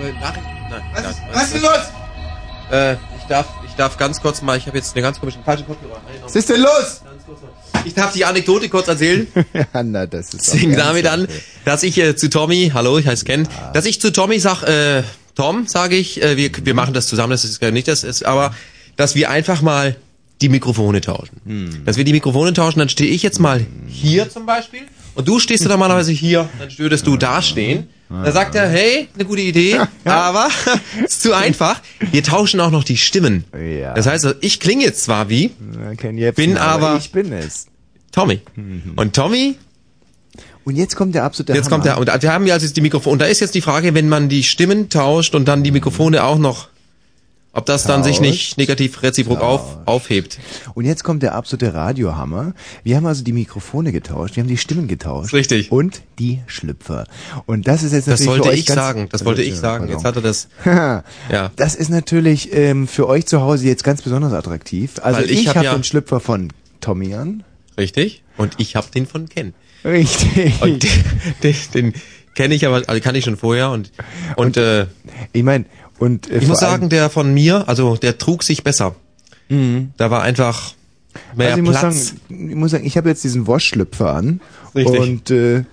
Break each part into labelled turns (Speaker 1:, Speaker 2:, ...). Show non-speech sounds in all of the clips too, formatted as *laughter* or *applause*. Speaker 1: äh, Nachrichten. Nein,
Speaker 2: Was,
Speaker 1: nein,
Speaker 2: ist,
Speaker 1: nein.
Speaker 2: was ist denn los?
Speaker 1: Äh, ich darf, ich darf ganz kurz mal, ich habe jetzt eine ganz komische, falsche Kopfhörer.
Speaker 2: Was ist denn los?
Speaker 1: Ganz kurz mal. Ich darf die Anekdote
Speaker 2: *laughs*
Speaker 1: kurz erzählen.
Speaker 3: ja, na, das ist
Speaker 1: Es fing damit an, dass ich äh, zu Tommy, hallo, ich heiße Ken,
Speaker 2: Ah.
Speaker 1: dass ich zu Tommy sag, äh, Tom, sage ich, äh, wir, wir machen das zusammen, das ist gar nicht das ist, aber dass wir einfach mal die Mikrofone tauschen.
Speaker 2: Hm.
Speaker 1: Dass wir die Mikrofone tauschen, dann stehe ich jetzt mal hier zum Beispiel und du stehst normalerweise hier, dann würdest du da stehen. Da sagt er, hey, eine gute Idee, aber *laughs* ist zu einfach. Wir tauschen auch noch die Stimmen.
Speaker 3: Ja.
Speaker 1: Das heißt, also, ich klinge jetzt zwar wie
Speaker 3: Ken Jebsen,
Speaker 1: bin aber-
Speaker 3: Ich bin es. Mhm.
Speaker 1: Tommy. Und Tommy
Speaker 3: Und jetzt kommt der absolute
Speaker 1: Jetzt kommt
Speaker 3: Hammer.
Speaker 1: der, und da haben wir also jetzt die Mikrofone. Und da ist jetzt die Frage, wenn man die Stimmen tauscht und dann die Mikrofone auch noch, ob das dann sich nicht negativ reziprok auf, aufhebt.
Speaker 3: Und jetzt kommt der absolute Radiohammer. Wir haben also die Mikrofone getauscht, wir haben die Stimmen getauscht.
Speaker 1: Richtig.
Speaker 3: Und die Schlüpfer. Und das ist jetzt
Speaker 1: Das
Speaker 3: natürlich für
Speaker 1: sollte
Speaker 3: euch
Speaker 1: ich
Speaker 3: ganz,
Speaker 1: sagen. Das wollte ich sagen. Jetzt hat er
Speaker 3: *laughs*
Speaker 1: das.
Speaker 3: Haha.
Speaker 1: Ja.
Speaker 3: Das ist natürlich ähm, für euch zu Hause jetzt ganz besonders attraktiv. Also
Speaker 1: Weil
Speaker 3: ich,
Speaker 1: ich hab
Speaker 3: hab habe
Speaker 1: ja-
Speaker 3: den Schlüpfer von Tommy an.
Speaker 1: Richtig? Und ich habe den von Ken.
Speaker 3: Richtig.
Speaker 1: Und *laughs* den, den, den kenne ich aber, also kann ich schon vorher. Und, und, äh,
Speaker 3: ich meine, und äh,
Speaker 1: ich
Speaker 3: vor
Speaker 1: muss
Speaker 3: allem-
Speaker 1: sagen, der von mir, also der trug sich besser. Da war einfach mehr
Speaker 3: Mhm. also ich
Speaker 1: Platz.
Speaker 3: Muss sagen, ich muss sagen, ich habe jetzt diesen Wash-Schlüpfer an.
Speaker 1: Richtig. *laughs*
Speaker 3: Und äh,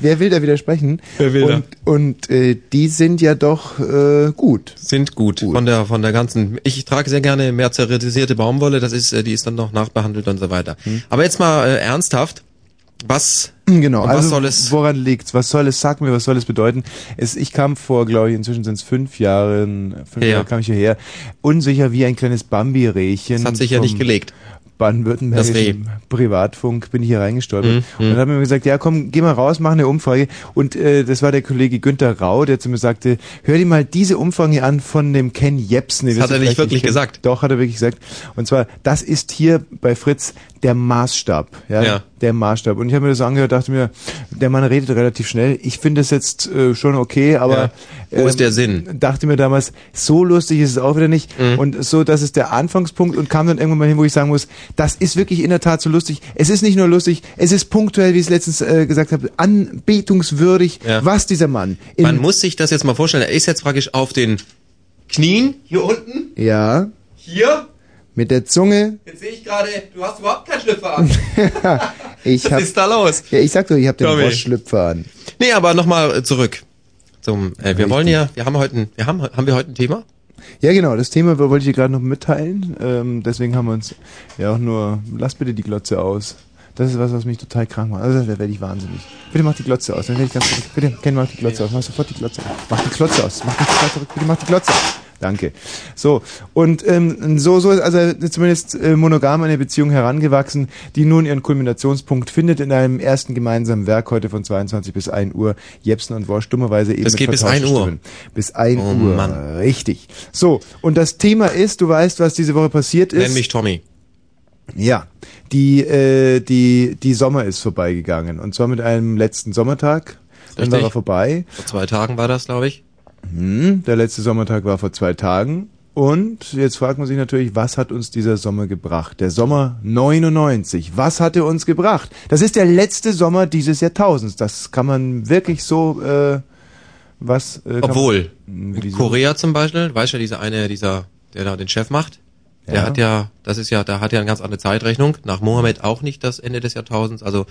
Speaker 3: wer will da widersprechen?
Speaker 1: Wer will da?
Speaker 3: und und äh, die sind ja doch äh, gut.
Speaker 1: sind gut, von der von der ganzen. Ich trage sehr gerne mehr zerretisierte Baumwolle. Das ist, äh, die ist dann noch nachbehandelt und so weiter. Aber jetzt mal äh, ernsthaft, was
Speaker 3: Mhm. Genau,
Speaker 1: und
Speaker 3: also
Speaker 1: was soll es?
Speaker 3: woran liegt's? Was soll es? Sag mir, was soll es bedeuten? Es, ich kam vor, glaube ich, inzwischen sind es fünf Jahren, fünf
Speaker 1: Ja.
Speaker 3: Jahre kam ich hierher, unsicher wie ein kleines Bambi-Rähchen.
Speaker 1: Das hat sich ja
Speaker 3: vom
Speaker 1: nicht gelegt.
Speaker 3: Baden-Württembergischen Privatfunk bin ich hier
Speaker 1: Mhm,
Speaker 3: reingestolpert. Und dann hat man mir gesagt, ja komm, geh mal raus, mach eine Umfrage. Und äh, das war der Kollege Günther Rau, der zu mir sagte, hör dir mal diese Umfrage hier an von dem Ken Jepsen. den
Speaker 1: Das
Speaker 3: wirst
Speaker 1: hat
Speaker 3: du
Speaker 1: er nicht
Speaker 3: vielleicht
Speaker 1: wirklich
Speaker 3: kennen.
Speaker 1: gesagt.
Speaker 3: Doch, hat er wirklich gesagt. Und zwar, das ist hier bei Fritz der Maßstab. Ja,
Speaker 1: Ja.
Speaker 3: der Maßstab. Und ich habe mir das angehört, dachte mir, der Mann redet relativ schnell. Ich finde es jetzt äh, schon okay, aber ähm,
Speaker 1: Ja. Wo ist der Sinn? Mhm.
Speaker 3: Dachte mir damals, so lustig ist es auch wieder nicht. Und so, das ist der Anfangspunkt und kam dann irgendwann mal hin, wo ich sagen muss, das ist wirklich in der Tat so lustig. Es ist nicht nur lustig, es ist punktuell, wie ich es letztens äh, gesagt habe, anbetungswürdig,
Speaker 1: Ja.
Speaker 3: was dieser Mann in
Speaker 1: Man muss sich das jetzt mal vorstellen. Er ist jetzt praktisch auf den Knien hier unten,
Speaker 3: ja
Speaker 1: hier.
Speaker 3: mit der Zunge.
Speaker 1: Jetzt sehe ich gerade, du hast überhaupt keinen Schlüpfer an.
Speaker 3: Ich
Speaker 1: Was
Speaker 3: hab,
Speaker 1: ist da los?
Speaker 3: ja, ich sag doch, ich habe den
Speaker 1: Tommy.
Speaker 3: Bosch-Schlüpfer an.
Speaker 1: Nee, aber nochmal zurück. Zum, äh, wir wollen ja, wir haben heute, ein- wir haben, haben wir heute ein Thema?
Speaker 3: Ja, genau, das Thema wollte ich dir gerade noch mitteilen. Ähm, deswegen haben wir uns ja auch nur, lass bitte die Glotze aus. Das ist was, was mich total krank macht. Also, da werde ich wahnsinnig. Bitte mach die Glotze aus. Dann werde ich ganz verrückt. Bitte, Ken, mach die Glotze aus. Mach sofort die Glotze aus. Mach die Glotze aus. Mach die Glotze zurück. Bitte mach die Glotze aus. Danke. So, und ähm, so, so ist also zumindest äh, monogam eine Beziehung herangewachsen, die nun ihren Kulminationspunkt findet in einem ersten gemeinsamen Werk heute von 22 bis 1 Uhr. Jepsen und Worsch dummerweise eben
Speaker 1: Das
Speaker 3: mit
Speaker 1: geht bis
Speaker 3: vertauschten
Speaker 1: 1 Uhr.
Speaker 3: Stimmen. Bis 1
Speaker 1: Oh
Speaker 3: Uhr.
Speaker 1: Mann.
Speaker 3: Richtig. So, und das Thema ist, du weißt, was diese Woche passiert ist.
Speaker 1: Nenn mich Tommy.
Speaker 3: ja, die, äh, die, die Sommer ist vorbeigegangen. Und zwar mit einem letzten Sommertag. Dann war
Speaker 1: Richtig.
Speaker 3: er vorbei.
Speaker 1: Vor zwei Tagen war das, glaube ich.
Speaker 3: Hm, der letzte Sommertag war vor zwei Tagen. Und jetzt fragt man sich natürlich, was hat uns dieser Sommer gebracht? Der Sommer 99. Was hat er uns gebracht? Das ist der letzte Sommer dieses Jahrtausends. Das kann man wirklich so, äh, was, äh, kann man-
Speaker 1: Obwohl,
Speaker 3: Hm,
Speaker 1: in
Speaker 3: wieso?
Speaker 1: Korea zum Beispiel, weißt du, ja, dieser eine, dieser, der da den Chef macht, der
Speaker 3: Ja.
Speaker 1: hat ja, das ist ja, da hat ja eine ganz andere Zeitrechnung, nach Mohammed auch nicht das Ende des Jahrtausends, also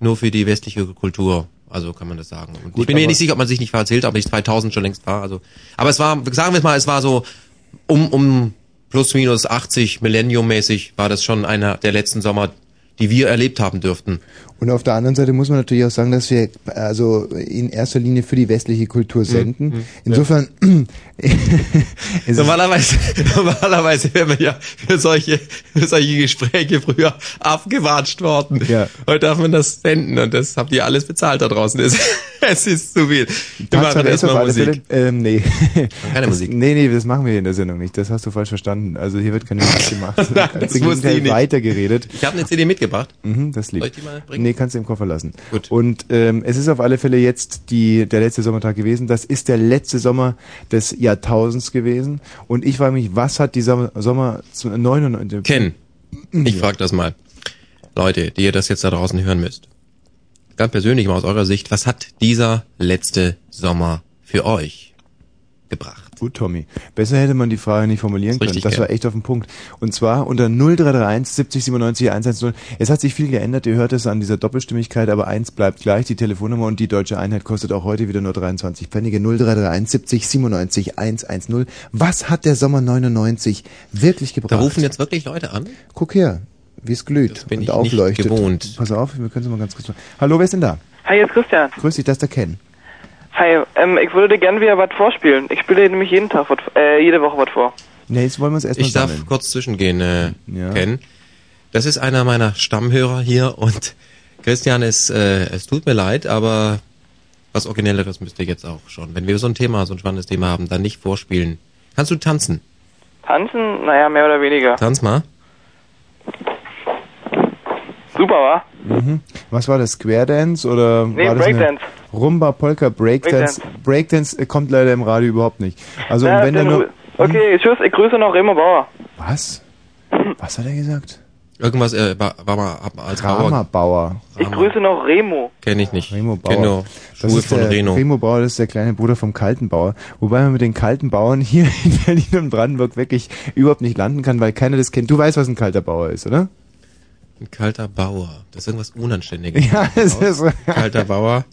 Speaker 1: nur für die westliche Kultur, also kann man das sagen. Und
Speaker 3: Gut,
Speaker 1: ich bin mir
Speaker 3: aber-
Speaker 1: nicht sicher, ob man sich nicht verzählt, ob nicht 2000 schon längst war, also, aber es war, sagen wir es mal, es war so, um, um, plus minus 80 Millennium-mäßig war das schon einer der letzten Sommer, die wir erlebt haben dürften.
Speaker 3: Und auf der anderen Seite muss man natürlich auch sagen, dass wir also in erster Linie für die westliche
Speaker 1: Mhm.
Speaker 3: Kultur senden. Insofern *laughs* *clears throat* es ist,
Speaker 1: Normalerweise, normalerweise wären wir ja für solche, für solche Gespräche früher abgewatscht worden.
Speaker 3: Ja.
Speaker 1: Heute darf man das senden und das habt ihr alles bezahlt da draußen. Es, *laughs* es ist zu viel. Wir
Speaker 3: Tatsache
Speaker 1: machen
Speaker 3: ist auf
Speaker 1: erstmal
Speaker 3: alle
Speaker 1: Musik.
Speaker 3: Fälle, ähm, nee.
Speaker 1: Keine Musik.
Speaker 3: Das, nee, nee, das machen wir hier in der Sendung nicht. Das hast du falsch verstanden. Also hier wird keine
Speaker 1: *laughs*
Speaker 3: Musik gemacht.
Speaker 1: Nein,
Speaker 3: Im
Speaker 1: das wusste ich
Speaker 3: Gegenteil,
Speaker 1: nicht.
Speaker 3: halt weitergeredet.
Speaker 1: Ich habe eine CD mitgebracht.
Speaker 3: Mhm, das liegt.
Speaker 1: Soll ich die mal bringen?
Speaker 3: nee, kannst du im Koffer lassen.
Speaker 1: Gut.
Speaker 3: Und ähm, es ist auf alle Fälle jetzt die, der letzte Sommertag gewesen. Das ist der letzte Sommer des Jahrtausends gewesen. Und ich frage mich, was hat dieser Sommer zu- 99...
Speaker 1: Ken, ich frage das mal. Leute, die ihr das jetzt da draußen hören müsst. Ganz persönlich mal aus eurer Sicht, was hat dieser letzte Sommer für euch gebracht.
Speaker 3: Gut, Tommy. Besser hätte man die Frage nicht formulieren können.
Speaker 1: richtig,
Speaker 3: das
Speaker 1: gell?
Speaker 3: war echt auf den Punkt. Und zwar unter 0331 70 97 110. Es hat sich viel geändert. Ihr hört es an dieser Doppelstimmigkeit, aber eins bleibt gleich. Die Telefonnummer und die deutsche Einheit kostet auch heute wieder nur 23 Pfennige. 0331 70 97 110. Was hat der Sommer 99 wirklich gebracht?
Speaker 1: Da rufen jetzt wirklich Leute an.
Speaker 3: Guck her, wie es
Speaker 1: bin
Speaker 3: glüht und
Speaker 1: ich nicht
Speaker 3: aufleuchtet.
Speaker 1: gewohnt.
Speaker 3: Pass auf, wir können es mal ganz kurz machen. Hallo, wer ist denn da?
Speaker 2: Hi, hier ist Christian.
Speaker 3: Grüß dich, das ist der Ken.
Speaker 2: Hi, ähm, ich würde dir gerne wieder was vorspielen. Ich spiele dir nämlich jeden Tag was, äh, jede Woche was vor.
Speaker 3: Nee, jetzt wollen wir uns erstmal
Speaker 1: Ich darf
Speaker 3: sammeln.
Speaker 1: kurz zwischengehen, äh,
Speaker 3: Ja.
Speaker 1: Ken. Das ist einer meiner Stammhörer hier und *laughs* Christian, es, äh, es tut mir leid, aber was Originelleres müsst ihr jetzt auch schon. Wenn wir so ein Thema, so ein spannendes Thema haben, dann nicht vorspielen. Kannst du tanzen?
Speaker 2: Tanzen? Naja, mehr oder weniger.
Speaker 1: Tanz mal.
Speaker 2: Super, wa?
Speaker 3: Mhm. Was war das? Square Dance oder
Speaker 2: Nee,
Speaker 3: war das eine
Speaker 2: Breakdance.
Speaker 3: Rumba, Polka, Breakdance. Breakdance,
Speaker 2: Breakdance.
Speaker 3: äh, kommt leider im Radio überhaupt nicht. Also
Speaker 2: Na,
Speaker 3: wenn dann
Speaker 2: dann
Speaker 3: nur
Speaker 2: Ru- Okay, tschüss, ich grüße noch Remo Bauer.
Speaker 3: was? Was hat er gesagt?
Speaker 1: Irgendwas äh, war, war mal ab, als
Speaker 3: Rama
Speaker 1: Bauer.
Speaker 3: Bauer.
Speaker 2: Ich grüße noch Remo.
Speaker 1: Kenne ich nicht.
Speaker 3: Remo Bauer.
Speaker 1: Kenn nur
Speaker 3: Das
Speaker 1: Schuhe
Speaker 3: ist
Speaker 1: von
Speaker 3: der
Speaker 1: Reno.
Speaker 3: Remo Bauer, das ist der kleine Bruder vom Kaltenbauer. Wobei man mit den Kaltenbauern hier *laughs* in Berlin und Brandenburg wirklich überhaupt nicht landen kann, weil keiner das kennt. Du weißt, was ein kalter Bauer ist, oder?
Speaker 1: Ein kalter Bauer. Das ist irgendwas Unanständiges.
Speaker 3: Ja, *laughs* es ist.
Speaker 1: Kalter Bauer.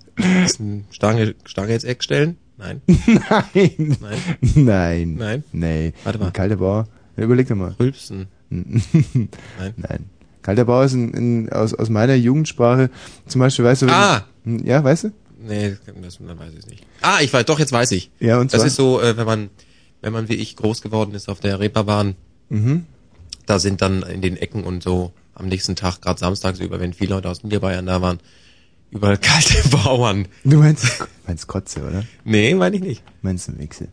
Speaker 1: Ist eine Stange, Stange ins Eck stellen? Nein.
Speaker 3: *laughs* Nein.
Speaker 1: Nein.
Speaker 3: *laughs* Nein.
Speaker 1: Nein.
Speaker 3: Nee.
Speaker 1: Warte mal.
Speaker 3: Ein kalter Bauer. Ja, Überleg dir mal. *laughs*
Speaker 1: Rülpsen.
Speaker 3: Nein. Nein. Kalter Bauer ist ein, ein, aus, aus meiner Jugendsprache zum Beispiel, weißt du, wenn- hm,
Speaker 1: Ah!
Speaker 3: ja, weißt du?
Speaker 1: Nee, das, dann weiß ich nicht. Ah, ich weiß, doch, jetzt weiß ich.
Speaker 3: Ja, und
Speaker 1: Das
Speaker 3: zwar?
Speaker 1: ist so, äh, wenn man, wenn man wie ich groß geworden ist auf der Reeperbahn,
Speaker 3: Mhm.
Speaker 1: da sind dann in den Ecken und so am nächsten Tag, gerade samstags über, wenn viele Leute aus Niederbayern da waren, überall *laughs* kalte Bauern.
Speaker 3: Du meinst, meinst Kotze, oder?
Speaker 1: Nee, meine ich nicht.
Speaker 3: Meinst einen Wichse?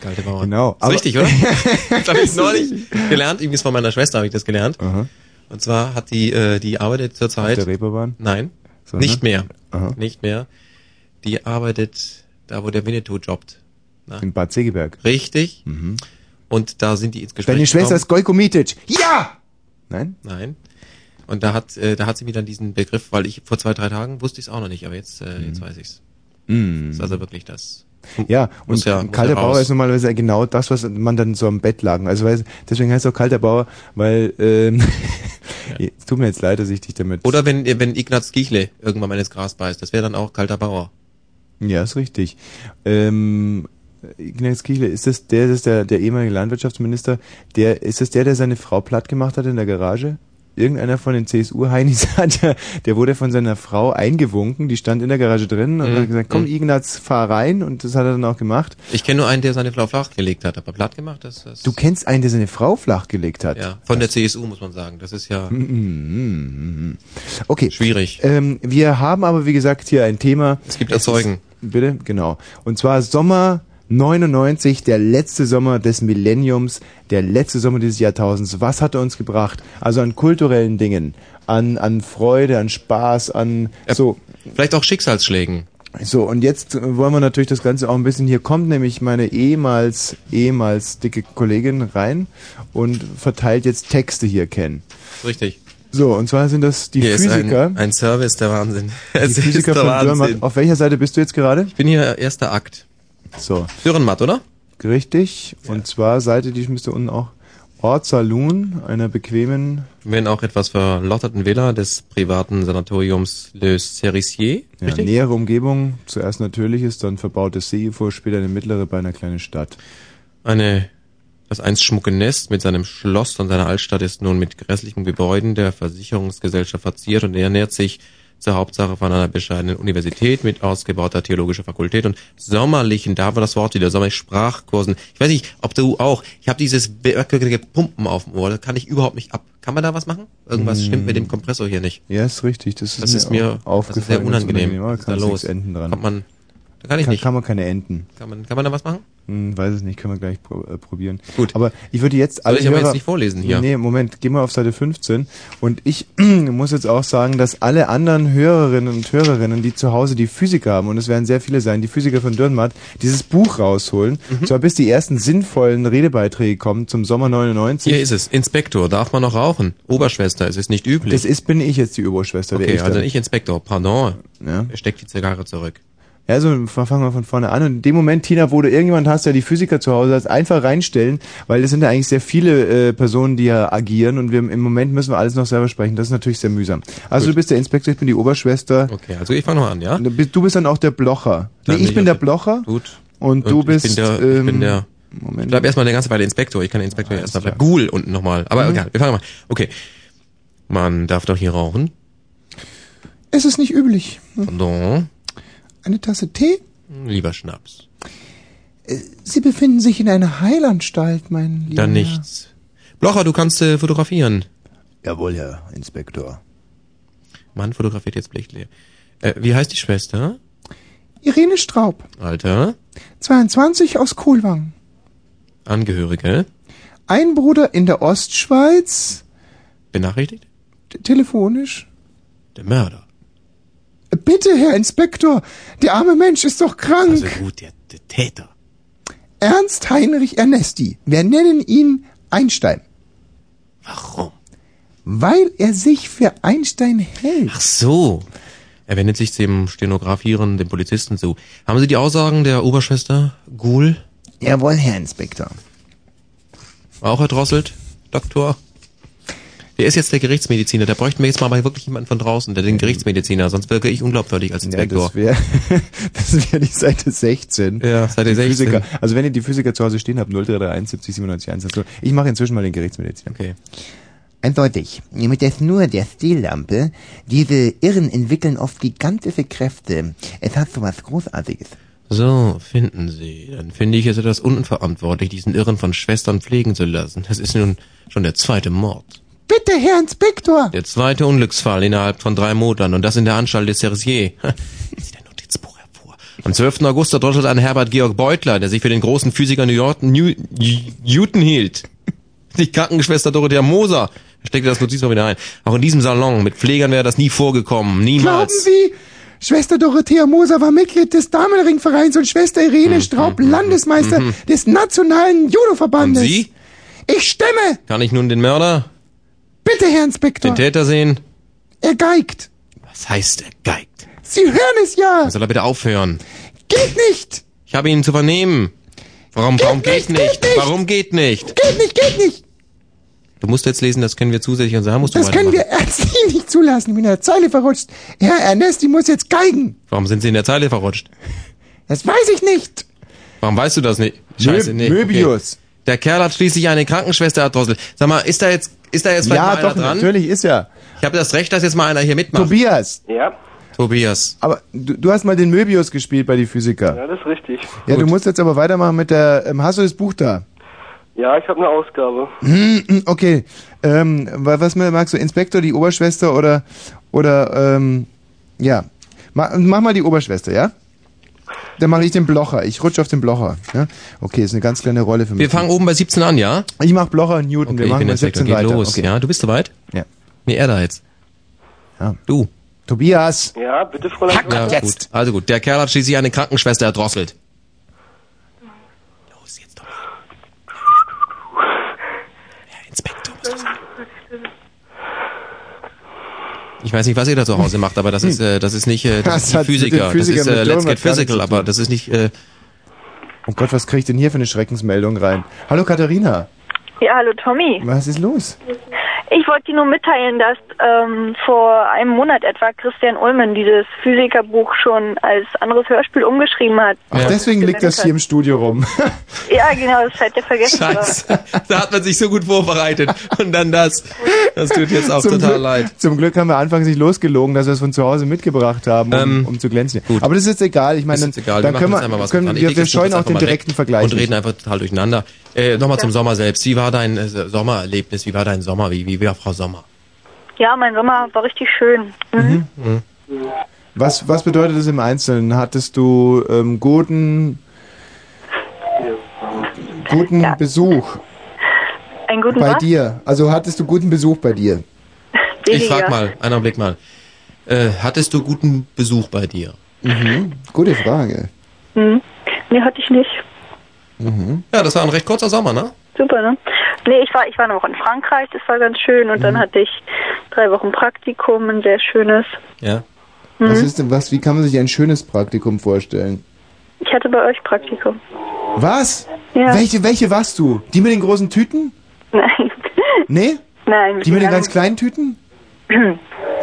Speaker 1: Kalte Bauern.
Speaker 3: Genau,
Speaker 1: Ist
Speaker 3: aber-
Speaker 1: richtig,
Speaker 3: *laughs*
Speaker 1: oder? das habe ich neulich gelernt. Übrigens von meiner Schwester habe ich das gelernt. Und zwar hat die, äh, die arbeitet
Speaker 3: Auf
Speaker 1: zurzeit.
Speaker 3: der Reeperbahn?
Speaker 1: Nein,
Speaker 3: So,
Speaker 1: nicht
Speaker 3: ne?
Speaker 1: mehr.
Speaker 3: Aha.
Speaker 1: Nicht mehr. Die arbeitet da, wo der Winnetou jobbt. Na?
Speaker 3: In Bad Segeberg. Mhm.
Speaker 1: Richtig. Und da sind die ins Gespräch
Speaker 3: Deine Schwester ist
Speaker 1: gekommen.
Speaker 3: Gojko Mitic. Ja! Nein?
Speaker 1: Nein. Und da hat, äh, da hat sie mir dann diesen Begriff, weil ich vor zwei, drei Tagen wusste ich es auch noch nicht, aber jetzt, äh, jetzt weiß ich's.
Speaker 3: Mhm.
Speaker 1: Das ist also wirklich das.
Speaker 3: Ja, und
Speaker 1: Muss ja-
Speaker 3: ein
Speaker 1: muss
Speaker 3: kalter
Speaker 1: ja raus.
Speaker 3: Bauer ist normalerweise genau das, was man dann so am Bett lagen. Also weiß, deswegen heißt es auch kalter Bauer, weil ähm, *laughs* es *laughs* tut mir jetzt leid, dass ich dich damit.
Speaker 1: Oder wenn, äh, wenn Ignaz Gichle irgendwann mal ins Gras beißt, das wäre dann auch kalter Bauer.
Speaker 3: Ja, ist richtig. Ähm, Ignaz Kichle, ist das der, das ist der, der ehemalige Landwirtschaftsminister, der, ist das der, der seine Frau platt gemacht hat in der Garage? Irgendeiner von den CSU-Heinis *laughs* hat, ja- der wurde von seiner Frau eingewunken, die stand in der Garage drin und
Speaker 1: Mhm.
Speaker 3: hat gesagt, komm
Speaker 1: Mhm.
Speaker 3: Ignaz, fahr rein und das hat er dann auch gemacht.
Speaker 1: Ich kenne nur einen, der seine Frau flach gelegt hat, aber platt gemacht, das, das
Speaker 3: Du kennst einen, der seine Frau flachgelegt hat.
Speaker 1: ja, von der CSU muss man sagen. Das ist ja
Speaker 3: Hm. Mhm. Okay.
Speaker 1: schwierig.
Speaker 3: Ähm, wir haben aber, wie gesagt, hier ein Thema.
Speaker 1: Es gibt Erzeugen.
Speaker 3: Ist, bitte? Genau. Und zwar Sommer 99, der letzte Sommer des Millenniums, der letzte Sommer dieses Jahrtausends. Was hat er uns gebracht? Also an kulturellen Dingen, an, an Freude, an Spaß, an so.
Speaker 1: Vielleicht auch Schicksalsschlägen.
Speaker 3: So, und jetzt wollen wir natürlich das Ganze auch ein bisschen, hier kommt nämlich meine ehemals, ehemals dicke Kollegin rein und verteilt jetzt Texte hier kennen.
Speaker 1: Richtig.
Speaker 3: So, und zwar sind das die
Speaker 1: Hier ist
Speaker 3: Physiker.
Speaker 1: ein, *laughs* ein Service der Wahnsinn. *laughs*
Speaker 3: die Physiker von Dürrenmatt. Auf welcher Seite bist du jetzt gerade?
Speaker 1: Ich bin hier erster Akt.
Speaker 3: So,
Speaker 1: Dürrenmatt, oder?
Speaker 3: richtig. Und zwar Seite, die müsste unten auch Ort Saloon, einer bequemen,
Speaker 1: Wenn auch etwas verlotterten Villa des privaten Sanatoriums Le Cerisier.
Speaker 3: ja, nähere Umgebung. Zuerst natürliches, dann verbautes Seeufer, später eine mittlere bei einer kleinen Stadt.
Speaker 1: Eine, das einst schmucke Nest mit seinem Schloss und seiner Altstadt ist nun mit grässlichen Gebäuden der Versicherungsgesellschaft verziert und ernährt sich zur Hauptsache von einer bescheidenen Universität mit ausgebauter theologischer Fakultät und sommerlichen, da war das Wort wieder, sommerlichen Sprachkursen. Ich weiß nicht, ob du auch, ich habe dieses merkwürdige Pumpen auf dem Ohr, das kann ich überhaupt nicht ab. Kann man da was machen? Irgendwas stimmt mit dem Kompressor hier nicht.
Speaker 3: Ja, ist richtig. Das ist,
Speaker 1: Das ist mir
Speaker 3: au-
Speaker 1: das ist sehr unangenehm.
Speaker 3: aber
Speaker 1: Was ist da
Speaker 3: kannst
Speaker 1: los?
Speaker 3: nichts Enten dran.
Speaker 1: Kommt man, da kann ich
Speaker 3: kann,
Speaker 1: nicht.
Speaker 3: kann man keine Enten.
Speaker 1: Kann man, kann man da was machen?
Speaker 3: Hm, weiß es nicht, können wir gleich pro, äh, probieren.
Speaker 1: Gut.
Speaker 3: Aber ich würde jetzt alle
Speaker 1: ich aber
Speaker 3: Hörer-
Speaker 1: jetzt nicht vorlesen hier?
Speaker 3: Nee, Moment, geh mal auf Seite 15 und ich *clears throat* muss jetzt auch sagen, dass alle anderen Hörerinnen und Hörerinnen, die zu Hause die Physiker haben und es werden sehr viele sein, die Physiker von Dürrenmatt, dieses Buch rausholen,
Speaker 1: Mhm.
Speaker 3: zwar bis die ersten sinnvollen Redebeiträge kommen zum Sommer 99.
Speaker 1: Hier ist es. Inspektor, darf man noch rauchen? Oberschwester, es ist nicht üblich.
Speaker 3: das ist bin ich jetzt die Oberschwester, der
Speaker 1: okay,
Speaker 3: ich
Speaker 1: also
Speaker 3: dann.
Speaker 1: ich Inspektor, pardon.
Speaker 3: Ja.
Speaker 1: Er steckt die Zigarre zurück.
Speaker 3: Ja, so f- fangen wir von vorne an. Und in dem Moment, Tina, wo du irgendjemand hast, der die Physiker zu Hause hat, einfach reinstellen, weil es sind ja eigentlich sehr viele äh, Personen, die ja agieren und wir im Moment müssen wir alles noch selber sprechen. Das ist natürlich sehr mühsam. Also
Speaker 1: Gut.
Speaker 3: du bist der Inspektor, ich bin die Oberschwester.
Speaker 1: Okay, also ich fange noch an, ja?
Speaker 3: Du bist, du bist dann auch der Blocher. Nee,
Speaker 1: Dann
Speaker 3: ich bin der Blocher
Speaker 1: Gut.
Speaker 3: und du bist. ähm,
Speaker 1: Ich bin der, ich bin der
Speaker 3: Moment.
Speaker 1: Ich bleib erstmal eine ganze Weile Inspektor. Ich kann den Inspektor ja erstmal bleiben. Ghoul unten nochmal. Aber
Speaker 3: Mhm.
Speaker 1: egal, wir fangen mal. Okay. Man darf doch hier rauchen.
Speaker 3: Es ist nicht üblich.
Speaker 1: Pardon.
Speaker 3: Eine Tasse Tee?
Speaker 1: Lieber Schnaps.
Speaker 3: Sie befinden sich in einer Heilanstalt, mein Lieber.
Speaker 1: Dann nichts. Blocher, du kannst äh, fotografieren.
Speaker 3: Jawohl, Herr Inspektor.
Speaker 1: Mann fotografiert jetzt blechleer. Äh, wie heißt die Schwester?
Speaker 4: Irene Straub,
Speaker 1: Alter?
Speaker 4: 22 aus Kohlwang.
Speaker 1: Angehörige?
Speaker 4: Ein Bruder in der Ostschweiz,
Speaker 1: Benachrichtigt?
Speaker 4: t- telefonisch.
Speaker 1: Der Mörder.
Speaker 4: Bitte, Herr Inspektor, der arme Mensch ist doch krank.
Speaker 1: Also gut, der, der Täter.
Speaker 4: Ernst Heinrich Ernesti. Wir nennen ihn Einstein,
Speaker 1: Warum?
Speaker 4: weil er sich für Einstein hält.
Speaker 1: Ach so. Er wendet sich dem Stenografieren, dem Polizisten zu. Haben Sie die Aussagen der Oberschwester Ghoul
Speaker 4: Jawohl, Herr Inspektor.
Speaker 1: auch erdrosselt? Doktor? Wer ist jetzt der Gerichtsmediziner? Da bräuchten wir jetzt mal wirklich jemanden von draußen, der den Gerichtsmediziner, sonst wirke ich unglaubwürdig als
Speaker 3: Ja,
Speaker 1: Inspektor.
Speaker 3: das wäre *laughs* das wär die Seite 16.
Speaker 1: Ja, Seite
Speaker 3: Die
Speaker 1: 16.
Speaker 3: Physiker. Also wenn ihr die Physiker zu Hause stehen habt, 0331 70 97 110. Ich mache inzwischen mal den Gerichtsmediziner.
Speaker 1: okay.
Speaker 5: Eindeutig. Mit der Schnur der Stillampe, diese Irren entwickeln oft gigantische Kräfte. Es hat so was Großartiges.
Speaker 1: So, finden Sie. Dann finde ich es etwas unverantwortlich, diesen Irren von Schwestern pflegen zu lassen. Das ist nun schon der zweite Mord.
Speaker 4: Bitte, Herr Inspektor.
Speaker 1: Der zweite Unglücksfall innerhalb von drei Monaten und das in der Anstalt des *laughs* Cerisier. Sieht ein Notizbuch hervor. Am 12. August erdrosselt ein Herbert Georg Beutler, der sich für den großen Physiker New York, New, Newton hielt. *laughs* Die Krankenschwester Dorothea Moser steckte das Notizbuch wieder ein. Auch in diesem Salon mit Pflegern wäre das nie vorgekommen.
Speaker 4: Glauben
Speaker 1: Niemals.
Speaker 4: Sie, Schwester Dorothea Moser war Mitglied des Damenringvereins und Schwester
Speaker 1: Mhm,
Speaker 4: Irene Straub Landesmeister des Nationalen Judo-Verbandes.
Speaker 1: Und Sie?
Speaker 4: Ich stimme.
Speaker 1: Kann ich nun den Mörder,
Speaker 4: Bitte, Herr
Speaker 1: den
Speaker 4: Inspektor.
Speaker 1: Täter sehen?
Speaker 4: Er geigt.
Speaker 1: Was heißt er geigt?
Speaker 4: Sie hören es ja.
Speaker 1: Soll er bitte aufhören?
Speaker 4: Geht nicht.
Speaker 1: Ich habe ihn zu vernehmen. Warum, warum geht
Speaker 4: nicht,
Speaker 1: nicht?
Speaker 4: geht nicht.
Speaker 1: Warum geht nicht?
Speaker 4: Geht nicht, geht nicht.
Speaker 1: Du musst jetzt lesen, das können wir zusätzlich und sagen, musst du
Speaker 4: Das können wir
Speaker 1: weitermachen.
Speaker 4: ärztlich nicht zulassen. Ich bin in der Zeile verrutscht. Herr Ernesti muss jetzt geigen.
Speaker 1: Warum sind sie in der Zeile verrutscht?
Speaker 4: Das weiß ich nicht.
Speaker 1: Warum weißt du das nicht? Scheiße, nee.
Speaker 3: Möbius.
Speaker 1: Okay. Der Kerl hat schließlich eine Krankenschwester erdrosselt. Sag mal, ist da jetzt, ist da jetzt vielleicht
Speaker 3: Ja,
Speaker 1: mal einer
Speaker 3: doch,
Speaker 1: dran?
Speaker 3: natürlich ist er.
Speaker 1: Ich habe das Recht, dass jetzt mal einer hier mitmacht.
Speaker 3: Tobias,
Speaker 2: Ja,
Speaker 1: Tobias.
Speaker 3: aber du, du hast mal den Möbius gespielt bei die Physiker.
Speaker 2: ja, das ist richtig.
Speaker 3: Ja, du musst jetzt aber weitermachen mit der, ähm, hast du das Buch da?
Speaker 2: Ja, ich habe eine Ausgabe.
Speaker 3: Hm, Okay, ähm, wa- was mir- magst du, Inspektor, die Oberschwester oder, oder, ähm, ja. Mach, mach mal die Oberschwester, ja? Dann mache ich den Blocher. Ich rutsche auf den Blocher. Ja? Okay, ist eine ganz kleine Rolle für mich.
Speaker 1: Wir fangen oben bei 17 an, ja?
Speaker 3: ich mache Blocher und Newton.
Speaker 1: Okay,
Speaker 3: wir
Speaker 1: ich
Speaker 3: machen
Speaker 1: bin
Speaker 3: bei
Speaker 1: jetzt weg.
Speaker 3: 17
Speaker 1: Geht
Speaker 3: weiter.
Speaker 1: los,
Speaker 3: okay.
Speaker 1: ja? Du bist soweit?
Speaker 3: Ja.
Speaker 1: Nee, er da jetzt.
Speaker 3: Ja.
Speaker 1: Du.
Speaker 3: Tobias!
Speaker 2: Ja, bitte, Fräulein.
Speaker 1: Ja,
Speaker 2: Dorothea.
Speaker 1: gut. Also gut, der Kerl hat schließlich eine Krankenschwester erdrosselt. Los, jetzt doch. Herr Inspektor, muss das sein. Ich weiß nicht, was ihr da zu Hause macht, aber das ist, äh, das ist nicht, äh,
Speaker 3: *laughs* Hm. Das
Speaker 1: das,
Speaker 3: hat
Speaker 1: ist nicht
Speaker 3: mit den
Speaker 1: Physiker. Das
Speaker 3: Physikern
Speaker 1: ist äh, Let's
Speaker 3: mit Dürren
Speaker 1: Get
Speaker 3: hat gar nichts
Speaker 1: Physical,
Speaker 3: zu
Speaker 1: aber
Speaker 3: tun.
Speaker 1: das ist nicht, äh,
Speaker 3: Oh Gott, was krieg ich denn hier für eine Schreckensmeldung rein? Hallo Katharina,
Speaker 6: Ja, hallo Tommy.
Speaker 3: was ist los?
Speaker 6: Ich wollte dir nur mitteilen, dass ähm, vor einem Monat etwa Christian Ullmann dieses Physikerbuch schon als anderes Hörspiel umgeschrieben hat.
Speaker 3: Ach, deswegen liegt das hier im Studio rum.
Speaker 6: Ja, genau, das seid ihr vergessen.
Speaker 1: scheiße. Da hat man sich so gut vorbereitet. Und dann das. Das tut jetzt auch total
Speaker 3: Glück,
Speaker 1: leid.
Speaker 3: Zum Glück haben wir anfangs nicht losgelogen, dass wir es von zu Hause mitgebracht haben, um,
Speaker 1: Ähm,
Speaker 3: um zu glänzen. Aber das ist jetzt egal. Ich meine,
Speaker 1: Ist
Speaker 3: dann,
Speaker 1: jetzt egal.
Speaker 3: dann
Speaker 1: wir
Speaker 3: können
Speaker 1: machen
Speaker 3: wir,
Speaker 1: jetzt einmal was
Speaker 3: können
Speaker 1: dran. Ich
Speaker 3: wir,
Speaker 1: leg
Speaker 3: wir
Speaker 1: das Buch
Speaker 3: scheuen
Speaker 1: jetzt
Speaker 3: auch den
Speaker 1: einfach mal weg
Speaker 3: direkten Vergleich.
Speaker 1: Und reden
Speaker 3: nicht.
Speaker 1: einfach total durcheinander. Äh, Nochmal zum Sommer selbst. Wie war dein äh, Sommererlebnis? Wie war dein Sommer? Wie, wie war Frau Sommer?
Speaker 6: Ja, mein Sommer war richtig schön. Mhm.
Speaker 3: Was, was bedeutet das im Einzelnen? Hattest du ähm, guten, guten Besuch
Speaker 6: Einen guten
Speaker 3: bei
Speaker 6: was?
Speaker 3: dir? Also hattest du guten Besuch bei dir?
Speaker 1: Ich frag
Speaker 6: Weniger.
Speaker 1: mal, einen Blick mal. Äh, hattest du guten Besuch bei dir?
Speaker 3: Mhm. Gute Frage.
Speaker 6: Mhm. Nee, hatte ich nicht.
Speaker 3: Mhm.
Speaker 1: Ja, das war ein recht kurzer Sommer, ne?
Speaker 6: Super, ne? Nee, ich war, ich war eine Woche in
Speaker 3: Mhm.
Speaker 6: Frankreich, das war ganz schön. Und dann hatte ich drei Wochen Praktikum, ein sehr schönes.
Speaker 1: Ja.
Speaker 6: Hm.
Speaker 3: Was ist denn was? Wie kann man sich ein schönes Praktikum vorstellen?
Speaker 6: Ich hatte bei euch Praktikum.
Speaker 3: Was?
Speaker 6: Ja.
Speaker 3: Welche, welche warst du? Die mit den großen Tüten?
Speaker 6: Nein.
Speaker 3: Nee?
Speaker 6: Nein.
Speaker 3: Die mit den ganz
Speaker 6: *clears throat*
Speaker 3: kleinen Tüten?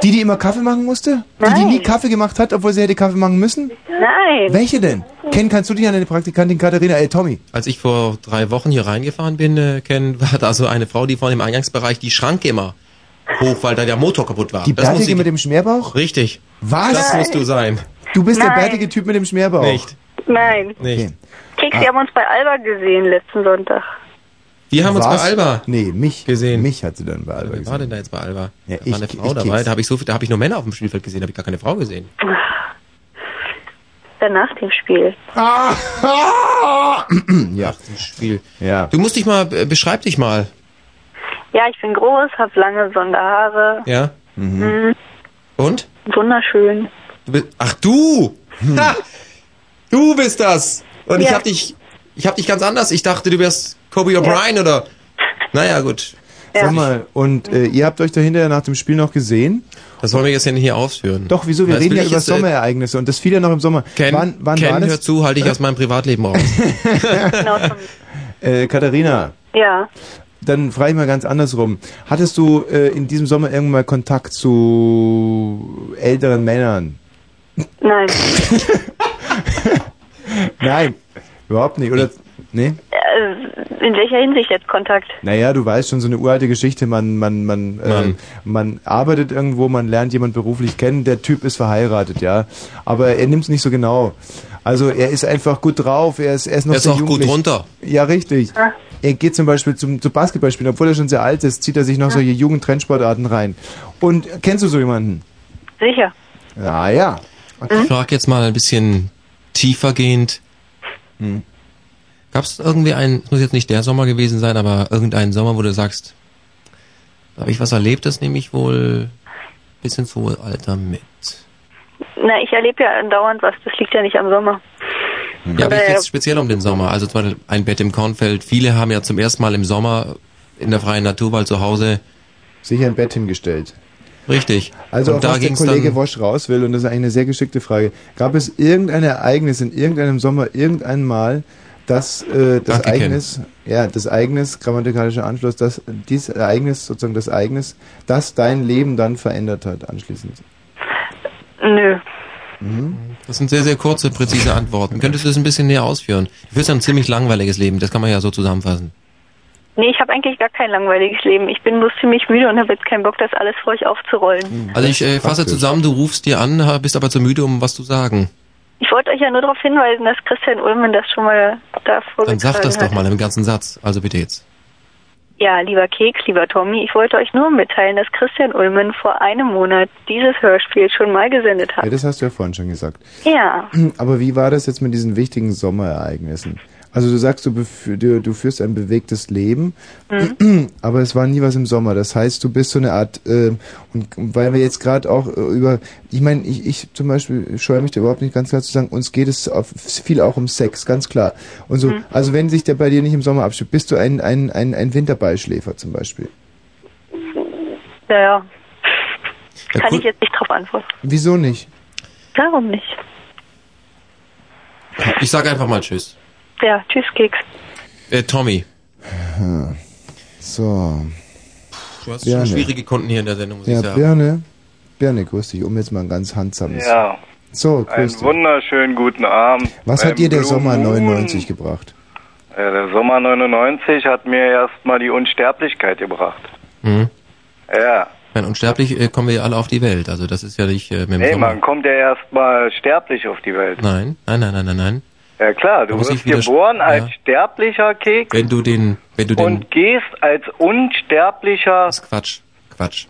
Speaker 3: Die, die immer Kaffee machen musste? Die, die
Speaker 6: Nein.
Speaker 3: nie Kaffee gemacht hat, obwohl sie hätte Kaffee machen müssen?
Speaker 6: Nein.
Speaker 3: Welche denn? Ken, kannst du dich an deine Praktikantin Katharina, ey Tommy?
Speaker 1: Als ich vor drei Wochen hier reingefahren bin, äh, Ken, *laughs* war da so eine Frau, die vor dem Eingangsbereich die Schranke immer hoch, weil da der Motor kaputt war.
Speaker 3: Die
Speaker 1: Ah, Das muss
Speaker 3: Bärtige
Speaker 1: ich-
Speaker 3: mit dem Schmerbauch?
Speaker 1: Richtig.
Speaker 3: Was?
Speaker 1: Das musst du sein.
Speaker 3: Du bist der
Speaker 6: Nein.
Speaker 3: bärtige Typ mit dem Schmerbauch.
Speaker 1: Nicht.
Speaker 6: Nein.
Speaker 1: Nicht.
Speaker 3: Ah.
Speaker 6: Keks, wir haben uns bei Alba gesehen letzten Sonntag.
Speaker 1: Wir haben uns
Speaker 3: Was?
Speaker 1: bei Alba.
Speaker 3: Nee, mich.
Speaker 1: Gesehen.
Speaker 3: Mich hat sie dann bei Alba
Speaker 1: Wer
Speaker 3: gesehen.
Speaker 1: war denn da jetzt bei Alba?
Speaker 3: Ja,
Speaker 1: da
Speaker 3: ich-
Speaker 1: war eine
Speaker 3: ich
Speaker 1: Frau dabei.
Speaker 3: Keks.
Speaker 1: Da habe ich so viel, da habe ich nur Männer auf dem Spielfeld gesehen, da habe ich gar keine Frau
Speaker 3: *clears throat*
Speaker 1: gesehen.
Speaker 6: Danach dem Spiel.
Speaker 3: Ah!
Speaker 1: Ah. ja. Zum Spiel.
Speaker 3: Ja.
Speaker 1: Du musst dich mal, äh, beschreib dich mal.
Speaker 6: Ja, ich bin groß, hab lange Sonderhaare.
Speaker 1: Ja.
Speaker 6: Mhm.
Speaker 1: Und?
Speaker 6: Wunderschön.
Speaker 1: Du bist, ach du!
Speaker 3: Hm.
Speaker 1: Ha! Du bist das! Und ich
Speaker 6: Ja.
Speaker 1: hab dich, ich hab dich ganz anders. Ich dachte, du wärst Kobe O'Brien oder. Naja, gut.
Speaker 3: Sag mal, und äh, ihr habt euch da hinterher nach dem Spiel noch gesehen?
Speaker 1: Das wollen wir jetzt ja nicht hier ausführen.
Speaker 3: Doch, wieso? Wir
Speaker 1: Das
Speaker 3: reden
Speaker 1: will
Speaker 3: ja
Speaker 1: ich
Speaker 3: über
Speaker 1: jetzt, äh,
Speaker 3: Sommerereignisse und das fiel ja noch im Sommer.
Speaker 1: Ken,
Speaker 3: wann wann
Speaker 1: Ken
Speaker 3: war das?
Speaker 1: hör zu, halte
Speaker 3: *laughs*
Speaker 1: ich aus meinem Privatleben raus.
Speaker 3: Äh, Katharina,
Speaker 6: Ja.
Speaker 3: dann frage ich mal ganz andersrum. Hattest du äh, in diesem Sommer irgendwann mal Kontakt zu älteren Männern?
Speaker 6: Nein.
Speaker 3: Nein, überhaupt nicht, oder? Nee?
Speaker 6: Äh, In welcher Hinsicht jetzt Kontakt?
Speaker 3: Naja, du weißt schon, so eine uralte Geschichte, man, man, man, äh,
Speaker 1: Mann.
Speaker 3: man arbeitet irgendwo, man lernt jemand beruflich kennen, der Typ ist verheiratet, ja. Aber er nimmt's nicht so genau. Also er ist einfach gut drauf, er ist, er ist noch
Speaker 1: Er ist
Speaker 3: sehr
Speaker 1: auch gut
Speaker 3: jugendlich.
Speaker 1: runter.
Speaker 3: Ja, richtig. Er geht zum Beispiel zum, zu Basketballspielen, obwohl er schon sehr alt ist, zieht er sich noch solche Jugendtrendsportarten rein. Und kennst du so jemanden?
Speaker 6: Sicher.
Speaker 3: Ah ja.
Speaker 1: Ich frage jetzt mal ein bisschen tiefer gehend.
Speaker 3: Hm.
Speaker 1: Gab es irgendwie einen, es muss jetzt nicht der Sommer gewesen sein, aber irgendeinen Sommer, wo du sagst, da habe ich was erlebt, das nehme ich wohl bis ins hohe Alter mit.
Speaker 6: Na, ich erlebe ja andauernd was. Das liegt ja nicht am Sommer.
Speaker 3: Hm.
Speaker 1: Ja, aber
Speaker 6: Äh,
Speaker 1: ich jetzt speziell um den Sommer. Also zum Beispiel ein Bett im Kornfeld. Viele haben ja zum ersten Mal im Sommer in der freien Natur, weil zu Hause.
Speaker 3: Sich ein Bett hingestellt.
Speaker 1: Richtig.
Speaker 3: Also
Speaker 1: und
Speaker 3: auch
Speaker 1: da
Speaker 3: was der
Speaker 1: ging's
Speaker 3: Kollege
Speaker 1: dann,
Speaker 3: Wosch raus will, und das ist eigentlich eine sehr geschickte Frage, gab es irgendein Ereignis in irgendeinem Sommer, irgendein Mal, dass äh,
Speaker 1: Danke,
Speaker 3: das
Speaker 1: Ken.
Speaker 3: Ereignis, ja, das Ereignis, grammatikalischer Anschluss, dass dieses Ereignis, sozusagen das Ereignis, das dein Leben dann verändert hat anschließend?
Speaker 6: Nö.
Speaker 1: Das sind sehr, sehr kurze, präzise Antworten. Könntest du das ein bisschen näher ausführen? Du führst ja ein ziemlich langweiliges Leben, das kann man ja so zusammenfassen.
Speaker 6: Nee, ich habe eigentlich gar kein langweiliges Leben. Ich bin bloß ziemlich müde und habe jetzt keinen Bock, das alles vor euch aufzurollen.
Speaker 1: Also ich äh, fasse zusammen, du rufst dir an, ha- bist aber zu müde, um was zu sagen.
Speaker 6: Ich wollte euch ja nur darauf hinweisen, dass Christian Ulmen das schon mal da
Speaker 1: Dann
Speaker 6: vorgetragen
Speaker 1: sag das
Speaker 6: hat.
Speaker 1: doch mal im ganzen Satz. Also bitte jetzt.
Speaker 6: Ja, lieber Keks, lieber Tommy, ich wollte euch nur mitteilen, dass Christian Ulmen vor einem Monat dieses Hörspiel schon mal gesendet
Speaker 3: Ja,
Speaker 6: hat.
Speaker 3: das hast du ja vorhin schon gesagt.
Speaker 6: Ja,
Speaker 3: *clears throat* Aber wie war das jetzt mit diesen wichtigen Sommerereignissen? Also du sagst, du, befü- du, du führst ein bewegtes Leben,
Speaker 6: Mhm.
Speaker 3: *clears throat* aber es war nie was im Sommer. Das heißt, du bist so eine Art, ähm, und weil wir jetzt gerade auch äh, über, ich meine, ich, ich zum Beispiel scheue mich da überhaupt nicht ganz klar zu sagen, uns geht es auf, viel auch um Sex, ganz klar. Und so,
Speaker 6: Mhm.
Speaker 3: also wenn sich der bei dir nicht im Sommer abspielt, bist du ein, ein, ein, ein Winterballschläfer zum Beispiel.
Speaker 6: naja,
Speaker 1: Ja,
Speaker 6: kann
Speaker 1: cool.
Speaker 6: ich jetzt nicht drauf antworten.
Speaker 3: Wieso nicht?
Speaker 6: Warum nicht?
Speaker 1: Ich sag einfach mal Tschüss.
Speaker 6: Ja, tschüss, Keks.
Speaker 1: Äh, Tommy,
Speaker 3: Ah, So.
Speaker 1: du hast
Speaker 3: Gerne.
Speaker 1: schon schwierige Kunden hier in der Sendung, muss
Speaker 3: Ja,
Speaker 1: ich sagen.
Speaker 3: Birne. Birne, grüß dich, um jetzt mal ein ganz handsames.
Speaker 7: Ja.
Speaker 1: Oh,
Speaker 3: So,
Speaker 7: Einen
Speaker 3: grüß dich.
Speaker 7: wunderschönen guten Abend.
Speaker 3: Was hat
Speaker 7: Beim
Speaker 3: dir der
Speaker 7: Blue
Speaker 3: Sommer
Speaker 7: Moon.
Speaker 3: 99 gebracht?
Speaker 7: Äh, der Sommer 99 hat mir erstmal die Unsterblichkeit gebracht.
Speaker 1: Mhm.
Speaker 7: Ja.
Speaker 1: Ich meine, unsterblich äh, kommen wir ja alle auf die Welt. Also das ist ja nicht äh, mit dem
Speaker 7: Nee,
Speaker 1: Sommer.
Speaker 7: man kommt ja erstmal sterblich auf die Welt.
Speaker 1: Nein, nein, nein, nein, nein, nein.
Speaker 7: Ja klar, du
Speaker 1: muss
Speaker 7: wirst
Speaker 1: ich wieder-
Speaker 7: geboren als
Speaker 1: ja.
Speaker 7: sterblicher Keks
Speaker 1: Wenn du den, wenn du den,
Speaker 7: und gehst als unsterblicher.
Speaker 1: Quatsch, Quatsch.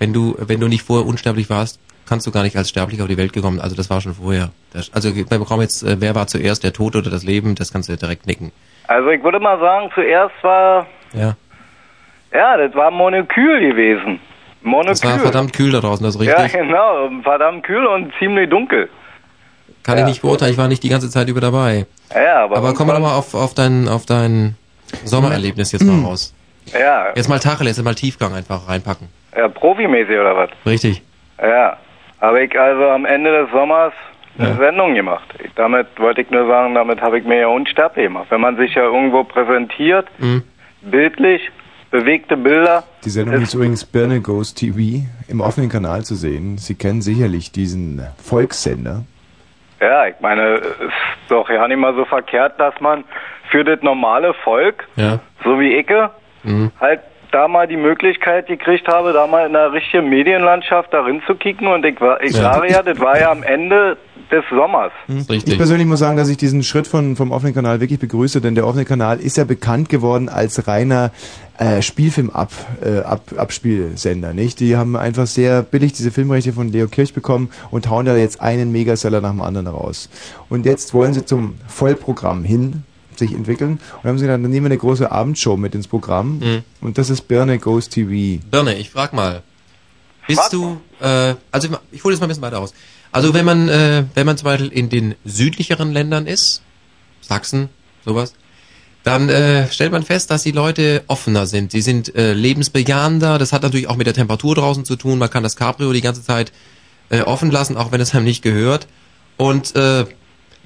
Speaker 1: Wenn du, wenn du nicht vorher unsterblich warst, kannst du gar nicht als sterblich auf die Welt gekommen. Also das war schon vorher. Das, also wir bekommen jetzt, äh, wer war zuerst, der Tod oder das Leben? Das kannst du direkt nicken.
Speaker 7: Also ich würde mal sagen, zuerst war,
Speaker 1: Ja.
Speaker 7: ja, das war Molekül gewesen. Molekül.
Speaker 1: Es war verdammt kühl da draußen, das ist
Speaker 7: ja, *laughs*
Speaker 1: richtig.
Speaker 7: genau, verdammt kühl und ziemlich dunkel.
Speaker 1: Kann ich nicht beurteilen. Ich war nicht die ganze Zeit über dabei.
Speaker 7: Ja, aber,
Speaker 1: Aber komm mal nochmal auf, auf dein, auf dein Sommererlebnis jetzt mal raus.
Speaker 7: ja,
Speaker 1: Jetzt mal Tacheles, jetzt mal Tiefgang einfach reinpacken.
Speaker 7: ja, profimäßig oder was?
Speaker 1: Richtig.
Speaker 7: Ja. Habe ich also am Ende des Sommers eine Sendung gemacht. Ich, damit wollte ich nur sagen, damit habe ich mir ja unsterblich gemacht. Wenn man sich ja irgendwo präsentiert, bildlich, bewegte Bilder,
Speaker 3: Die Sendung ist übrigens Birne Goes TV im offenen Kanal zu sehen. Sie kennen sicherlich diesen Volkssender.
Speaker 7: ja, ich meine, ist doch ja nicht mal so verkehrt, dass man für das normale Volk,
Speaker 1: Ja. Mhm.
Speaker 7: so wie Icke, halt da mal die Möglichkeit gekriegt habe, da mal in der richtigen Medienlandschaft darin zu kicken und ich, war, ich
Speaker 3: Ja.
Speaker 7: sage ja, das war ja am Ende des Sommers.
Speaker 3: Ich persönlich muss sagen, dass ich diesen Schritt von, vom offenen Kanal wirklich begrüße, denn der offene Kanal ist ja bekannt geworden als reiner äh, Spielfilm-Ab, äh, Ab, Abspielsender, nicht? Die haben einfach sehr billig diese Filmrechte von Leo Kirch bekommen und hauen da jetzt einen Megaseller nach dem anderen raus. Und jetzt wollen sie zum Vollprogramm hin sich entwickeln und haben sie dann, dann nehmen wir eine große Abendshow mit ins Programm
Speaker 1: Mhm.
Speaker 3: und das ist Birne Goes TV.
Speaker 1: Birne, ich frag mal. Bist du, äh, also ich hole jetzt mal ein bisschen weiter aus. Also wenn man, äh, wenn man zum Beispiel in den südlicheren Ländern ist, Sachsen, sowas, dann äh, stellt man fest, dass die Leute offener sind. Sie sind äh, lebensbejahender. Das hat natürlich auch mit der Temperatur draußen zu tun. Man kann das Cabrio die ganze Zeit äh, offen lassen, auch wenn es einem nicht gehört. Und äh,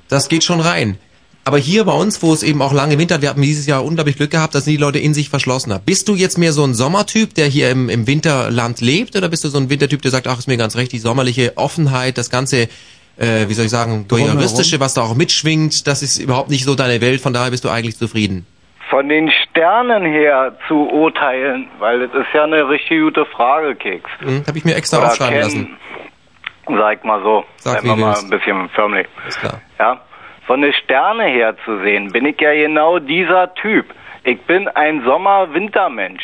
Speaker 1: das geht schon rein. Aber hier bei uns, wo es eben auch lange Winter, wir hatten dieses Jahr unglaublich Glück gehabt, dass sind die Leute in sich verschlossener. Bist du jetzt mehr so ein Sommertyp, der hier im, im Winterland lebt, oder bist du so ein Wintertyp, der sagt, ach, ist mir ganz recht, die sommerliche Offenheit, das ganze, äh, wie soll ich sagen,
Speaker 7: Drumherum.
Speaker 1: voyeuristische, was da auch mitschwingt, das ist überhaupt nicht so deine Welt, von daher bist du eigentlich zufrieden.
Speaker 7: Von den Sternen her zu urteilen, weil das ist ja eine richtig gute Frage, Keks.
Speaker 1: Hm? Habe ich mir extra
Speaker 7: Oder
Speaker 1: aufschreiben
Speaker 7: Ken,
Speaker 1: lassen.
Speaker 7: Sag mal so,
Speaker 1: Sag,
Speaker 7: wenn
Speaker 1: wie
Speaker 7: wir mal
Speaker 1: willst.
Speaker 7: ein bisschen förmlich.
Speaker 1: Ist klar.
Speaker 7: Ja, von den Sternen her zu sehen, bin ich ja genau dieser Typ. Ich bin ein Sommer-Wintermensch.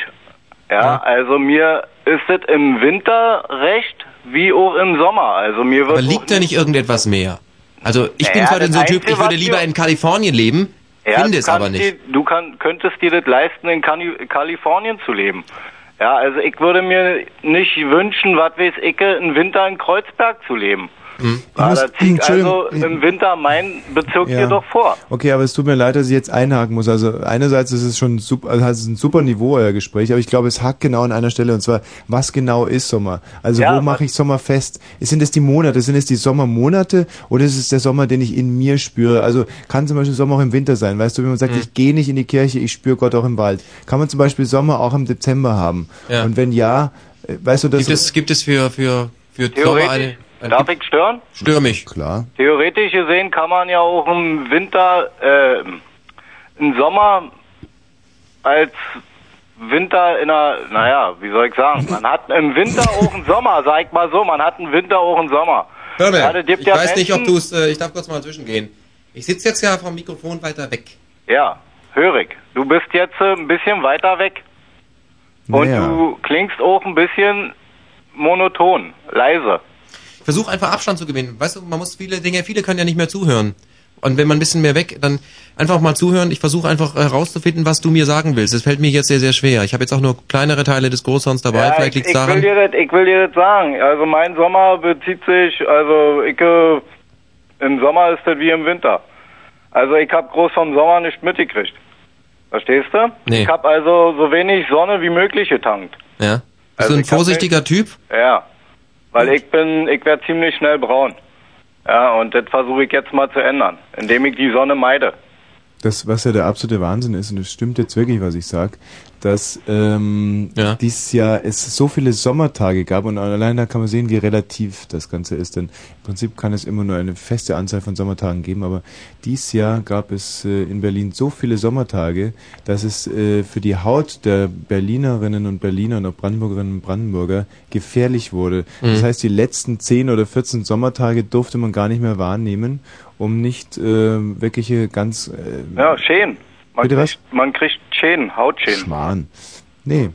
Speaker 7: Ja, also mir ist es im Winter recht, wie auch im Sommer. Also mir wird
Speaker 1: Aber liegt da nicht irgendetwas mehr? Also ich bin
Speaker 7: Naja,
Speaker 1: zwar denn
Speaker 7: das
Speaker 1: so ein Typ,
Speaker 7: Einzige,
Speaker 1: ich würde
Speaker 7: was
Speaker 1: lieber
Speaker 7: wir-
Speaker 1: in Kalifornien leben,
Speaker 7: Ja,
Speaker 1: finde
Speaker 7: du
Speaker 1: es aber
Speaker 7: kannst
Speaker 1: nicht.
Speaker 7: Dir, du kann, könntest dir das leisten, in Kani- Kalifornien zu leben. Ja, also ich würde mir nicht wünschen, was weiß ich, einen Winter in Kreuzberg zu leben.
Speaker 1: Mhm.
Speaker 3: Ich
Speaker 7: Ja,
Speaker 3: muss-
Speaker 7: da zieht
Speaker 3: Entschuldigung.
Speaker 7: also im Winter mein Bezirk
Speaker 3: Ja.
Speaker 7: hier doch vor.
Speaker 3: Okay, aber es tut mir leid, dass ich jetzt einhaken muss. Also einerseits ist es schon super, also es ist ein super Niveau euer Gespräch, aber ich glaube, es hakt genau an einer Stelle und zwar, was genau ist Sommer? Also
Speaker 7: Ja,
Speaker 3: wo mache ich Sommer fest? Sind es die Monate? Sind es die Sommermonate oder ist es der Sommer, den ich in mir spüre? Also kann zum Beispiel Sommer auch im Winter sein, weißt du, wenn man sagt,
Speaker 8: Mhm.
Speaker 3: ich gehe nicht in die Kirche, ich spüre Gott auch im Wald. Kann man zum Beispiel Sommer auch im Dezember haben?
Speaker 1: Ja.
Speaker 3: Und wenn ja, äh, weißt du, das
Speaker 1: Gibt es, gibt es für, für, für Sommer
Speaker 7: Theoretisch,
Speaker 1: eine...
Speaker 7: darf ich stören?
Speaker 1: Stör mich.
Speaker 3: Klar.
Speaker 7: Theoretisch gesehen kann man ja auch im Winter, äh, im Sommer als Winter in einer, naja, wie soll ich sagen, man hat im
Speaker 1: *laughs*
Speaker 7: Winter auch einen Sommer, sag ich mal so, man hat im Winter auch einen Sommer.
Speaker 1: Hör mir,
Speaker 7: Ja, das gibt
Speaker 1: ich
Speaker 7: ja
Speaker 1: weiß nicht, ob
Speaker 7: Menschen-
Speaker 1: du es... Äh, ich darf kurz mal dazwischen gehen. Ich sitze jetzt ja vom Mikrofon weiter weg.
Speaker 7: Ja, hörig. Du bist jetzt äh, ein bisschen weiter weg. Und
Speaker 1: Naja.
Speaker 7: du klingst auch ein bisschen monoton, leise.
Speaker 1: Versuch einfach Abstand zu gewinnen. Weißt du, man muss viele Dinge, viele können ja nicht mehr zuhören. Und wenn man ein bisschen mehr weg, dann einfach mal zuhören. Ich versuche einfach herauszufinden, was du mir sagen willst. Das fällt mir jetzt sehr, sehr schwer. Ich habe jetzt auch nur kleinere Teile des Großhorns dabei.
Speaker 7: Ja,
Speaker 1: Vielleicht
Speaker 7: ich,
Speaker 1: liegt
Speaker 7: ich,
Speaker 1: daran.
Speaker 7: will dir das, ich will dir das sagen. Also mein Sommer bezieht sich, also ich, äh, im Sommer ist das wie im Winter. Also ich habe groß vom Sommer nicht mitgekriegt. Verstehst du?
Speaker 1: Nee.
Speaker 7: Ich habe also so wenig Sonne wie möglich getankt.
Speaker 1: Ja. Bist
Speaker 7: Also
Speaker 1: du ein
Speaker 7: ich hab
Speaker 1: vorsichtiger Typ?
Speaker 7: Ja, weil ich bin, ich werde ziemlich schnell braun. Ja, und das versuche ich jetzt mal zu ändern, indem ich die Sonne meide.
Speaker 3: das, was ja der absolute Wahnsinn ist, und es stimmt jetzt wirklich, was ich sag, dass ähm, dieses Jahr es so viele Sommertage gab und allein da kann man sehen, wie relativ das Ganze ist. Denn im Prinzip kann es immer nur eine feste Anzahl von Sommertagen geben, aber dieses Jahr gab es äh, in Berlin so viele Sommertage, dass es äh, für die Haut der Berlinerinnen und Berliner und auch Brandenburgerinnen und Brandenburger gefährlich wurde. Das
Speaker 1: Mhm.
Speaker 3: heißt, die letzten 10 oder 14 Sommertage durfte man gar nicht mehr wahrnehmen, um nicht äh, wirkliche ganz äh,
Speaker 7: Ja, Schäden. Man
Speaker 3: Bitte was?
Speaker 7: kriegt, Man kriegt Schäden, Hautschäden.
Speaker 3: Schmarrn. Nee.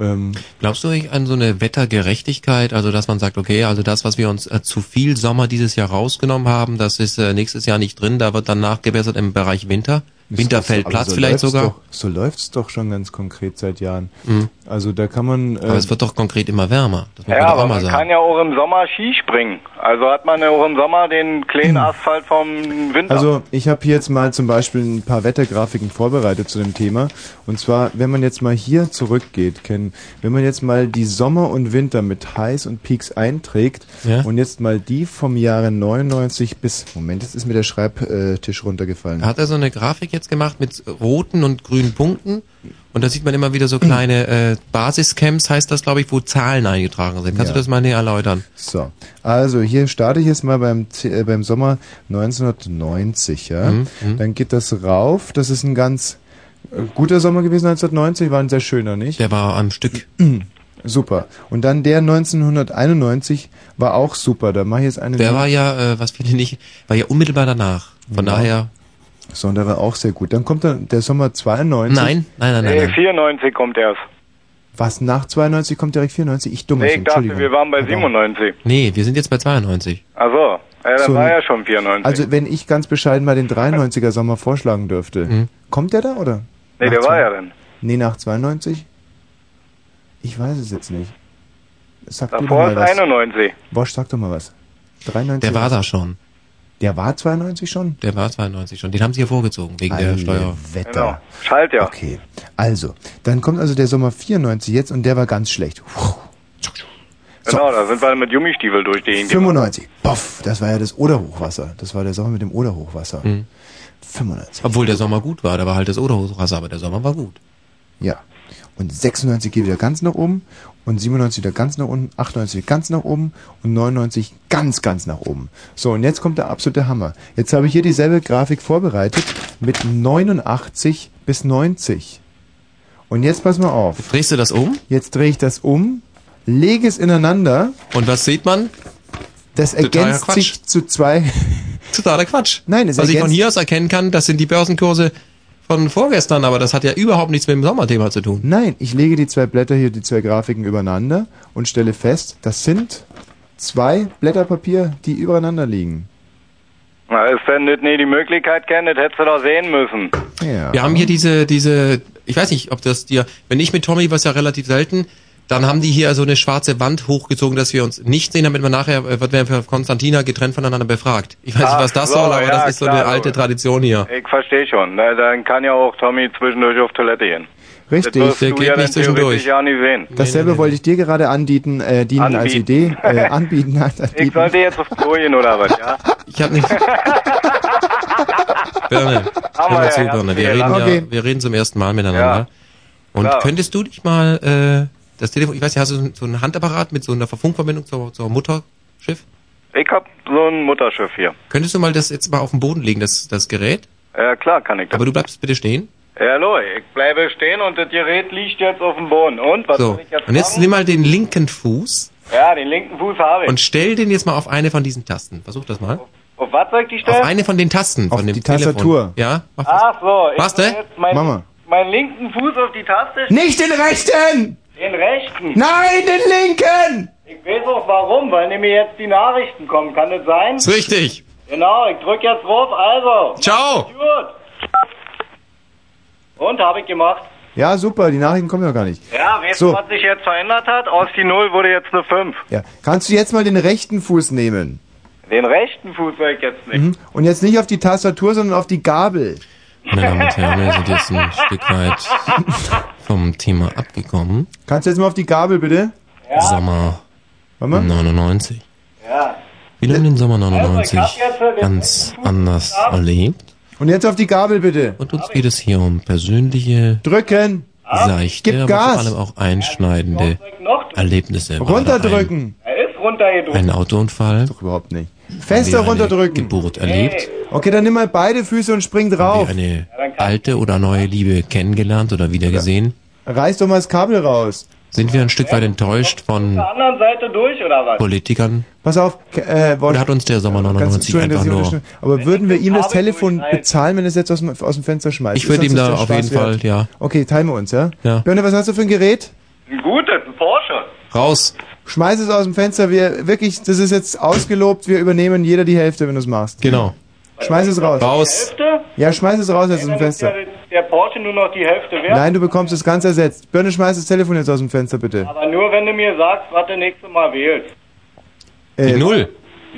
Speaker 3: Ähm,
Speaker 1: Glaubst du eigentlich an so eine Wettergerechtigkeit? Also, dass man sagt, okay, also das, was wir uns äh, zu viel Sommer dieses Jahr rausgenommen haben, das ist äh, nächstes Jahr nicht drin. Da wird dann nachgebessert im Bereich Winter. Winter fällt
Speaker 3: Aber
Speaker 1: Platz
Speaker 3: Also so
Speaker 1: vielleicht
Speaker 3: läuft's
Speaker 1: sogar.
Speaker 3: Doch, so läuft's doch schon ganz konkret seit Jahren.
Speaker 1: Mhm.
Speaker 3: Also da kann man. Äh,
Speaker 1: Aber es wird doch konkret immer wärmer. Das muss
Speaker 7: Ja,
Speaker 1: man doch
Speaker 7: aber
Speaker 1: auch mal
Speaker 7: man
Speaker 1: sagen.
Speaker 7: kann ja auch im Sommer Ski springen. Also hat man ja auch im Sommer den
Speaker 1: Hm.
Speaker 7: kleinen Asphalt vom Winter.
Speaker 3: Also ich habe hier jetzt mal zum Beispiel ein paar Wettergrafiken vorbereitet zu dem Thema. Und zwar, wenn man jetzt mal hier zurückgeht, Ken, wenn man jetzt mal die Sommer und Winter mit Highs und Peaks einträgt
Speaker 1: Ja.
Speaker 3: und jetzt mal die vom Jahre 99 bis... Moment, jetzt ist mir der Schreibtisch runtergefallen.
Speaker 1: Hat er so eine Grafik jetzt gemacht mit roten und grünen Punkten? Und da sieht man immer wieder so kleine äh, Basiscamps, heißt das, glaube ich, wo Zahlen eingetragen sind. Kannst
Speaker 3: Ja.
Speaker 1: du das mal näher erläutern?
Speaker 3: So, also hier starte ich jetzt mal beim, Z- äh, beim Sommer 1990, ja.
Speaker 1: Mhm, mhm.
Speaker 3: Dann geht das rauf, das ist ein ganz äh, guter Sommer gewesen 1990, war ein sehr schöner, nicht?
Speaker 1: Der war am Stück.
Speaker 3: *clears throat* Super. Und dann der 1991 war auch super, da mache ich jetzt eine...
Speaker 1: Der war ja, äh, was finde ich, war ja unmittelbar danach. Von
Speaker 3: Ja.
Speaker 1: daher,
Speaker 3: So, und der war auch sehr gut. Dann kommt dann der Sommer 92.
Speaker 1: nein, nein, nein, nein.
Speaker 7: nee,
Speaker 1: nein.
Speaker 7: 94 kommt erst.
Speaker 3: Was, nach 92 kommt direkt 94? Ich dumme
Speaker 7: Nee,
Speaker 3: schon,
Speaker 7: ich dachte,
Speaker 3: Entschuldigung.
Speaker 7: wir waren bei
Speaker 3: Pardon.
Speaker 7: 97.
Speaker 1: Nee, wir sind jetzt bei 92.
Speaker 7: Also, ja, das
Speaker 3: So,
Speaker 7: war
Speaker 3: ne-
Speaker 7: ja schon 94.
Speaker 3: Also, wenn ich ganz bescheiden mal den 93er Sommer vorschlagen dürfte.
Speaker 1: Mhm.
Speaker 3: Kommt der da, oder?
Speaker 7: nee, der
Speaker 3: Nach
Speaker 7: war
Speaker 3: zwei-
Speaker 7: ja dann.
Speaker 3: Nee, nach 92? Ich weiß es jetzt nicht. Sag du doch
Speaker 7: Davor
Speaker 3: mal
Speaker 7: ist
Speaker 3: was.
Speaker 7: 91.
Speaker 3: Bosch, sag doch mal was. 93?
Speaker 1: Der war da schon.
Speaker 3: Der war 92 schon?
Speaker 1: Der war 92 schon. Den haben sie ja vorgezogen, wegen der
Speaker 3: Eine
Speaker 1: Steuer.
Speaker 3: Wetter.
Speaker 7: Genau. Schalt ja.
Speaker 3: Okay, also, dann kommt also der Sommer 94 jetzt und der war ganz schlecht. Puh.
Speaker 7: Genau, da sind wir mit Gummistiefel durch die Gegend.
Speaker 3: 95, boff, das war ja das Oderhochwasser. Das war der Sommer mit dem Oderhochwasser.
Speaker 1: Hm.
Speaker 3: 95,
Speaker 1: Obwohl der Sommer gut war, da war halt das Oderhosenrasse, aber der Sommer war gut.
Speaker 3: ja. Und 96 geht wieder ganz nach oben und 97 wieder ganz nach unten, 98 ganz nach oben und 99 ganz, ganz nach oben. So, und jetzt kommt der absolute Hammer. Jetzt habe ich hier dieselbe Grafik vorbereitet mit 89 bis 90. Und jetzt pass mal auf.
Speaker 1: Drehst du das um?
Speaker 3: Jetzt drehe ich das um, lege es ineinander.
Speaker 1: Und was sieht man?
Speaker 3: Das
Speaker 1: Totaler
Speaker 3: ergänzt
Speaker 1: Quatsch.
Speaker 3: sich zu zwei.
Speaker 1: Totaler Quatsch.
Speaker 3: *laughs* Nein, es
Speaker 1: Was ich von
Speaker 3: ergänzt-
Speaker 1: hier aus erkennen kann, das sind die Börsenkurse von vorgestern, aber das hat ja überhaupt nichts mit dem Sommerthema zu tun.
Speaker 3: Nein, ich lege die zwei Blätter hier, die zwei Grafiken übereinander und stelle fest, das sind zwei Blätter Papier, die übereinander liegen.
Speaker 7: Na, ist denn nicht nee, die Möglichkeit, Ken, das hättest du doch sehen müssen.
Speaker 3: Ja.
Speaker 1: Wir haben hier diese, diese, ich weiß nicht, ob das dir, wenn ich mit Tommy, was ja relativ selten, dann haben die hier so eine schwarze Wand hochgezogen, dass wir uns nicht sehen, damit man nachher, äh, wird werden von Konstantina getrennt voneinander befragt. Ich weiß
Speaker 7: Ach
Speaker 1: nicht, was das
Speaker 7: so,
Speaker 1: soll, aber
Speaker 7: ja,
Speaker 1: das ist so eine
Speaker 7: klar,
Speaker 1: alte
Speaker 7: so.
Speaker 1: Tradition hier.
Speaker 7: Ich verstehe schon. Na, dann kann ja auch Tommy zwischendurch auf Toilette gehen.
Speaker 3: Richtig.
Speaker 7: Das wirst
Speaker 1: Der
Speaker 7: du
Speaker 1: geht
Speaker 7: ja
Speaker 1: nicht
Speaker 7: dann
Speaker 1: zwischendurch.
Speaker 7: theoretisch ja nie sehen.
Speaker 3: Dasselbe wollte ich dir gerade anbieten, äh, dienen als
Speaker 7: Anbieten. *laughs*
Speaker 3: Idee, äh, anbieten, *laughs* als
Speaker 7: Ich
Speaker 3: anbieten.
Speaker 7: sollte jetzt auf Klo gehen oder was, ja?
Speaker 1: Ich hab nicht. Birne, hör
Speaker 7: Aber
Speaker 1: mal
Speaker 7: ja,
Speaker 1: zu,
Speaker 7: ja,
Speaker 1: Birne. Wir
Speaker 7: ja,
Speaker 1: reden
Speaker 3: okay.
Speaker 1: ja, wir reden zum ersten Mal miteinander.
Speaker 7: Ja.
Speaker 1: Und
Speaker 7: Klar.
Speaker 1: könntest du dich mal, äh, das Telefon, ich weiß nicht, hast du so ein- so einen Handapparat mit so einer Funkverbindung zur, zur Mutterschiff?
Speaker 7: Ich hab so ein Mutterschiff hier.
Speaker 1: Könntest du mal das jetzt mal auf den Boden legen, das, das Gerät?
Speaker 7: Ja, klar kann ich das.
Speaker 1: Aber du bleibst bitte stehen.
Speaker 7: Ja, hallo, ich bleibe stehen und das Gerät liegt jetzt auf dem Boden. Und, was
Speaker 1: So.
Speaker 7: soll Also, ich jetzt
Speaker 1: Und jetzt
Speaker 7: machen?
Speaker 1: nimm mal den linken Fuß
Speaker 7: Ja, den linken Fuß habe ich.
Speaker 1: und stell den jetzt mal auf eine von diesen Tasten. Versuch das mal.
Speaker 7: auf was soll ich die
Speaker 1: Auf
Speaker 7: stellen?
Speaker 1: eine von den Tasten
Speaker 3: Auf
Speaker 1: von dem
Speaker 3: die
Speaker 1: Telefon.
Speaker 3: Tastatur.
Speaker 1: Ja, mach das.
Speaker 7: Ach so, ich
Speaker 1: Was
Speaker 7: muss
Speaker 1: denn?
Speaker 7: jetzt mein,
Speaker 3: Mama.
Speaker 7: meinen linken Fuß auf die Taste,
Speaker 3: Nicht den rechten!
Speaker 7: den rechten.
Speaker 3: Nein, den linken!
Speaker 7: Ich weiß auch warum, weil nämlich jetzt die Nachrichten kommen. Kann das sein?
Speaker 1: Ist richtig.
Speaker 7: Genau, ich drück jetzt drauf, also.
Speaker 1: Ciao.
Speaker 7: Gut. Und, habe ich gemacht.
Speaker 3: Ja, super, die Nachrichten kommen ja gar nicht.
Speaker 7: Ja, weißt
Speaker 3: So.
Speaker 7: du, was sich jetzt verändert hat? Aus die Null wurde jetzt eine 5.
Speaker 3: Ja. Kannst du jetzt mal den rechten Fuß nehmen?
Speaker 7: Den rechten Fuß soll ich jetzt nicht.
Speaker 3: Hm? Und jetzt nicht auf die Tastatur, sondern auf die Gabel.
Speaker 1: Meine Damen und Herren, wir sind jetzt ein Stück weit vom Thema abgekommen.
Speaker 3: Kannst du jetzt mal auf die Gabel, bitte?
Speaker 1: Sommer
Speaker 3: Warte mal.
Speaker 1: 99.
Speaker 7: Ja.
Speaker 1: Wir haben den Sommer
Speaker 7: Also,
Speaker 1: 99
Speaker 7: ich hab jetzt, äh, den
Speaker 1: ganz anders erlebt
Speaker 3: Und jetzt auf die Gabel, bitte.
Speaker 1: und uns geht es hier um persönliche,
Speaker 3: Drücken. Gib
Speaker 1: seichte, aber vor
Speaker 3: Gas.
Speaker 1: allem auch einschneidende
Speaker 7: Noch
Speaker 1: Erlebnisse. War da
Speaker 3: Mhm. Runterdrücken.
Speaker 7: Er ist runtergedrückt.
Speaker 1: Ein, ein Autounfall,
Speaker 3: Doch überhaupt nicht.
Speaker 1: haben wir
Speaker 3: Fester
Speaker 1: eine
Speaker 3: runterdrücken.
Speaker 1: Geburt erlebt,
Speaker 3: Okay, dann nimm mal beide Füße und spring
Speaker 1: haben
Speaker 3: drauf.
Speaker 1: wir eine alte oder neue Liebe kennengelernt oder wiedergesehen,
Speaker 3: Reiß doch mal das Kabel raus.
Speaker 1: sind wir ein Stück weit enttäuscht von
Speaker 7: der anderen Seite durch, oder was?
Speaker 1: Politikern
Speaker 3: Pass auf, Ke- äh, Wosch,
Speaker 1: oder hat uns der Sommer
Speaker 3: kannst-
Speaker 1: 99
Speaker 3: Entschuldigung,
Speaker 1: einfach
Speaker 3: dass ich
Speaker 1: nur...
Speaker 3: unterstütze. Aber würden wir ihm das
Speaker 7: Kabel
Speaker 3: Telefon
Speaker 7: durchreißt.
Speaker 3: bezahlen, wenn er es jetzt aus dem, aus dem Fenster schmeißt?
Speaker 1: Ich würde
Speaker 3: Ist
Speaker 1: ihm
Speaker 3: uns
Speaker 1: da
Speaker 3: das
Speaker 1: auf
Speaker 3: der
Speaker 1: jeden
Speaker 3: Spaß
Speaker 1: Fall,
Speaker 3: wert?
Speaker 1: ja,
Speaker 3: Okay, teilen wir uns, ja?
Speaker 1: Ja.
Speaker 3: Birne, was hast du für ein Gerät?
Speaker 7: Ein gutes, ein Porsche.
Speaker 1: raus.
Speaker 3: Schmeiß es aus dem Fenster. Wir wirklich, das ist jetzt ausgelobt. Wir übernehmen jeder die Hälfte, wenn du es machst.
Speaker 1: Genau.
Speaker 3: Schmeiß es raus.
Speaker 1: Raus.
Speaker 7: Hälfte?
Speaker 3: Ja, schmeiß es raus jetzt aus dem
Speaker 7: Dann ist
Speaker 3: Fenster.
Speaker 7: ja der, der Porsche nur noch die Hälfte wert.
Speaker 3: Nein, du bekommst es ganz ersetzt. Birne, schmeiß das Telefon jetzt aus dem Fenster, bitte.
Speaker 7: Aber nur, wenn du mir sagst, was du nächstes Mal wählst.
Speaker 3: Äh,
Speaker 1: Null.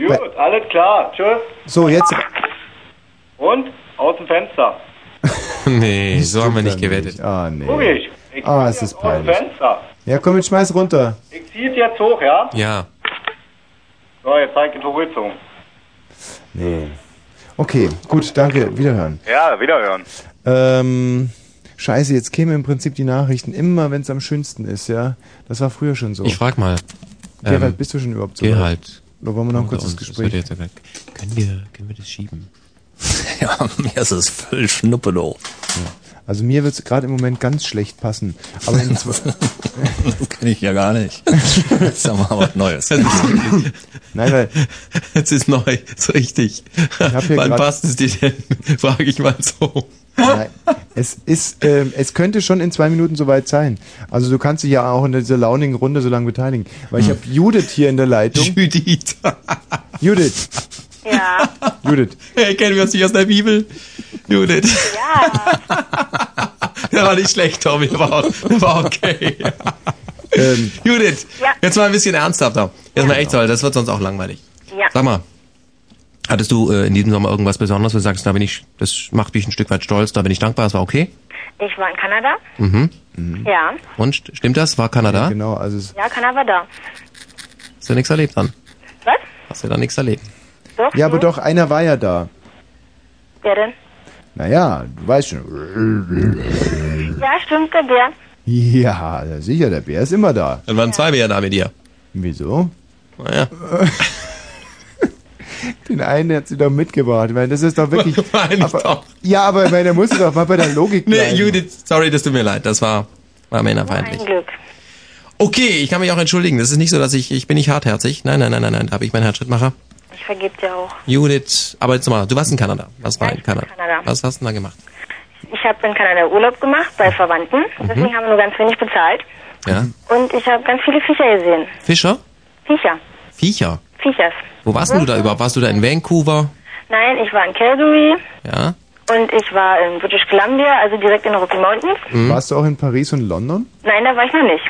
Speaker 7: Gut, alles klar. Tschüss.
Speaker 3: So, jetzt.
Speaker 7: Und? Aus dem Fenster.
Speaker 1: *laughs* Nee, so haben wir nicht gewettet.
Speaker 3: Ah, nee.
Speaker 7: Guck ich. Ich
Speaker 3: Ah, es ist
Speaker 7: Aus dem
Speaker 3: peinlich.
Speaker 7: Fenster.
Speaker 3: Ja, komm, jetzt schmeiß runter.
Speaker 7: Ich zieh's jetzt hoch, ja?
Speaker 1: Ja.
Speaker 7: So, jetzt zeig ich hochgezogen.
Speaker 3: Nee. Okay, gut, danke. Wiederhören.
Speaker 7: Ja, wiederhören.
Speaker 3: Ähm, scheiße, jetzt kämen im Prinzip die Nachrichten immer, wenn es am schönsten ist, ja. Das war früher schon so.
Speaker 1: Ich frag mal. ähm,
Speaker 3: Gerald, bist du schon überhaupt so weit?
Speaker 1: Gerald.
Speaker 3: Oder wollen wir noch ein
Speaker 1: Unter
Speaker 3: kurzes
Speaker 1: uns, also das
Speaker 3: Gespräch?
Speaker 1: wird jetzt- Können wir, können wir das schieben?
Speaker 8: *laughs* Ja, mir ist es voll Schnuppe, du.
Speaker 3: Also mir wird's gerade im Moment ganz schlecht passen. Aber
Speaker 8: *laughs*
Speaker 3: in zwei,
Speaker 8: Das kenne ich ja gar nicht. *laughs* Sag mal was Neues.
Speaker 3: *laughs* Nein, weil
Speaker 1: Es ist neu, ist richtig.
Speaker 3: hab hier
Speaker 1: Wann
Speaker 3: grad-
Speaker 1: passt es dir denn? *laughs* Frage ich mal so.
Speaker 3: Nein, es ist, ähm, es könnte schon in zwei Minuten soweit sein. Also du kannst dich ja auch in dieser launigen Runde so lange beteiligen. Weil ich habe Judith hier in der Leitung.
Speaker 1: Hm. Judith.
Speaker 3: *laughs* Judith,
Speaker 6: Ja.
Speaker 3: Judith.
Speaker 1: Hey, kennen wir uns nicht aus der Bibel? Judith. Ja. *laughs* Der war nicht schlecht, Tommy. Der war, der war okay.
Speaker 3: Ähm,
Speaker 1: Judith, jetzt mal ein bisschen ernsthafter. Jetzt mal echt toll, das *laughs* wird sonst auch langweilig.
Speaker 6: Ja.
Speaker 1: Sag mal, hattest du äh, in diesem Sommer irgendwas Besonderes, wo du sagst, da bin ich, das macht mich ein Stück weit stolz, da bin ich dankbar, das war okay?
Speaker 6: Ich war in Kanada.
Speaker 1: Mhm.
Speaker 6: Ja.
Speaker 1: Und st- stimmt das? War Kanada?
Speaker 3: genau, also es,
Speaker 6: Ja, Kanada war da.
Speaker 1: Hast du nichts erlebt dann?
Speaker 6: Was?
Speaker 1: Hast du da nichts erlebt?
Speaker 6: Doch?
Speaker 3: ja, aber doch, einer war ja da.
Speaker 6: Wer denn?
Speaker 3: Naja, du weißt schon.
Speaker 1: Mhm.
Speaker 6: Ja, stimmt, der Bär.
Speaker 3: Ja, sicher, der Bär ist immer da.
Speaker 1: Dann waren zwei Bären da mit dir.
Speaker 3: Wieso?
Speaker 1: Naja.
Speaker 3: *laughs* Den einen hat sie doch mitgebracht. Ich meine, das ist doch wirklich.
Speaker 1: *laughs* Meine ich
Speaker 3: aber,
Speaker 1: doch.
Speaker 3: Ja, aber ich meine, da musst du doch mal bei der
Speaker 1: *laughs*
Speaker 3: Logik
Speaker 1: Nee,
Speaker 3: bleiben.
Speaker 1: Äh, Judith, sorry, das tut mir leid, das war, war männerfeindlich.
Speaker 6: Ein Glück.
Speaker 1: Okay, ich kann mich auch entschuldigen. Das ist nicht so, dass ich, ich bin nicht hartherzig. Nein, nein, nein, nein, nein. Da habe ich meinen Herzschrittmacher.
Speaker 6: Ich vergebe dir auch.
Speaker 1: Judith, aber jetzt mal, du warst in Kanada. Was war
Speaker 6: Ja,
Speaker 1: in
Speaker 6: ich war in
Speaker 1: Kanada?
Speaker 6: Kanada.
Speaker 1: Was hast du denn da gemacht?
Speaker 6: Ich habe in Kanada Urlaub gemacht bei Verwandten.
Speaker 1: Mhm.
Speaker 6: Deswegen haben wir nur ganz wenig bezahlt.
Speaker 1: Ja?
Speaker 6: Und ich habe ganz viele Viecher gesehen.
Speaker 1: Fischer?
Speaker 6: Viecher.
Speaker 1: Viecher.
Speaker 6: Viechers.
Speaker 1: Wo warst denn du
Speaker 6: Mhm.
Speaker 1: da überhaupt? Warst du da in Vancouver?
Speaker 6: Nein, ich war in Calgary
Speaker 1: Ja?
Speaker 6: und ich war in British Columbia, also direkt in den Rocky Mountains.
Speaker 1: Hm?
Speaker 3: Warst du auch in Paris und London?
Speaker 6: Nein, da war ich noch nicht.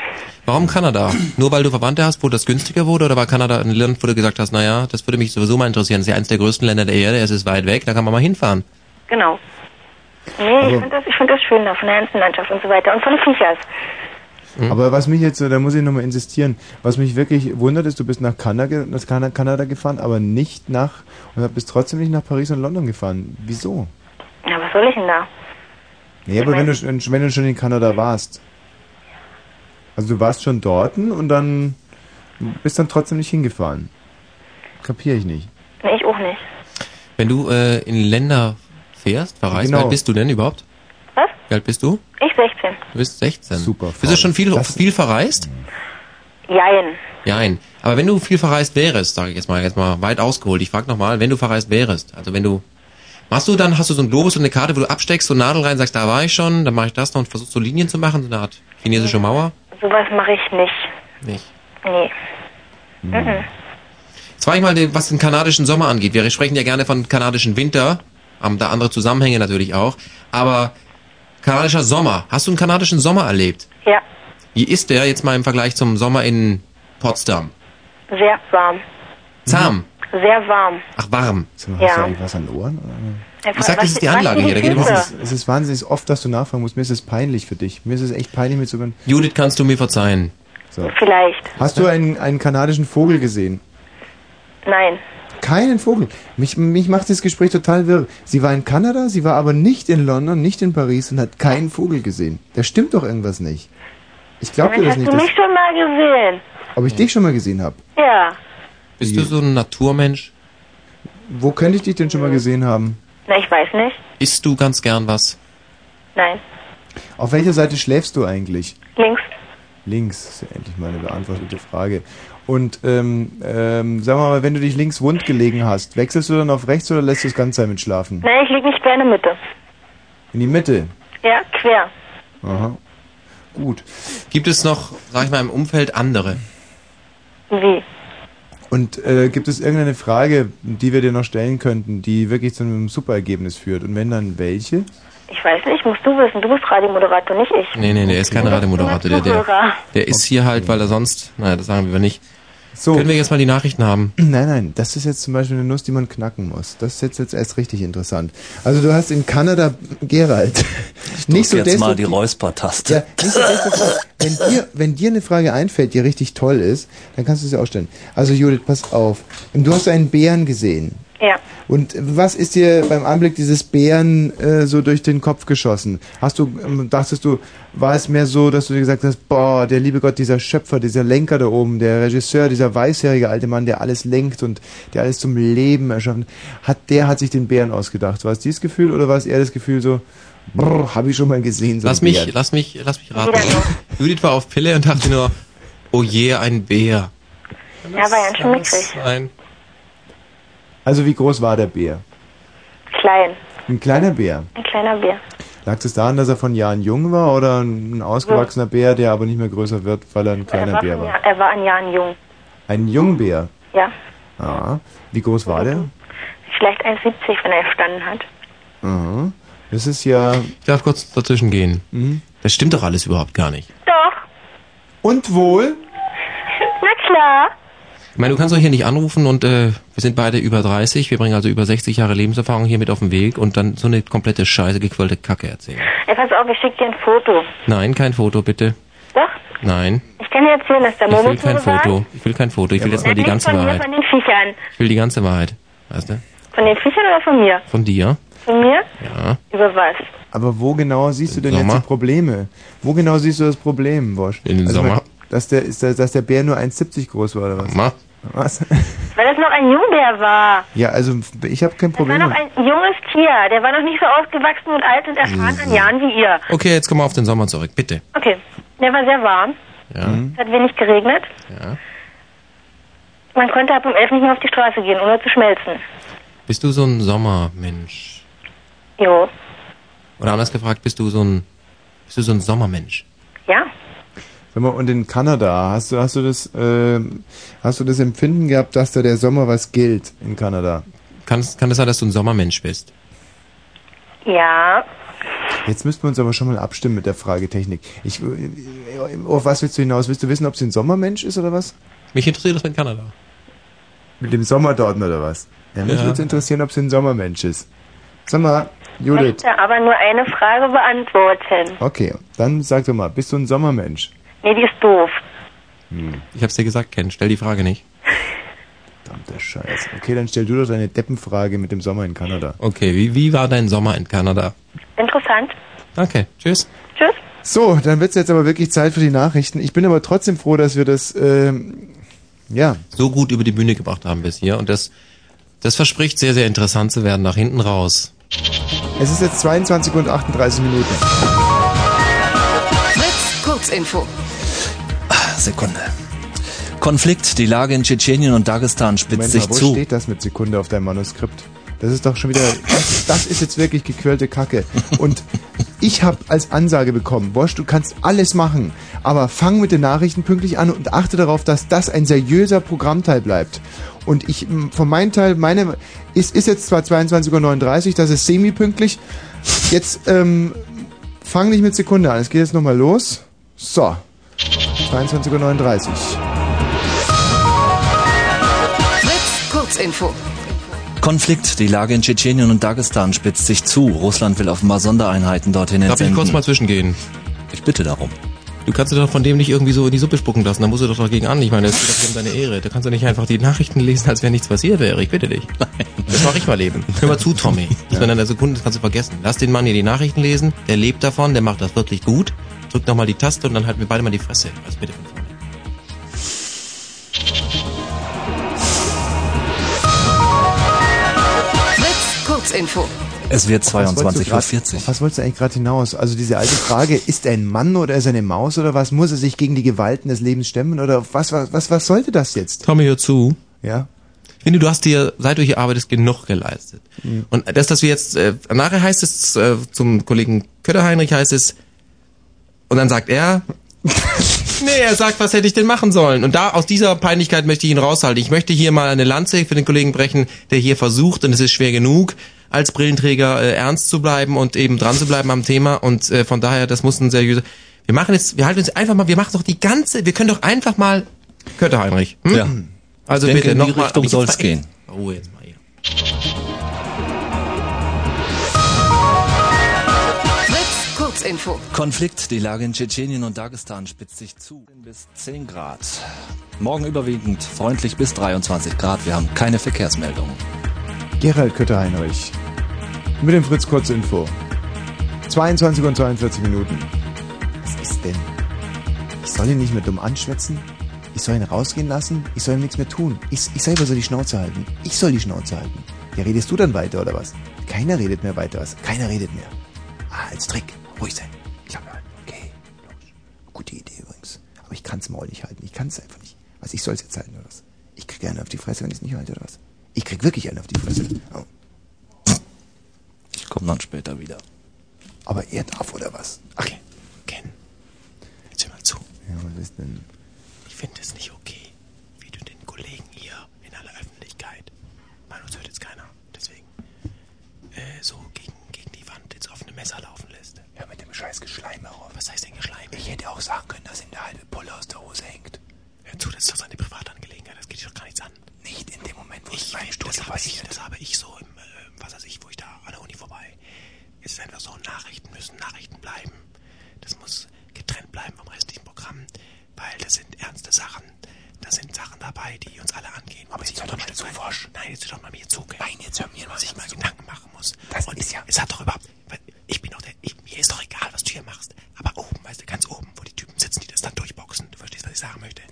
Speaker 1: Warum Kanada? Nur weil du Verwandte hast, wo das günstiger wurde? Oder war Kanada ein Land, wo du gesagt hast, naja, das würde mich sowieso mal interessieren. Das ist ja eins der größten Länder der Erde, es ist weit weg, da kann man mal hinfahren.
Speaker 6: Genau. Nee,
Speaker 1: Also
Speaker 6: ich finde das, ich find das schön da, von der ganzen Landschaft und so weiter und von den Viechers.
Speaker 3: Aber was mich jetzt, da muss ich nochmal insistieren, was mich wirklich wundert ist, du bist nach Kanada, nach Kan- Kanada gefahren, aber nicht nach, und bist trotzdem nicht nach Paris und London gefahren. Wieso?
Speaker 6: Na, was soll ich denn da?
Speaker 3: Nee, aber wenn du, schon- wenn du schon in Kanada warst. Also du warst schon dort und dann bist dann trotzdem nicht hingefahren. Kapiere ich nicht.
Speaker 6: Nee, ich auch nicht.
Speaker 1: Wenn du äh, in Länder fährst, verreist,
Speaker 3: Genau.
Speaker 1: wie alt bist du denn überhaupt?
Speaker 6: Was?
Speaker 1: Wie alt bist du?
Speaker 6: Ich 16.
Speaker 1: Du bist 16.
Speaker 3: Super,
Speaker 1: Bist du schon viel,
Speaker 3: Das-
Speaker 1: viel verreist?
Speaker 6: Jein.
Speaker 1: Nein. Aber wenn du viel verreist wärest, sage ich jetzt mal, jetzt mal weit ausgeholt, ich frage nochmal, wenn du verreist wärest, also wenn du, machst du dann, hast du so einen Globus und eine Karte, wo du absteckst, so Nadel rein, sagst, da war ich schon, dann mache ich das noch und versuchst so Linien zu machen, so eine Art chinesische Mauer?
Speaker 6: Sowas mache ich nicht.
Speaker 1: Nicht.
Speaker 6: Nee.
Speaker 3: Hm.
Speaker 6: Mhm.
Speaker 1: Jetzt frage ich mal, den- was den kanadischen Sommer angeht. Wir sprechen ja gerne von kanadischen Winter, haben da andere Zusammenhänge natürlich auch, aber kanadischer Sommer, hast du einen kanadischen Sommer erlebt?
Speaker 6: Ja,
Speaker 1: Wie ist der jetzt mal im Vergleich zum Sommer in Potsdam?
Speaker 6: sehr warm.
Speaker 1: Zahm.
Speaker 6: Sehr warm.
Speaker 1: Ach, warm.
Speaker 3: Sag mal,
Speaker 6: Ja.
Speaker 3: Mhm. Hast du eigentlich was an den Ohren? Oder?
Speaker 6: Einfach-
Speaker 1: sag, das
Speaker 6: was-
Speaker 1: ist die
Speaker 6: was
Speaker 1: Anlage
Speaker 6: sind
Speaker 1: hier, da geht
Speaker 6: Füße?
Speaker 1: überhaupt
Speaker 3: Es ist wahnsinnig oft, dass du nachfragen musst. Mir ist es peinlich für dich. Mir ist es echt peinlich mit so einem...
Speaker 1: Judith, kannst du mir verzeihen?
Speaker 3: So.
Speaker 6: Vielleicht.
Speaker 3: Hast du einen, einen kanadischen Vogel gesehen?
Speaker 6: Nein.
Speaker 3: Keinen Vogel. Mich, mich macht dieses Gespräch total wirr. Sie war in Kanada, sie war aber nicht in London, nicht in Paris und hat keinen Vogel gesehen. Da stimmt doch irgendwas nicht. Ich glaube dir
Speaker 6: Mensch,
Speaker 3: das
Speaker 6: hast
Speaker 3: nicht,
Speaker 6: du
Speaker 3: dass,
Speaker 6: mich schon mal gesehen?
Speaker 3: ob ich dich schon mal gesehen habe.
Speaker 6: Ja.
Speaker 1: Bist du so ein Naturmensch?
Speaker 3: Wo könnte ich dich denn schon mal gesehen haben?
Speaker 6: Na, ich weiß nicht.
Speaker 1: Isst du ganz gern was?
Speaker 6: Nein.
Speaker 3: Auf welcher Seite schläfst du eigentlich?
Speaker 6: Links.
Speaker 3: Links, ist ja endlich mal eine beantwortete Frage. Und ähm, ähm, sagen wir mal, wenn du dich links wund gelegen hast, wechselst du dann auf rechts oder lässt du es ganz damit schlafen?
Speaker 6: Nein, ich liege nicht quer in der Mitte.
Speaker 3: In die Mitte.
Speaker 6: Ja, quer.
Speaker 3: Aha. Gut.
Speaker 1: Gibt es noch, sag ich mal, im Umfeld andere?
Speaker 6: Wie?
Speaker 3: Und äh, gibt es irgendeine Frage, die wir dir noch stellen könnten, die wirklich zu einem super Ergebnis führt? Und wenn dann welche?
Speaker 9: Ich weiß nicht, musst du wissen. Du bist Radiomoderator, nicht ich.
Speaker 1: Nee, nee, der ist kein Radiomoderator. Der, der, der ist hier halt, weil er sonst. Naja, das sagen wir nicht. So. Können wir jetzt mal die Nachrichten haben?
Speaker 3: Nein, nein, das ist jetzt zum Beispiel eine Nuss, die man knacken muss. Das ist jetzt, jetzt erst richtig interessant. Also du hast in Kanada Gerald. Nicht so
Speaker 8: jetzt mal die
Speaker 3: destruktiv-
Speaker 8: Räuspertaste.
Speaker 3: Ja, nicht so destruktiv. wenn, dir, wenn dir eine Frage einfällt, die richtig toll ist, dann kannst du sie auch stellen. Also Judith, pass auf. Du hast einen Bären gesehen.
Speaker 9: Ja.
Speaker 3: Und was ist dir beim Anblick dieses Bären äh, so durch den Kopf geschossen? Hast du, ähm, dachtest du, war es mehr so, dass du dir gesagt hast, boah, der liebe Gott, dieser Schöpfer, dieser Lenker da oben, der Regisseur, dieser weißjährige alte Mann, der alles lenkt und der alles zum Leben erschaffen hat, der hat sich den Bären ausgedacht. War es dieses Gefühl oder war es eher das Gefühl so, brr, hab ich schon mal gesehen, so
Speaker 1: Lass
Speaker 3: einen
Speaker 1: mich,
Speaker 3: Bären?
Speaker 1: lass mich, lass mich raten. Judith war auf Pille und dachte nur, oh je, ein Bär.
Speaker 9: Ja, war ganz schön mickrig.
Speaker 1: Ein
Speaker 3: Also wie groß war der Bär?
Speaker 9: Klein.
Speaker 3: Ein kleiner Bär.
Speaker 9: Ein kleiner Bär.
Speaker 3: Lag es daran, dass er von Jahren jung war oder ein ausgewachsener Bär, der aber nicht mehr größer wird, weil er ein
Speaker 9: er,
Speaker 3: kleiner
Speaker 9: war
Speaker 3: Bär
Speaker 9: von
Speaker 3: war?
Speaker 9: Jahr- er war ein Jahr jung.
Speaker 3: Ein Jungbär.
Speaker 9: Ja.
Speaker 3: Ah, wie groß war der?
Speaker 9: Vielleicht 1,70, wenn er gestanden hat.
Speaker 3: Mhm. Das ist ja. Mhm.
Speaker 1: Ich darf kurz dazwischen gehen. Das stimmt doch alles überhaupt gar nicht.
Speaker 9: Doch.
Speaker 3: Und wohl?
Speaker 9: Na klar.
Speaker 1: Ich meine, du kannst doch hier nicht anrufen und äh, wir sind beide über 30, wir bringen also über 60 Jahre Lebenserfahrung hier mit auf den Weg und dann so eine komplette Scheiße, gequollte Kacke erzählen.
Speaker 9: Ey, pass auf, ich schicke dir ein Foto.
Speaker 1: Nein, kein Foto, bitte.
Speaker 9: Doch.
Speaker 1: Nein,
Speaker 9: Ich kann dir erzählen, dass der
Speaker 1: ich will
Speaker 9: Moritz
Speaker 1: kein
Speaker 9: mir sagt,
Speaker 1: Foto. Ich will kein Foto. Ich will jetzt
Speaker 9: na,
Speaker 1: mal die
Speaker 9: nicht
Speaker 1: ganze
Speaker 9: von mir,
Speaker 1: Wahrheit.
Speaker 9: von den Viechern.
Speaker 1: Ich will die ganze Wahrheit. Weißt du?
Speaker 9: Von den Viechern oder von mir?
Speaker 1: Von dir?
Speaker 9: Von mir?
Speaker 1: Ja.
Speaker 9: Über was?
Speaker 3: Aber wo genau siehst du denn
Speaker 1: Sommer?
Speaker 3: jetzt die Probleme? Wo genau siehst du das Problem, Bosch? Also,
Speaker 1: In den Sommer.
Speaker 3: Dass der, ist der, dass der Bär nur 1,70 groß war oder was?
Speaker 1: Sommer.
Speaker 3: Was?
Speaker 9: Weil das noch ein Jungbär war.
Speaker 3: Ja, also ich habe kein
Speaker 9: War
Speaker 3: Problem.
Speaker 9: noch ein junges Tier. Der war noch nicht so ausgewachsen und alt und erfahren an Jahren wie ihr.
Speaker 1: Okay, jetzt kommen wir auf den Sommer zurück, bitte.
Speaker 9: Okay. Der war sehr warm.
Speaker 1: Ja.
Speaker 3: Mhm.
Speaker 9: Es hat wenig geregnet.
Speaker 1: ja.
Speaker 9: Man konnte ab um 11 nicht mehr auf die Straße gehen, ohne zu schmelzen.
Speaker 1: Bist du so ein Sommermensch?
Speaker 9: Jo.
Speaker 1: Oder anders gefragt, bist du so ein bist du so ein Sommermensch?
Speaker 9: Ja.
Speaker 3: Sag mal, und in Kanada, hast du, hast du das, ähm, hast du das Empfinden gehabt, dass da der Sommer was gilt in Kanada?
Speaker 1: Kann es kann es sein, dass du ein Sommermensch bist?
Speaker 9: Ja.
Speaker 3: Jetzt müssten wir uns aber schon mal abstimmen mit der Fragetechnik. Ich, auf was willst du hinaus? Willst du wissen, ob es ein Sommermensch ist oder was?
Speaker 1: Mich interessiert das mit Kanada.
Speaker 3: Mit dem Sommer dort oder was? Ja, mich
Speaker 1: Ja.
Speaker 3: würde interessieren, ob es ein Sommermensch ist. Sag mal, Judith.
Speaker 9: Möchte aber nur eine Frage beantworten.
Speaker 3: Okay, dann sag doch mal, bist du ein Sommermensch? Hm.
Speaker 9: Nee, die ist doof.
Speaker 1: Ich hab's dir gesagt, Ken, stell die Frage nicht.
Speaker 3: Verdammter Scheiß. Okay, dann stell du doch deine Deppenfrage mit dem Sommer in Kanada.
Speaker 1: Okay, wie, wie war dein Sommer in Kanada?
Speaker 9: Interessant.
Speaker 1: Danke, tschüss.
Speaker 9: Tschüss.
Speaker 3: So, dann wird's jetzt aber wirklich Zeit für die Nachrichten. Ich bin aber trotzdem froh, dass wir das, ähm, ja,
Speaker 1: So gut über die Bühne gebracht haben bis hier und das das verspricht sehr sehr interessant zu werden nach hinten raus.
Speaker 3: es ist jetzt 22 und 38 Minuten.
Speaker 10: Fritz, Kurzinfo.
Speaker 8: Ah, Sekunde. Konflikt, die Lage in Tschetschenien und Dagestan spitzt
Speaker 3: Moment
Speaker 8: sich
Speaker 3: mal, wo
Speaker 8: zu.
Speaker 3: steht das mit Sekunde auf deinem Manuskript? Das ist doch schon wieder. Das, das ist jetzt wirklich gequälte Kacke. Und ich habe als Ansage bekommen, Bosch, du kannst alles machen, aber fang mit den Nachrichten pünktlich an und achte darauf, dass das ein seriöser Programmteil bleibt. Und ich, m, von meinem Teil, meine, es ist jetzt zwar 22.39 Uhr, das ist semi-pünktlich. Jetzt, ähm, fang nicht mit Sekunde an. Es geht jetzt nochmal los. So. 22.39 Uhr.
Speaker 10: Fritz, Kurzinfo.
Speaker 8: Konflikt, die Lage in Tschetschenien und Dagestan spitzt sich zu. Russland will offenbar Sondereinheiten dorthin
Speaker 1: Darf ich
Speaker 8: entsenden.
Speaker 1: kurz mal zwischengehen?
Speaker 8: ich bitte darum.
Speaker 1: Du kannst dich doch von dem nicht irgendwie so in die Suppe spucken lassen. Da musst du doch dagegen an. Ich meine, es geht doch hier um deine Ehre. Da kannst du nicht einfach die Nachrichten lesen, als wäre nichts passiert wäre. Ich bitte dich. Das mache ich mal leben. Hör mal zu, Tommy. Das war in einer Sekunde, das kannst du vergessen. Lass den Mann hier die Nachrichten lesen. Der lebt davon. Der macht das wirklich gut. Drück nochmal die Taste und dann halten wir beide mal die Fresse. Also bitte von vorne.
Speaker 10: Fritz, Kurzinfo.
Speaker 8: Es wird
Speaker 3: Was wolltest du
Speaker 8: 22.40
Speaker 3: grad- auf Was wolltest du eigentlich gerade hinaus? Also diese alte Frage, *laughs* ist er ein Mann oder ist er eine Maus oder was? Muss er sich gegen die Gewalten des Lebens stemmen oder auf was, was, was, was sollte das jetzt?
Speaker 1: Tommy, hör zu.
Speaker 3: Ja?
Speaker 1: Ich finde, du hast dir, seit du hier arbeitest, genug geleistet.
Speaker 8: Mhm.
Speaker 1: Und das, dass wir jetzt, äh, nachher heißt es äh, zum Kollegen Kötterheinrich heißt es, und dann sagt
Speaker 8: *laughs*
Speaker 1: er, nee, er sagt, was hätte ich denn machen sollen? Und da aus dieser Peinlichkeit möchte ich ihn raushalten. Ich möchte hier mal eine Lanze für den Kollegen brechen, der hier versucht, und es ist schwer genug, als Brillenträger äh, ernst zu bleiben und eben dran zu bleiben am Thema und äh, von daher, das muss ein seriöser. Wir machen jetzt, wir halten uns einfach mal, wir machen doch die ganze, wir können doch einfach mal. Könnte Heinrich. Hm?
Speaker 8: Ja.
Speaker 1: Also
Speaker 8: Ich denke,
Speaker 1: bitte
Speaker 8: in die
Speaker 1: nochmal.
Speaker 8: Richtung soll's gehen.
Speaker 1: Ruhe jetzt mal hier.
Speaker 10: Fritz Kurzinfo.
Speaker 8: Konflikt, die Lage in Tschetschenien und Dagestan spitzt sich zu bis 10 Grad. Morgen überwiegend freundlich bis 23 Grad. Wir haben keine Verkehrsmeldungen.
Speaker 3: Gerald Kötter-Heinrich. Mit dem Fritz kurz Info. 22 und 42 Minuten. Was ist denn? Ich soll ihn nicht mehr dumm anschwätzen. Ich soll ihn rausgehen lassen. Ich soll ihm nichts mehr tun. Ich, ich selber soll die Schnauze halten. Ich soll die Schnauze halten. Ja, redest du dann weiter oder was? Keiner redet mehr weiter. Was? Keiner redet mehr. Ah, als Trick. Ruhig sein. Klappe halten. Okay. Los. Gute Idee übrigens. Aber ich kann's Maul nicht halten. Ich kann's einfach nicht. Was, ich soll's jetzt halten oder was? Ich krieg einen auf die Fresse, wenn ich's nicht halte oder was? Ich krieg wirklich einen auf die Fresse. Oh.
Speaker 8: Ich komme dann später wieder.
Speaker 3: Aber er darf oder was? Okay. Ken,
Speaker 1: jetzt hör mal zu.
Speaker 3: Ja, was ist denn?
Speaker 1: Ich finde es nicht okay, wie du den Kollegen hier in aller Öffentlichkeit, man uns hört jetzt keiner, deswegen, äh, so gegen, gegen die Wand ins offene Messer laufen lässt.
Speaker 3: Hör mit dem scheiß Geschleim auf.
Speaker 1: Was heißt denn Geschleim?
Speaker 3: Ich hätte auch sagen können, dass ihm der halbe Pulle aus der Hose hängt.
Speaker 1: Hör zu, das ist doch seine Privatangelegenheit, das geht dich doch gar nichts an.
Speaker 3: Nicht in dem Moment, wo
Speaker 1: ich mein Studio das habe ich, das habe ich so im, äh, was weiß ich, wo ich da an der Uni vorbei. Ist einfach so, Nachrichten müssen Nachrichten bleiben. Das muss getrennt bleiben vom restlichen Programm, weil das sind ernste Sachen. Da sind Sachen dabei, die uns alle angehen. Aber jetzt hör doch mal zu, Forsch. Nein, jetzt hör doch mal mir zu. Gell? Nein, jetzt hör mir mal ich mal Gedanken machen muss. Das Und ist ja... Es hat doch überhaupt... weil Ich bin doch der... Ich, mir ist doch egal, was du hier machst. Aber oben, weißt du, ganz oben, wo die Typen sitzen, die das dann durchboxen. Du verstehst, was ich sagen möchte.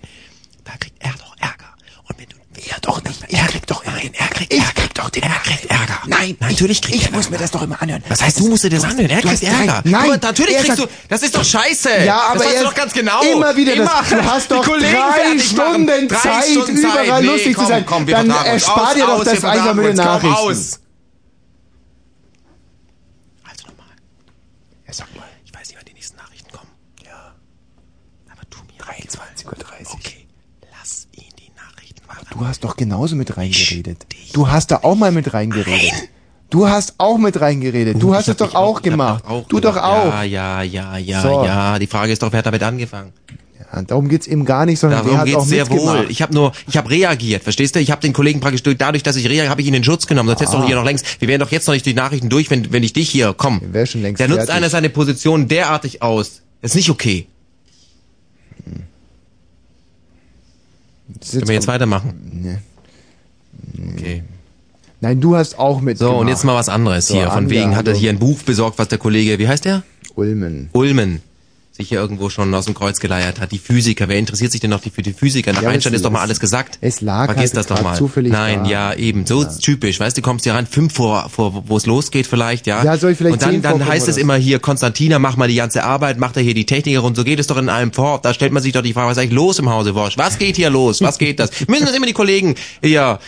Speaker 1: Da kriegt er doch Ärger. Und wenn du... Er doch nicht. Er kriegt doch... Nein, er kriegt... Er kriegt doch den Ärger. Er kriegt Ärger. Nein, natürlich kriegt
Speaker 3: Ich muss mir das doch immer anhören.
Speaker 1: Was heißt, du musst dir das
Speaker 3: hast-
Speaker 1: anhören? Er
Speaker 3: du
Speaker 1: kriegt
Speaker 3: hast recht.
Speaker 1: Ärger.
Speaker 3: Nein,
Speaker 1: Aber natürlich
Speaker 3: er
Speaker 1: kriegst du.
Speaker 3: sagt-
Speaker 1: Das ist doch scheiße.
Speaker 3: Ja, aber
Speaker 1: das weißt
Speaker 3: er
Speaker 1: du doch ganz genau.
Speaker 3: immer wieder das- du hast doch drei
Speaker 1: fertig
Speaker 3: Stunden
Speaker 1: machen. Drei
Speaker 3: Zeit,
Speaker 1: Stunden
Speaker 3: überall
Speaker 1: Zeit.
Speaker 3: lustig zu
Speaker 1: komm,
Speaker 3: sein.
Speaker 1: Komm, wir
Speaker 3: Dann
Speaker 1: vertragen uns.
Speaker 3: erspar
Speaker 1: aus,
Speaker 3: dir doch
Speaker 1: aus,
Speaker 3: das
Speaker 1: wir
Speaker 3: einfach
Speaker 1: vertragen
Speaker 3: mit den
Speaker 1: uns. Komm,
Speaker 3: Nachrichten. *laughs*
Speaker 1: Aus.
Speaker 3: Ja, sag mal.
Speaker 1: Ich weiß nicht, wann die nächsten Nachrichten kommen.
Speaker 3: Ja.
Speaker 1: Aber tu mir.
Speaker 3: 23.30 Uhr.
Speaker 1: Okay, lass ihn die Nachrichten machen.
Speaker 3: Du hast doch genauso mit reingeredet. Du hast da auch mal mit reingeredet.
Speaker 1: Nein.
Speaker 3: Du hast auch mit reingeredet. Du hast es doch auch gemacht. Du doch auch.
Speaker 1: Ja, ja, ja, ja,
Speaker 3: So.
Speaker 1: ja. Die Frage ist doch, wer hat damit angefangen?
Speaker 3: Ja, darum geht's eben gar nicht, sondern wer
Speaker 1: Darum
Speaker 3: hat
Speaker 1: geht's
Speaker 3: auch
Speaker 1: sehr
Speaker 3: mitgemacht.
Speaker 1: wohl. Ich habe nur, ich habe reagiert, verstehst du? Ich habe den Kollegen praktisch durch, dadurch, dass ich reagiere, habe ich ihn in Schutz genommen. Sonst hättest du
Speaker 3: Ah.
Speaker 1: doch hier noch längst. Wir wären doch jetzt noch nicht die Nachrichten durch, wenn, wenn ich dich hier komm.
Speaker 3: Wär schon längst
Speaker 1: Da nutzt
Speaker 3: fertig.
Speaker 1: einer seine Position derartig aus. Das ist nicht okay.
Speaker 3: Das ist
Speaker 1: Können wir jetzt weitermachen?
Speaker 3: Nee.
Speaker 1: Okay.
Speaker 3: Nein, du hast auch mit.
Speaker 1: So, und jetzt mal was anderes hier. Von wegen hat er hier ein Buch besorgt, was der Kollege, wie heißt der?
Speaker 3: Ulmen.
Speaker 1: Ulmen sich hier irgendwo schon aus dem Kreuz geleiert hat. Die Physiker, wer interessiert sich denn noch die, für die Physiker? Nach
Speaker 3: Ja,
Speaker 1: Einstein
Speaker 3: es-
Speaker 1: ist doch mal
Speaker 3: es-
Speaker 1: alles gesagt.
Speaker 3: es lag
Speaker 1: Vergiss
Speaker 3: halt
Speaker 1: das doch
Speaker 3: grad
Speaker 1: mal.
Speaker 3: zufällig
Speaker 1: Nein,
Speaker 3: da.
Speaker 1: ja, eben. So ist typisch. Weißt du, kommst hier rein, fünf vor, vor wo es losgeht vielleicht, ja.
Speaker 3: Ja, soll ich vielleicht
Speaker 1: Und dann,
Speaker 3: zehn vor
Speaker 1: dann
Speaker 3: fünf
Speaker 1: heißt
Speaker 3: oder
Speaker 1: es
Speaker 3: so?
Speaker 1: immer hier, Konstantina, mach mal die ganze Arbeit, mach da hier die Techniker und so geht es doch in allem fort. Da stellt man sich doch die Frage, was ist eigentlich los im Hause Worsch? Was geht hier los? Was geht
Speaker 3: *laughs*
Speaker 1: das? Müssen das immer die Kollegen, ja.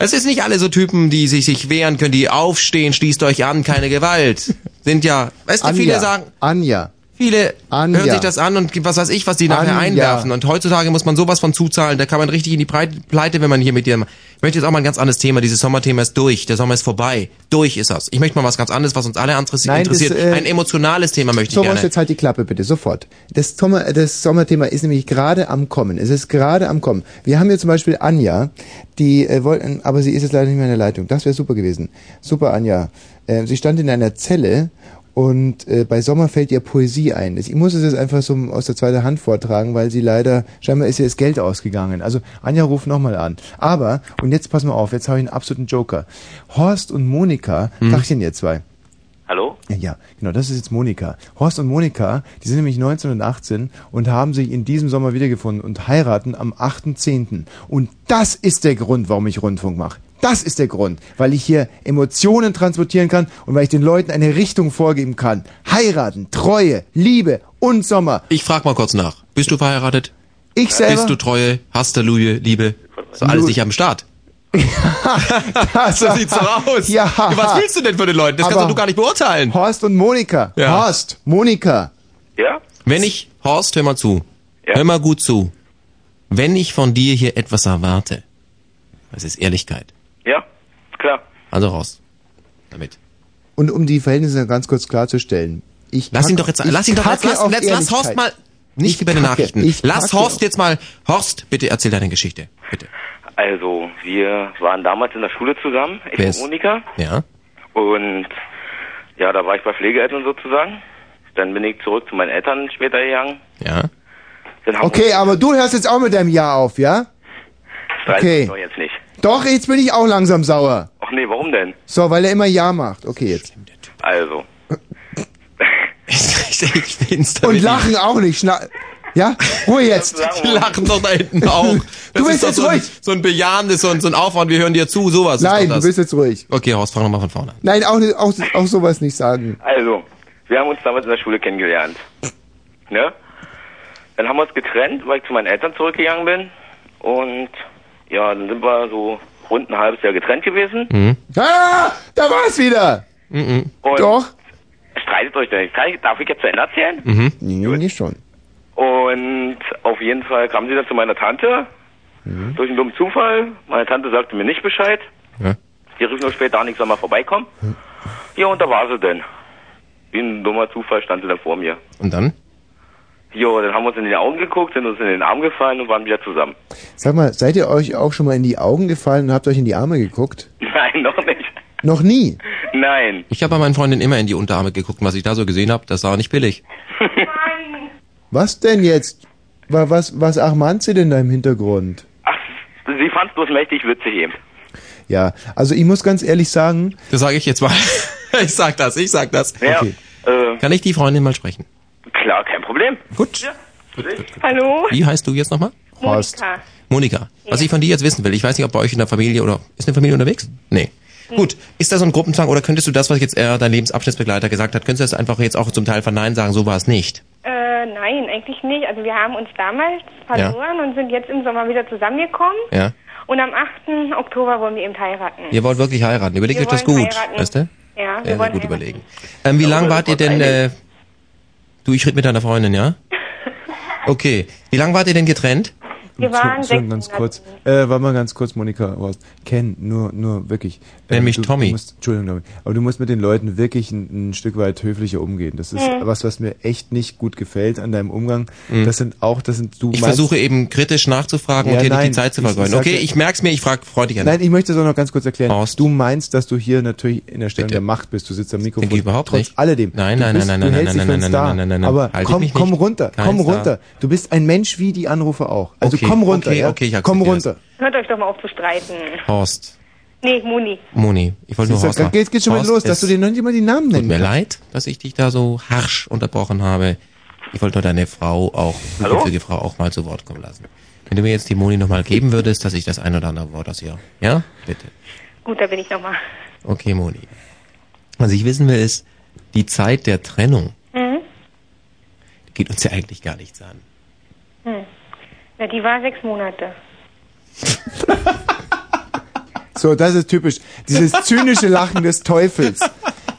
Speaker 1: Es ist nicht alle so Typen, die sich, sich wehren können, die aufstehen, schließt euch an, keine Gewalt. Sind ja, weißt du, viele
Speaker 3: Anja.
Speaker 1: sagen,
Speaker 3: Anja.
Speaker 1: Viele
Speaker 3: Anja.
Speaker 1: hören sich das an und was weiß ich, was die nachher
Speaker 3: Anja.
Speaker 1: einwerfen. Und heutzutage muss man sowas von zuzahlen. Da kann man richtig in die Breit- Pleite, wenn man hier mit dir. Ich möchte jetzt auch mal ein ganz anderes Thema. Dieses Sommerthema ist durch. Der Sommer ist vorbei. Durch ist das. Ich möchte mal was ganz anderes, was uns alle interessiert.
Speaker 3: Nein, das,
Speaker 1: interessiert.
Speaker 3: äh,
Speaker 1: ein emotionales Thema möchte ich
Speaker 3: So,
Speaker 1: gerne.
Speaker 3: Ross, jetzt halt die Klappe bitte, sofort. Das, Sommer, das Sommerthema ist nämlich gerade am Kommen. Es ist gerade am Kommen. Wir haben hier zum Beispiel Anja, die äh, wollten, aber sie ist jetzt leider nicht mehr in der Leitung. Das wäre super gewesen. Super, Anja. Äh, sie stand in einer Zelle und äh, bei Sommer fällt ihr Poesie ein. Ich muss es jetzt einfach so aus der zweiten Hand vortragen, weil sie leider, scheinbar ist ihr das Geld ausgegangen. Also Anja ruft nochmal an. Aber, und jetzt pass mal auf, jetzt habe ich einen absoluten Joker. Horst und Monika,
Speaker 1: Hm.
Speaker 3: Tachchen ihr zwei.
Speaker 7: Hallo?
Speaker 3: Ja, genau, das ist jetzt Monika. Horst und Monika, die sind nämlich 19 und 18 und haben sich in diesem Sommer wiedergefunden und heiraten am 8.10. Und das ist der Grund, warum ich Rundfunk mache. Das ist der Grund, weil ich hier Emotionen transportieren kann und weil ich den Leuten eine Richtung vorgeben kann. Heiraten, Treue, Liebe und Sommer.
Speaker 1: Ich frag mal kurz nach. Bist du verheiratet?
Speaker 3: Ich selber-
Speaker 1: Bist du treue? Hast du Lüge, Liebe? So alles
Speaker 3: Lu-
Speaker 1: nicht am Start.
Speaker 3: so
Speaker 1: sieht's doch aus.
Speaker 3: Also, Ja.
Speaker 1: Was willst du denn von den Leuten? Das kannst
Speaker 3: Aber
Speaker 1: du gar nicht beurteilen.
Speaker 3: Horst und Monika.
Speaker 1: Ja.
Speaker 3: Horst, Monika.
Speaker 7: Ja?
Speaker 1: Wenn ich, Horst, hör mal zu. Hör mal gut zu. Wenn ich von dir hier etwas erwarte, das ist Ehrlichkeit.
Speaker 7: Ja? Klar.
Speaker 1: Also raus. damit.
Speaker 3: Und um die Verhältnisse ganz kurz klarzustellen. Ich
Speaker 1: Lass
Speaker 3: kack-
Speaker 1: ihn doch jetzt,
Speaker 3: ich
Speaker 1: lass ihn doch jetzt,
Speaker 3: kacke
Speaker 1: lass,
Speaker 3: auf
Speaker 1: lass, lass Horst
Speaker 3: Ehrlichkeit.
Speaker 1: mal, nicht
Speaker 3: Ich
Speaker 1: über die
Speaker 3: kacke,
Speaker 1: Nachrichten.
Speaker 3: ich
Speaker 1: Lass
Speaker 3: kacke
Speaker 1: Horst jetzt mal, Horst, bitte erzähl deine Geschichte. Bitte.
Speaker 11: Also, wir waren damals in der Schule zusammen, ich
Speaker 1: Wer
Speaker 11: und
Speaker 1: ist-
Speaker 11: Monika.
Speaker 1: Ja.
Speaker 11: Und ja, da war ich bei Pflegeeltern sozusagen. Dann bin ich zurück zu meinen Eltern später gegangen.
Speaker 1: Ja.
Speaker 11: Dann haben
Speaker 3: Okay, aber du hörst jetzt auch mit deinem Ja auf, ja?
Speaker 11: wir
Speaker 3: okay.
Speaker 11: Doch jetzt nicht.
Speaker 3: Doch, jetzt bin ich auch langsam sauer.
Speaker 11: Ach nee, warum denn?
Speaker 3: So, weil er immer Ja macht.
Speaker 11: *laughs*
Speaker 3: Okay, jetzt.
Speaker 11: Also,
Speaker 1: Ich bin's
Speaker 3: Und lachen auch nicht. Schna ja? Ruhe jetzt.
Speaker 1: Die *laughs* lachen doch da hinten auch.
Speaker 3: Du bist
Speaker 1: doch
Speaker 3: jetzt
Speaker 1: so ein,
Speaker 3: ruhig.
Speaker 1: so ein bejahendes, so ein, so ein Aufwand, wir hören dir zu, sowas.
Speaker 3: Nein, du bist
Speaker 1: jetzt ruhig. Okay, Horst, fang nochmal von vorne an.
Speaker 3: Nein, auch, nicht- auch, auch sowas nicht sagen.
Speaker 11: also, wir haben uns damals in der Schule kennengelernt. Ne? Dann haben wir uns getrennt, weil ich zu meinen Eltern zurückgegangen bin. Und ja, dann sind wir so rund ein halbes Jahr getrennt gewesen.
Speaker 1: Mhm.
Speaker 3: Ah, da war es wieder.
Speaker 11: Und
Speaker 3: Doch.
Speaker 11: Streitet euch denn nicht. Kann ich, darf ich jetzt zu Ende erzählen?
Speaker 3: Mhm. Nee, nee, schon.
Speaker 11: Und auf jeden Fall kam sie dann zu meiner Tante. Durch einen dummen Zufall. Meine Tante sagte mir nicht Bescheid.
Speaker 1: Mhm. Ja.
Speaker 11: Die rief nur später an, ich soll mal vorbeikommen. Ja, und da war sie denn. Wie ein dummer Zufall stand sie dann vor mir.
Speaker 1: Und dann?
Speaker 11: Jo, dann haben wir uns in die Augen geguckt, sind uns in den Arm gefallen und waren wieder zusammen. *laughs*
Speaker 3: Sag mal, seid ihr euch auch schon mal in die Augen gefallen und habt euch in die Arme geguckt?
Speaker 11: Nein, noch nicht.
Speaker 3: Noch nie.
Speaker 11: Nein.
Speaker 1: Ich habe bei meinen Freundinnen immer in die Unterarme geguckt, und was ich da so gesehen habe, das war nicht billig.
Speaker 3: Was denn jetzt? Wa- Was, was ahmant sie denn da im Hintergrund?
Speaker 11: Sie fand es bloß mächtig witzig eben.
Speaker 3: Ja, also ich muss ganz ehrlich sagen.
Speaker 1: Das sage ich jetzt mal. *laughs* *laughs* ich sag das, ich sag das.
Speaker 11: Ja, äh,
Speaker 1: Kann ich die Freundin mal sprechen?
Speaker 11: klar, kein Problem.
Speaker 1: Gut.
Speaker 11: Ja.
Speaker 12: Hallo?
Speaker 1: Wie heißt du jetzt nochmal?
Speaker 12: Monika.
Speaker 1: Monika. Was ich von dir jetzt wissen will, ich weiß nicht, ob bei euch in der Familie oder ist eine Familie unterwegs? Nee. Gut, ist das so ein Gruppenzwang oder könntest du das, was jetzt äh, dein Lebensabschnittsbegleiter gesagt hat, könntest du das einfach jetzt auch zum Teil verneinen sagen, so war es nicht?
Speaker 12: Äh, nein, eigentlich nicht. Also wir haben uns damals
Speaker 1: Ja.
Speaker 12: verloren und sind jetzt im Sommer wieder zusammengekommen.
Speaker 1: Ja.
Speaker 12: Und am 8. Oktober wollen wir eben heiraten.
Speaker 1: Ihr wollt wirklich heiraten. Überlegt
Speaker 12: Wir
Speaker 1: euch das
Speaker 12: wollen
Speaker 1: gut,
Speaker 12: heiraten.
Speaker 1: weißt du?
Speaker 12: Ja, wir
Speaker 1: Ja, sehr
Speaker 12: wollen
Speaker 1: gut überlegen. Ähm, wie lange wart ihr denn, äh, du, ich rede mit deiner
Speaker 12: *laughs*
Speaker 1: Freundin, ja? Okay. Wie lange wart ihr denn getrennt?
Speaker 12: Wir waren
Speaker 3: so,
Speaker 12: sechs
Speaker 3: so ganz
Speaker 12: Monate.
Speaker 3: kurz. Äh, warte mal ganz kurz, Monika Horst. Ken, nur, nur wirklich. Äh,
Speaker 1: Nenn mich
Speaker 3: du,
Speaker 1: Tommy.
Speaker 3: Du musst, Entschuldigung, Tommy. Aber du musst mit den Leuten wirklich ein, ein Stück weit höflicher umgehen. Das ist
Speaker 1: Mhm.
Speaker 3: was, was mir echt nicht gut gefällt an deinem Umgang.
Speaker 1: Mhm.
Speaker 3: Das sind auch, das sind du
Speaker 1: Ich
Speaker 3: meinst-
Speaker 1: versuche eben kritisch nachzufragen
Speaker 3: Ja,
Speaker 1: und hier
Speaker 3: nein,
Speaker 1: nicht die Zeit zu
Speaker 3: ich- ich
Speaker 1: vergeuden.
Speaker 3: sag
Speaker 1: Okay,
Speaker 3: ja-
Speaker 1: ich merk's mir, ich frage freundlich an.
Speaker 3: Nein, ich möchte es auch noch ganz kurz erklären. Du meinst, dass du hier natürlich in der Stellung der Macht bist. Du sitzt am Mikrofon.
Speaker 1: Denke ich überhaupt
Speaker 3: Trotz
Speaker 1: nicht.
Speaker 3: alledem.
Speaker 1: Nein,
Speaker 3: Du
Speaker 1: nein,
Speaker 3: bist,
Speaker 1: nein,
Speaker 3: du
Speaker 1: nein, nein,
Speaker 3: hältst dich für
Speaker 1: nein,
Speaker 3: einen
Speaker 1: nein,
Speaker 3: Star.
Speaker 1: nein, nein, nein, nein.
Speaker 3: Aber
Speaker 1: Halte ich
Speaker 3: komm,
Speaker 1: mich
Speaker 3: komm
Speaker 1: nicht.
Speaker 3: runter,
Speaker 1: Kein
Speaker 3: komm
Speaker 1: Star.
Speaker 3: runter. Du bist ein Mensch wie die Anrufer auch. Also
Speaker 1: Okay,
Speaker 3: komm runter,
Speaker 1: okay,
Speaker 3: ja?
Speaker 1: okay, ich
Speaker 3: komm
Speaker 1: akzeptiere
Speaker 3: runter.
Speaker 12: Hört euch doch mal auf zu streiten.
Speaker 1: Horst,
Speaker 12: Nee, Moni.
Speaker 1: Moni, ich wollte nur
Speaker 3: Siehst du,
Speaker 1: Horst
Speaker 3: da
Speaker 1: sagen.
Speaker 3: geht's- geht's schon mal
Speaker 1: Horst
Speaker 3: los, dass du
Speaker 1: ist-
Speaker 3: dir noch nicht mal die Namen
Speaker 1: Tut
Speaker 3: nennen
Speaker 1: mir
Speaker 3: kannst.
Speaker 1: leid, dass ich dich da so harsch unterbrochen habe. Ich wollte nur deine Frau auch,
Speaker 11: Hallo?
Speaker 1: zukünftige Frau auch mal zu Wort kommen lassen. Wenn du mir jetzt die Moni nochmal geben würdest, dass ich das ein oder andere Wort aus ihr, ja? Bitte.
Speaker 12: Gut, da bin ich nochmal.
Speaker 1: Okay, Moni. Was ich wissen will, ist, die Zeit der Trennung
Speaker 12: Mhm.
Speaker 1: geht uns ja eigentlich gar nichts an.
Speaker 12: Hm. Na, die war sechs Monate.
Speaker 3: So, das ist typisch. Dieses zynische Lachen des Teufels.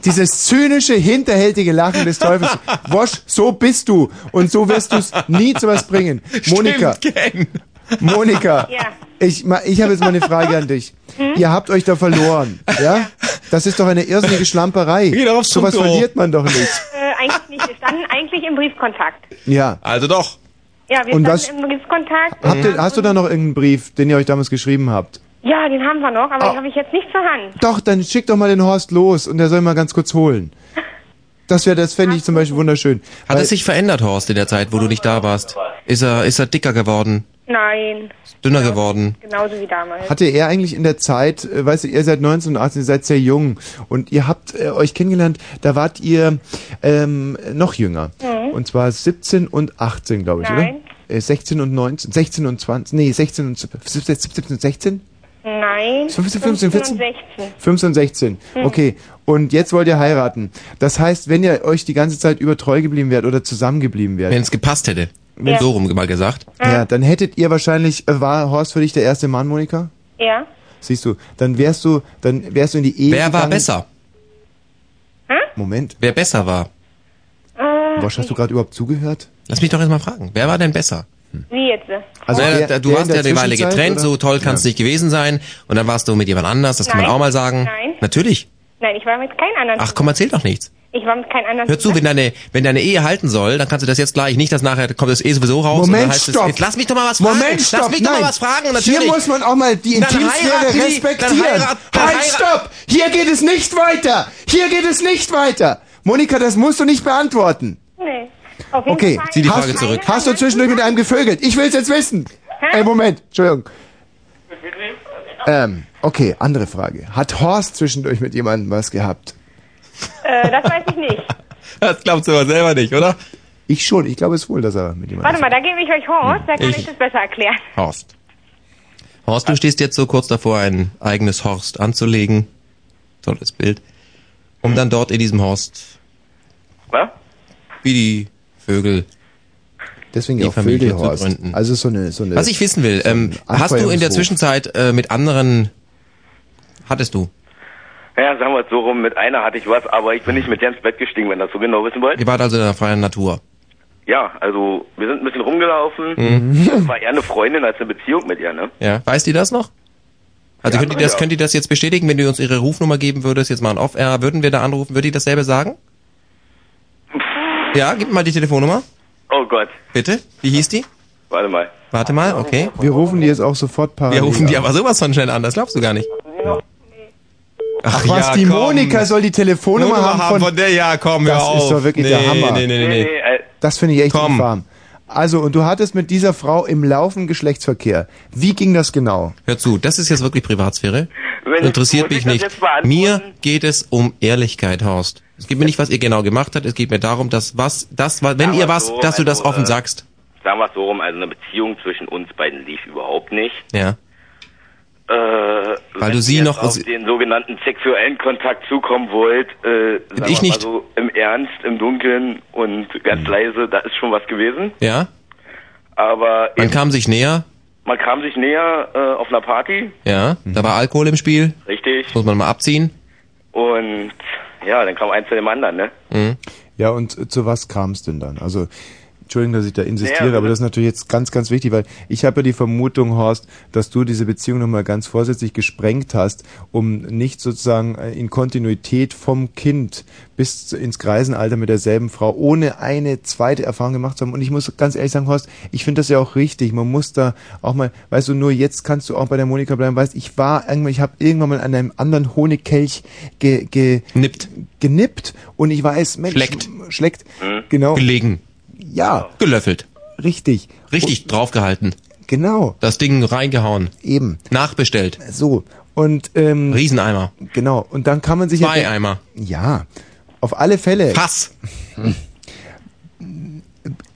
Speaker 3: Dieses zynische, hinterhältige Lachen des Teufels. Wosch, so bist du. Und so wirst du es nie zu was bringen. Monika. Monika.
Speaker 12: Ja.
Speaker 3: Ich, ma- ich habe jetzt mal eine Frage an dich.
Speaker 12: Hm?
Speaker 3: Ihr habt euch da verloren. Ja? Das ist doch eine irrsinnige Schlamperei. So was
Speaker 1: Konto.
Speaker 3: verliert man doch nicht.
Speaker 12: Äh, eigentlich nicht. Wir standen eigentlich im Briefkontakt.
Speaker 3: Ja.
Speaker 1: Also doch. Mhm.
Speaker 12: Ja, wir
Speaker 3: Und
Speaker 12: standen
Speaker 3: was-
Speaker 12: im Briefkontakt.
Speaker 3: Habt ihr, hast du da noch irgendeinen Brief, den ihr euch damals geschrieben habt?
Speaker 12: Ja, den haben wir noch,
Speaker 1: Ah.
Speaker 12: aber den habe ich jetzt nicht zur Hand.
Speaker 3: Doch, dann schick doch mal den Horst los und der soll mal ganz kurz holen. Das wäre, das fände ich zum Beispiel wunderschön.
Speaker 1: Hat
Speaker 3: Weil-
Speaker 1: es sich verändert, Horst, in der Zeit, wo du nicht da warst? Ist er, ist er dicker geworden?
Speaker 12: Nein,
Speaker 1: Dünner geworden?
Speaker 12: genauso wie damals.
Speaker 3: Hatte er eigentlich in der Zeit, äh, weißt du, ihr seid 19 und 18, ihr seid sehr jung und ihr habt äh, euch kennengelernt, da wart ihr ähm, noch jünger.
Speaker 12: Mhm.
Speaker 3: Und zwar 17 und 18, glaube ich,
Speaker 12: Nein.
Speaker 3: oder? Äh, 16 und 19, 16 und 20, nee, 16 und 17, 17 und 16?
Speaker 12: Nein.
Speaker 3: 15, 15, 14?
Speaker 12: 16.
Speaker 3: 15 und 16.
Speaker 12: Mhm.
Speaker 3: Okay. Und jetzt wollt ihr heiraten. Das heißt, wenn ihr euch die ganze Zeit über treu geblieben wärt oder zusammengeblieben wärt.
Speaker 1: Wenn es gepasst hätte.
Speaker 3: Ja.
Speaker 1: So rum mal gesagt.
Speaker 3: ja, dann hättet ihr wahrscheinlich, äh, war Horst für dich der erste Mann, Monika?
Speaker 12: Ja.
Speaker 3: Siehst du, dann wärst du, dann wärst du in die Ehe.
Speaker 1: Wer war
Speaker 3: gegangen.
Speaker 1: besser?
Speaker 3: Moment.
Speaker 1: Wer besser war?
Speaker 12: Äh,
Speaker 3: Wasch, hast du gerade überhaupt zugehört?
Speaker 1: Lass mich doch erst mal fragen. Wer war denn besser?
Speaker 12: wie jetzt?
Speaker 1: Also
Speaker 3: der-
Speaker 1: du
Speaker 3: der in
Speaker 1: warst
Speaker 3: der
Speaker 1: ja eine Weile
Speaker 3: Zwischenzeit,
Speaker 1: getrennt,
Speaker 3: oder?
Speaker 1: so toll kann es
Speaker 3: Ja.
Speaker 1: nicht gewesen sein. Und dann warst du mit jemand anders, das kann man
Speaker 12: Nein.
Speaker 1: auch mal sagen.
Speaker 12: Nein.
Speaker 1: Natürlich.
Speaker 12: Nein, ich war mit keinem anderen.
Speaker 1: Ach komm, erzähl doch nichts.
Speaker 12: Ich war mit keinem anderen.
Speaker 1: Hör zu, wenn
Speaker 12: zusammen.
Speaker 1: deine, wenn deine Ehe halten soll, dann kannst du das jetzt gleich nicht, dass nachher kommt das eh sowieso raus. und dann
Speaker 3: Moment,
Speaker 1: heißt es,
Speaker 3: stopp.
Speaker 1: jetzt lass mich doch mal was
Speaker 3: Moment,
Speaker 1: fragen.
Speaker 3: stopp.
Speaker 1: Lass mich
Speaker 3: Nein.
Speaker 1: doch mal was fragen. Natürlich.
Speaker 3: Hier muss man auch mal die
Speaker 1: Dann
Speaker 3: Intimsphäre
Speaker 1: heirat die-
Speaker 3: respektieren.
Speaker 1: Dann heirat, dann
Speaker 3: halt,
Speaker 1: heirat,
Speaker 3: stopp! Hier geht es nicht weiter! Hier geht es nicht weiter! Monika, das musst du nicht beantworten.
Speaker 12: Nee. Auf jeden
Speaker 3: Okay,
Speaker 12: Fall.
Speaker 3: hast, Hast du zwischendurch mit einem gevögelt? Ich will es jetzt wissen. Ey, Moment, Entschuldigung. Ähm, okay, andere Frage. Hat Horst zwischendurch mit jemandem was gehabt?
Speaker 12: Äh, das weiß ich
Speaker 1: *laughs*
Speaker 12: nicht.
Speaker 1: Das glaubst du aber selber nicht, oder?
Speaker 3: Ich schon. Ich glaube es wohl, dass er mit jemandem.
Speaker 12: Warte mal, da gebe ich euch Horst, da kann
Speaker 1: Ich-
Speaker 12: ich das besser erklären.
Speaker 1: Horst. Horst, du stehst jetzt so kurz davor, ein eigenes Horst anzulegen. Tolles Bild. Um dann dort in diesem Horst.
Speaker 11: Was?
Speaker 1: Wie die Vögel.
Speaker 3: Deswegen
Speaker 1: die
Speaker 3: auch
Speaker 1: Familie
Speaker 3: Vögelhorst.
Speaker 1: zu gründen.
Speaker 3: Also so eine, so eine.
Speaker 1: Was ich wissen will, ähm,
Speaker 3: ein
Speaker 1: hast du in der
Speaker 3: Abfeuerungshof.
Speaker 1: Zwischenzeit äh, mit anderen. Hattest du?
Speaker 11: Naja, sagen wir es so rum, mit einer hatte ich was, aber ich bin nicht mit der ins Bett gestiegen, wenn das so genau wissen wollt.
Speaker 1: Ihr wart also in der freien Natur.
Speaker 11: Ja, also wir sind ein bisschen rumgelaufen.
Speaker 1: Mhm.
Speaker 11: Das war eher eine Freundin als eine Beziehung mit ihr, ne?
Speaker 1: Ja. Weiß die das noch? Also
Speaker 11: Ja,
Speaker 1: könnt, ihr das,
Speaker 11: ja.
Speaker 1: könnt ihr das jetzt bestätigen, wenn du uns ihre Rufnummer geben würdest, jetzt mal ein Off-Air, würden wir da anrufen, würde die dasselbe sagen? Ja, gib mir mal die Telefonnummer,
Speaker 11: Oh Gott,
Speaker 1: bitte. Wie hieß die?
Speaker 11: warte mal.
Speaker 1: Warte mal, okay.
Speaker 3: Wir rufen die jetzt auch sofort parallel.
Speaker 1: Wir rufen die
Speaker 3: an.
Speaker 1: aber sowas von schnell an, das glaubst du gar nicht. Ach,
Speaker 3: Was, die
Speaker 1: komm.
Speaker 3: Monika soll die Telefonnummer
Speaker 1: Nur
Speaker 3: haben von,
Speaker 1: von, der, ja, komm, hör
Speaker 3: Das
Speaker 1: auf.
Speaker 3: ist doch wirklich
Speaker 1: nee,
Speaker 3: der Hammer.
Speaker 1: Nee, nee, nee, äh, nee.
Speaker 3: Das finde ich echt infam. Also, und du hattest mit dieser Frau im Laufen Geschlechtsverkehr. Wie ging das genau?
Speaker 1: Hör zu, das ist jetzt wirklich Privatsphäre.
Speaker 3: Wenn ich-
Speaker 1: Interessiert
Speaker 3: muss ich
Speaker 1: mich
Speaker 3: das
Speaker 1: nicht.
Speaker 3: jetzt beantworten?
Speaker 1: Mir geht es um Ehrlichkeit, Horst. Es geht mir nicht, was ihr genau gemacht habt, es geht mir darum, dass was, das, was, wenn
Speaker 11: Aber
Speaker 1: ihr was,
Speaker 11: so,
Speaker 1: dass du das
Speaker 11: also,
Speaker 1: offen
Speaker 11: äh,
Speaker 1: sagst.
Speaker 11: Sagen wir es so rum, also eine Beziehung zwischen uns beiden lief überhaupt nicht.
Speaker 1: Ja.
Speaker 11: Äh, Weil
Speaker 1: du sie noch-
Speaker 11: auf den sogenannten sexuellen Kontakt zukommen wollt, äh, sagen
Speaker 1: Ich
Speaker 11: wir
Speaker 1: nicht. Hm.
Speaker 11: Mal so im Ernst, im Dunkeln und ganz leise, da ist schon was gewesen.
Speaker 1: Ja?
Speaker 11: Aber
Speaker 1: Man kam sich näher,
Speaker 11: man kam sich näher äh, auf einer Party,
Speaker 1: ja, da war Alkohol im Spiel,
Speaker 11: richtig.
Speaker 1: muss man mal abziehen.
Speaker 11: Und ja, dann kam eins zu dem anderen, ne?
Speaker 1: Mhm.
Speaker 3: Ja, und äh, zu was kam es denn dann? Also, Entschuldigung, dass ich da insistiere,
Speaker 11: Naja,
Speaker 3: aber das ist natürlich jetzt ganz, ganz wichtig, weil ich habe ja die Vermutung, Horst, dass du diese Beziehung nochmal ganz vorsätzlich gesprengt hast, um nicht sozusagen äh, in Kontinuität vom Kind bis zu- ins Greisenalter mit derselben Frau ohne eine zweite Erfahrung gemacht zu haben. Und ich muss ganz ehrlich sagen, Horst, ich finde das ja auch richtig. Man muss da auch mal, weißt du, nur jetzt kannst du auch bei der Monika bleiben, weißt, ich war irgendwann, ich habe irgendwann mal an einem anderen Honigkelch ge, ge, genippt und ich weiß, Mensch,
Speaker 1: Schleckt.
Speaker 3: schlägt. Genau.
Speaker 1: Gelegen.
Speaker 3: Ja.
Speaker 1: Gelöffelt.
Speaker 3: Richtig.
Speaker 1: Richtig draufgehalten.
Speaker 3: Genau.
Speaker 1: Das Ding reingehauen.
Speaker 3: Eben.
Speaker 1: Nachbestellt.
Speaker 3: So. Und ähm,
Speaker 1: Rieseneimer.
Speaker 3: Genau. Und dann kann man sich
Speaker 1: Zwei Eimer.
Speaker 3: Ja. Auf alle Fälle.
Speaker 1: Pass.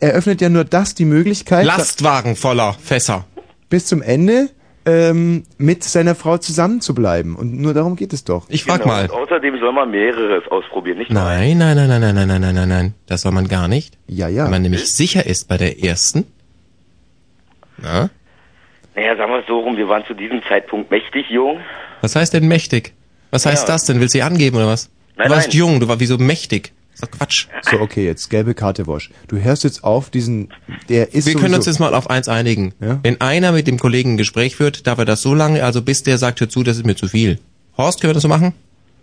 Speaker 3: Eröffnet ja nur das die Möglichkeit.
Speaker 1: Lastwagen voller Fässer.
Speaker 3: bis zum Ende ähm, mit seiner Frau zusammen zu bleiben. Und nur darum geht es doch.
Speaker 1: Ich frag
Speaker 11: Genau.
Speaker 1: mal.
Speaker 11: Und außerdem soll man mehreres ausprobieren, nicht?
Speaker 1: Nein, nein, nein, nein, nein, nein, nein, nein, nein, nein. Das soll man gar nicht.
Speaker 3: Ja, ja.
Speaker 1: Wenn man nämlich sicher ist bei der ersten. Na?
Speaker 11: Naja, sagen wir es so rum, wir waren zu diesem Zeitpunkt mächtig jung.
Speaker 1: Was heißt denn mächtig? Was heißt
Speaker 11: Ja.
Speaker 1: das denn? Willst du sie angeben oder was?
Speaker 11: Nein,
Speaker 1: du warst
Speaker 11: nein.
Speaker 1: jung, du warst wieso mächtig? Das ist doch Quatsch.
Speaker 3: So, okay, jetzt gelbe Karte, Wosch. Du hörst jetzt auf diesen, der ist
Speaker 1: Wir können uns
Speaker 3: sowieso-
Speaker 1: jetzt mal auf eins einigen. Wenn einer mit dem Kollegen ein Gespräch führt, darf er das so lange, also bis der sagt, hör zu, das ist mir zu viel. Horst, können wir das so machen?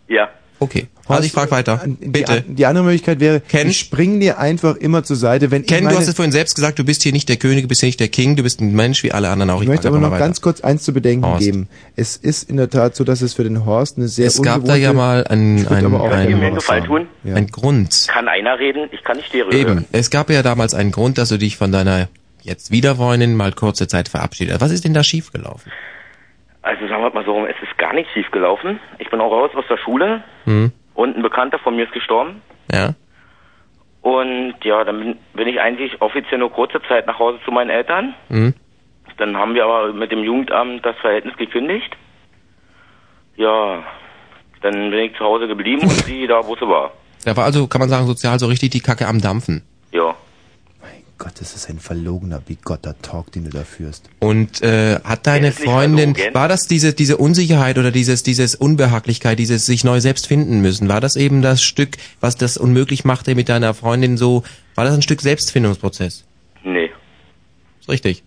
Speaker 11: Ja.
Speaker 1: Okay. Also ich frag weiter. Bitte.
Speaker 3: äh, Die, die andere Möglichkeit wäre, ich spring dir einfach immer zur Seite, wenn ich
Speaker 1: Ken,
Speaker 3: meine,
Speaker 1: du hast es vorhin selbst gesagt, du bist hier nicht der König, du bist hier nicht der King, du bist ein Mensch wie alle anderen auch.
Speaker 3: Ich
Speaker 1: frag
Speaker 3: möchte aber
Speaker 1: einfach mal
Speaker 3: noch
Speaker 1: weiter.
Speaker 3: ganz kurz eins zu bedenken
Speaker 1: Horst.
Speaker 3: geben. Es ist in der Tat so, dass es für den Horst eine sehr
Speaker 1: Es gab da
Speaker 3: ungewohnte-
Speaker 1: ja mal einen,
Speaker 3: Ich würd
Speaker 1: einen,
Speaker 3: aber auch
Speaker 1: einen,
Speaker 3: gerne
Speaker 11: Mir einen Gefallen tun.
Speaker 1: einen Grund.
Speaker 11: Kann einer reden? Ich kann nicht dir reden.
Speaker 1: Eben. Es gab ja damals einen Grund, dass du dich von deiner jetzt Wiederfreundin mal kurze Zeit verabschiedet hast. Was ist denn da schiefgelaufen?
Speaker 11: Also sagen wir mal so rum, es ist gar nicht schief gelaufen. Ich bin auch raus aus der Schule
Speaker 1: Hm.
Speaker 11: und ein Bekannter von mir ist gestorben.
Speaker 1: Ja.
Speaker 11: Und ja, dann bin- bin ich eigentlich offiziell nur kurze Zeit nach Hause zu meinen Eltern.
Speaker 1: Hm.
Speaker 11: Dann haben wir aber mit dem Jugendamt das Verhältnis gekündigt. Ja, dann bin ich zu Hause geblieben
Speaker 1: *laughs*
Speaker 11: und sie da, wo sie war.
Speaker 1: Da war also, kann man sagen, sozial so richtig die Kacke am Dampfen.
Speaker 11: Ja.
Speaker 3: Gott, das ist ein verlogener, bigotter Talk, den du da führst.
Speaker 1: Und äh, hat deine
Speaker 3: ist nicht
Speaker 1: Freundin,
Speaker 3: verlogen.
Speaker 1: war das diese, diese Unsicherheit oder dieses, dieses Unbehaglichkeit, dieses sich neu selbst finden müssen? War das eben das Stück, was das unmöglich machte mit deiner Freundin so? War das ein Stück Selbstfindungsprozess?
Speaker 11: Nee.
Speaker 1: Ist richtig.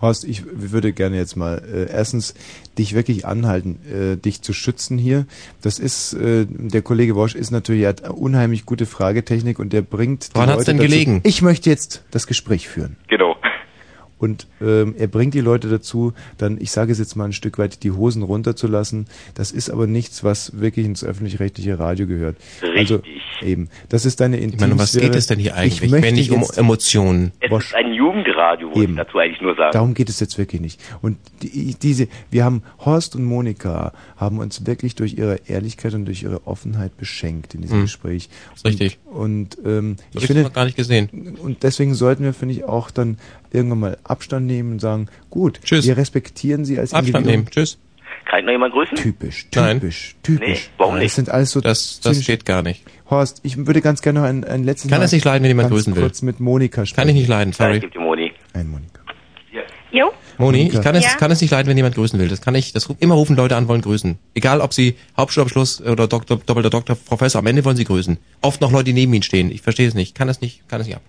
Speaker 3: Horst, ich würde gerne jetzt mal äh, erstens dich wirklich anhalten, äh, dich zu schützen hier. Das ist, äh, der Kollege Wosch ist natürlich, er hat eine unheimlich gute Fragetechnik und der bringt. die
Speaker 1: Woran hat's
Speaker 3: Leute
Speaker 1: denn
Speaker 3: dazu-
Speaker 1: gelegen?
Speaker 3: Ich möchte jetzt das Gespräch führen.
Speaker 11: Genau.
Speaker 3: Und ähm, er bringt die Leute dazu, dann, ich sage es jetzt mal ein Stück weit, die Hosen runterzulassen. Das ist aber nichts, was wirklich ins öffentlich-rechtliche Radio gehört. Also eben, das ist deine
Speaker 1: Ich meine, um was geht
Speaker 3: Intimsphäre.
Speaker 1: es denn hier
Speaker 3: äh, Ich
Speaker 1: eigentlich,
Speaker 3: möchte
Speaker 1: wenn nicht um
Speaker 3: jetzt-
Speaker 1: Emotionen?
Speaker 11: Es ist ein Jugendradio, wollte ich dazu eigentlich nur sagen.
Speaker 3: Darum geht es jetzt wirklich nicht. Und die, diese, wir haben Horst und Monika haben uns wirklich durch ihre Ehrlichkeit und durch ihre Offenheit beschenkt in diesem
Speaker 1: Hm.
Speaker 3: Gespräch.
Speaker 1: Ist richtig.
Speaker 3: Und, und ähm,
Speaker 1: hab
Speaker 3: ich
Speaker 1: ich
Speaker 3: finde,
Speaker 1: noch gar nicht gesehen.
Speaker 3: Und deswegen sollten wir, finde ich, auch dann irgendwann mal Abstand nehmen und sagen: Gut, wir respektieren Sie als
Speaker 1: Abstand
Speaker 3: Individuum.
Speaker 1: nehmen. Tschüss.
Speaker 11: Kann ich noch jemand grüßen?
Speaker 3: Typisch, typisch, typisch.
Speaker 11: Nee, warum
Speaker 3: Ja,
Speaker 11: nicht?
Speaker 3: Das sind alles so das,
Speaker 1: Das geht gar nicht.
Speaker 3: Horst, ich würde ganz gerne noch ein, ein letztes
Speaker 1: Kann
Speaker 3: Mal
Speaker 1: es nicht leiden, wenn jemand
Speaker 3: ganz
Speaker 1: grüßen will.
Speaker 3: kurz mit Monika sprechen.
Speaker 1: Kann ich nicht leiden,
Speaker 11: Ja, ich
Speaker 1: sorry.
Speaker 11: gebe dir Moni.
Speaker 3: Ein
Speaker 9: Jo?
Speaker 1: Moni, ich
Speaker 3: Monika.
Speaker 1: kann es,
Speaker 9: Ja?
Speaker 1: kann es nicht leiden, wenn jemand grüßen will. Das kann ich, das ru- immer rufen Leute an, wollen grüßen. Egal, ob sie Hauptschulabschluss oder Doktor, doppelter Doktor, Professor, am Ende wollen sie grüßen. Oft noch Leute, die neben ihnen stehen. Ich verstehe es nicht. Kann es nicht, kann es nicht ab.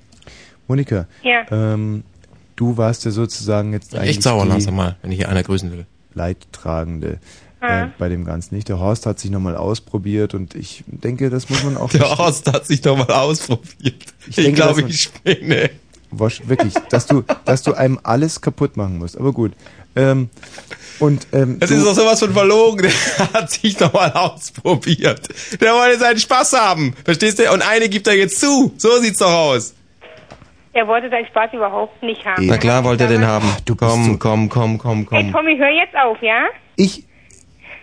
Speaker 3: Monika,
Speaker 9: Ja.
Speaker 3: ähm, du warst ja sozusagen jetzt
Speaker 1: Echt
Speaker 3: eigentlich
Speaker 1: sauer
Speaker 3: die
Speaker 1: langsam mal, wenn ich hier einer grüßen will.
Speaker 3: Leidtragende äh,
Speaker 1: Ja.
Speaker 3: bei dem Ganzen. Nicht? Der Horst hat sich nochmal ausprobiert und ich denke, das muss man auch...
Speaker 1: Der Horst hat sich doch mal ausprobiert. Ich,
Speaker 3: denke,
Speaker 1: glaube,
Speaker 3: dass
Speaker 1: ich ne? spinne.
Speaker 3: Wasch, wirklich, dass du, dass du einem alles kaputt machen musst. Aber gut. Ähm, und ähm,
Speaker 1: Das
Speaker 3: du-
Speaker 1: ist doch sowas von verlogen. Der hat sich doch mal ausprobiert. Der wollte seinen Spaß haben. Verstehst du? Und eine gibt er jetzt zu. So sieht's doch aus.
Speaker 12: Er wollte seinen Spaß überhaupt nicht haben.
Speaker 1: Na klar wollte er den haben. Du komm, komm, komm, komm,
Speaker 12: Hey
Speaker 1: komm.
Speaker 12: Tommy, hör jetzt auf, ja?
Speaker 3: Ich.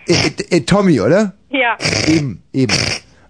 Speaker 3: Äh, äh, äh, Tommy, oder?
Speaker 12: Ja.
Speaker 3: Eben, eben.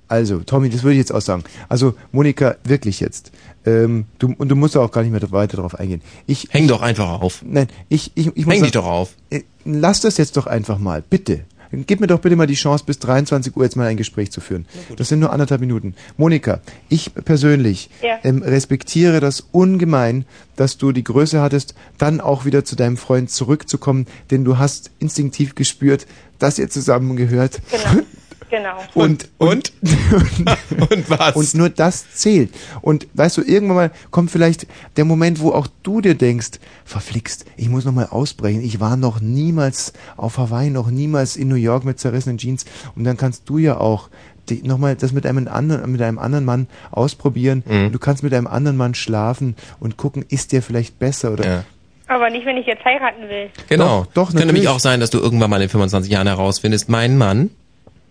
Speaker 3: Also, Tommy, das würde ich jetzt auch sagen. Also, Monika, wirklich jetzt. Ähm, du, und du musst da auch gar nicht mehr weiter drauf eingehen. Ich,
Speaker 1: Häng doch einfach auf.
Speaker 3: Nein, ich, ich, ich muss
Speaker 1: Häng dich doch
Speaker 3: sagen,
Speaker 1: auf.
Speaker 3: äh, Lass das jetzt doch einfach mal, bitte. Gib mir doch bitte mal die Chance, bis 23 Uhr jetzt mal ein Gespräch zu führen. Das sind nur anderthalb Minuten. Monika, ich persönlich
Speaker 4: Ja.
Speaker 3: ähm, respektiere das ungemein, dass du die Größe hattest, dann auch wieder zu deinem Freund zurückzukommen, denn du hast instinktiv gespürt, dass ihr zusammengehört. *laughs*
Speaker 12: Genau.
Speaker 3: Und, und,
Speaker 1: *laughs* und, was?
Speaker 3: Und nur das zählt. Und weißt du, irgendwann mal kommt vielleicht der Moment, wo auch du dir denkst, verflixt, ich muss nochmal ausbrechen. Ich war noch niemals auf Hawaii, noch niemals in New York mit zerrissenen Jeans. Und dann kannst du ja auch nochmal das mit einem anderen, mit einem anderen Mann ausprobieren.
Speaker 1: Mhm.
Speaker 3: Und du kannst mit einem anderen Mann schlafen und gucken, ist der vielleicht besser oder.
Speaker 12: Aber nicht, wenn ich jetzt heiraten will.
Speaker 1: Genau.
Speaker 3: Doch, doch,
Speaker 1: es könnte nämlich
Speaker 3: natürlich.
Speaker 1: auch sein, dass du irgendwann mal in 25 Jahren herausfindest, mein Mann,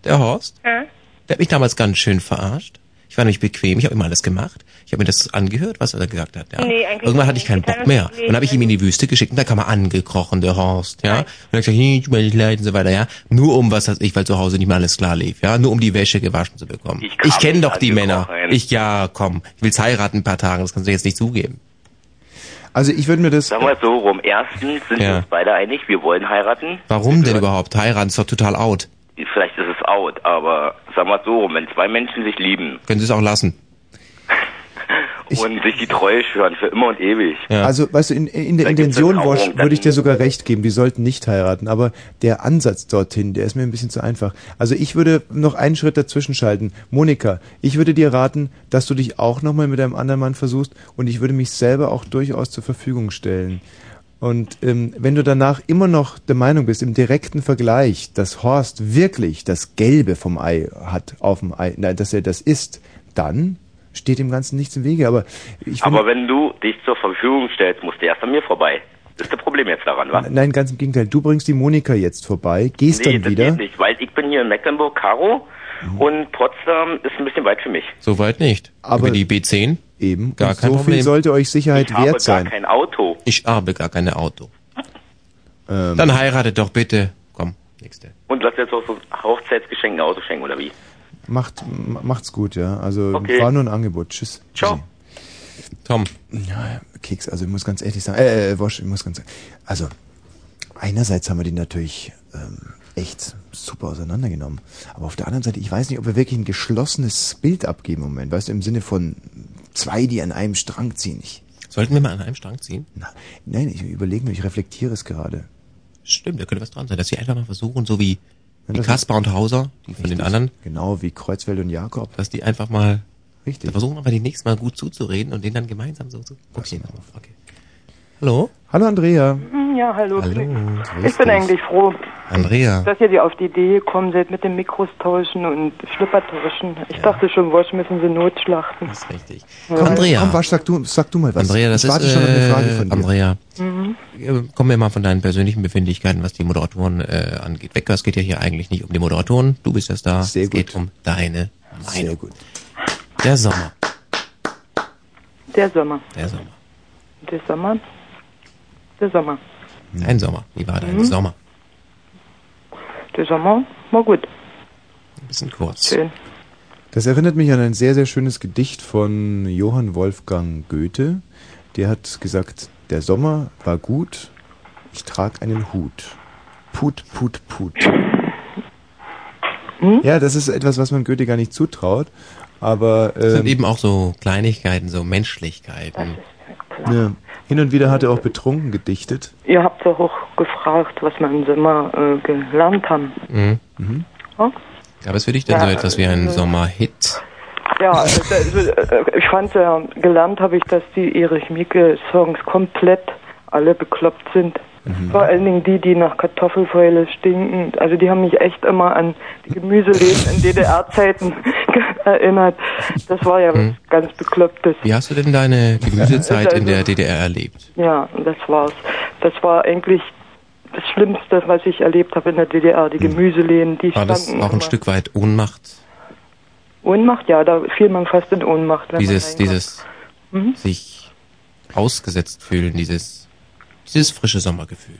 Speaker 1: der Horst,
Speaker 12: Ja?
Speaker 1: Der hat mich damals ganz schön verarscht. Ich war nämlich bequem, ich habe immer alles gemacht. Ich habe mir das angehört, was er da gesagt hat. Ja.
Speaker 13: Nee, eigentlich
Speaker 1: Irgendwann hatte ich
Speaker 13: nicht.
Speaker 1: keinen
Speaker 13: Wir können
Speaker 1: Bock
Speaker 13: uns
Speaker 1: mehr.
Speaker 13: nicht
Speaker 1: Und dann habe ich ihn in die Wüste geschickt und da kam er angekrochen, der Horst. Ja. Und er hat gesagt, "Hm, hey, ich will nicht leiden und so weiter. Ja. Nur um, was weiß ich, weil zu Hause nicht mal alles klar lief. Ja. Nur um die Wäsche gewaschen zu bekommen. Ich,
Speaker 13: kam
Speaker 1: kenne
Speaker 13: nicht
Speaker 1: doch die Männer.
Speaker 13: angekrochen.
Speaker 1: Ich, ja, komm. Ich will's heiraten ein paar Tage, das kannst du jetzt nicht zugeben.
Speaker 3: Also ich würde mir das...
Speaker 11: Sagen wir es so rum. Erstens sind
Speaker 1: Ja.
Speaker 11: wir uns beide einig, wir wollen heiraten.
Speaker 1: Warum denn überhaupt? Heiraten ist doch total out.
Speaker 11: Vielleicht ist es out, aber sagen wir es so rum. Wenn zwei Menschen sich lieben
Speaker 1: Können Sie es auch lassen.
Speaker 11: und sich die Treue schwören für immer und ewig.
Speaker 3: Also, weißt du, in, in der
Speaker 11: Da gibt's
Speaker 3: Intention,
Speaker 11: eine
Speaker 3: Wosch,
Speaker 11: Trauung,
Speaker 3: würde ich dir sogar recht geben, die sollten nicht heiraten, aber der Ansatz dorthin, der ist mir ein bisschen zu einfach. Also ich würde noch einen Schritt dazwischen schalten. Monika, ich würde dir raten, dass du dich auch nochmal mit einem anderen Mann versuchst und ich würde mich selber auch durchaus zur Verfügung stellen. Und ähm, wenn du danach immer noch der Meinung bist, im direkten Vergleich, dass Horst wirklich das Gelbe vom Ei hat, auf dem Ei, nein, dass er das ist, dann steht dem Ganzen nichts im Wege. Aber ich finde,
Speaker 11: aber wenn du dich zur Verfügung stellst, musst du erst an mir vorbei. Das ist das Problem jetzt daran, wa?
Speaker 3: Nein, ganz im Gegenteil. Du bringst die Monika jetzt vorbei, gehst
Speaker 11: nee,
Speaker 3: dann
Speaker 11: das
Speaker 3: wieder. Mhm.
Speaker 11: geht nicht, weil ich bin hier in Mecklenburg-Karo und Potsdam ist ein bisschen weit für mich.
Speaker 1: Soweit nicht. Aber Über die B10?
Speaker 3: Eben.
Speaker 1: Gar
Speaker 3: Und
Speaker 1: kein
Speaker 3: so viel
Speaker 1: Problem.
Speaker 3: sollte euch Sicherheit
Speaker 11: Ich habe
Speaker 3: wert
Speaker 11: gar
Speaker 3: sein.
Speaker 11: kein Auto.
Speaker 1: Ich habe gar keine Auto.
Speaker 3: Ähm.
Speaker 1: Dann halt- heiratet doch bitte. Komm.
Speaker 11: Und lass jetzt auch so Hochzeitsgeschenk ein Auto schenken, oder wie?
Speaker 3: Macht, m- macht's gut, ja. Also
Speaker 11: Okay.
Speaker 3: war nur ein Angebot. Tschüss.
Speaker 11: Ciao.
Speaker 1: Tom.
Speaker 3: Ja, Keks, also ich muss ganz ehrlich sagen, äh, äh, Wosch, ich muss ganz Also, einerseits haben wir den natürlich ähm, echt super auseinandergenommen. Aber auf der anderen Seite, ich weiß nicht, ob wir wirklich ein geschlossenes Bild abgeben im Moment. Weißt du, im Sinne von zwei, die an einem Strang ziehen. Ich,
Speaker 1: Sollten wir mal an einem Strang ziehen?
Speaker 3: Na, nein, ich überlege nur, ich reflektiere es gerade.
Speaker 1: Stimmt, da könnte was dran sein, dass wir einfach mal versuchen, so wie,
Speaker 3: Ja,
Speaker 1: wie
Speaker 3: das-
Speaker 1: Kaspar und Hauser, die von den
Speaker 3: Richtig.
Speaker 1: anderen.
Speaker 3: Genau, wie Kreuzfeld und Jakob.
Speaker 1: Dass die einfach mal.
Speaker 3: Richtig.
Speaker 1: Da versuchen wir einfach die nächsten Mal gut zuzureden und denen dann gemeinsam so zu. Okay, okay. Hallo?
Speaker 3: Hallo Andrea.
Speaker 14: Ja, hallo.
Speaker 1: grüß
Speaker 14: Ich bin
Speaker 1: dich.
Speaker 14: eigentlich froh,
Speaker 1: Andrea.
Speaker 14: dass ihr die auf die Idee gekommen seid mit dem Mikros tauschen und Schlipper tauschen. Ich dachte schon, Wasch müssen sie notschlachten. Das
Speaker 1: ist richtig.
Speaker 14: Ja.
Speaker 1: Andrea.
Speaker 3: Komm, Wasch, sag du, sag du mal was.
Speaker 1: Andrea, das
Speaker 3: ich warte
Speaker 1: ist
Speaker 3: schon auf eine
Speaker 1: äh,
Speaker 3: Frage von dir.
Speaker 1: Andrea.
Speaker 14: Mhm.
Speaker 1: äh, Kommen wir mal von deinen persönlichen Befindlichkeiten, was die Moderatoren äh, angeht, weg. Es geht ja hier eigentlich nicht um die Moderatoren. Du bist der Star. Sehr es geht um deine Meinung. Sehr gut. Der Sommer.
Speaker 14: Der Sommer.
Speaker 1: Der Sommer.
Speaker 14: Der Sommer. Der Sommer.
Speaker 1: Dein Sommer. Wie war dein
Speaker 14: Mhm.
Speaker 1: Sommer?
Speaker 14: Der Sommer war gut.
Speaker 1: Ein bisschen kurz.
Speaker 14: Schön.
Speaker 3: Das erinnert mich an ein sehr, sehr schönes Gedicht von Johann Wolfgang Goethe. Der hat gesagt, der Sommer war gut, ich trag einen Hut. Put, put, put.
Speaker 14: Hm?
Speaker 3: Ja, das ist etwas, was man Goethe gar nicht zutraut, aber...
Speaker 1: Das sind
Speaker 3: ähm,
Speaker 1: eben auch so Kleinigkeiten, so Menschlichkeiten.
Speaker 3: ja. Hin und wieder hat er auch betrunken gedichtet.
Speaker 14: Ihr habt doch auch gefragt, was wir im Sommer äh, gelernt haben.
Speaker 1: Mhm.
Speaker 14: Ja?
Speaker 1: Gab es für dich denn
Speaker 14: Ja, also-
Speaker 1: so etwas wie einen Sommerhit?
Speaker 14: Ja, also, äh, ich fand ja, gelernt habe ich, dass die Erich Mieke-Songs komplett alle bekloppt sind.
Speaker 1: Mhm.
Speaker 14: Vor allen Dingen die, die nach Kartoffelfäule stinken. Also die haben mich echt immer an die Gemüseläden in DDR-Zeiten *laughs* erinnert. Das war ja was
Speaker 1: Mhm.
Speaker 14: ganz Beklopptes.
Speaker 1: Wie hast du denn deine Gemüsezeit in der DDR erlebt?
Speaker 14: Ja, und das war's. Das war eigentlich das Schlimmste, was ich erlebt habe in der DDR. Die Gemüseläden, die
Speaker 1: War Mhm. Ah, das
Speaker 14: standen
Speaker 1: auch ein
Speaker 14: immer.
Speaker 1: Stück weit Ohnmacht?
Speaker 14: Ohnmacht, ja, da fiel man fast in Ohnmacht. Wenn
Speaker 1: Dieses,
Speaker 14: man
Speaker 1: dieses
Speaker 14: reinkommt. Mhm.
Speaker 1: sich ausgesetzt fühlen, dieses, dieses frische Sommergefühl.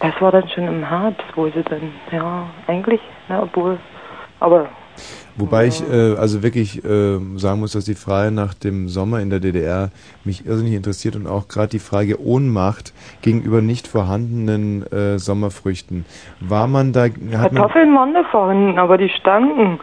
Speaker 14: Das war dann schon im Herbst, wo sie dann, ja, eigentlich, ne, obwohl, aber
Speaker 3: Wobei ich äh, also wirklich äh, sagen muss, dass die Frage nach dem Sommer in der DDR mich irrsinnig interessiert und auch gerade die Frage Ohnmacht gegenüber nicht vorhandenen äh, Sommerfrüchten. War man da... Hat man,
Speaker 14: Kartoffeln waren da vorhin, aber die stanken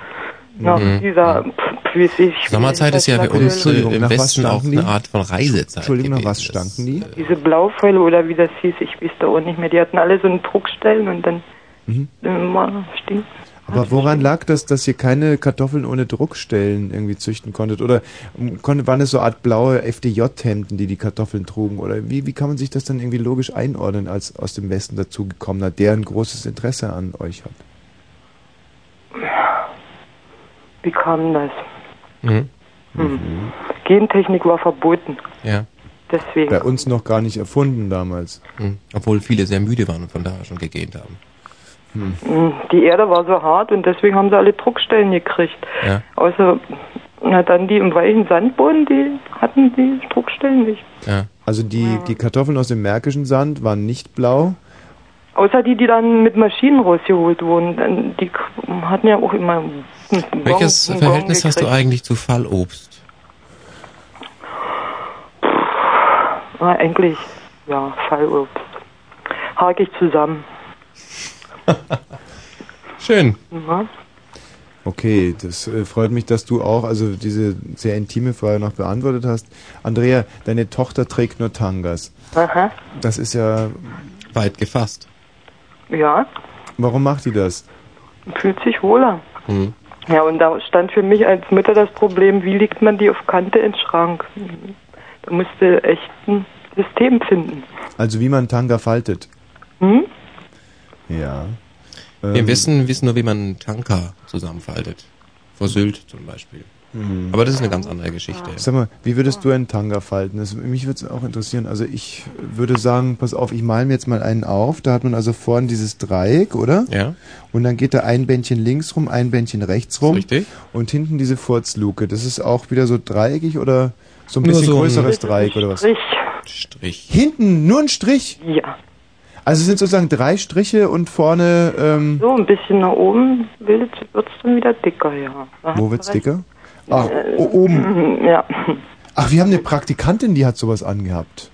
Speaker 14: nach
Speaker 3: Mhm.
Speaker 14: dieser, pf, wie sie sich...
Speaker 1: Sommerzeit ist ja bei uns äh,
Speaker 3: Entschuldigung,
Speaker 1: im
Speaker 3: nach was
Speaker 1: Westen äh, auch
Speaker 3: standen die?
Speaker 1: eine Art von Reisezeit.
Speaker 3: Entschuldigung, nach was stanken die?
Speaker 14: Diese Blaufäule oder wie das hieß, ich weiß da auch nicht mehr, die hatten alle so einen Druckstellen und dann
Speaker 3: Mhm.
Speaker 14: immer stinkt.
Speaker 3: Aber woran lag das, dass ihr keine Kartoffeln ohne Druckstellen irgendwie züchten konntet? Oder ähm, konnte, waren es so Art blaue FDJ-Hemden, die die Kartoffeln trugen? Oder wie, wie kann man sich das dann irgendwie logisch einordnen, als aus dem Westen dazugekommener, der ein großes Interesse an euch hat?
Speaker 14: Wie kam das?
Speaker 1: Mhm.
Speaker 14: Hm. Gentechnik war verboten,
Speaker 1: Ja. Hm.
Speaker 14: deswegen.
Speaker 3: Bei uns noch gar nicht erfunden damals.
Speaker 1: Obwohl viele sehr müde waren und von daher schon gegähnt haben.
Speaker 14: Hm, Die Erde war so hart und deswegen haben sie alle Druckstellen gekriegt.
Speaker 1: Ja.
Speaker 14: Außer, na dann die im weichen Sandboden, die hatten die Druckstellen nicht.
Speaker 3: Also die, die Kartoffeln aus dem märkischen Sand waren nicht blau.
Speaker 14: Außer die, die dann mit Maschinen rausgeholt wurden. Dann- Die k- hatten ja auch immer einen Gong-
Speaker 1: Welches
Speaker 14: einen Gong
Speaker 1: Verhältnis hast du
Speaker 14: gekriegt.
Speaker 1: eigentlich zu Fallobst?
Speaker 14: Ja, Ah, eigentlich, ja, Fallobst. Hake ich zusammen.
Speaker 1: Schön.
Speaker 14: Ja.
Speaker 3: Okay, das äh, freut mich, dass du auch also diese sehr intime Frage noch beantwortet hast. Andrea, deine Tochter trägt nur Tangas.
Speaker 14: Aha.
Speaker 3: Das ist ja
Speaker 1: weit gefasst.
Speaker 14: ja,
Speaker 3: Warum macht die das?
Speaker 14: fühlt sich wohler.
Speaker 1: Mhm.
Speaker 14: Ja, und da stand für mich als Mutter das Problem, wie legt man die auf Kante in den Schrank? Da musste echt ein System finden.
Speaker 3: Also wie man Tanga faltet.
Speaker 14: Hm?
Speaker 3: Ja. ähm,
Speaker 1: Wir wissen, wissen nur, wie man Tanker zusammenfaltet. Vor Sylt zum Beispiel.
Speaker 3: Mhm.
Speaker 1: Aber das ist eine ganz andere Geschichte.
Speaker 3: Sag mal, wie würdest du einen Tanga falten? Das, mich würde es auch interessieren. Also ich würde sagen, pass auf, ich male mir jetzt mal einen auf. Da hat man also vorne dieses Dreieck, oder?
Speaker 1: Ja.
Speaker 3: Und dann geht da ein Bändchen links rum, ein Bändchen rechts rum.
Speaker 1: Richtig.
Speaker 3: Und hinten diese Furzluke. Das ist auch wieder so dreieckig oder so ein
Speaker 1: Nur
Speaker 3: bisschen
Speaker 1: so ein-
Speaker 3: größeres Dreieck oder was?
Speaker 14: Strich.
Speaker 1: Strich.
Speaker 3: Hinten nur ein Strich?
Speaker 14: Ja.
Speaker 3: Also es sind sozusagen drei Striche und vorne... Ähm,
Speaker 14: So, ein bisschen nach oben bildet wird's dann wieder dicker, ja. Da
Speaker 3: Wo
Speaker 14: hast
Speaker 3: wird's
Speaker 14: du recht.
Speaker 3: dicker? Ah,
Speaker 14: Äh,
Speaker 3: o- oben.
Speaker 14: Ja.
Speaker 3: Ach, wir haben eine Praktikantin, die hat sowas angehabt.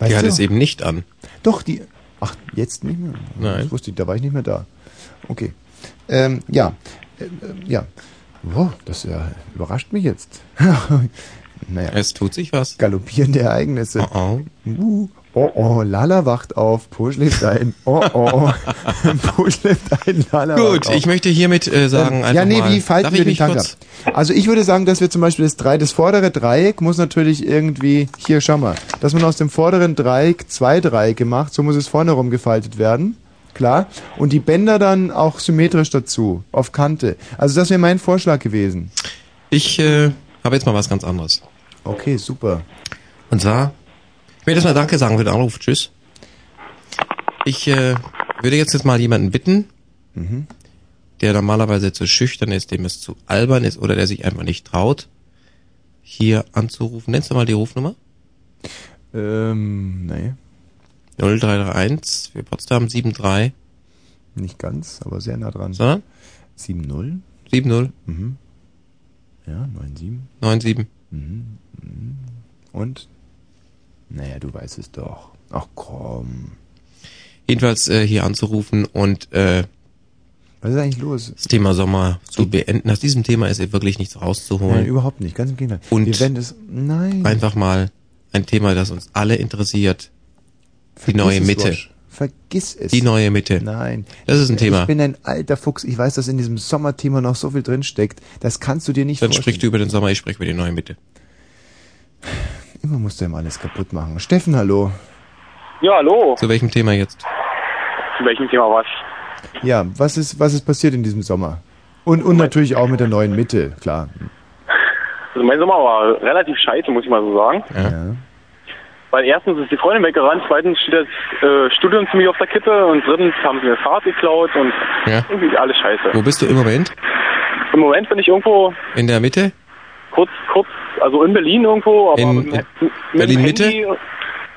Speaker 1: Die hat
Speaker 3: du?
Speaker 1: es eben nicht an.
Speaker 3: Doch, die. Ach, jetzt nicht mehr?
Speaker 1: Nein.
Speaker 3: Das wusste ich, da war ich nicht mehr da. Okay. Ähm, ja. Äh, äh, ja. Wow, das äh, überrascht mich jetzt. *laughs* naja.
Speaker 1: Es tut sich was.
Speaker 3: Galoppierende Ereignisse.
Speaker 1: Oh,
Speaker 3: oh. Uh, Oh oh, Lala wacht auf, Push schläft ein. Oh
Speaker 1: *laughs*
Speaker 3: oh, Push schläft ein, Lala wacht
Speaker 1: Gut,
Speaker 3: auf.
Speaker 1: ich möchte hiermit äh, sagen,
Speaker 3: Ähm, ja,
Speaker 1: einfach
Speaker 3: nee,
Speaker 1: mal,
Speaker 3: wie falten
Speaker 1: darf
Speaker 3: wir
Speaker 1: ich
Speaker 3: den
Speaker 1: mich
Speaker 3: Tank ab?
Speaker 1: kurz?
Speaker 3: Also ich würde sagen, dass wir zum Beispiel das, Drei, das vordere Dreieck muss natürlich irgendwie, hier, schau mal, dass man aus dem vorderen Dreieck zwei Dreiecke macht, so muss es vorne rum gefaltet werden, klar, und die Bänder dann auch symmetrisch dazu, auf Kante. Also das wäre mein Vorschlag gewesen.
Speaker 1: Ich äh, habe jetzt mal was ganz anderes.
Speaker 3: Okay, super.
Speaker 1: Und zwar, ich möchte erstmal Danke sagen für den Anruf. Tschüss. Ich äh, würde jetzt, jetzt mal jemanden bitten,
Speaker 3: Mhm.
Speaker 1: der normalerweise zu schüchtern ist, dem es zu albern ist oder der sich einfach nicht traut, hier anzurufen. Nennst du mal die Rufnummer?
Speaker 3: Ähm, nee.
Speaker 1: 0331 für Potsdam 73.
Speaker 3: Nicht ganz, aber sehr nah dran.
Speaker 1: Sondern?
Speaker 3: 7-0.
Speaker 1: 7-0.
Speaker 3: Mhm. Ja, 9-7.
Speaker 1: 97.
Speaker 3: Mhm. Mhm. Und? Naja, du weißt es doch. Ach komm.
Speaker 1: Jedenfalls äh, hier anzurufen und äh,
Speaker 3: Was ist eigentlich los?
Speaker 1: das Thema Sommer zu beenden. Aus diesem Thema ist wirklich nichts rauszuholen.
Speaker 3: Nein, überhaupt nicht. Ganz im Gegenteil.
Speaker 1: Und
Speaker 3: wir werden es. Nein.
Speaker 1: einfach mal ein Thema, das uns alle interessiert. Die
Speaker 3: Vergiss
Speaker 1: neue
Speaker 3: es,
Speaker 1: Mitte.
Speaker 3: Roche. Vergiss es.
Speaker 1: Die neue Mitte.
Speaker 3: Nein.
Speaker 1: Das ist ein
Speaker 3: Ich
Speaker 1: Thema.
Speaker 3: bin ein alter Fuchs. Ich weiß, dass in diesem Sommerthema noch so viel drinsteckt. Das kannst du dir nicht
Speaker 1: Dann
Speaker 3: vorstellen.
Speaker 1: sprichst du über den Sommer, ich spreche über die neue Mitte.
Speaker 3: Immer musst du ihm alles kaputt machen. Steffen, hallo.
Speaker 15: Ja, hallo.
Speaker 1: Zu welchem Thema jetzt?
Speaker 15: Zu welchem Thema war's?
Speaker 3: Ja, was ist, was ist passiert in diesem Sommer? Und, und natürlich auch mit der neuen Mitte, klar.
Speaker 15: Also mein Sommer war relativ scheiße, muss ich mal so sagen.
Speaker 3: Ja.
Speaker 15: Weil erstens ist die Freundin weggerannt, zweitens steht das äh, Studium ziemlich auf der Kippe und drittens haben sie mir das Fahrrad geklaut und
Speaker 1: Ja.
Speaker 15: irgendwie ist alles scheiße.
Speaker 1: Wo bist du im Moment?
Speaker 15: Im Moment bin ich irgendwo
Speaker 1: In der Mitte?
Speaker 15: kurz, kurz, also in Berlin irgendwo, aber
Speaker 1: In-
Speaker 15: mit, dem- mit
Speaker 1: Berlin
Speaker 15: dem
Speaker 1: Mitte? Hm.
Speaker 15: Handy-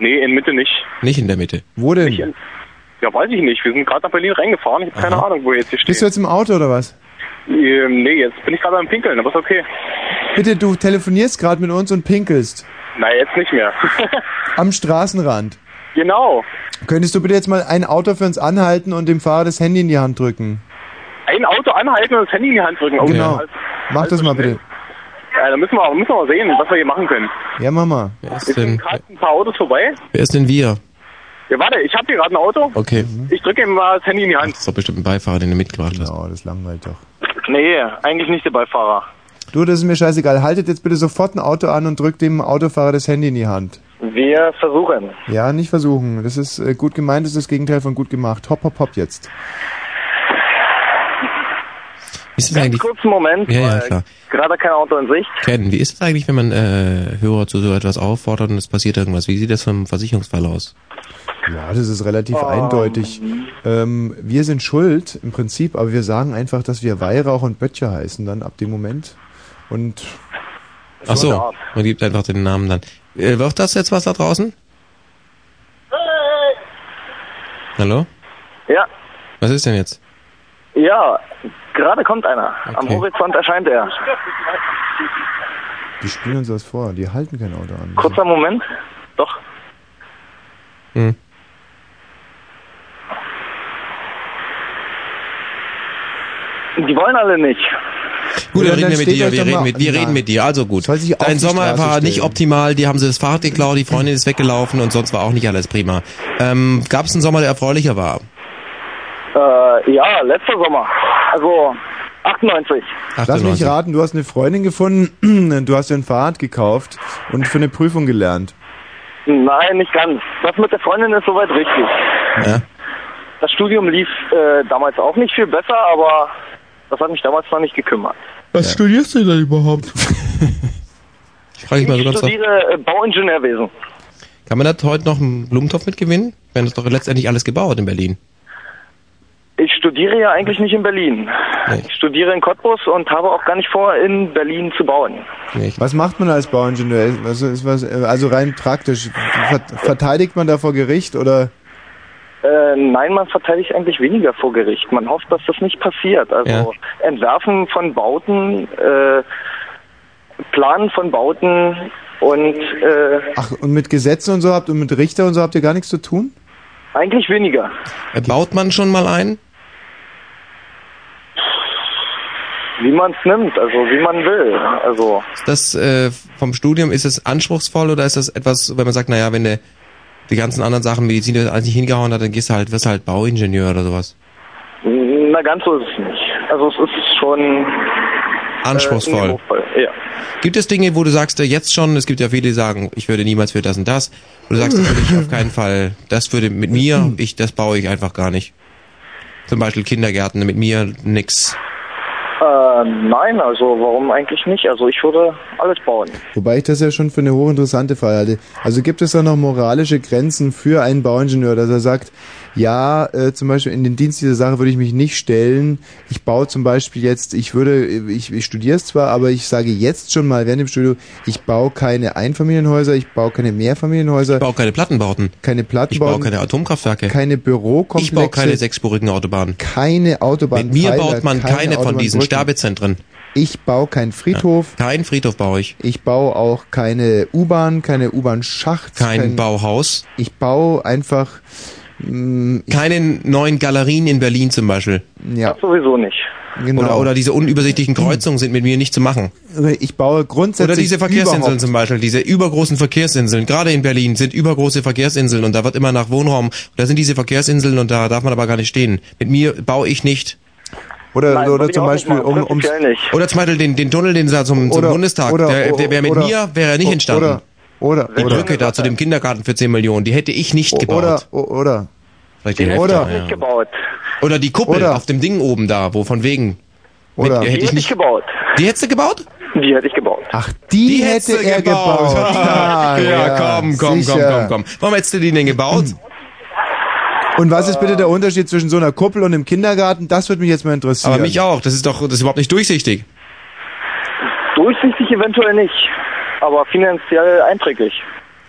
Speaker 15: Nee, in Mitte nicht.
Speaker 1: Nicht in der Mitte.
Speaker 3: Wo
Speaker 15: Nicht in, ja, weiß ich nicht. Wir sind gerade nach Berlin reingefahren. Ich habe keine Ahnung, wo ihr jetzt hier steht.
Speaker 3: Bist du jetzt im Auto oder was?
Speaker 15: Ähm, nee, jetzt bin ich gerade am Pinkeln, aber ist okay.
Speaker 3: Bitte, du telefonierst gerade mit uns und pinkelst.
Speaker 15: Na, jetzt nicht mehr.
Speaker 3: Am Straßenrand.
Speaker 15: genau.
Speaker 3: Könntest du bitte jetzt mal ein Auto für uns anhalten und dem Fahrer das Handy in die Hand drücken?
Speaker 15: Ein Auto anhalten und das Handy in die Hand drücken. Okay. Also,
Speaker 3: Genau. Mach das mal bitte.
Speaker 15: Ja, da müssen wir, müssen wir mal sehen, was wir hier machen können.
Speaker 3: Ja, Mama.
Speaker 15: Jetzt sind gerade ein paar Autos vorbei.
Speaker 1: Wer ist denn wir?
Speaker 15: Ja, warte, ich habe hier gerade ein Auto.
Speaker 1: Okay.
Speaker 15: Ich drücke ihm mal das Handy in die Hand.
Speaker 1: Das ist doch bestimmt ein Beifahrer, den du mitgebracht hast.
Speaker 3: Genau, das langweilt doch.
Speaker 15: Nee, eigentlich nicht der Beifahrer.
Speaker 3: Du, das ist mir scheißegal. Haltet jetzt bitte sofort ein Auto an und drückt dem Autofahrer das Handy in die Hand.
Speaker 15: Wir versuchen.
Speaker 3: Ja, nicht versuchen. Das ist äh, gut gemeint, das ist das Gegenteil von gut gemacht. Hopp, hopp, hopp jetzt.
Speaker 1: Ist es
Speaker 15: Ganz
Speaker 1: eigentlich
Speaker 15: kurzen Moment.
Speaker 1: Ja, ja,
Speaker 15: weil
Speaker 1: klar.
Speaker 15: Gerade kein Auto in Sicht.
Speaker 1: kennen? Wie ist es eigentlich, wenn man äh, Hörer zu so etwas auffordert und es passiert irgendwas? Wie sieht das vom Versicherungsfall aus?
Speaker 3: Ja, das ist relativ
Speaker 1: Oh.
Speaker 3: eindeutig. Ähm, wir sind schuld im Prinzip, aber wir sagen einfach, dass wir Weihrauch und Böttcher heißen dann ab dem Moment. Und
Speaker 1: Ach so, man gibt einfach den Namen dann. Äh, wird das jetzt was da draußen? Hallo?
Speaker 15: Ja,
Speaker 1: Was ist denn jetzt?
Speaker 15: ja, gerade kommt einer. Am Horizont erscheint er.
Speaker 3: die spielen uns was vor, die halten kein Auto an.
Speaker 15: Kurzer Moment. Doch.
Speaker 1: Hm.
Speaker 15: Die wollen alle nicht.
Speaker 1: Gut,
Speaker 15: Ja,
Speaker 1: dann reden
Speaker 15: dann
Speaker 1: wir mit
Speaker 15: steht
Speaker 1: dir,
Speaker 15: euch
Speaker 1: wir
Speaker 15: doch
Speaker 1: reden
Speaker 15: mal-
Speaker 1: mit, wir
Speaker 15: na.
Speaker 1: reden mit dir. Also gut.
Speaker 15: auf
Speaker 1: Dein
Speaker 15: die
Speaker 1: Sommer
Speaker 15: Straße
Speaker 1: war nicht
Speaker 15: stellen.
Speaker 1: optimal, die haben sie das Fahrrad geklaut, die Freundin ist weggelaufen und sonst war auch nicht alles prima. Ähm, Gab es einen Sommer, der erfreulicher war?
Speaker 15: Äh, ja, letzter Sommer. Also 98.
Speaker 3: Lass mich raten, du hast eine Freundin gefunden, *clears throat* du hast dir ein Fahrrad gekauft und für eine Prüfung gelernt.
Speaker 15: Nein, nicht ganz. Das mit der Freundin ist soweit richtig.
Speaker 1: Ja.
Speaker 15: Das Studium lief äh, damals auch nicht viel besser, aber das hat mich damals noch nicht gekümmert.
Speaker 3: Was studierst du denn überhaupt?
Speaker 1: Ich frage dich mal so
Speaker 15: Ich
Speaker 1: ganz offen.
Speaker 15: studiere äh, Bauingenieurwesen.
Speaker 1: Kann man das heute noch einen Blumentopf mitgewinnen? Ich meine, das ist doch letztendlich alles gebaut in Berlin.
Speaker 15: Ich studiere ja eigentlich nicht in Berlin. Ich studiere in Cottbus und habe auch gar nicht vor, in Berlin zu bauen.
Speaker 3: Was macht man als Bauingenieur? Also, ist was, äh, also rein praktisch. Ver- Verteidigt man da vor Gericht oder?
Speaker 15: Äh, nein, man verteidigt eigentlich weniger vor Gericht. Man hofft, dass das nicht passiert. Also Entwerfen von Bauten, äh, Planen von Bauten und äh,
Speaker 3: Ach, und mit Gesetzen und so habt und mit Richter und so habt ihr gar nichts zu tun?
Speaker 15: eigentlich weniger.
Speaker 1: Baut man schon mal ein?
Speaker 15: Wie man es nimmt, also wie man will. Also
Speaker 1: Ist das äh, vom Studium, ist es anspruchsvoll oder ist das etwas, wenn man sagt, naja, wenn du die ganzen anderen Sachen, Medizin, die alles nicht hingehauen hat, dann gehst du halt, wirst du halt Bauingenieur oder sowas.
Speaker 15: Na, ganz so ist es nicht. Also es ist schon...
Speaker 1: Anspruchsvoll.
Speaker 15: Äh, anspruchsvoll, ja.
Speaker 1: Gibt es Dinge, wo du sagst, äh, jetzt schon, es gibt ja viele, die sagen, ich würde niemals für das und das, wo du sagst, das würde ich auf keinen Fall, das würde mit mir, ich, das baue ich einfach gar nicht. Zum Beispiel Kindergärten, mit mir nix.
Speaker 15: Äh, nein, also warum eigentlich nicht? Also ich würde alles bauen.
Speaker 3: Wobei ich das ja schon für eine hochinteressante Frage halte. Also gibt es da noch moralische Grenzen für einen Bauingenieur, dass er sagt, ja, äh, zum Beispiel in den Dienst dieser Sache würde ich mich nicht stellen. Ich baue zum Beispiel jetzt, ich würde, ich, ich studiere es zwar, aber ich sage jetzt schon mal während dem Studio, ich baue keine Einfamilienhäuser, ich baue keine Mehrfamilienhäuser. Ich
Speaker 1: baue keine Plattenbauten.
Speaker 3: Keine
Speaker 1: Ich baue
Speaker 3: Plattenbauten,
Speaker 1: keine Atomkraftwerke.
Speaker 3: keine Bürokomplexe.
Speaker 1: ich baue keine sechsspurigen Autobahnen.
Speaker 3: keine Autobahn.
Speaker 1: Mit mir baut man keine, von diesen Sterbezentren.
Speaker 3: Ich baue keinen Friedhof.
Speaker 1: Kein Friedhof baue ich.
Speaker 3: Ich baue auch keine U-Bahn, keine U-Bahn-Schacht.
Speaker 1: Kein Bauhaus.
Speaker 3: Ich baue einfach... mm, ich-
Speaker 1: Keine neuen Galerien in Berlin zum Beispiel.
Speaker 3: Ja.
Speaker 15: Das sowieso nicht.
Speaker 3: Genau.
Speaker 1: Oder, oder diese unübersichtlichen Kreuzungen sind mit mir nicht zu machen.
Speaker 3: Ich baue grundsätzlich
Speaker 1: Oder diese Verkehrsinseln
Speaker 3: überhaupt-
Speaker 1: zum Beispiel, diese übergroßen Verkehrsinseln. Gerade in Berlin sind übergroße Verkehrsinseln und da wird immer nach Wohnraum. Da sind diese Verkehrsinseln und da darf man aber gar nicht stehen. Mit mir baue ich nicht.
Speaker 3: Oder, oder zum Beispiel um, um
Speaker 1: Oder zum Beispiel den, den Tunnel, den sie da zum, zum
Speaker 3: Oder-
Speaker 1: Bundestag,
Speaker 3: oder-
Speaker 1: der, der wäre mit
Speaker 3: oder-
Speaker 1: mir, wäre er nicht
Speaker 3: oder-
Speaker 1: entstanden.
Speaker 3: oder- oder-
Speaker 1: die
Speaker 3: oder-
Speaker 1: Brücke da zu dem Kindergarten für 10 Millionen, die hätte ich nicht gebaut.
Speaker 3: oder oder
Speaker 1: Vielleicht die
Speaker 3: Den
Speaker 1: Hälfte,
Speaker 3: hätte ich
Speaker 1: ja.
Speaker 3: nicht
Speaker 1: Oder die Kuppel
Speaker 3: Oder-
Speaker 1: auf dem Ding oben da, wo von wegen.
Speaker 3: Oder-
Speaker 1: hätte
Speaker 3: Die
Speaker 1: ich
Speaker 3: hätte
Speaker 1: nicht
Speaker 15: gebaut.
Speaker 1: Die hättest du gebaut?
Speaker 15: Die hätte ich gebaut.
Speaker 3: Ach, die, hätte, er gebaut.
Speaker 1: *laughs* ja, komm, komm, komm, komm, komm. Warum hättest du die denn gebaut?
Speaker 3: Und was ist bitte der Unterschied zwischen so einer Kuppel und einem Kindergarten? Das würde mich jetzt mal interessieren.
Speaker 1: Aber mich auch, das ist doch, das ist überhaupt nicht durchsichtig.
Speaker 15: Durchsichtig eventuell nicht, aber finanziell einträglich.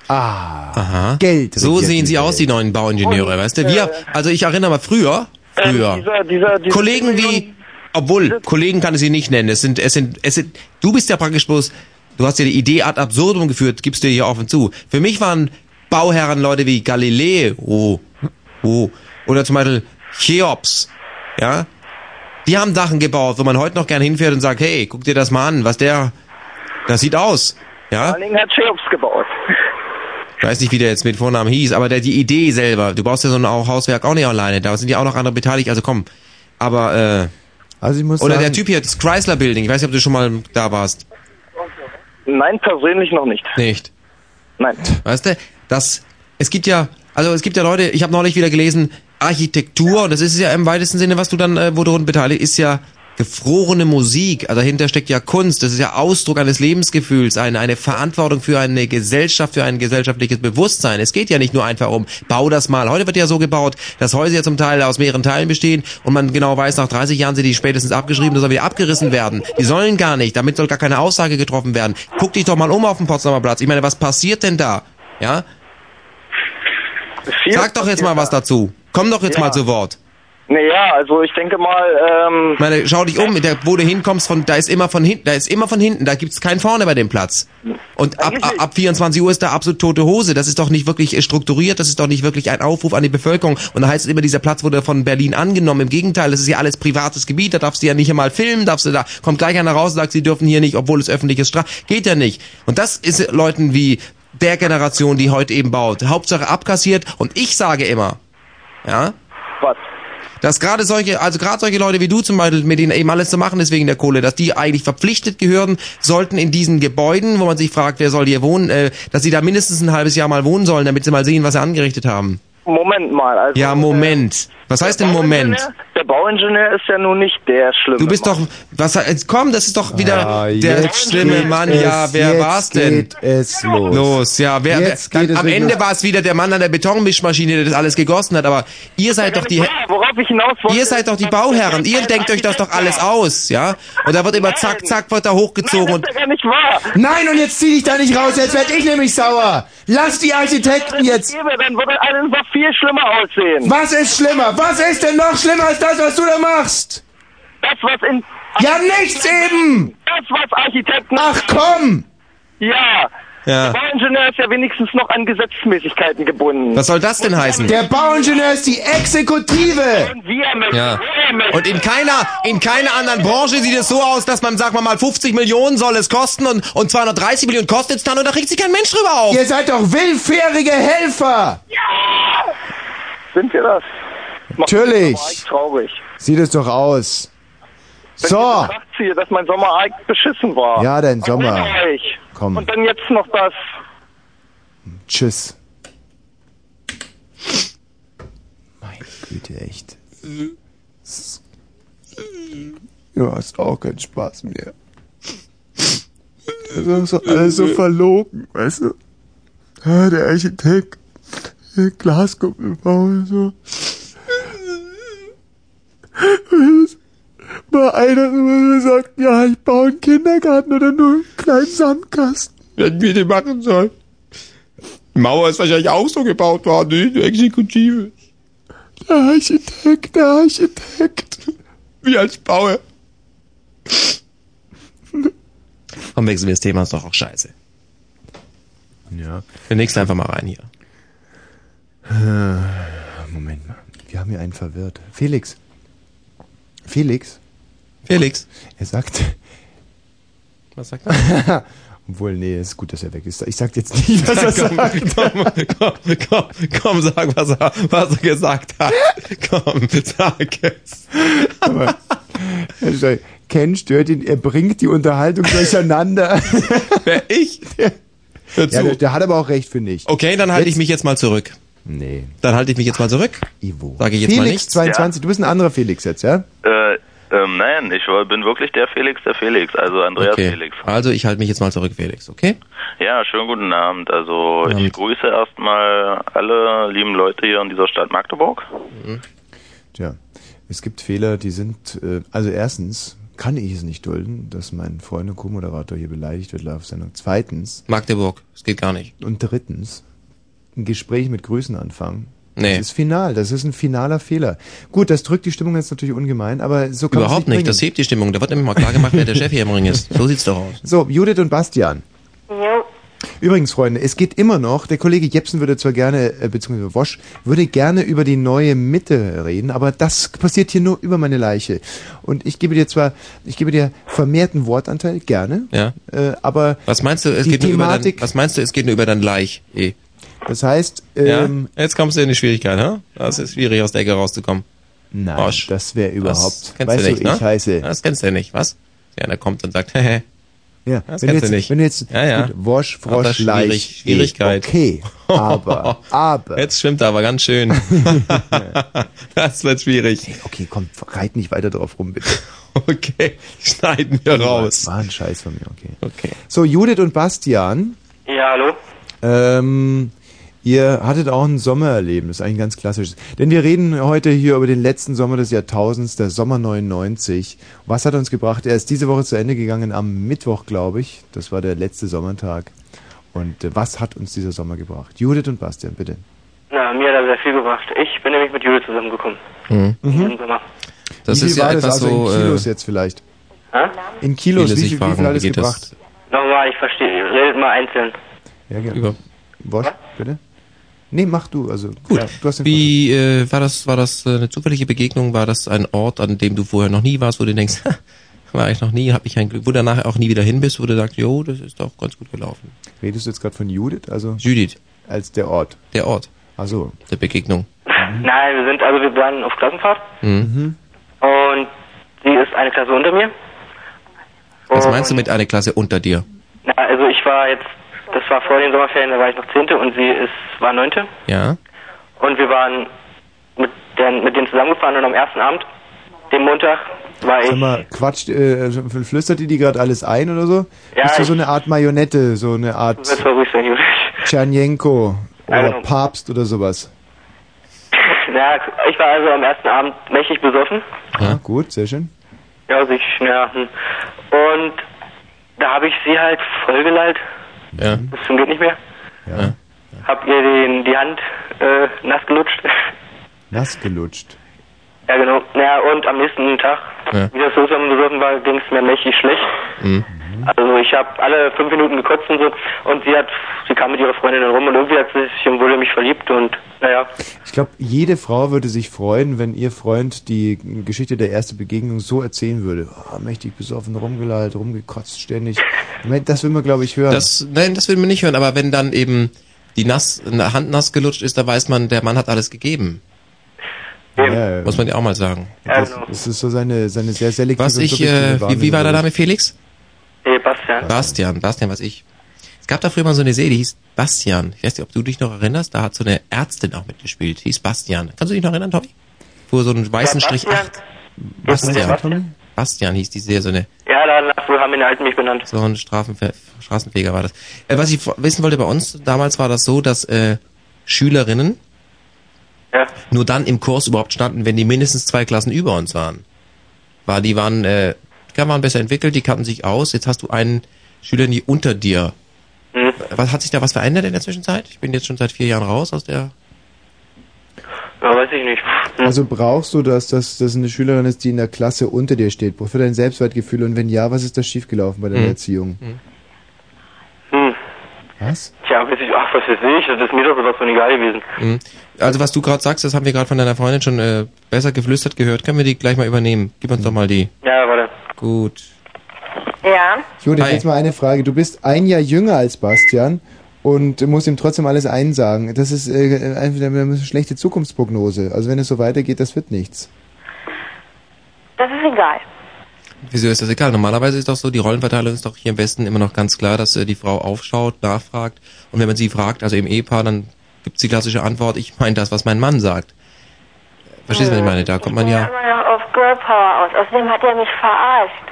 Speaker 3: Ah.
Speaker 1: Aha.
Speaker 5: Geld.
Speaker 1: So
Speaker 15: regiert
Speaker 1: sehen
Speaker 15: die
Speaker 1: sie aus, die neuen Bauingenieure, weißt du? Wir, also ich erinnere mal früher,
Speaker 15: äh, Ähm,
Speaker 1: früher.
Speaker 15: dieser- dieser- diese
Speaker 1: Kollegen wie, obwohl, Kollegen kann ich sie nicht nennen. Es sind, es sind, es sind, du bist ja praktisch bloß, du hast ja die Idee ad absurdum geführt, gibst dir hier offen zu. Für mich waren Bauherren Leute wie Galileo, oh, oder zum Beispiel Cheops, ja? Die haben Sachen gebaut, wo man heute noch gern hinfährt und sagt, hey, guck dir das mal an, was der, das sieht aus, ja?
Speaker 15: Vor allen Dingen hat Cheops gebaut.
Speaker 1: Ich weiß nicht, wie der jetzt mit Vornamen hieß, aber der, die Idee selber, du baust ja so ein Au- Hauswerk auch nicht alleine, da sind ja auch noch andere beteiligt, also komm. Aber, äh,
Speaker 3: also ich muss
Speaker 1: oder
Speaker 3: sagen,
Speaker 1: der Typ hier, das Chrysler Building, ich weiß nicht, ob du schon mal da warst.
Speaker 15: Nein, persönlich noch nicht.
Speaker 1: Nicht.
Speaker 15: Nein.
Speaker 1: Weißt du, das, es gibt ja, also es gibt ja Leute, ich habe neulich wieder gelesen, Architektur, und das ist ja im weitesten Sinne, was du dann, äh, wo du daran beteiligt, ist ja gefrorene Musik, also dahinter steckt ja Kunst, das ist ja Ausdruck eines Lebensgefühls, eine, eine Verantwortung für eine Gesellschaft, für ein gesellschaftliches Bewusstsein. Es geht ja nicht nur einfach um, bau das mal. Heute wird ja so gebaut, dass Häuser ja zum Teil aus mehreren Teilen bestehen und man genau weiß, nach 30 Jahren sind die spätestens abgeschrieben, dass sie wieder abgerissen werden. Die sollen gar nicht, damit soll gar keine Aussage getroffen werden. Guck dich doch mal um auf dem Potsdamer Platz. Ich meine, was passiert denn da? Ja? Sag doch jetzt mal was dazu. Komm doch jetzt mal zu Wort.
Speaker 15: Naja, also ich denke mal, ähm,
Speaker 1: Ich meine, schau dich um, da, wo du hinkommst, von, da ist immer von hinten, da ist immer von hinten, da gibt's keinen vorne bei dem Platz. Und ab, ab, ab 24 Uhr ist da absolut tote Hose. Das ist doch nicht wirklich äh, strukturiert, das ist doch nicht wirklich ein Aufruf an die Bevölkerung. Und da heißt es immer, dieser Platz wurde von Berlin angenommen. Im Gegenteil, das ist ja alles privates Gebiet, da darfst du ja nicht einmal filmen, darfst du da, kommt gleich einer raus und sagt, sie dürfen hier nicht, obwohl es öffentliches Stra... Geht ja nicht. Und das ist äh, Leuten wie der Generation, die heute eben baut. Hauptsache abkassiert. Und ich sage immer, ja?
Speaker 15: Was?
Speaker 1: Dass gerade solche, also gerade solche Leute wie du zum Beispiel, mit denen eben alles zu machen ist wegen der Kohle, dass die eigentlich verpflichtet gehören, sollten in diesen Gebäuden, wo man sich fragt, wer soll hier wohnen, äh, dass sie da mindestens ein halbes Jahr mal wohnen sollen, damit sie mal sehen, was sie angerichtet haben.
Speaker 15: Moment mal. Also,
Speaker 1: Ja, Moment. Was heißt denn Moment?
Speaker 15: Der Bauingenieur ist ja nun nicht der Schlimme.
Speaker 1: Du bist doch, was, jetzt komm, das ist doch wieder der
Speaker 15: Ah, jetzt
Speaker 1: schlimme
Speaker 15: geht
Speaker 1: Mann,
Speaker 15: es,
Speaker 1: ja, wer
Speaker 15: jetzt
Speaker 1: war's denn?
Speaker 3: geht es los.
Speaker 1: Los, ja, wer, wer
Speaker 3: Jetzt geht es
Speaker 1: am
Speaker 3: wirklich
Speaker 1: Ende
Speaker 3: los.
Speaker 1: war es wieder der Mann an der Betonmischmaschine, der das alles gegossen hat, aber ihr seid doch die,
Speaker 15: worauf ich hinaus wollte,
Speaker 1: ihr seid doch die Bauherren, ihr denkt euch das doch alles aus, ja? Und da wird immer zack, zack, wird da hochgezogen und,
Speaker 15: gar nicht wahr.
Speaker 3: Nein, und jetzt zieh dich da nicht raus, jetzt werd ich nämlich sauer. Lass die Architekten jetzt.
Speaker 15: Dann würde alles noch viel schlimmer aussehen.
Speaker 3: Was ist schlimmer? Was ist denn noch schlimmer als das, was du da machst?
Speaker 15: Das, was in...
Speaker 3: Ja, nichts eben!
Speaker 15: Das, was Architekten...
Speaker 3: Ach komm!
Speaker 15: Ja, Der
Speaker 1: Ja.
Speaker 15: Bauingenieur ist ja wenigstens noch an Gesetzmäßigkeiten gebunden.
Speaker 1: Was soll das denn heißen?
Speaker 15: Der
Speaker 3: Bauingenieur ist die Exekutive!
Speaker 1: Ja. Und in keiner, in keiner anderen Branche sieht es so aus, dass man, sag mal mal, 50 Millionen soll es kosten und, und 230 Millionen kostet es dann und da regt sich kein Mensch drüber auf.
Speaker 3: Ihr seid doch willfährige Helfer!
Speaker 15: Sind wir das?
Speaker 3: Natürlich!
Speaker 15: Traurig.
Speaker 3: Sieht es doch aus.
Speaker 15: Wenn ich in
Speaker 3: So!
Speaker 15: Betracht ziehe, dass mein Sommer arg beschissen war.
Speaker 3: Ja, dein Sommer.
Speaker 15: Arg.
Speaker 3: Komm.
Speaker 15: Und dann jetzt noch das.
Speaker 3: Tschüss. Meine Güte, echt. Du hast auch keinen Spaß mehr. Das ist so, alles so Also verlogen, weißt du? Ja, der Architekt, der Glaskuppelbau und so.
Speaker 4: *laughs* Mal einer zu mir sagt, ja, ich baue einen Kindergarten oder nur einen kleinen Sandkasten.
Speaker 16: Wenn wir den machen sollen. Die Mauer ist wahrscheinlich auch so gebaut worden, nicht? Die Exekutive.
Speaker 4: Der Architekt, der Architekt.
Speaker 16: Wie als Bauer.
Speaker 1: Komm, wechseln wir das Thema, ist doch auch scheiße.
Speaker 3: Ja.
Speaker 1: Den nächsten einfach mal rein hier.
Speaker 3: Äh, Moment mal, wir haben hier einen verwirrt. Felix. Felix.
Speaker 1: Felix.
Speaker 3: Er sagt,
Speaker 1: Was sagt er?
Speaker 3: *laughs* obwohl, nee, ist gut, dass er weg ist. Ich sag jetzt
Speaker 1: *laughs*
Speaker 3: nicht, was er
Speaker 1: komm,
Speaker 3: sagt.
Speaker 1: Komm, komm, komm, komm, sag, was er, was er gesagt hat. Komm, sag es.
Speaker 3: Aber, *laughs* Herr Stein, Ken stört ihn, er bringt die Unterhaltung durcheinander.
Speaker 1: *laughs* Wer ich?
Speaker 3: *laughs* Ja,
Speaker 1: zu.
Speaker 3: der, der hat aber auch recht, finde ich.
Speaker 1: Okay, dann halte ich mich jetzt mal zurück.
Speaker 3: Nee.
Speaker 1: Dann halte ich mich jetzt mal zurück.
Speaker 3: Ivo.
Speaker 1: Sage ich jetzt mal
Speaker 3: Felix
Speaker 1: nichts.
Speaker 3: 22, du bist ein anderer Felix jetzt, ja?
Speaker 17: Äh, ähm, nein, ich war- bin wirklich der Felix, der Felix, also Andreas
Speaker 1: Okay.
Speaker 17: Felix.
Speaker 1: Also ich halte mich jetzt mal zurück, Felix, okay?
Speaker 17: Ja, schönen guten Abend. Also ich grüße erstmal alle lieben Leute hier in dieser Stadt Magdeburg.
Speaker 3: Tja, es gibt Fehler, die sind, äh, also erstens kann ich es nicht dulden, dass mein Freund und Co-Moderator hier beleidigt wird live auf Sendung. Zweitens.
Speaker 1: Magdeburg, es geht gar nicht.
Speaker 3: Und drittens, ein Gespräch mit Grüßen anfangen.
Speaker 1: Nee.
Speaker 3: Das ist final, das ist ein finaler Fehler. Gut, das drückt die Stimmung jetzt natürlich ungemein, aber so kann man's
Speaker 1: Überhaupt nicht,
Speaker 3: bringen.
Speaker 1: das hebt die Stimmung. Da wird nämlich mal klar gemacht, wer der Chef hier im Ring ist. So sieht's doch aus.
Speaker 3: So, Judith und Bastian. Übrigens, Freunde, es geht immer noch, der Kollege Jepsen würde zwar gerne, äh, beziehungsweise Wosch, würde gerne über die neue Mitte reden, aber das passiert hier nur über meine Leiche. Und ich gebe dir zwar, ich gebe dir vermehrten Wortanteil, gerne,
Speaker 1: Ja?
Speaker 3: äh, aber
Speaker 1: Was meinst du, es
Speaker 3: Die
Speaker 1: geht nur über dein,
Speaker 3: Thematik-
Speaker 1: was meinst du, es geht nur über dein Laich? Eh.
Speaker 3: Das heißt, ähm,
Speaker 1: ja? jetzt kommst du in die Schwierigkeit, ha? Das ist schwierig, aus der Ecke rauszukommen.
Speaker 3: Nein, das wäre
Speaker 1: Das
Speaker 3: überhaupt-
Speaker 1: kennst
Speaker 3: weißt
Speaker 1: du
Speaker 3: du,
Speaker 1: nicht, ne?
Speaker 3: ich heiße-
Speaker 1: Das kennst du nicht, was? Ja, einer kommt und sagt, *laughs* hehe.
Speaker 3: ja,
Speaker 1: Das
Speaker 3: wenn
Speaker 1: kennst
Speaker 3: du jetzt,
Speaker 1: du nicht.
Speaker 3: wenn du jetzt,
Speaker 1: Ja, ja.
Speaker 3: gut, Wosch,
Speaker 1: Aber
Speaker 3: Frosch,
Speaker 1: schwierig-
Speaker 3: Leich,
Speaker 1: Schwierigkeit.
Speaker 3: Okay,
Speaker 1: *laughs*
Speaker 3: aber, aber.
Speaker 1: Jetzt schwimmt er aber ganz schön. *laughs* das wird schwierig.
Speaker 3: okay, komm, reit nicht weiter drauf rum, bitte.
Speaker 1: Okay, schneiden wir raus.
Speaker 3: War ein Scheiß von mir, okay.
Speaker 1: Okay.
Speaker 3: So, Judith und Bastian,
Speaker 11: Ja, hallo?
Speaker 3: Ähm, ihr hattet auch ein Sommererleben, das ist eigentlich ein ganz klassisches. Denn wir reden heute hier über den letzten Sommer des Jahrtausends, der Sommer 99. Was hat uns gebracht? Er ist diese Woche zu Ende gegangen, am Mittwoch, glaube ich. Das war der letzte Sommertag. Und äh, was hat uns dieser Sommer gebracht? Judith und Bastian, bitte.
Speaker 18: Na, mir hat er sehr viel gebracht. Ich bin nämlich mit Jule zusammengekommen.
Speaker 1: Mhm.
Speaker 18: Im Sommer.
Speaker 1: Das
Speaker 3: wie viel
Speaker 1: ist ja
Speaker 3: war das
Speaker 1: etwas
Speaker 3: also
Speaker 1: so,
Speaker 3: in Kilos
Speaker 1: äh,
Speaker 3: jetzt vielleicht?
Speaker 18: Hä?
Speaker 3: In Kilos,
Speaker 1: Viele
Speaker 3: wie
Speaker 1: sich
Speaker 3: viel, wie
Speaker 1: fragen,
Speaker 3: viel hat
Speaker 1: wie
Speaker 3: es
Speaker 1: geht das?
Speaker 3: gebracht?
Speaker 18: Nochmal, ich verstehe. Redet mal einzeln.
Speaker 3: Ja, gerne. Bosch, bitte? Nee, mach du, also.
Speaker 1: Gut.
Speaker 3: Ja, du hast den
Speaker 1: Wie äh, war das? War das äh, eine zufällige Begegnung? War das ein Ort, an dem du vorher noch nie warst, wo du denkst, *laughs* war ich noch nie, hab ich ein Glück, wo du nachher auch nie wieder hin bist, wo du sagst, jo, das ist doch ganz gut gelaufen.
Speaker 3: Redest du jetzt gerade von Judith? Also
Speaker 1: Judith.
Speaker 3: Als der Ort.
Speaker 1: Der Ort.
Speaker 3: Ach so.
Speaker 1: Der Begegnung.
Speaker 3: Mhm.
Speaker 18: Nein, wir sind, also wir waren auf Klassenfahrt
Speaker 1: Mhm.
Speaker 18: und sie ist eine Klasse unter mir.
Speaker 1: Was
Speaker 18: Oh.
Speaker 1: meinst du mit einer Klasse unter dir?
Speaker 18: Na, also ich war jetzt, das war vor den Sommerferien, da war ich noch Zehnte und sie ist, war Neunte.
Speaker 1: Ja?
Speaker 18: Und wir waren mit, den, mit denen zusammengefahren und am ersten Abend, dem Montag, war ich,
Speaker 3: Sag mal, quatscht, äh, flüstert ihr die gerade alles ein oder so?
Speaker 18: Ja,
Speaker 3: Bist du
Speaker 18: ich-
Speaker 3: so eine Art Marionette, so eine
Speaker 18: du
Speaker 3: Art
Speaker 18: wirst mal ruhig sein, Judith. *laughs*
Speaker 3: Tschernjenko oder
Speaker 18: Also-
Speaker 3: Papst oder sowas?
Speaker 18: Na, ich war also am ersten Abend mächtig besoffen.
Speaker 3: Ja. Ah, Gut, sehr schön.
Speaker 18: Ja, also ich, ja. hm. Und da habe ich sie halt vollgeleilt.
Speaker 1: Ja.
Speaker 18: Bis zum geht nicht mehr.
Speaker 3: Ja.
Speaker 18: Hab ihr den, die Hand äh, nass gelutscht. *laughs*
Speaker 3: Nass gelutscht.
Speaker 18: ja, genau. Ja, und am nächsten Tag,
Speaker 3: Ja.
Speaker 18: wie das so zusammen besoffen war, ging es mir mächtig schlecht.
Speaker 1: Mhm.
Speaker 18: Also ich habe alle fünf Minuten gekotzt und so und sie hat, sie kam mit ihrer Freundin rum und irgendwie hat sie sich und wurde in mich verliebt und naja,
Speaker 3: Ich glaube, jede Frau würde sich freuen, wenn ihr Freund die Geschichte der ersten Begegnung so erzählen würde. Oh, mächtig besoffen, rumgelallt, rumgekotzt ständig. Ich mein, Das will man, glaube ich, hören.
Speaker 1: Das, nein, das will man nicht hören, aber wenn dann eben die nass, eine Hand nass gelutscht ist, dann weiß man, der Mann hat alles gegeben.
Speaker 3: ja,
Speaker 1: Muss man ja auch mal sagen.
Speaker 3: das,
Speaker 18: Genau.
Speaker 3: das ist so seine, seine sehr selektive
Speaker 1: Was ich,
Speaker 3: subjektive
Speaker 1: äh, wie, wie war der
Speaker 3: Wahrnehmung.
Speaker 1: Name Felix?
Speaker 18: Sebastian.
Speaker 1: Bastian, Bastian, was ich. Es gab da früher mal so eine Serie, die hieß Bastian. Ich weiß nicht, ob du dich noch erinnerst, da hat so eine Ärztin auch mitgespielt, die hieß Bastian. Kannst du dich noch erinnern, Tommy? Wo so einen weißen Strich
Speaker 18: Bastian.
Speaker 1: 8. Bastian. Bastian hieß die Serie, so eine
Speaker 18: ja, danach wohl haben wir den alten mich benannt.
Speaker 1: So ein Strafenfe Straßenfeger war das. Äh, was ich vor- wissen wollte bei uns, damals war das so, dass äh, Schülerinnen nur dann im Kurs überhaupt standen, wenn die mindestens zwei Klassen über uns waren. War, die waren, äh, die waren besser entwickelt, die kannten sich aus. Jetzt hast du einen Schüler, die unter dir.
Speaker 18: Mhm.
Speaker 1: Was hat sich da was verändert in der Zwischenzeit? Ich bin jetzt schon seit vier Jahren raus aus der.
Speaker 18: Ja, weiß ich nicht.
Speaker 1: Hm.
Speaker 3: Also brauchst du das, dass das eine Schülerin ist, die in der Klasse unter dir steht, für dein Selbstwertgefühl und wenn ja, was ist da schiefgelaufen bei deiner
Speaker 18: Mhm.
Speaker 3: Erziehung?
Speaker 18: Hm.
Speaker 3: Was?
Speaker 18: Tja, weiß ich, ach, was weiß ich, das ist mir doch sowas von egal gewesen.
Speaker 1: Mhm. Also was du gerade sagst, das haben wir gerade von deiner Freundin schon äh, besser geflüstert gehört. Können wir die gleich mal übernehmen? Gib uns doch mal die.
Speaker 18: Ja, warte.
Speaker 1: Gut.
Speaker 9: Ja.
Speaker 3: Judith,
Speaker 1: Hi.
Speaker 3: jetzt mal eine Frage. Du bist ein Jahr jünger als Bastian und musst ihm trotzdem alles einsagen. Das ist äh, einfach eine schlechte Zukunftsprognose. Also wenn es so weitergeht, das wird nichts.
Speaker 9: Das ist egal.
Speaker 1: Wieso ist das egal? Normalerweise ist doch so, die Rollenverteilung ist doch hier im Westen immer noch ganz klar, dass äh, die Frau aufschaut, nachfragt und wenn man sie fragt, also im Ehepaar, dann gibt's die klassische Antwort, ich meine das, was mein Mann sagt. Verstehst du, was ich meine? Da kommt man
Speaker 9: Ja.
Speaker 1: ja,
Speaker 9: Immer noch auf Girl Power aus. Außerdem hat er mich verarscht.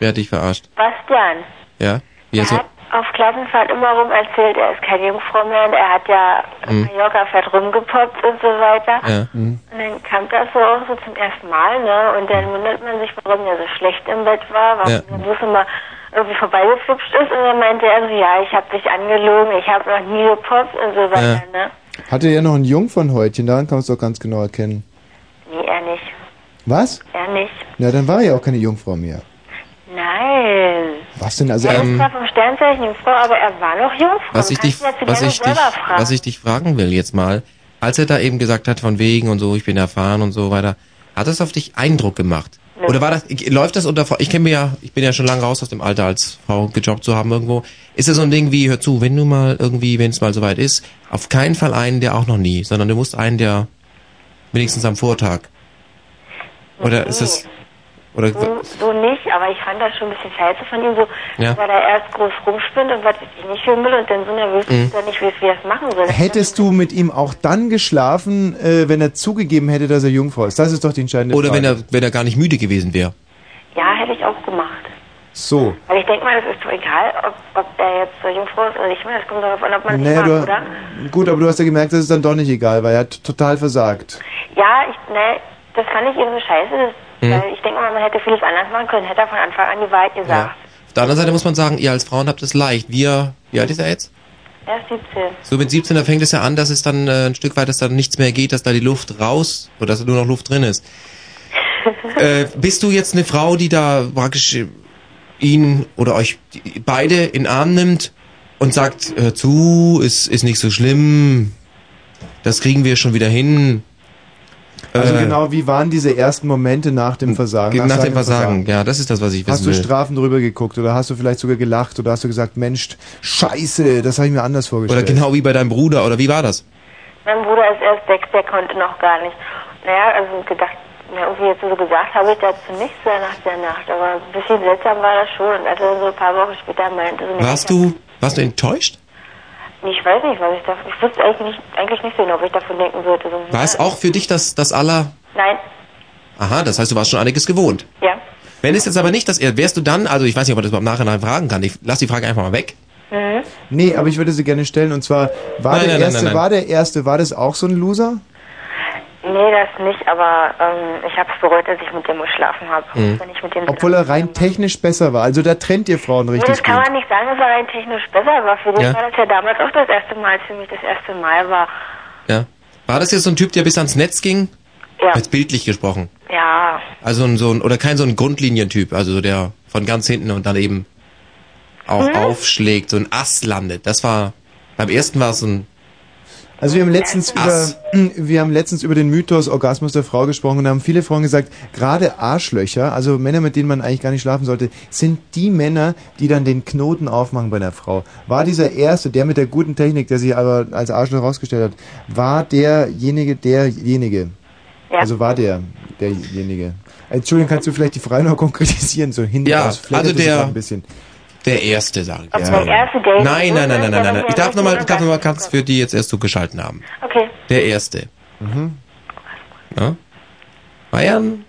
Speaker 1: wer hat dich verarscht?
Speaker 9: Bastian.
Speaker 1: Ja? Wie also,
Speaker 9: Auf Klassenfahrt immer rum erzählt, er ist kein Jungfrau mehr und er hat ja
Speaker 1: Mhm.
Speaker 9: Mallorca fährt rumgepoppt und so weiter.
Speaker 1: ja.
Speaker 9: Und dann kam das so auch so zum ersten Mal, ne? Und dann wundert man sich, warum der so schlecht im Bett war, warum
Speaker 1: Mhm. Ja.
Speaker 9: der bloß immer irgendwie vorbeigeflutscht ist. Und dann meinte er so, ja, ich habe dich angelogen, ich habe noch nie gepoppt und so weiter, ne?
Speaker 3: Hatte ja noch ein Jungfernhäutchen, daran kann man es doch ganz genau erkennen.
Speaker 9: Nee, er nicht.
Speaker 3: Was?
Speaker 9: Er nicht.
Speaker 3: Na, dann war er ja auch keine Jungfrau mehr.
Speaker 9: Nein.
Speaker 3: Was denn? Also,
Speaker 9: er ist
Speaker 3: ähm,
Speaker 9: zwar vom Sternzeichen Jungfrau, aber er war noch Jungfrau.
Speaker 1: Was ich, dich,
Speaker 9: Kannst du dazu
Speaker 1: was,
Speaker 9: gerne
Speaker 1: ich dich,
Speaker 9: selber fragen.
Speaker 1: was ich dich fragen will jetzt mal, als er da eben gesagt hat, von wegen und so, ich bin erfahren und so weiter, hat das auf dich Eindruck gemacht?
Speaker 9: Nö.
Speaker 1: Oder war das, ich- läuft das unter, Frau- ich kenne mir ja, ich bin ja schon lange raus aus dem Alter, als Frau gejobbt zu haben irgendwo. Ist das so ein Ding wie, hör zu, wenn du mal irgendwie, wenn es mal soweit ist, auf keinen Fall einen, der auch noch nie, sondern du musst einen, der wenigstens am Vortag. Oder ist das, oder,
Speaker 9: So, Hm, so nicht, aber ich fand das schon ein bisschen scheiße von ihm, so,
Speaker 1: Ja.
Speaker 9: weil er erst groß rumspinnt und was weiß ich nicht für Müll und dann so nervös
Speaker 3: Mhm.
Speaker 9: ist, dass er nicht weiß, wie er es machen soll.
Speaker 3: hättest du mit ihm auch dann geschlafen, äh, wenn er zugegeben hätte, dass er Jungfrau ist? Das ist doch die entscheidende
Speaker 1: oder
Speaker 3: Frage.
Speaker 1: wenn er, wenn er gar nicht müde gewesen wäre.
Speaker 9: Ja, hätte ich auch gemacht.
Speaker 3: So.
Speaker 9: Weil ich denke mal, das ist doch egal, ob, ob der jetzt so jungfrau ist oder nicht mehr, das kommt darauf an, ob man es
Speaker 3: Naja,
Speaker 9: mag,
Speaker 3: du,
Speaker 9: oder?
Speaker 3: gut, aber du hast ja gemerkt, das ist dann doch nicht egal, weil er hat total versagt.
Speaker 9: Ja, ich, ne, das fand ich eben so scheiße, das,
Speaker 1: Mhm.
Speaker 9: weil ich denke mal, man hätte vieles anders machen können, hätte er von Anfang an die Wahrheit gesagt.
Speaker 1: Auf der anderen Seite muss man sagen, ihr als Frauen habt es leicht. Wir, wie alt ist er jetzt?
Speaker 9: Er ist 17.
Speaker 1: So mit 17, da fängt es ja an, dass es dann äh, ein Stück weit, dass dann nichts mehr geht, dass da die Luft raus oder dass nur noch Luft drin ist. äh, bist du jetzt eine Frau, die da praktisch äh, ihn oder euch die- beide in den Arm nimmt und sagt, hör zu, ist, ist nicht so schlimm, das kriegen wir schon wieder hin.
Speaker 3: Also
Speaker 1: Äh,
Speaker 3: genau, wie waren diese ersten Momente nach dem Versagen?
Speaker 1: nach dem Versagen, ja, das ist das, was ich
Speaker 3: Hast
Speaker 1: wissen
Speaker 3: du
Speaker 1: will.
Speaker 3: Strafen drüber geguckt oder hast du vielleicht sogar gelacht oder hast du gesagt, Mensch, scheiße, das habe ich mir anders
Speaker 1: Oder
Speaker 3: vorgestellt.
Speaker 1: genau wie bei deinem Bruder, oder wie war das?
Speaker 9: Mein Bruder ist erst sechs, der konnte noch gar nicht. Naja, also gedacht, na, irgendwie jetzt so gesagt habe ich dazu nichts mehr nach der Nacht, aber ein bisschen seltsam war das schon. Und als er so ein paar Wochen später meinte, so,
Speaker 1: Warst du, warst du enttäuscht?
Speaker 9: nee, ich weiß nicht, was ich davon, ich wusste eigentlich nicht, eigentlich nicht so genau, ob ich davon denken sollte. So,
Speaker 1: War es auch für dich das, das aller,
Speaker 9: nein,
Speaker 1: aha, das heißt, du warst schon einiges gewohnt.
Speaker 9: ja.
Speaker 1: Wenn es jetzt aber nicht, dass er, wärst du dann, also ich weiß nicht, ob man das im Nachhinein fragen kann, ich lass die Frage einfach mal weg.
Speaker 9: Mhm.
Speaker 3: Nee, aber ich würde sie gerne stellen und zwar, war
Speaker 1: Nein, nein,
Speaker 3: der
Speaker 1: nein,
Speaker 3: erste,
Speaker 1: nein, nein.
Speaker 3: war der erste, war das auch so ein Loser?
Speaker 9: Nee, das nicht, aber ähm, ich habe es bereut, dass ich mit dem geschlafen habe.
Speaker 3: Mhm.
Speaker 9: Wenn ich mit dem
Speaker 3: Obwohl er rein technisch besser war. Also da trennt ihr Frauen
Speaker 9: Nee, das
Speaker 3: richtig
Speaker 9: kann
Speaker 3: gut.
Speaker 9: man nicht sagen, dass er rein technisch besser war. Für den
Speaker 1: Ja.
Speaker 9: war das ja damals auch das erste Mal, als für mich das erste Mal war.
Speaker 1: Ja. War das jetzt so ein Typ, der bis ans Netz ging?
Speaker 9: Ja.
Speaker 1: Jetzt bildlich gesprochen.
Speaker 9: Ja,
Speaker 1: Also ein, so ein, oder kein so ein Grundlinientyp, also so der von ganz hinten und dann eben auch
Speaker 3: Mhm.
Speaker 12: Hm?
Speaker 1: aufschlägt, so ein Ass landet. Das war, beim ersten war es so ein,
Speaker 3: Also wir haben letztens über, *clears throat* wir haben letztens über den Mythos Orgasmus der Frau gesprochen und da haben viele Frauen gesagt, gerade Arschlöcher, also Männer, mit denen man eigentlich gar nicht schlafen sollte, sind die Männer, die dann den Knoten aufmachen bei der Frau. War dieser erste, der mit der guten Technik, der sich aber als Arschloch rausgestellt hat, war derjenige, derjenige. Also war der, derjenige. Entschuldigung, kannst du vielleicht die Frage noch konkretisieren, so hinten
Speaker 1: Ja,
Speaker 3: raus, flatterte
Speaker 1: also
Speaker 3: sie
Speaker 1: der-
Speaker 3: gerade ein bisschen.
Speaker 1: der erste, sage ich.
Speaker 3: Auf
Speaker 1: jetzt
Speaker 3: der
Speaker 1: mal.
Speaker 3: erste Date.
Speaker 1: Nein, nein, nein, nein, nein, nein, nein. Ich darf nochmal, ich darf nochmal
Speaker 6: Orgasmus
Speaker 1: ganz für die jetzt erst zugeschalten haben.
Speaker 6: Okay.
Speaker 1: Der erste.
Speaker 3: Mhm.
Speaker 1: Ja? Bayern?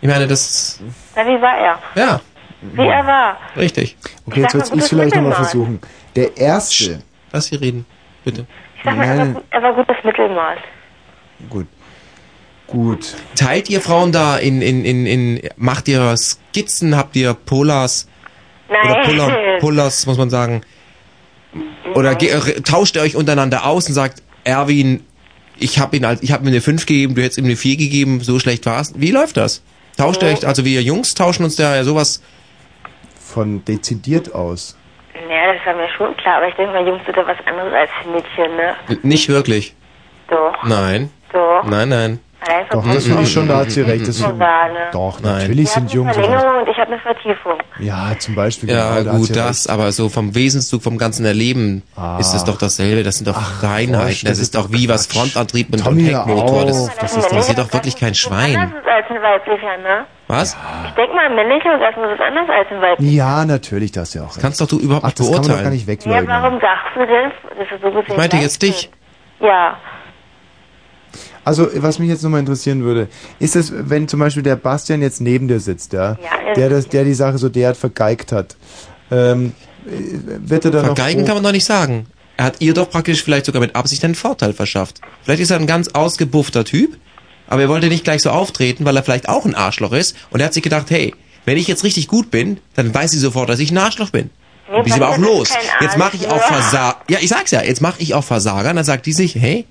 Speaker 1: Ich meine, das,
Speaker 9: Na, wie war er?
Speaker 1: ja,
Speaker 9: Wie er war.
Speaker 1: richtig.
Speaker 9: Okay, jetzt will's ich vielleicht noch mal versuchen.
Speaker 3: Der erste.
Speaker 1: Lass sie reden, bitte.
Speaker 9: Ich sag mal, er war, er war gutes Mittelmaß.
Speaker 3: Gut.
Speaker 1: Teilt ihr Frauen da in, in, in, in, macht ihr Skizzen, habt ihr Polars?
Speaker 9: Nein.
Speaker 1: Oder Polar, Polars, muss man sagen. Oder ge, re- tauscht ihr euch untereinander aus und sagt, Erwin, ich habe ihn als, ich habe mir eine 5 gegeben, du hättest ihm eine 4 gegeben, so schlecht war's. Wie läuft das? Tauscht ihr
Speaker 9: Mhm.
Speaker 1: euch, also wir Jungs tauschen uns da ja sowas.
Speaker 3: Von dezidiert aus.
Speaker 9: Naja, das war mir schon klar, aber ich denke mal, Jungs sind da was anderes als Mädchen, ne?
Speaker 1: Nicht wirklich.
Speaker 9: Doch,
Speaker 1: Nein.
Speaker 9: doch.
Speaker 1: Nein, nein. Mhm.
Speaker 9: Einfach
Speaker 3: Doch, das finde ich schon, da hat sie recht. Das ist,
Speaker 9: Organe.
Speaker 3: doch, natürlich sind Jungs.
Speaker 9: Verlängerung und ich habe eine Vertiefung.
Speaker 3: Ja, zum Beispiel.
Speaker 1: Ja,
Speaker 3: genau, da hat
Speaker 1: gut,
Speaker 3: sie
Speaker 1: das, aber so vom Wesenszug, vom ganzen Erleben ist
Speaker 3: Ah.
Speaker 1: es doch dasselbe. Das sind doch Reinheiten. Das ist doch wie was Frontantrieb und, und
Speaker 3: Tommy, hör
Speaker 1: Heckmotor. Das, das,
Speaker 3: auf, das ist doch-
Speaker 1: sieht doch wirklich kein Schwein.
Speaker 9: Das ist als ein weiblicher, ne?
Speaker 1: Was?
Speaker 9: Ich denke mal, ein männlicher Orgasmus ist anders als ein weiblicher.
Speaker 3: Ja, natürlich, das ja auch.
Speaker 1: Kannst doch du überhaupt
Speaker 3: Ach,
Speaker 1: nicht
Speaker 3: das kann man doch gar
Speaker 1: beurteilen.
Speaker 3: nicht
Speaker 9: Ja,
Speaker 3: wegleugnen.
Speaker 9: warum sagst du denn? Das ist so gesehen
Speaker 1: genau. Ich meinte
Speaker 9: gleich.
Speaker 1: jetzt dich.
Speaker 9: Ja.
Speaker 3: Also, was mich jetzt nochmal interessieren würde, ist es, wenn zum Beispiel der Bastian jetzt neben dir sitzt, ja,
Speaker 9: Ja,
Speaker 3: der, das, der die Sache so derart vergeigt hat, ähm, äh, wird er dann
Speaker 1: Vergeigen
Speaker 3: noch...
Speaker 1: kann man doch nicht sagen. Er hat ihr doch praktisch vielleicht sogar mit Absicht einen Vorteil verschafft. Vielleicht ist er ein ganz ausgebuffter Typ, aber er wollte nicht gleich so auftreten, weil er vielleicht auch ein Arschloch ist. Und er hat sich gedacht, hey, wenn ich jetzt richtig gut bin, dann weiß sie sofort, dass ich ein Arschloch bin.
Speaker 9: Nee,
Speaker 1: Dann bin ich aber auch
Speaker 9: Bastian ist
Speaker 1: los.
Speaker 9: kein
Speaker 1: Jetzt mache ich auch
Speaker 9: Arschloch.
Speaker 1: Versager. Ja, ich sag's ja, jetzt mache ich auch Versager. Und dann sagt die sich, hey,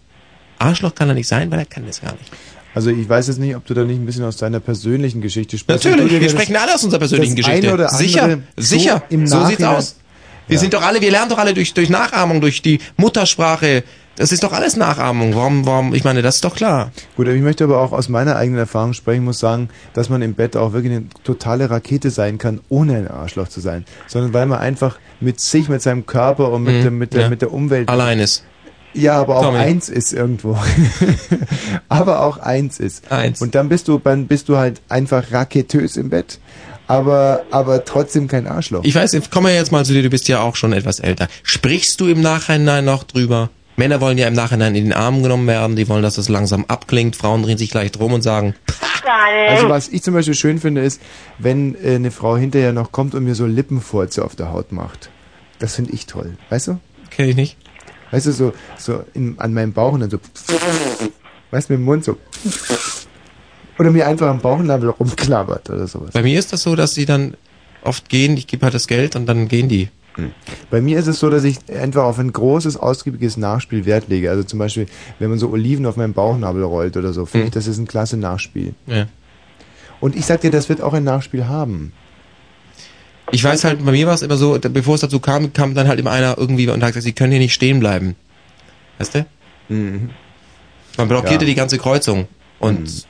Speaker 1: Arschloch kann er nicht sein, weil er kann das gar nicht.
Speaker 3: Also, ich weiß jetzt nicht, ob du da nicht ein bisschen aus deiner persönlichen Geschichte sprichst.
Speaker 1: Natürlich,
Speaker 3: Entschuldige,
Speaker 1: wir
Speaker 3: das-
Speaker 1: sprechen alle aus unserer persönlichen
Speaker 3: das
Speaker 1: Geschichte.
Speaker 3: Eine oder andere
Speaker 1: sicher,
Speaker 3: so
Speaker 1: sicher.
Speaker 3: Im
Speaker 1: so sieht's
Speaker 3: Nachhinein-
Speaker 1: aus. Wir sind doch alle, wir lernen doch alle durch, durch Nachahmung, durch die Muttersprache. Das ist doch alles Nachahmung. Warum, warum, ich meine, das ist doch klar.
Speaker 3: Gut, aber ich möchte aber auch aus meiner eigenen Erfahrung sprechen, muss sagen, dass man im Bett auch wirklich eine totale Rakete sein kann, ohne ein Arschloch zu sein. Sondern weil man einfach mit sich, mit seinem Körper und mit,
Speaker 1: Mhm,
Speaker 3: der, mit, der,
Speaker 1: ja.
Speaker 3: mit der Umwelt.
Speaker 1: Allein ist.
Speaker 3: Ja, aber auch
Speaker 1: Tommy.
Speaker 3: eins ist irgendwo. *laughs* aber auch eins ist.
Speaker 1: Eins.
Speaker 3: Und dann bist du, dann bist du halt einfach raketös im Bett, aber, aber trotzdem kein Arschloch.
Speaker 1: Ich weiß, jetzt kommen wir jetzt mal zu dir, du bist ja auch schon etwas älter. Sprichst du im Nachhinein noch drüber? Männer wollen ja im Nachhinein in den Arm genommen werden, die wollen, dass das langsam abklingt. Frauen drehen sich gleich drum und sagen,
Speaker 3: Also was ich zum Beispiel schön finde, ist, wenn äh, eine Frau hinterher noch kommt und mir so Lippenfurze auf der Haut macht. Das finde ich toll. Weißt du?
Speaker 1: Kenn ich nicht.
Speaker 3: Weißt du, so, so in, an meinem Bauch und dann so. Weißt du, mit dem Mund so. Oder mir einfach am Bauchnabel rumklabbert oder sowas.
Speaker 1: bei mir ist das so, dass sie dann oft gehen, ich gebe halt das Geld und dann gehen die.
Speaker 3: Hm. Bei mir ist es so, dass ich einfach auf ein großes, ausgiebiges Nachspiel Wert lege. Also zum Beispiel, wenn man so Oliven auf meinen Bauchnabel rollt oder so,
Speaker 1: Mhm.
Speaker 3: finde ich, das ist ein klasse Nachspiel.
Speaker 1: Ja.
Speaker 3: Und ich sag dir, das wird auch ein Nachspiel haben.
Speaker 1: Ich weiß halt, bei mir war es immer so, da- bevor es dazu kam, kam dann halt immer einer irgendwie und hat gesagt, sie können hier nicht stehen bleiben. Weißt du? Man blockierte
Speaker 3: Mhm. Ja. Mhm.
Speaker 1: die ganze Kreuzung. Und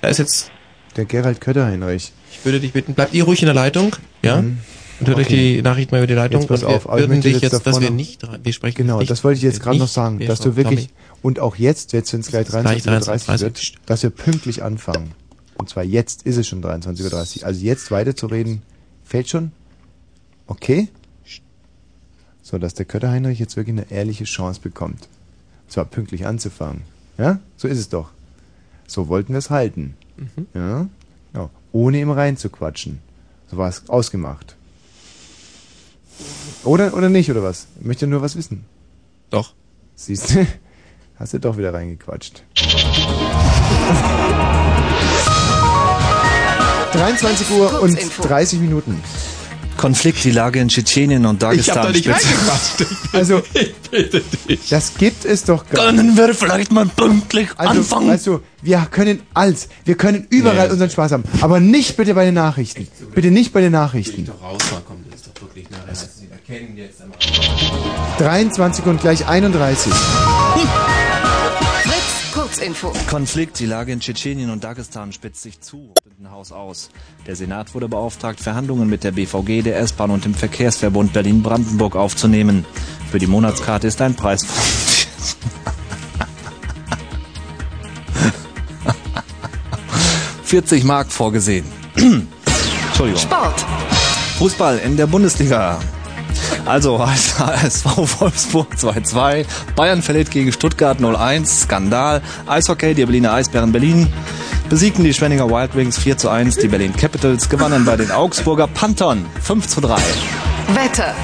Speaker 1: da ist jetzt.
Speaker 3: Der Gerald Kötter, Heinrich.
Speaker 1: Ich würde dich bitten, bleibt ihr ruhig in der Leitung, ja? Und hört euch
Speaker 3: Okay.
Speaker 1: die Nachricht mal über die Leitung
Speaker 3: Jetzt pass
Speaker 1: und
Speaker 3: auf,
Speaker 1: wir
Speaker 3: aber ich
Speaker 1: würden
Speaker 3: möchte
Speaker 1: dich jetzt, dass
Speaker 3: davor
Speaker 1: wir
Speaker 3: noch-
Speaker 1: nicht rein- wir sprechen
Speaker 3: Genau,
Speaker 1: nicht,
Speaker 3: das wollte ich jetzt gerade noch
Speaker 1: nicht-
Speaker 3: sagen,
Speaker 1: wir
Speaker 3: dass du
Speaker 1: stoppen,
Speaker 3: wirklich, und auch jetzt, jetzt sind es gleich
Speaker 1: Gleich
Speaker 3: 23.30 Uhr
Speaker 1: 23:30
Speaker 3: wird, dass wir pünktlich anfangen. Und zwar jetzt ist es schon 23.30 Uhr. Also jetzt weiterzureden, fällt schon? Okay? So, dass der Kötter Heinrich jetzt wirklich eine ehrliche Chance bekommt. Und zwar pünktlich anzufangen. Ja? So ist es doch. So wollten wir es halten. Ja? Genau. Ohne ihm reinzuquatschen. So war es ausgemacht. Oder, oder nicht, oder was? Ich möchte nur was wissen.
Speaker 1: Doch.
Speaker 3: Siehst du? *laughs* Hast du doch
Speaker 8: *laughs*
Speaker 3: wieder reingequatscht. 23 Uhr und 30 Minuten.
Speaker 8: Konflikt, die Lage in Tschetschenien und Dagestan. spitzt-
Speaker 3: Also, das gibt es doch gar
Speaker 8: Können wir vielleicht mal pünktlich
Speaker 3: also,
Speaker 8: anfangen?
Speaker 3: Weißt du, wir können alles, wir können überall unseren Spaß haben, aber nicht bitte bei den Nachrichten. Bitte nicht bei den Nachrichten.
Speaker 1: Raus, mal, komm, das ist doch wirklich nachher. also Sie erkennen jetzt einmal.
Speaker 3: 23 und gleich 31.
Speaker 10: Fritz Kurzinfo.
Speaker 8: Konflikt, die Lage in Tschetschenien und Dagestan spitzt sich zu. Haus aus. Der Senat wurde beauftragt, Verhandlungen mit der BVG, der S-Bahn und dem Verkehrsverbund Berlin-Brandenburg aufzunehmen. Für die Monatskarte ist ein
Speaker 3: *laughs*
Speaker 8: Preis. ...40 Mark vorgesehen. Entschuldigung.
Speaker 10: Sport.
Speaker 8: Fußball in der Bundesliga. Also, HSV *laughs* Wolfsburg 2-2, Bayern verliert gegen Stuttgart 0-1, Skandal, Eishockey, die Berliner Eisbären Berlin, besiegten die Schwenninger Wild Wings 4-1, die Berlin Capitals gewannen bei den Augsburger Panthern 5-3.
Speaker 10: Wetter.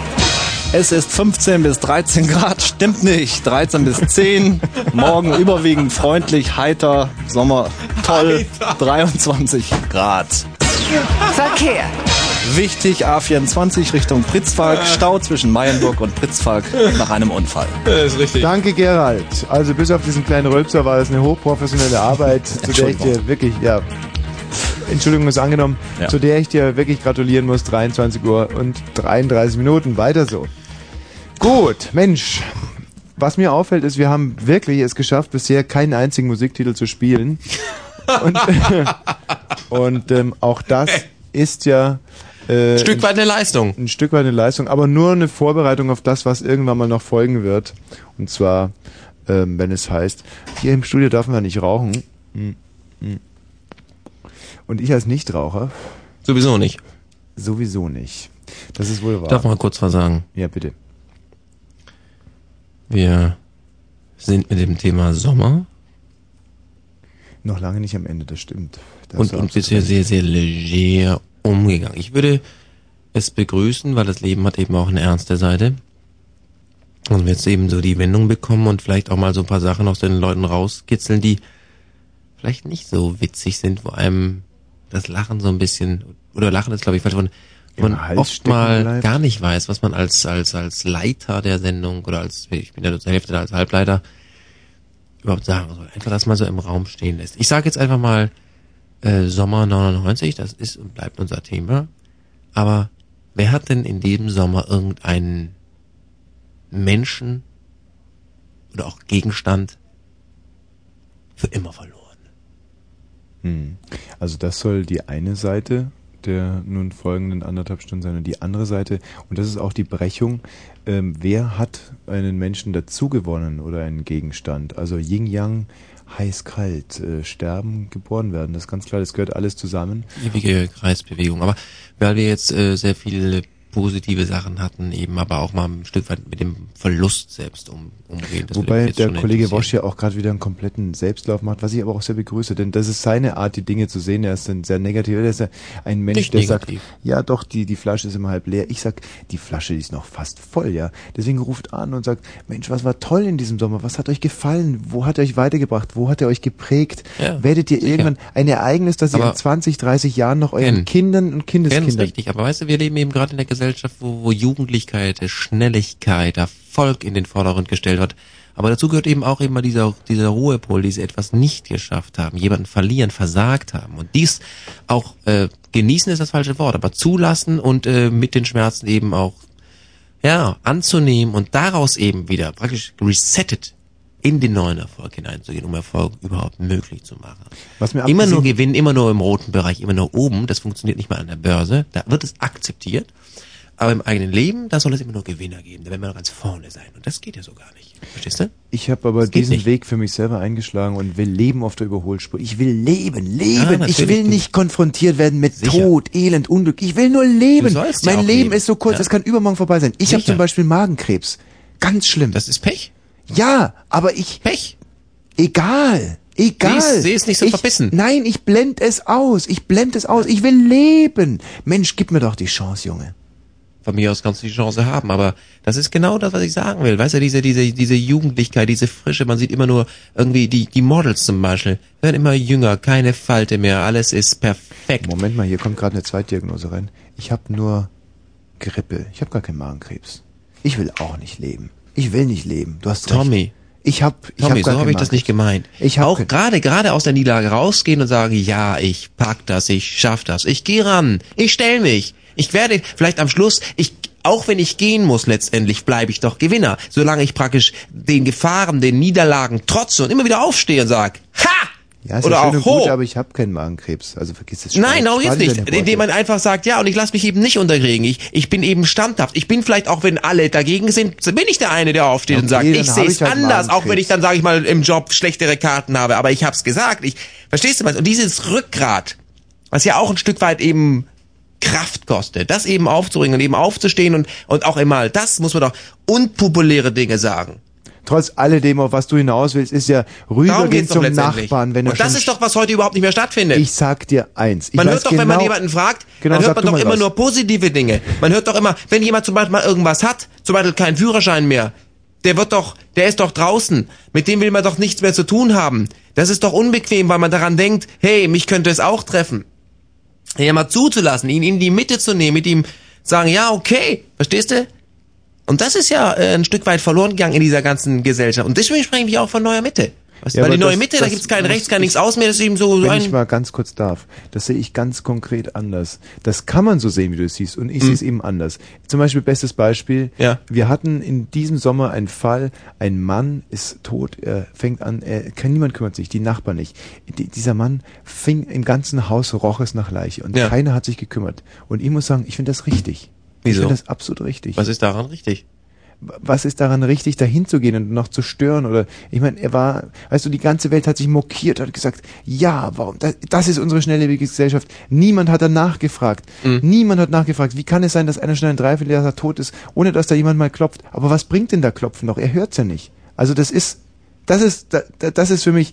Speaker 8: Es ist 15 bis 13 Grad, stimmt nicht, 13 bis 10, morgen überwiegend freundlich, heiter, Sommer toll, 23 Grad.
Speaker 10: Verkehr.
Speaker 8: Wichtig, A24 Richtung Pritzfalk, Stau zwischen Meyenburg und Pritzfalk nach einem Unfall.
Speaker 1: ist richtig.
Speaker 3: Danke, Gerald. Also bis auf diesen kleinen Rülpser war das eine hochprofessionelle Arbeit, zu der ich dir wirklich, ja, Entschuldigung ist angenommen,
Speaker 8: Ja.
Speaker 3: zu der ich dir wirklich gratulieren muss. 23 Uhr und 33 Minuten. Weiter so. Gut, Mensch. Was mir auffällt, ist, wir haben wirklich es geschafft, bisher keinen einzigen Musiktitel zu spielen. Und, *laughs* und ähm, auch das ist ja... Äh,
Speaker 1: Ein Stück weit eine Leistung.
Speaker 3: Ein Stück weit eine Leistung, aber nur eine Vorbereitung auf das, was irgendwann mal noch folgen wird. Und zwar, ähm, wenn es heißt, hier im Studio dürfen wir nicht rauchen.
Speaker 1: Mhm.
Speaker 3: Und ich als Nichtraucher?
Speaker 1: Sowieso nicht.
Speaker 3: Sowieso nicht. Das ist wohl wahr.
Speaker 1: Darf mal kurz was sagen?
Speaker 3: Ja, bitte.
Speaker 1: Wir sind mit dem Thema Sommer
Speaker 3: Noch lange nicht am Ende, das stimmt. Das
Speaker 1: und, und bisher sehr, sehr leger umgegangen. Ich würde es begrüßen, weil das Leben hat eben auch eine ernste Seite. Und wir jetzt eben so die Wendung bekommen und vielleicht auch mal so ein paar Sachen aus den Leuten rauskitzeln, die vielleicht nicht so witzig sind, wo einem das Lachen so ein bisschen, oder Lachen ist glaube ich falsch, wo man- wo
Speaker 3: Im
Speaker 1: man
Speaker 3: Hals
Speaker 1: oft
Speaker 3: stecken
Speaker 1: mal
Speaker 3: bleibt.
Speaker 1: gar nicht weiß, was man als, als, als Leiter der Sendung oder als, ich bin ja zur Hälfte da als Halbleiter, überhaupt sagen soll. Einfach das mal so im Raum stehen lässt. Ich sage jetzt einfach mal äh, Sommer 99, das ist und bleibt unser Thema. Aber wer hat denn in diesem Sommer irgendeinen Menschen oder auch Gegenstand für immer verloren?
Speaker 3: Hm. Also das soll die eine Seite der nun folgenden anderthalb Stunden sein und die andere Seite, und das ist auch die Brechung, ähm, wer hat einen Menschen dazugewonnen oder einen Gegenstand? Also Yin-Yang, heiß-kalt, äh, sterben, geboren werden, das ist ganz klar, das gehört alles zusammen.
Speaker 1: Ewige Kreisbewegung. Aber weil wir jetzt äh, sehr viele positive Sachen hatten, eben aber auch mal ein Stück weit mit dem Verlust selbst um, umgehen. Das würde
Speaker 3: Wobei
Speaker 1: mich jetzt
Speaker 3: der
Speaker 1: schon
Speaker 3: Kollege
Speaker 1: interessieren.
Speaker 3: Wosch ja auch gerade wieder einen kompletten Selbstlauf macht, was ich aber auch sehr begrüße, denn das ist seine Art, die Dinge zu sehen. Er ist ein sehr negativ, er ist ja ein Mensch,
Speaker 1: Nicht
Speaker 3: der
Speaker 1: negativ.
Speaker 3: sagt, ja doch, die, die Flasche ist immer halb leer. Ich sag, die Flasche die ist noch fast voll, ja. Deswegen ruft an und sagt, Mensch, was war toll in diesem Sommer? Was hat euch gefallen? Wo hat er euch weitergebracht? Wo hat er euch geprägt?
Speaker 1: Ja,
Speaker 3: Werdet ihr
Speaker 1: sicher.
Speaker 3: irgendwann ein Ereignis, das ihr
Speaker 1: Aber-
Speaker 3: in 20, 30 Jahren noch euren
Speaker 1: Ken.
Speaker 3: Kindern und
Speaker 1: Ganz
Speaker 3: Kindeskindern
Speaker 1: richtig, aber weißt du, wir leben eben gerade in der Gesellschaft, wo, wo Jugendlichkeit, äh, Schnelligkeit, Erfolg in den Vordergrund gestellt wird. Aber dazu gehört eben auch immer dieser, dieser Ruhepol, die sie etwas nicht geschafft haben, jemanden verlieren, versagt haben. Und dies auch äh, genießen ist das falsche Wort, aber zulassen und äh, mit den Schmerzen eben auch ja anzunehmen und daraus eben wieder praktisch resettet in den neuen Erfolg hineinzugehen, um Erfolg überhaupt möglich zu machen.
Speaker 3: Was mir
Speaker 1: immer
Speaker 3: abgesehen-
Speaker 1: nur gewinnen, immer nur im roten Bereich, immer nur oben, das funktioniert nicht mal an der Börse, da wird es akzeptiert. Aber im eigenen Leben, da soll es immer nur Gewinner geben, da werden wir noch ganz vorne sein. Und das geht ja so gar nicht. Verstehst du?
Speaker 3: Ich habe aber
Speaker 1: Das geht
Speaker 3: diesen
Speaker 1: nicht.
Speaker 3: Weg für mich selber eingeschlagen und will leben auf der Überholspur. Ich will leben,
Speaker 5: Ah,
Speaker 3: leben.
Speaker 5: natürlich.
Speaker 3: ich will nicht konfrontiert werden mit Tod, Elend, Unglück. Ich will nur leben.
Speaker 5: Du sollst ja
Speaker 3: mein
Speaker 5: auch
Speaker 3: Leben,
Speaker 5: leben.
Speaker 3: ist so kurz,
Speaker 5: Ja.
Speaker 3: es kann übermorgen vorbei sein. Ich habe
Speaker 5: Sicher.
Speaker 3: zum Beispiel Magenkrebs. Ganz schlimm. Das
Speaker 1: ist Pech.
Speaker 3: Ja, aber ich.
Speaker 1: Pech.
Speaker 3: Egal. Egal.
Speaker 1: Sieh's- sieh's nicht so
Speaker 3: ich,
Speaker 1: verbissen.
Speaker 3: Nein, ich blend es aus. Ich blend es aus. Ich will leben. Mensch, gib mir doch die Chance, Junge.
Speaker 1: von mir aus kannst du die Chance haben, aber das ist genau das, was ich sagen will. Weißt du, diese, diese, diese Jugendlichkeit, diese Frische, man sieht immer nur irgendwie die, die Models zum Beispiel, werden immer jünger, keine Falte mehr, alles ist perfekt.
Speaker 3: Moment mal, hier kommt gerade eine Zweitdiagnose rein. Ich habe nur Grippe. Ich habe gar keinen Magenkrebs. Ich will auch nicht leben. Ich will nicht leben. Du hast
Speaker 1: Tommy.
Speaker 3: Recht. Ich habe ich
Speaker 1: Tommy,
Speaker 3: hab gar
Speaker 1: so habe
Speaker 3: keinen
Speaker 1: ich das
Speaker 3: Magenkrebs.
Speaker 1: nicht gemeint.
Speaker 3: Ich hab
Speaker 1: auch
Speaker 3: kein-
Speaker 1: gerade gerade aus der Niederlage rausgehen und sagen, ja, ich pack das, ich schaff das, ich gehe ran, ich stell mich, ich werde vielleicht am Schluss, ich Auch wenn ich gehen muss letztendlich, bleibe ich doch Gewinner. Solange ich praktisch den Gefahren, den Niederlagen trotze und immer wieder aufstehe und sag, ha!
Speaker 3: Ja, ist
Speaker 1: Oder
Speaker 3: ja schön
Speaker 1: auch
Speaker 3: und gut,
Speaker 1: ho!
Speaker 3: aber ich habe keinen Magenkrebs. Also vergiss das
Speaker 1: Nein, darum geht's nicht. Indem man einfach sagt, ja, und ich lasse mich eben nicht unterkriegen. Ich, ich bin eben standhaft. Ich bin vielleicht, auch wenn alle dagegen sind, bin ich der eine, der aufsteht und sagt,
Speaker 3: dann
Speaker 1: ich
Speaker 3: hab
Speaker 1: sehe
Speaker 3: ich
Speaker 1: es
Speaker 3: halt
Speaker 1: anders, auch
Speaker 3: Magenkrebs.
Speaker 1: wenn ich dann, sage ich mal, im Job schlechtere Karten habe. Aber ich hab's gesagt. Ich, verstehst du was? Und dieses Rückgrat, was ja auch ein Stück weit eben Kraft kostet, das eben aufzuringen und eben aufzustehen und, und auch immer, das muss man doch unpopuläre Dinge sagen.
Speaker 3: Trotz alledem, auf was du hinaus willst, ist ja
Speaker 1: Darum
Speaker 3: rübergehen
Speaker 1: geht's doch
Speaker 3: zum
Speaker 1: letztendlich.
Speaker 3: Nachbarn, wenn er
Speaker 1: und das
Speaker 3: schon
Speaker 1: ist doch, was heute überhaupt nicht mehr stattfindet.
Speaker 3: Ich sag dir eins. Ich
Speaker 1: man
Speaker 3: weiß
Speaker 1: hört doch,
Speaker 3: genau,
Speaker 1: wenn man jemanden fragt,
Speaker 3: Genau,
Speaker 1: dann
Speaker 3: sag
Speaker 1: hört man
Speaker 3: du
Speaker 1: doch
Speaker 3: mal
Speaker 1: immer
Speaker 3: was.
Speaker 1: nur positive Dinge. Man hört doch immer, wenn jemand zum Beispiel mal irgendwas hat, zum Beispiel keinen Führerschein mehr, der wird doch, der ist doch draußen, mit dem will man doch nichts mehr zu tun haben. Das ist doch unbequem, weil man daran denkt, hey, mich könnte es auch treffen. Ja, mal zuzulassen, ihn in die Mitte zu nehmen, mit ihm sagen, ja, okay, verstehst du? Und das ist ja äh, ein Stück weit verloren gegangen in dieser ganzen Gesellschaft. Und deswegen sprechen wir auch von neuer Mitte. Was,
Speaker 3: Ja,
Speaker 1: weil
Speaker 3: aber
Speaker 1: die neue
Speaker 3: das-
Speaker 1: Mitte, da
Speaker 3: das
Speaker 1: gibt's kein
Speaker 3: muss
Speaker 1: Rechts, kein
Speaker 3: ich-
Speaker 1: Nichts aus mehr, das ist eben so, so
Speaker 3: Wenn
Speaker 1: ein
Speaker 3: ich mal ganz kurz darf, das sehe ich ganz konkret anders. Das kann man so sehen, wie du es siehst, und ich
Speaker 1: Mhm.
Speaker 3: sehe es eben anders. Zum Beispiel bestes Beispiel:
Speaker 1: Ja.
Speaker 3: Wir hatten in diesem Sommer einen Fall. Ein Mann ist tot. Er fängt an. Er, kein niemand kümmert sich. Die Nachbarn nicht. Die, dieser Mann fing im ganzen Haus roch es nach Leiche und
Speaker 1: Ja.
Speaker 3: keiner hat sich gekümmert. Und ich muss sagen, ich finde das richtig.
Speaker 1: Wieso?
Speaker 3: Ich finde das absolut richtig.
Speaker 1: Was ist daran richtig?
Speaker 3: was ist daran richtig, dahin zu gehen und noch zu stören? Oder ich meine, er war, weißt du, die ganze Welt hat sich mokiert und gesagt, ja, warum? Das, das ist unsere schnelllebige Gesellschaft. Niemand hat danach gefragt.
Speaker 1: Mhm.
Speaker 3: Niemand hat nachgefragt. Wie kann es sein, dass einer schon ein Dreivierteljahr tot ist, ohne dass da jemand mal klopft? Aber was bringt denn da Klopfen noch? Er hört's ja nicht. Also das ist, das ist, da- da- das ist für mich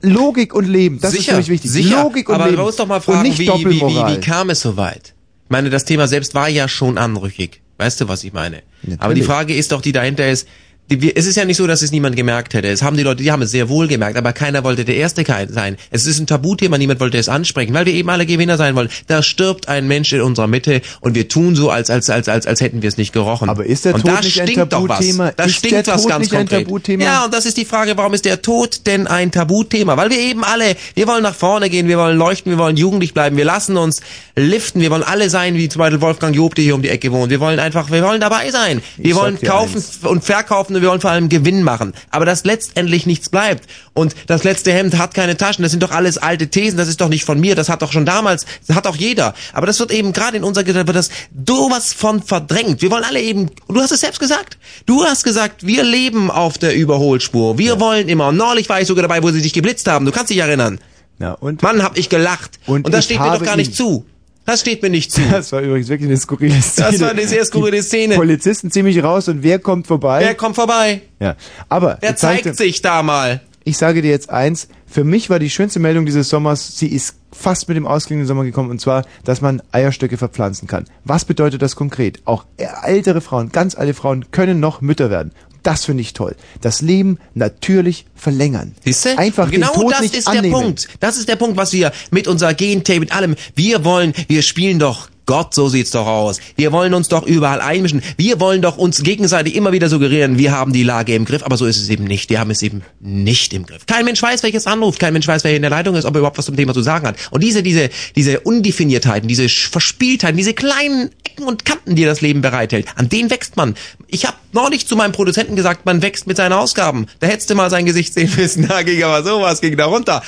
Speaker 3: Logik und Leben. Das
Speaker 1: sicher,
Speaker 3: ist für mich wichtig.
Speaker 1: Sicher.
Speaker 3: Logik und
Speaker 1: aber
Speaker 3: Leben.
Speaker 1: man muss doch mal
Speaker 3: und
Speaker 1: fragen,
Speaker 3: nicht
Speaker 1: wie, wie,
Speaker 3: Doppelmoral.
Speaker 1: wie, wie kam es so weit? Ich meine, das Thema selbst war ja schon anrüchig. Weißt du, was ich meine? Aber die Frage ist doch, die dahinter ist, die, wir, es ist ja nicht so, dass es niemand gemerkt hätte. Es haben die Leute, die haben es sehr wohl gemerkt, aber keiner wollte der Erste kein- sein. Es ist ein Tabuthema, niemand wollte es ansprechen, weil wir eben alle Gewinner sein wollen. Da stirbt ein Mensch in unserer Mitte und wir tun so, als als als als als hätten wir es nicht gerochen. Aber
Speaker 3: ist der
Speaker 1: und
Speaker 3: Tod
Speaker 1: da
Speaker 3: nicht ein
Speaker 1: stinkt doch was.
Speaker 3: Tabuthema?
Speaker 1: Da
Speaker 3: Ist
Speaker 1: stinkt
Speaker 3: der
Speaker 1: was
Speaker 3: Tod
Speaker 1: ganz
Speaker 3: nicht ein
Speaker 1: konkret.
Speaker 3: Tabuthema?
Speaker 1: Ja, und das ist die Frage, warum ist der Tod denn ein Tabuthema? Weil wir eben alle, wir wollen nach vorne gehen, wir wollen leuchten, wir wollen jugendlich bleiben, wir lassen uns liften, wir wollen alle sein, wie zum Beispiel Wolfgang Job, der hier um die Ecke wohnt. Wir wollen einfach, wir wollen dabei sein. Wir
Speaker 3: Ich sag
Speaker 1: wollen
Speaker 3: dir
Speaker 1: kaufen und verkaufen und wir wollen vor allem Gewinn machen. Aber dass letztendlich nichts bleibt. Und das letzte Hemd hat keine Taschen, das sind doch alles alte Thesen, das ist doch nicht von mir, das hat doch schon damals, das hat doch jeder. Aber das wird eben gerade in unserer Gesellschaft, wird das sowas von verdrängt. Wir wollen alle eben, du hast es selbst gesagt, du hast gesagt, wir leben auf der Überholspur, wir wollen immer. Und neulich war ich sogar dabei, wo sie dich geblitzt haben, du kannst dich erinnern.
Speaker 3: Ja, und?
Speaker 1: Mann, hab ich gelacht. Und, das
Speaker 3: ich
Speaker 1: steht mir doch
Speaker 3: habe
Speaker 1: gar nicht
Speaker 3: ihn.
Speaker 1: zu. Das steht mir nicht zu.
Speaker 3: Das war übrigens wirklich eine skurrile Szene.
Speaker 1: war eine sehr skurrile
Speaker 3: Die
Speaker 1: Szene.
Speaker 3: Polizisten ziehen mich raus und wer kommt vorbei?
Speaker 1: Wer kommt vorbei?
Speaker 3: ja. Aber
Speaker 1: Wer
Speaker 3: ich sag dir-
Speaker 1: zeigt sich da mal?
Speaker 3: ich sage dir jetzt eins, für mich war die schönste Meldung dieses Sommers, sie ist fast mit dem ausklingenden Sommer gekommen, und zwar, dass man Eierstöcke verpflanzen kann. Was bedeutet das konkret? Auch ältere Frauen, ganz alte Frauen können noch Mütter werden. Das finde ich toll. Das Leben natürlich verlängern.
Speaker 1: Siehste?
Speaker 3: Einfach
Speaker 1: genau
Speaker 3: den Tod
Speaker 1: das
Speaker 3: nicht
Speaker 1: ist
Speaker 3: annehmen.
Speaker 1: der Punkt. Das ist der Punkt, was wir mit unserer Gentech, mit allem, wir wollen, wir spielen doch Gott, so sieht's doch aus. Wir wollen uns doch überall einmischen. Wir wollen doch uns gegenseitig immer wieder suggerieren, wir haben die Lage im Griff, aber so ist es eben nicht. Wir haben es eben nicht im Griff. Kein Mensch weiß, welches anruft, kein Mensch weiß, wer hier in der Leitung ist, ob er überhaupt was zum Thema zu sagen hat. Und diese, diese, diese Undefiniertheiten, diese Sch- Verspieltheiten, diese kleinen Ecken und Kanten, die das Leben bereithält, an denen wächst man. Ich habe neulich zu meinem Produzenten gesagt, man wächst mit seinen Ausgaben. Da hättest du mal sein Gesicht sehen müssen. *laughs* Da ging aber sowas, ging da runter.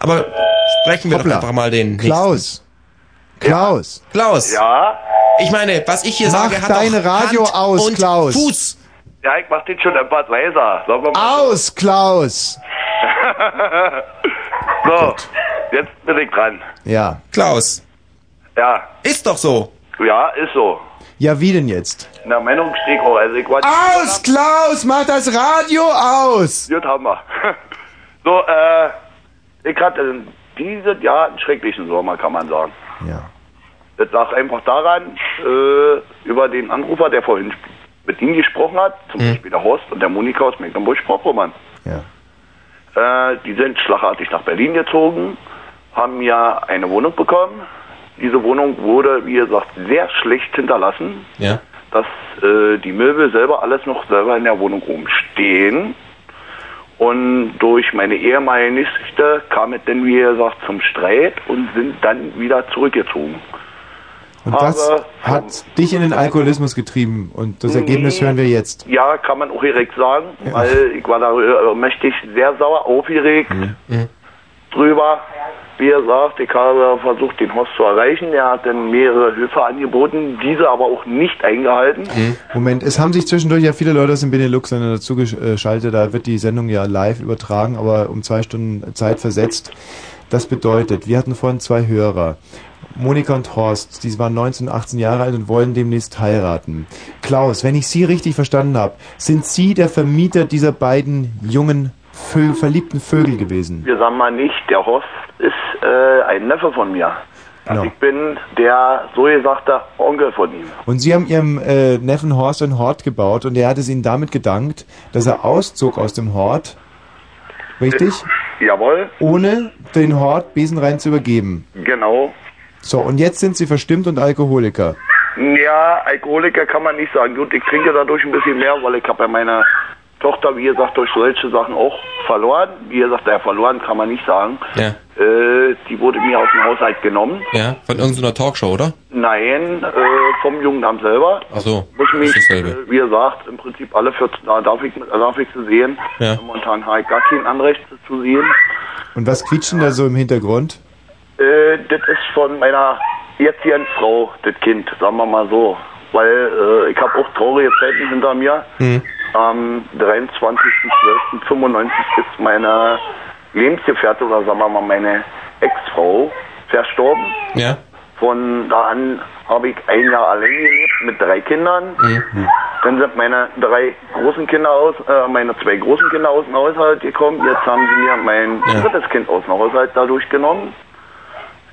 Speaker 1: Aber sprechen wir
Speaker 3: Hoppla.
Speaker 1: doch einfach mal den
Speaker 3: Klaus. Klaus.
Speaker 1: Klaus. Ja. Ich meine, was ich hier
Speaker 3: Mach
Speaker 1: sage, hat
Speaker 3: deine
Speaker 1: doch
Speaker 3: Radio
Speaker 1: Hand
Speaker 3: aus,
Speaker 1: und
Speaker 3: Klaus.
Speaker 1: Fuß.
Speaker 11: Ja, ich mach den schon ein paar leiser. Sagen wir mal.
Speaker 3: Aus, Klaus.
Speaker 11: *laughs* so, jetzt bin ich dran.
Speaker 3: Ja.
Speaker 1: Klaus.
Speaker 11: Ja.
Speaker 1: Ist doch so.
Speaker 11: Ja, ist so.
Speaker 3: Ja, wie denn jetzt?
Speaker 11: Na, Meinung Streko, also ich wollte...
Speaker 3: Aus, Klaus, mach das Radio aus!
Speaker 11: Gut, haben wir. *laughs* So, äh, ich hatte dieses Jahr einen schrecklichen Sommer, kann man sagen.
Speaker 3: Ja.
Speaker 11: Das lag einfach daran, äh, über den Anrufer, der vorhin sp- mit ihm gesprochen hat, zum Beispiel der Horst und der Monika aus Mecklenburg-Vorpommern. Äh, die sind schlagartig nach Berlin gezogen, haben ja eine Wohnung bekommen. Diese Wohnung wurde, wie gesagt, sehr schlecht hinterlassen,
Speaker 1: Ja.
Speaker 11: dass äh, die Möbel selber alles noch selber in der Wohnung rumstehen. Und durch meine ehemalige Nichte kam es dann, wie gesagt, zum Streit und sind dann wieder zurückgezogen.
Speaker 3: Und Und das
Speaker 19: Aber-
Speaker 3: hat dich in den Alkoholismus getrieben. Und das Ergebnis
Speaker 19: Nee.
Speaker 3: hören wir jetzt.
Speaker 19: Ja, kann man auch direkt sagen, weil ich war da äh, mächtig sehr sauer, aufgeregt drüber. Wie gesagt, ich habe versucht, den Horst zu erreichen. Er hat dann mehrere Hilfe angeboten, diese aber auch nicht eingehalten.
Speaker 3: Mhm. Moment, es haben sich zwischendurch ja viele Leute aus dem Benelux-Sender dazugeschaltet. Da wird die Sendung ja live übertragen, aber um zwei Stunden Zeit versetzt. Das bedeutet, wir hatten vorhin zwei Hörer. Monika und Horst, die waren 19 und 18 Jahre alt und wollen demnächst heiraten. Klaus, wenn ich Sie richtig verstanden habe, sind Sie der Vermieter dieser beiden jungen, Vö verliebten Vögel gewesen?
Speaker 19: Wir sagen mal nicht, der Horst ist äh, ein Neffe von mir.
Speaker 3: Genau.
Speaker 19: Ich bin der so gesagte Onkel von ihm.
Speaker 3: Und sie haben ihrem äh, Neffen Horst einen Hort gebaut und er hat es ihnen damit gedankt, dass er auszog aus dem Hort. Richtig?
Speaker 19: Jawohl,
Speaker 3: Ohne den Hort besenrein zu übergeben.
Speaker 19: genau.
Speaker 3: So, und jetzt sind sie verstimmt und Alkoholiker.
Speaker 19: Ja, Alkoholiker kann man nicht sagen. Gut, ich trinke dadurch ein bisschen mehr, weil ich habe ja meine Tochter, wie gesagt, durch solche Sachen auch verloren. Wie gesagt, ja, verloren kann man nicht sagen.
Speaker 1: Ja.
Speaker 19: Äh, die wurde mir aus dem Haushalt genommen.
Speaker 1: Ja, von irgendeiner Talkshow, oder?
Speaker 19: Nein, äh, vom Jugendamt selber.
Speaker 1: Ach so,
Speaker 19: Muss mich,
Speaker 1: ist dasselbe.
Speaker 19: äh, wie gesagt, im Prinzip alle 14 Jahre darf ich, darf ich sie sehen.
Speaker 3: Ja.
Speaker 19: Momentan habe ich gar kein Anrecht sie zu sehen.
Speaker 3: Und was quietscht denn da so im Hintergrund?
Speaker 19: Äh, das ist von meiner jetzigen Frau, das Kind, sagen wir mal so. Weil äh, ich habe auch traurige Zeiten hinter mir. Am 23.12.95 ist meine Lebensgefährtin oder sagen wir mal meine Ex-Frau verstorben.
Speaker 1: Ja.
Speaker 19: Von da an habe ich ein Jahr allein gelebt mit drei Kindern.
Speaker 1: Mhm.
Speaker 19: Dann sind meine drei großen Kinder aus, äh, meine zwei großen Kinder aus dem Haushalt gekommen. Jetzt haben sie mir mein drittes Kind aus dem Haushalt dadurch genommen.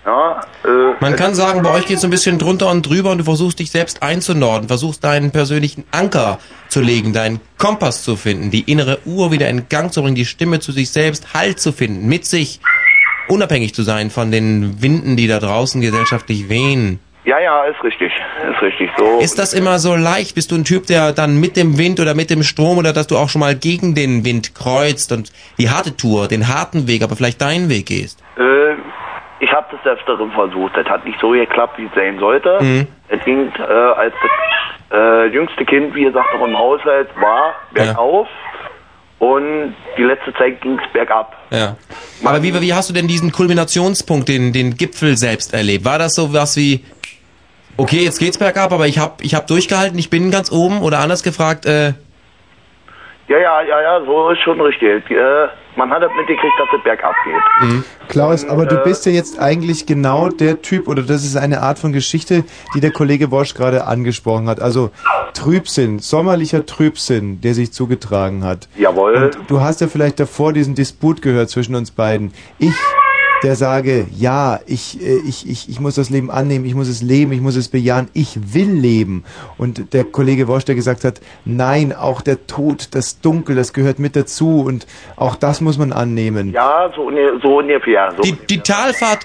Speaker 19: Ja, äh,
Speaker 1: Man kann sagen, bei euch geht es ein bisschen drunter und drüber und du versuchst dich selbst einzunorden, versuchst deinen persönlichen Anker zu legen, deinen Kompass zu finden, die innere Uhr wieder in Gang zu bringen, die Stimme zu sich selbst, Halt zu finden, mit sich unabhängig zu sein von den Winden, die da draußen gesellschaftlich wehen.
Speaker 19: ja, ja, ist richtig, ist richtig so.
Speaker 1: Ist das immer so leicht? Bist du ein Typ, der dann mit dem Wind oder mit dem Strom oder dass du auch schon mal gegen den Wind kreuzt und die harte Tour, den harten Weg, aber vielleicht deinen Weg gehst?
Speaker 19: Äh, ich habe das öfteren versucht. Das hat nicht so geklappt, wie es sein sollte.
Speaker 1: Mhm.
Speaker 19: Es ging, äh, als das äh, jüngste Kind, wie gesagt, noch im Haushalt war, bergauf. Und die letzte Zeit ging es bergab.
Speaker 1: Ja. Aber wie, wie hast du denn diesen Kulminationspunkt, den, den Gipfel selbst erlebt? War das so was wie, okay, jetzt geht's bergab, aber ich hab, ich hab durchgehalten, ich bin ganz oben? Oder anders gefragt, äh,
Speaker 19: Ja, ja, ja, ja, so ist schon richtig. Äh, man hat das mitgekriegt, dass es bergab geht.
Speaker 3: Klaus, aber du bist ja jetzt eigentlich genau der Typ, oder das ist eine Art von Geschichte, die der Kollege Wosch gerade angesprochen hat. Also Trübsinn, sommerlicher Trübsinn, der sich zugetragen hat.
Speaker 19: Jawohl.
Speaker 3: Und du hast ja vielleicht davor diesen Disput gehört zwischen uns beiden. Ich, der sage, ja, ich, äh, ich, ich, ich muss das Leben annehmen, ich muss es leben, ich muss es bejahen, ich will leben. Und der Kollege Wosch, der gesagt hat, nein, auch der Tod, das Dunkel, das gehört mit dazu und auch das muss man annehmen.
Speaker 19: Ja, so, unge- so ungefähr. So.
Speaker 1: die, die Talfahrt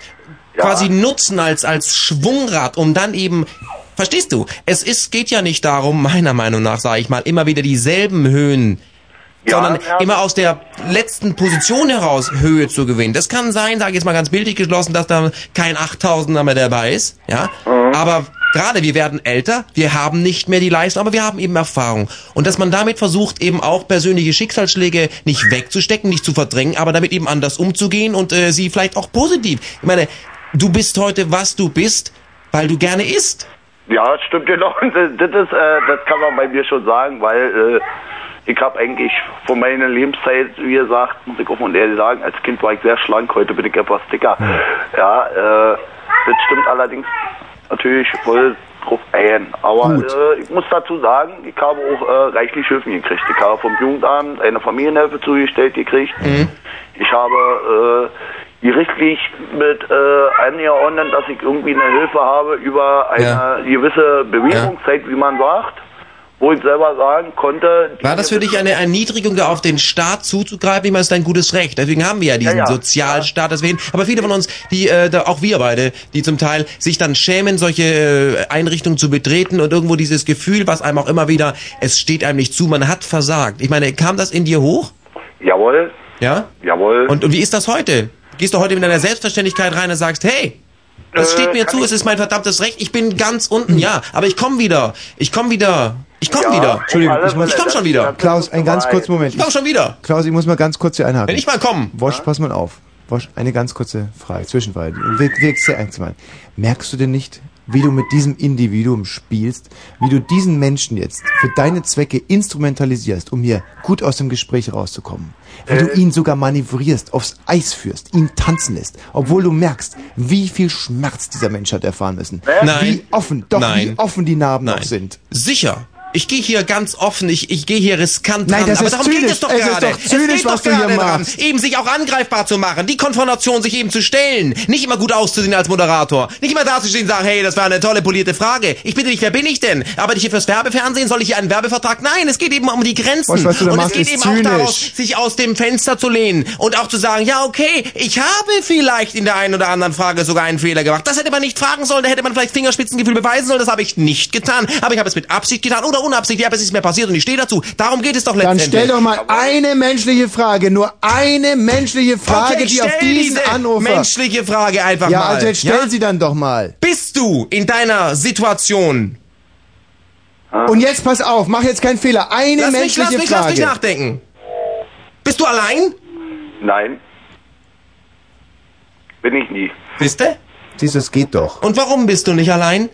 Speaker 1: quasi nutzen als, als Schwungrad, um dann eben, verstehst du? Es ist, geht ja nicht darum, meiner Meinung nach, sage ich mal, immer wieder dieselben Höhen sondern immer aus der letzten Position heraus Höhe zu gewinnen. Das kann sein, sage ich jetzt mal ganz bildlich geschlossen, dass da kein 8000er mehr dabei ist, ja? Aber gerade wir werden älter, wir haben nicht mehr die Leistung, aber wir haben eben Erfahrung und dass man damit versucht eben auch persönliche Schicksalsschläge nicht wegzustecken, nicht zu verdrängen, aber damit eben anders umzugehen und äh, sie vielleicht auch positiv. Ich meine, du bist heute was du bist, weil du gerne isst.
Speaker 19: Ja, das stimmt genau. *laughs* Und Das, das, ist, äh, das kann man bei mir schon sagen, weil äh, ich habe eigentlich von meiner Lebenszeit, wie gesagt, muss ich offen und ehrlich sagen, als Kind war ich sehr schlank, heute bin ich etwas dicker. Ja, äh, das stimmt allerdings natürlich voll drauf ein. Aber
Speaker 3: Gut.
Speaker 19: äh, ich muss dazu sagen, ich habe auch äh, reichlich Hilfen gekriegt. Ich habe vom Jugendamt eine Familienhilfe zugestellt gekriegt.
Speaker 1: Mhm.
Speaker 19: Ich habe äh, gerichtlich mit äh, angeordnet, dass ich irgendwie eine Hilfe habe über eine
Speaker 1: Ja.
Speaker 19: gewisse Bewegungszeit, wie man sagt, wo ich selber sagen konnte,
Speaker 1: War das für dich eine Erniedrigung, da auf den Staat zuzugreifen? Ich meine, das ist ein gutes Recht. Deswegen haben wir ja diesen
Speaker 19: Ja, ja.
Speaker 1: Sozialstaat. Deswegen, aber viele von uns, die, äh, da, auch wir beide, die zum Teil sich dann schämen, solche äh, Einrichtungen zu betreten und irgendwo dieses Gefühl, was einem auch immer wieder, es steht einem nicht zu, man hat versagt. Ich meine, kam das in dir hoch?
Speaker 19: jawohl,
Speaker 1: Ja?
Speaker 19: jawohl.
Speaker 1: Und, und wie ist das heute? Gehst du heute mit einer Selbstverständlichkeit rein und sagst, hey, Das
Speaker 2: Äh,
Speaker 1: steht mir
Speaker 2: kann
Speaker 1: zu, es ist mein verdammtes Recht. Ich bin ganz unten, ja. Aber ich komm wieder. Ich komm wieder. Ich komm
Speaker 3: Ja,
Speaker 1: wieder.
Speaker 3: Entschuldigung,
Speaker 1: ich,
Speaker 3: ich muss-
Speaker 1: komm schon um wieder.
Speaker 3: Klaus, einen ganz kurzen Moment.
Speaker 1: Ich komm schon wieder.
Speaker 3: Klaus, ich muss mal ganz kurz hier einhaken.
Speaker 1: Wenn ich mal komme.
Speaker 3: Wosch, pass mal auf. Wosch, eine ganz kurze Frage. Zwischenfrage. Wirk, wirkst sehr ernst gemeint. Merkst du denn nicht, wie du mit diesem Individuum spielst, wie du diesen Menschen jetzt für deine Zwecke instrumentalisierst, um hier gut aus dem Gespräch rauszukommen? Wie du
Speaker 19: Äh.
Speaker 3: ihn sogar manövrierst, aufs Eis führst, ihn tanzen lässt, obwohl du merkst, wie viel Schmerz dieser Mensch hat erfahren müssen.
Speaker 1: Nein.
Speaker 3: Wie offen, doch
Speaker 1: Nein.
Speaker 3: wie offen die Narben noch sind.
Speaker 1: Sicher. Ich gehe hier ganz offen, ich, ich gehe hier riskant
Speaker 3: Nein,
Speaker 1: ran.
Speaker 3: das
Speaker 1: aber
Speaker 3: ist
Speaker 1: darum geht
Speaker 3: zynisch.
Speaker 1: es doch
Speaker 3: Es ist
Speaker 1: gerade.
Speaker 3: doch zynisch,
Speaker 1: geht doch
Speaker 3: was du hier
Speaker 1: gerade daran,
Speaker 3: machst.
Speaker 1: Eben sich auch angreifbar zu machen, die Konfrontation sich eben zu stellen. Nicht immer gut auszusehen als Moderator. Nicht immer dazustehen und sagen, hey, das war eine tolle polierte Frage. Ich bitte dich, wer bin ich denn? Arbeite ich hier fürs Werbefernsehen? Soll ich hier einen Werbevertrag? Nein, es geht eben um die Grenzen.
Speaker 3: Bosch, was du da
Speaker 1: und
Speaker 3: machst,
Speaker 1: es geht
Speaker 3: ist
Speaker 1: eben
Speaker 3: zynisch.
Speaker 1: auch daraus, sich aus dem Fenster zu lehnen und auch zu sagen, ja, okay, ich habe vielleicht in der einen oder anderen Frage sogar einen Fehler gemacht. Das hätte man nicht fragen sollen, da hätte man vielleicht Fingerspitzengefühl beweisen sollen, das habe ich nicht getan. Aber ich habe es mit Absicht getan oder unabsichtlich, aber es ist mir passiert und ich stehe dazu. Darum geht es doch
Speaker 3: Dann
Speaker 1: letztendlich.
Speaker 3: stell doch mal eine menschliche Frage, nur eine menschliche Frage,
Speaker 1: Okay, ich
Speaker 3: die auf
Speaker 1: stell
Speaker 3: diesen
Speaker 1: diese
Speaker 3: Anrufer.
Speaker 1: menschliche Frage einfach
Speaker 3: ja,
Speaker 1: mal.
Speaker 3: also jetzt stell
Speaker 1: ja?
Speaker 3: sie dann doch mal.
Speaker 1: Bist du in deiner Situation?
Speaker 3: Und jetzt pass auf, mach jetzt keinen Fehler. Eine
Speaker 1: lass mich,
Speaker 3: menschliche
Speaker 1: lass mich,
Speaker 3: Frage.
Speaker 1: lass mich nachdenken. Bist du allein?
Speaker 19: Nein. Bin ich nie.
Speaker 1: Bist du?
Speaker 3: Siehst du, es geht doch.
Speaker 1: Und warum bist du nicht allein?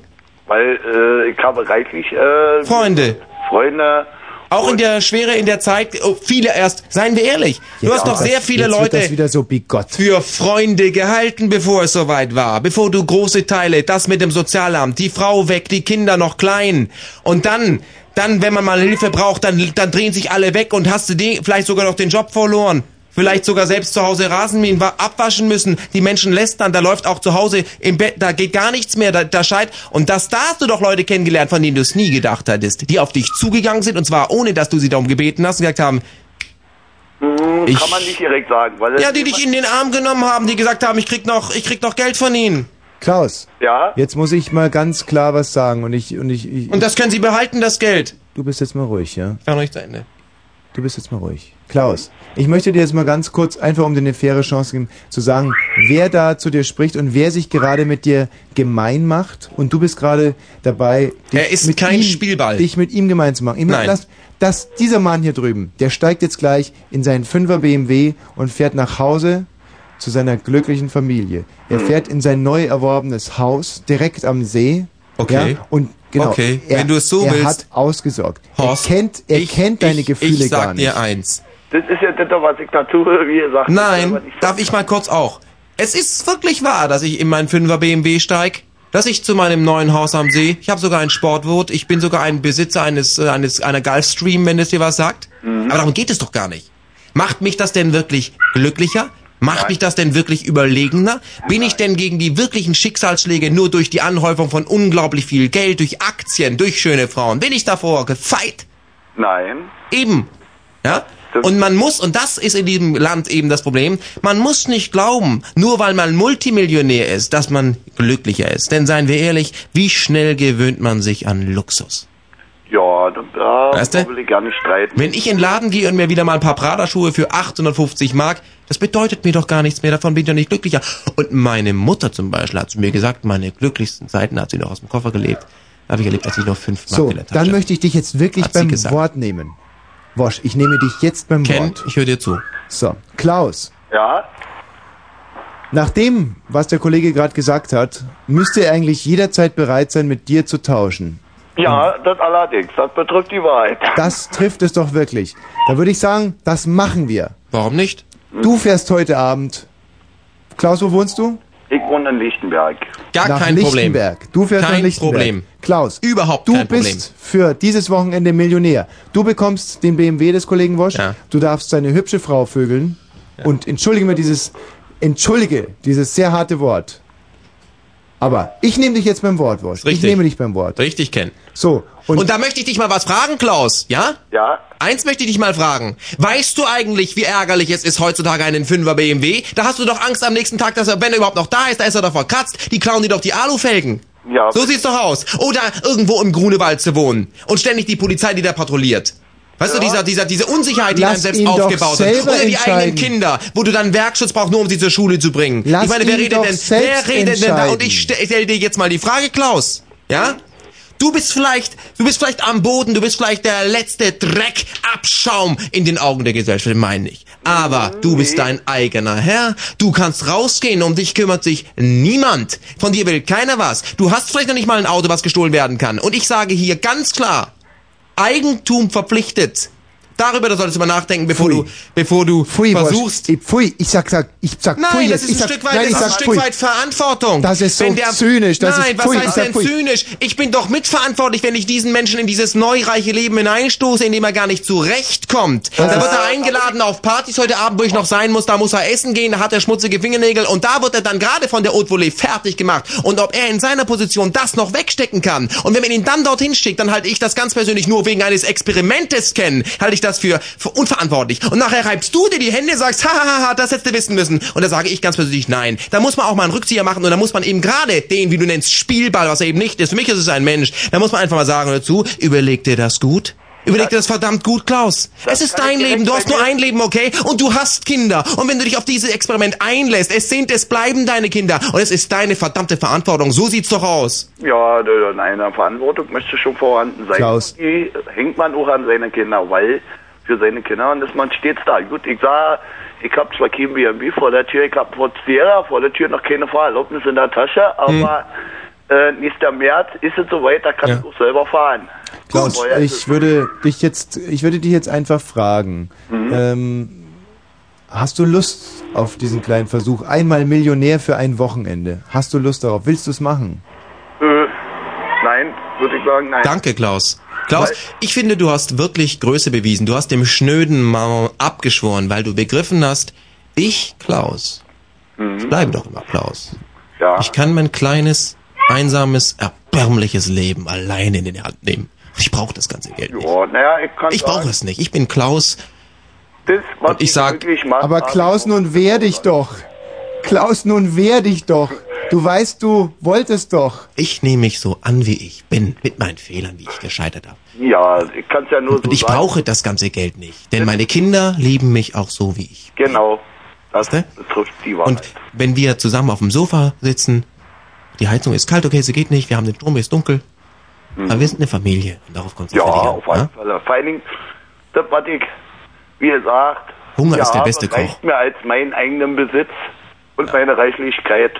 Speaker 19: Weil äh, ich habe reichlich äh,
Speaker 1: Freunde.
Speaker 19: Freunde.
Speaker 1: Auch in der Schwere, in der Zeit, oh, viele erst, seien wir ehrlich, du
Speaker 3: Jetzt
Speaker 1: hast noch
Speaker 3: wird das-
Speaker 1: sehr viele
Speaker 3: jetzt wird
Speaker 1: Leute
Speaker 3: das wieder so bigott.
Speaker 1: für Freunde gehalten, bevor es soweit war. Bevor du große Teile, das mit dem Sozialamt, die Frau weg, die Kinder noch klein. Und dann, dann, wenn man mal Hilfe braucht, dann, dann drehen sich alle weg und hast du die, vielleicht sogar noch den Job verloren. Vielleicht sogar selbst zu Hause Rasenmähen wa- abwaschen müssen. Die Menschen lästern, da läuft auch zu Hause im Bett, da geht gar nichts mehr, da, da scheit. Und das, da hast du doch Leute kennengelernt, von denen du es nie gedacht hattest. Die auf dich zugegangen sind und zwar ohne, dass du sie darum gebeten hast und gesagt haben,
Speaker 19: Hm,
Speaker 1: Ich-
Speaker 19: kann man nicht direkt sagen. Weil es
Speaker 1: ja, die dich in den Arm genommen haben, die gesagt haben, ich krieg noch, ich krieg noch Geld von ihnen.
Speaker 3: Klaus.
Speaker 19: Ja?
Speaker 3: Jetzt muss ich mal ganz klar was sagen und ich und ich, ich
Speaker 1: Und das können sie behalten, das Geld.
Speaker 3: Du bist jetzt mal ruhig, ja?
Speaker 1: Ich war noch nicht zu Ende.
Speaker 3: Du bist jetzt mal ruhig. Klaus, ich möchte dir jetzt mal ganz kurz, einfach um dir eine faire Chance zu geben, zu sagen, wer da zu dir spricht und wer sich gerade mit dir gemein macht und du bist gerade dabei, dich
Speaker 1: Er ist
Speaker 3: mit
Speaker 1: kein
Speaker 3: ihm,
Speaker 1: Spielball.
Speaker 3: dich mit ihm gemein zu machen. Ich meine,
Speaker 1: Nein.
Speaker 3: Lass, dass dieser Mann hier drüben, der steigt jetzt gleich in seinen 5er BMW und fährt nach Hause zu seiner glücklichen Familie. Er
Speaker 1: Hm.
Speaker 3: fährt in sein neu erworbenes Haus direkt am See.
Speaker 1: Okay.
Speaker 3: Ja, und genau.
Speaker 1: Okay,
Speaker 3: er,
Speaker 1: wenn du es so
Speaker 3: er
Speaker 1: willst.
Speaker 3: Hat ausgesorgt.
Speaker 1: Horst,
Speaker 3: er kennt, er kennt deine
Speaker 1: ich,
Speaker 3: Gefühle
Speaker 1: ich sag
Speaker 3: gar nicht.
Speaker 1: dir eins.
Speaker 19: Das ist ja das, was ich da tue, *laughs* wie gesagt.
Speaker 1: Nein, darf ich mal kurz auch. Es ist wirklich wahr, dass ich in meinen 5er BMW steig, dass ich zu meinem neuen Haus am See, ich habe sogar ein Sportboot, ich bin sogar ein Besitzer eines, äh, eines einer Gulfstream, wenn es dir was sagt.
Speaker 19: Mhm.
Speaker 1: Aber darum geht es doch gar nicht. Macht mich das denn wirklich glücklicher? Macht mich das denn wirklich überlegener? Bin ich denn gegen die wirklichen Schicksalsschläge nur durch die Anhäufung von unglaublich viel Geld, durch Aktien, durch schöne Frauen? Bin ich davor gefeit?
Speaker 19: Nein.
Speaker 1: Eben. Ja? Und man muss, und das ist in diesem Land eben das Problem, man muss nicht glauben, nur weil man Multimillionär ist, dass man glücklicher ist. Denn seien wir ehrlich, wie schnell gewöhnt man sich an Luxus?
Speaker 19: Ja, da, da
Speaker 1: Weißt du?
Speaker 19: will ich gerne streiten.
Speaker 1: Wenn ich in den Laden gehe und mir wieder mal ein paar Prada-Schuhe für 850 Mark, das bedeutet mir doch gar nichts mehr, davon bin ich doch nicht glücklicher. Und meine Mutter zum Beispiel hat zu mir gesagt, meine glücklichsten Zeiten hat sie noch aus dem Koffer gelebt. Da habe ich erlebt, als ich noch 5 Mark
Speaker 3: So,
Speaker 1: in der Tasche
Speaker 3: dann möchte ich dich jetzt wirklich
Speaker 1: Hat sie
Speaker 3: beim
Speaker 1: gesagt.
Speaker 3: Wort nehmen. Wosch, ich nehme dich jetzt beim
Speaker 1: Ken,
Speaker 3: Wort.
Speaker 1: ich höre dir zu.
Speaker 3: So, Klaus,
Speaker 19: Ja?
Speaker 3: nach dem, was der Kollege gerade gesagt hat, müsste er eigentlich jederzeit bereit sein, mit dir zu tauschen.
Speaker 19: Ja, das allerdings. Das betrifft die Wahrheit.
Speaker 3: Das trifft es doch wirklich. Da würde ich sagen, das machen wir.
Speaker 1: Warum nicht?
Speaker 3: Du fährst heute Abend. Klaus, wo wohnst du?
Speaker 19: Ich wohne in Lichtenberg.
Speaker 1: Gar
Speaker 3: nach
Speaker 1: kein Problem.
Speaker 3: Lichtenberg. Du fährst
Speaker 1: Kein
Speaker 3: nach Lichtenberg.
Speaker 1: Problem.
Speaker 3: Klaus,
Speaker 1: Überhaupt
Speaker 3: du
Speaker 1: kein
Speaker 3: bist
Speaker 1: Problem.
Speaker 3: für dieses Wochenende Millionär. Du bekommst den BMW des Kollegen Wosch. Du darfst seine hübsche Frau vögeln. Und entschuldige mir dieses, entschuldige dieses sehr harte Wort. Aber ich nehme dich jetzt beim Wort, Wosch. Ich
Speaker 1: Richtig.
Speaker 3: nehme dich beim Wort.
Speaker 1: Richtig, Ken.
Speaker 3: So.
Speaker 1: Und, da möchte ich dich mal was fragen, Klaus, ja?
Speaker 19: Ja.
Speaker 1: Eins möchte ich dich mal fragen. Weißt du eigentlich, wie ärgerlich es ist, heutzutage einen 5er BMW? Da hast du doch Angst am nächsten Tag, dass er, wenn er überhaupt noch da ist, da ist er doch verkratzt. Die klauen dir doch die Alufelgen.
Speaker 19: Ja.
Speaker 1: So sieht's doch aus. Oder irgendwo im Grunewald zu wohnen. Und ständig die Polizei, die da patrouilliert. Weißt du, dieser, dieser, diese Unsicherheit, die
Speaker 3: Lass
Speaker 1: einem selbst
Speaker 3: ihn doch
Speaker 1: aufgebaut wird.
Speaker 3: selber
Speaker 1: Oder die eigenen
Speaker 3: entscheiden.
Speaker 1: Kinder, wo du dann Werkschutz brauchst, nur um sie zur Schule zu bringen.
Speaker 3: Lass
Speaker 1: ich meine, wer
Speaker 3: ihn
Speaker 1: redet
Speaker 3: doch
Speaker 1: denn, wer
Speaker 3: selbst
Speaker 1: redet denn da? Und
Speaker 3: entscheiden.
Speaker 1: ich stelle stell dir jetzt mal die Frage, Klaus. Ja? Du bist vielleicht, du bist vielleicht am Boden, du bist vielleicht der letzte Dreck, Abschaum in den Augen der Gesellschaft, meine ich. Aber du bist dein eigener Herr. Du kannst rausgehen, um dich kümmert sich niemand. Von dir will keiner was. Du hast vielleicht noch nicht mal ein Auto, was gestohlen werden kann. Und ich sage hier ganz klar, Eigentum verpflichtet. Darüber solltest du mal nachdenken, bevor du, bevor du versuchst.
Speaker 3: Wosch. Ich- Pfui, ich sag, sag ich sag
Speaker 1: Nein,
Speaker 3: pfui
Speaker 1: das
Speaker 3: jetzt.
Speaker 1: ist
Speaker 3: ich
Speaker 1: ein
Speaker 3: sag,
Speaker 1: Stück weit,
Speaker 3: nein,
Speaker 1: das
Speaker 3: ich
Speaker 1: ist ein
Speaker 3: sag
Speaker 1: Stück
Speaker 3: pfui.
Speaker 1: weit Verantwortung.
Speaker 3: Das ist so
Speaker 1: Wenn der-
Speaker 3: zynisch, das ist
Speaker 1: Nein,
Speaker 3: pfui,
Speaker 1: was
Speaker 3: ich
Speaker 1: heißt
Speaker 3: sag
Speaker 1: denn
Speaker 3: pfui.
Speaker 1: zynisch? Ich bin doch mitverantwortlich, wenn ich diesen Menschen in dieses neureiche Leben hineinstoße, in dem er gar nicht zurechtkommt. Da wird er eingeladen auf Partys heute Abend, wo ich noch sein muss, da muss er essen gehen, da hat er schmutzige Fingernägel und da wird er dann gerade von der Haute Volée fertig gemacht. Und ob er in seiner Position das noch wegstecken kann und wenn man ihn dann dorthin schickt, dann halte ich das ganz persönlich nur wegen eines Experimentes kennen, halte ich das für, für unverantwortlich. Und nachher reibst du dir die Hände, sagst, hahaha, das hättest du wissen müssen. Und da sage ich ganz persönlich nein. Da muss man auch mal einen Rückzieher machen und da muss man eben gerade den, wie du nennst, Spielball, was er eben nicht ist. Für mich ist es ein Mensch. Da muss man einfach mal sagen dazu, überleg dir das gut. Überleg dir das verdammt gut, Klaus. Es ist dein Leben, du hast nur ein Leben, okay? Und du hast Kinder. Und wenn du dich auf dieses Experiment einlässt, es sind, es bleiben deine Kinder. Und es ist deine verdammte Verantwortung. So sieht's doch aus.
Speaker 19: Ja, da- in einer Verantwortung müsste schon vorhanden sein.
Speaker 1: Klaus.
Speaker 19: Die hängt man auch an seine Kinder, weil für seine Kinder und ist man stets da. Gut, ich sah, ich hab zwar kein BMW vor der Tür, ich hab vor Sierra vor der Tür noch keine Fahrerlaubnis in der Tasche, aber
Speaker 1: Hm.
Speaker 19: äh, nächster März ist es soweit, da kann ich auch selber fahren.
Speaker 3: Klaus,
Speaker 19: Vorher Oh, ist es-
Speaker 3: ich würde dich jetzt, ich würde dich jetzt einfach fragen.
Speaker 19: Mhm.
Speaker 3: Ähm, hast du Lust auf diesen kleinen Versuch? Einmal Millionär für ein Wochenende. Hast du Lust darauf? Willst du es machen?
Speaker 19: Äh, nein, würde ich sagen, nein.
Speaker 1: Danke, Klaus. Klaus, ich finde, du hast wirklich Größe bewiesen. Du hast dem schnöden Mau abgeschworen, weil du begriffen hast, ich, Klaus, ich bleibe doch immer Klaus.
Speaker 19: Mhm. Ja.
Speaker 1: Ich kann mein kleines, einsames, erbärmliches Leben alleine in die Hand nehmen. Ich brauche das ganze Geld nicht.
Speaker 19: Ja, naja, ich kann
Speaker 1: Ich brauche es nicht. Ich bin Klaus. und ich sag,
Speaker 3: Aber
Speaker 19: also
Speaker 3: Klaus, nun wehr dich doch. Klaus, nun wehr dich doch. Du weißt, du wolltest doch.
Speaker 1: ich nehme mich so an, wie ich bin, mit meinen Fehlern, wie ich gescheitert habe.
Speaker 19: Ja, ich kann's ja nur so
Speaker 1: Und ich
Speaker 19: sagen.
Speaker 1: brauche das ganze Geld nicht, denn meine Kinder lieben mich auch so, wie ich.
Speaker 19: Genau. Das trifft die Wahrheit.
Speaker 1: Und wenn wir zusammen auf dem Sofa sitzen, die Heizung ist kalt, okay, sie geht nicht, wir haben den Strom, es ist dunkel.
Speaker 19: Hm.
Speaker 1: Aber wir sind eine Familie und darauf kommt es
Speaker 19: Ja,
Speaker 1: natürlich an,
Speaker 19: auf alle
Speaker 1: ja?
Speaker 19: Fälle. Vor allen Dingen, das, was ich, wie gesagt,
Speaker 1: Hunger
Speaker 19: ja,
Speaker 1: ist der beste
Speaker 19: das reicht mir als meinen eigenen Besitz und meine Reichlichkeit.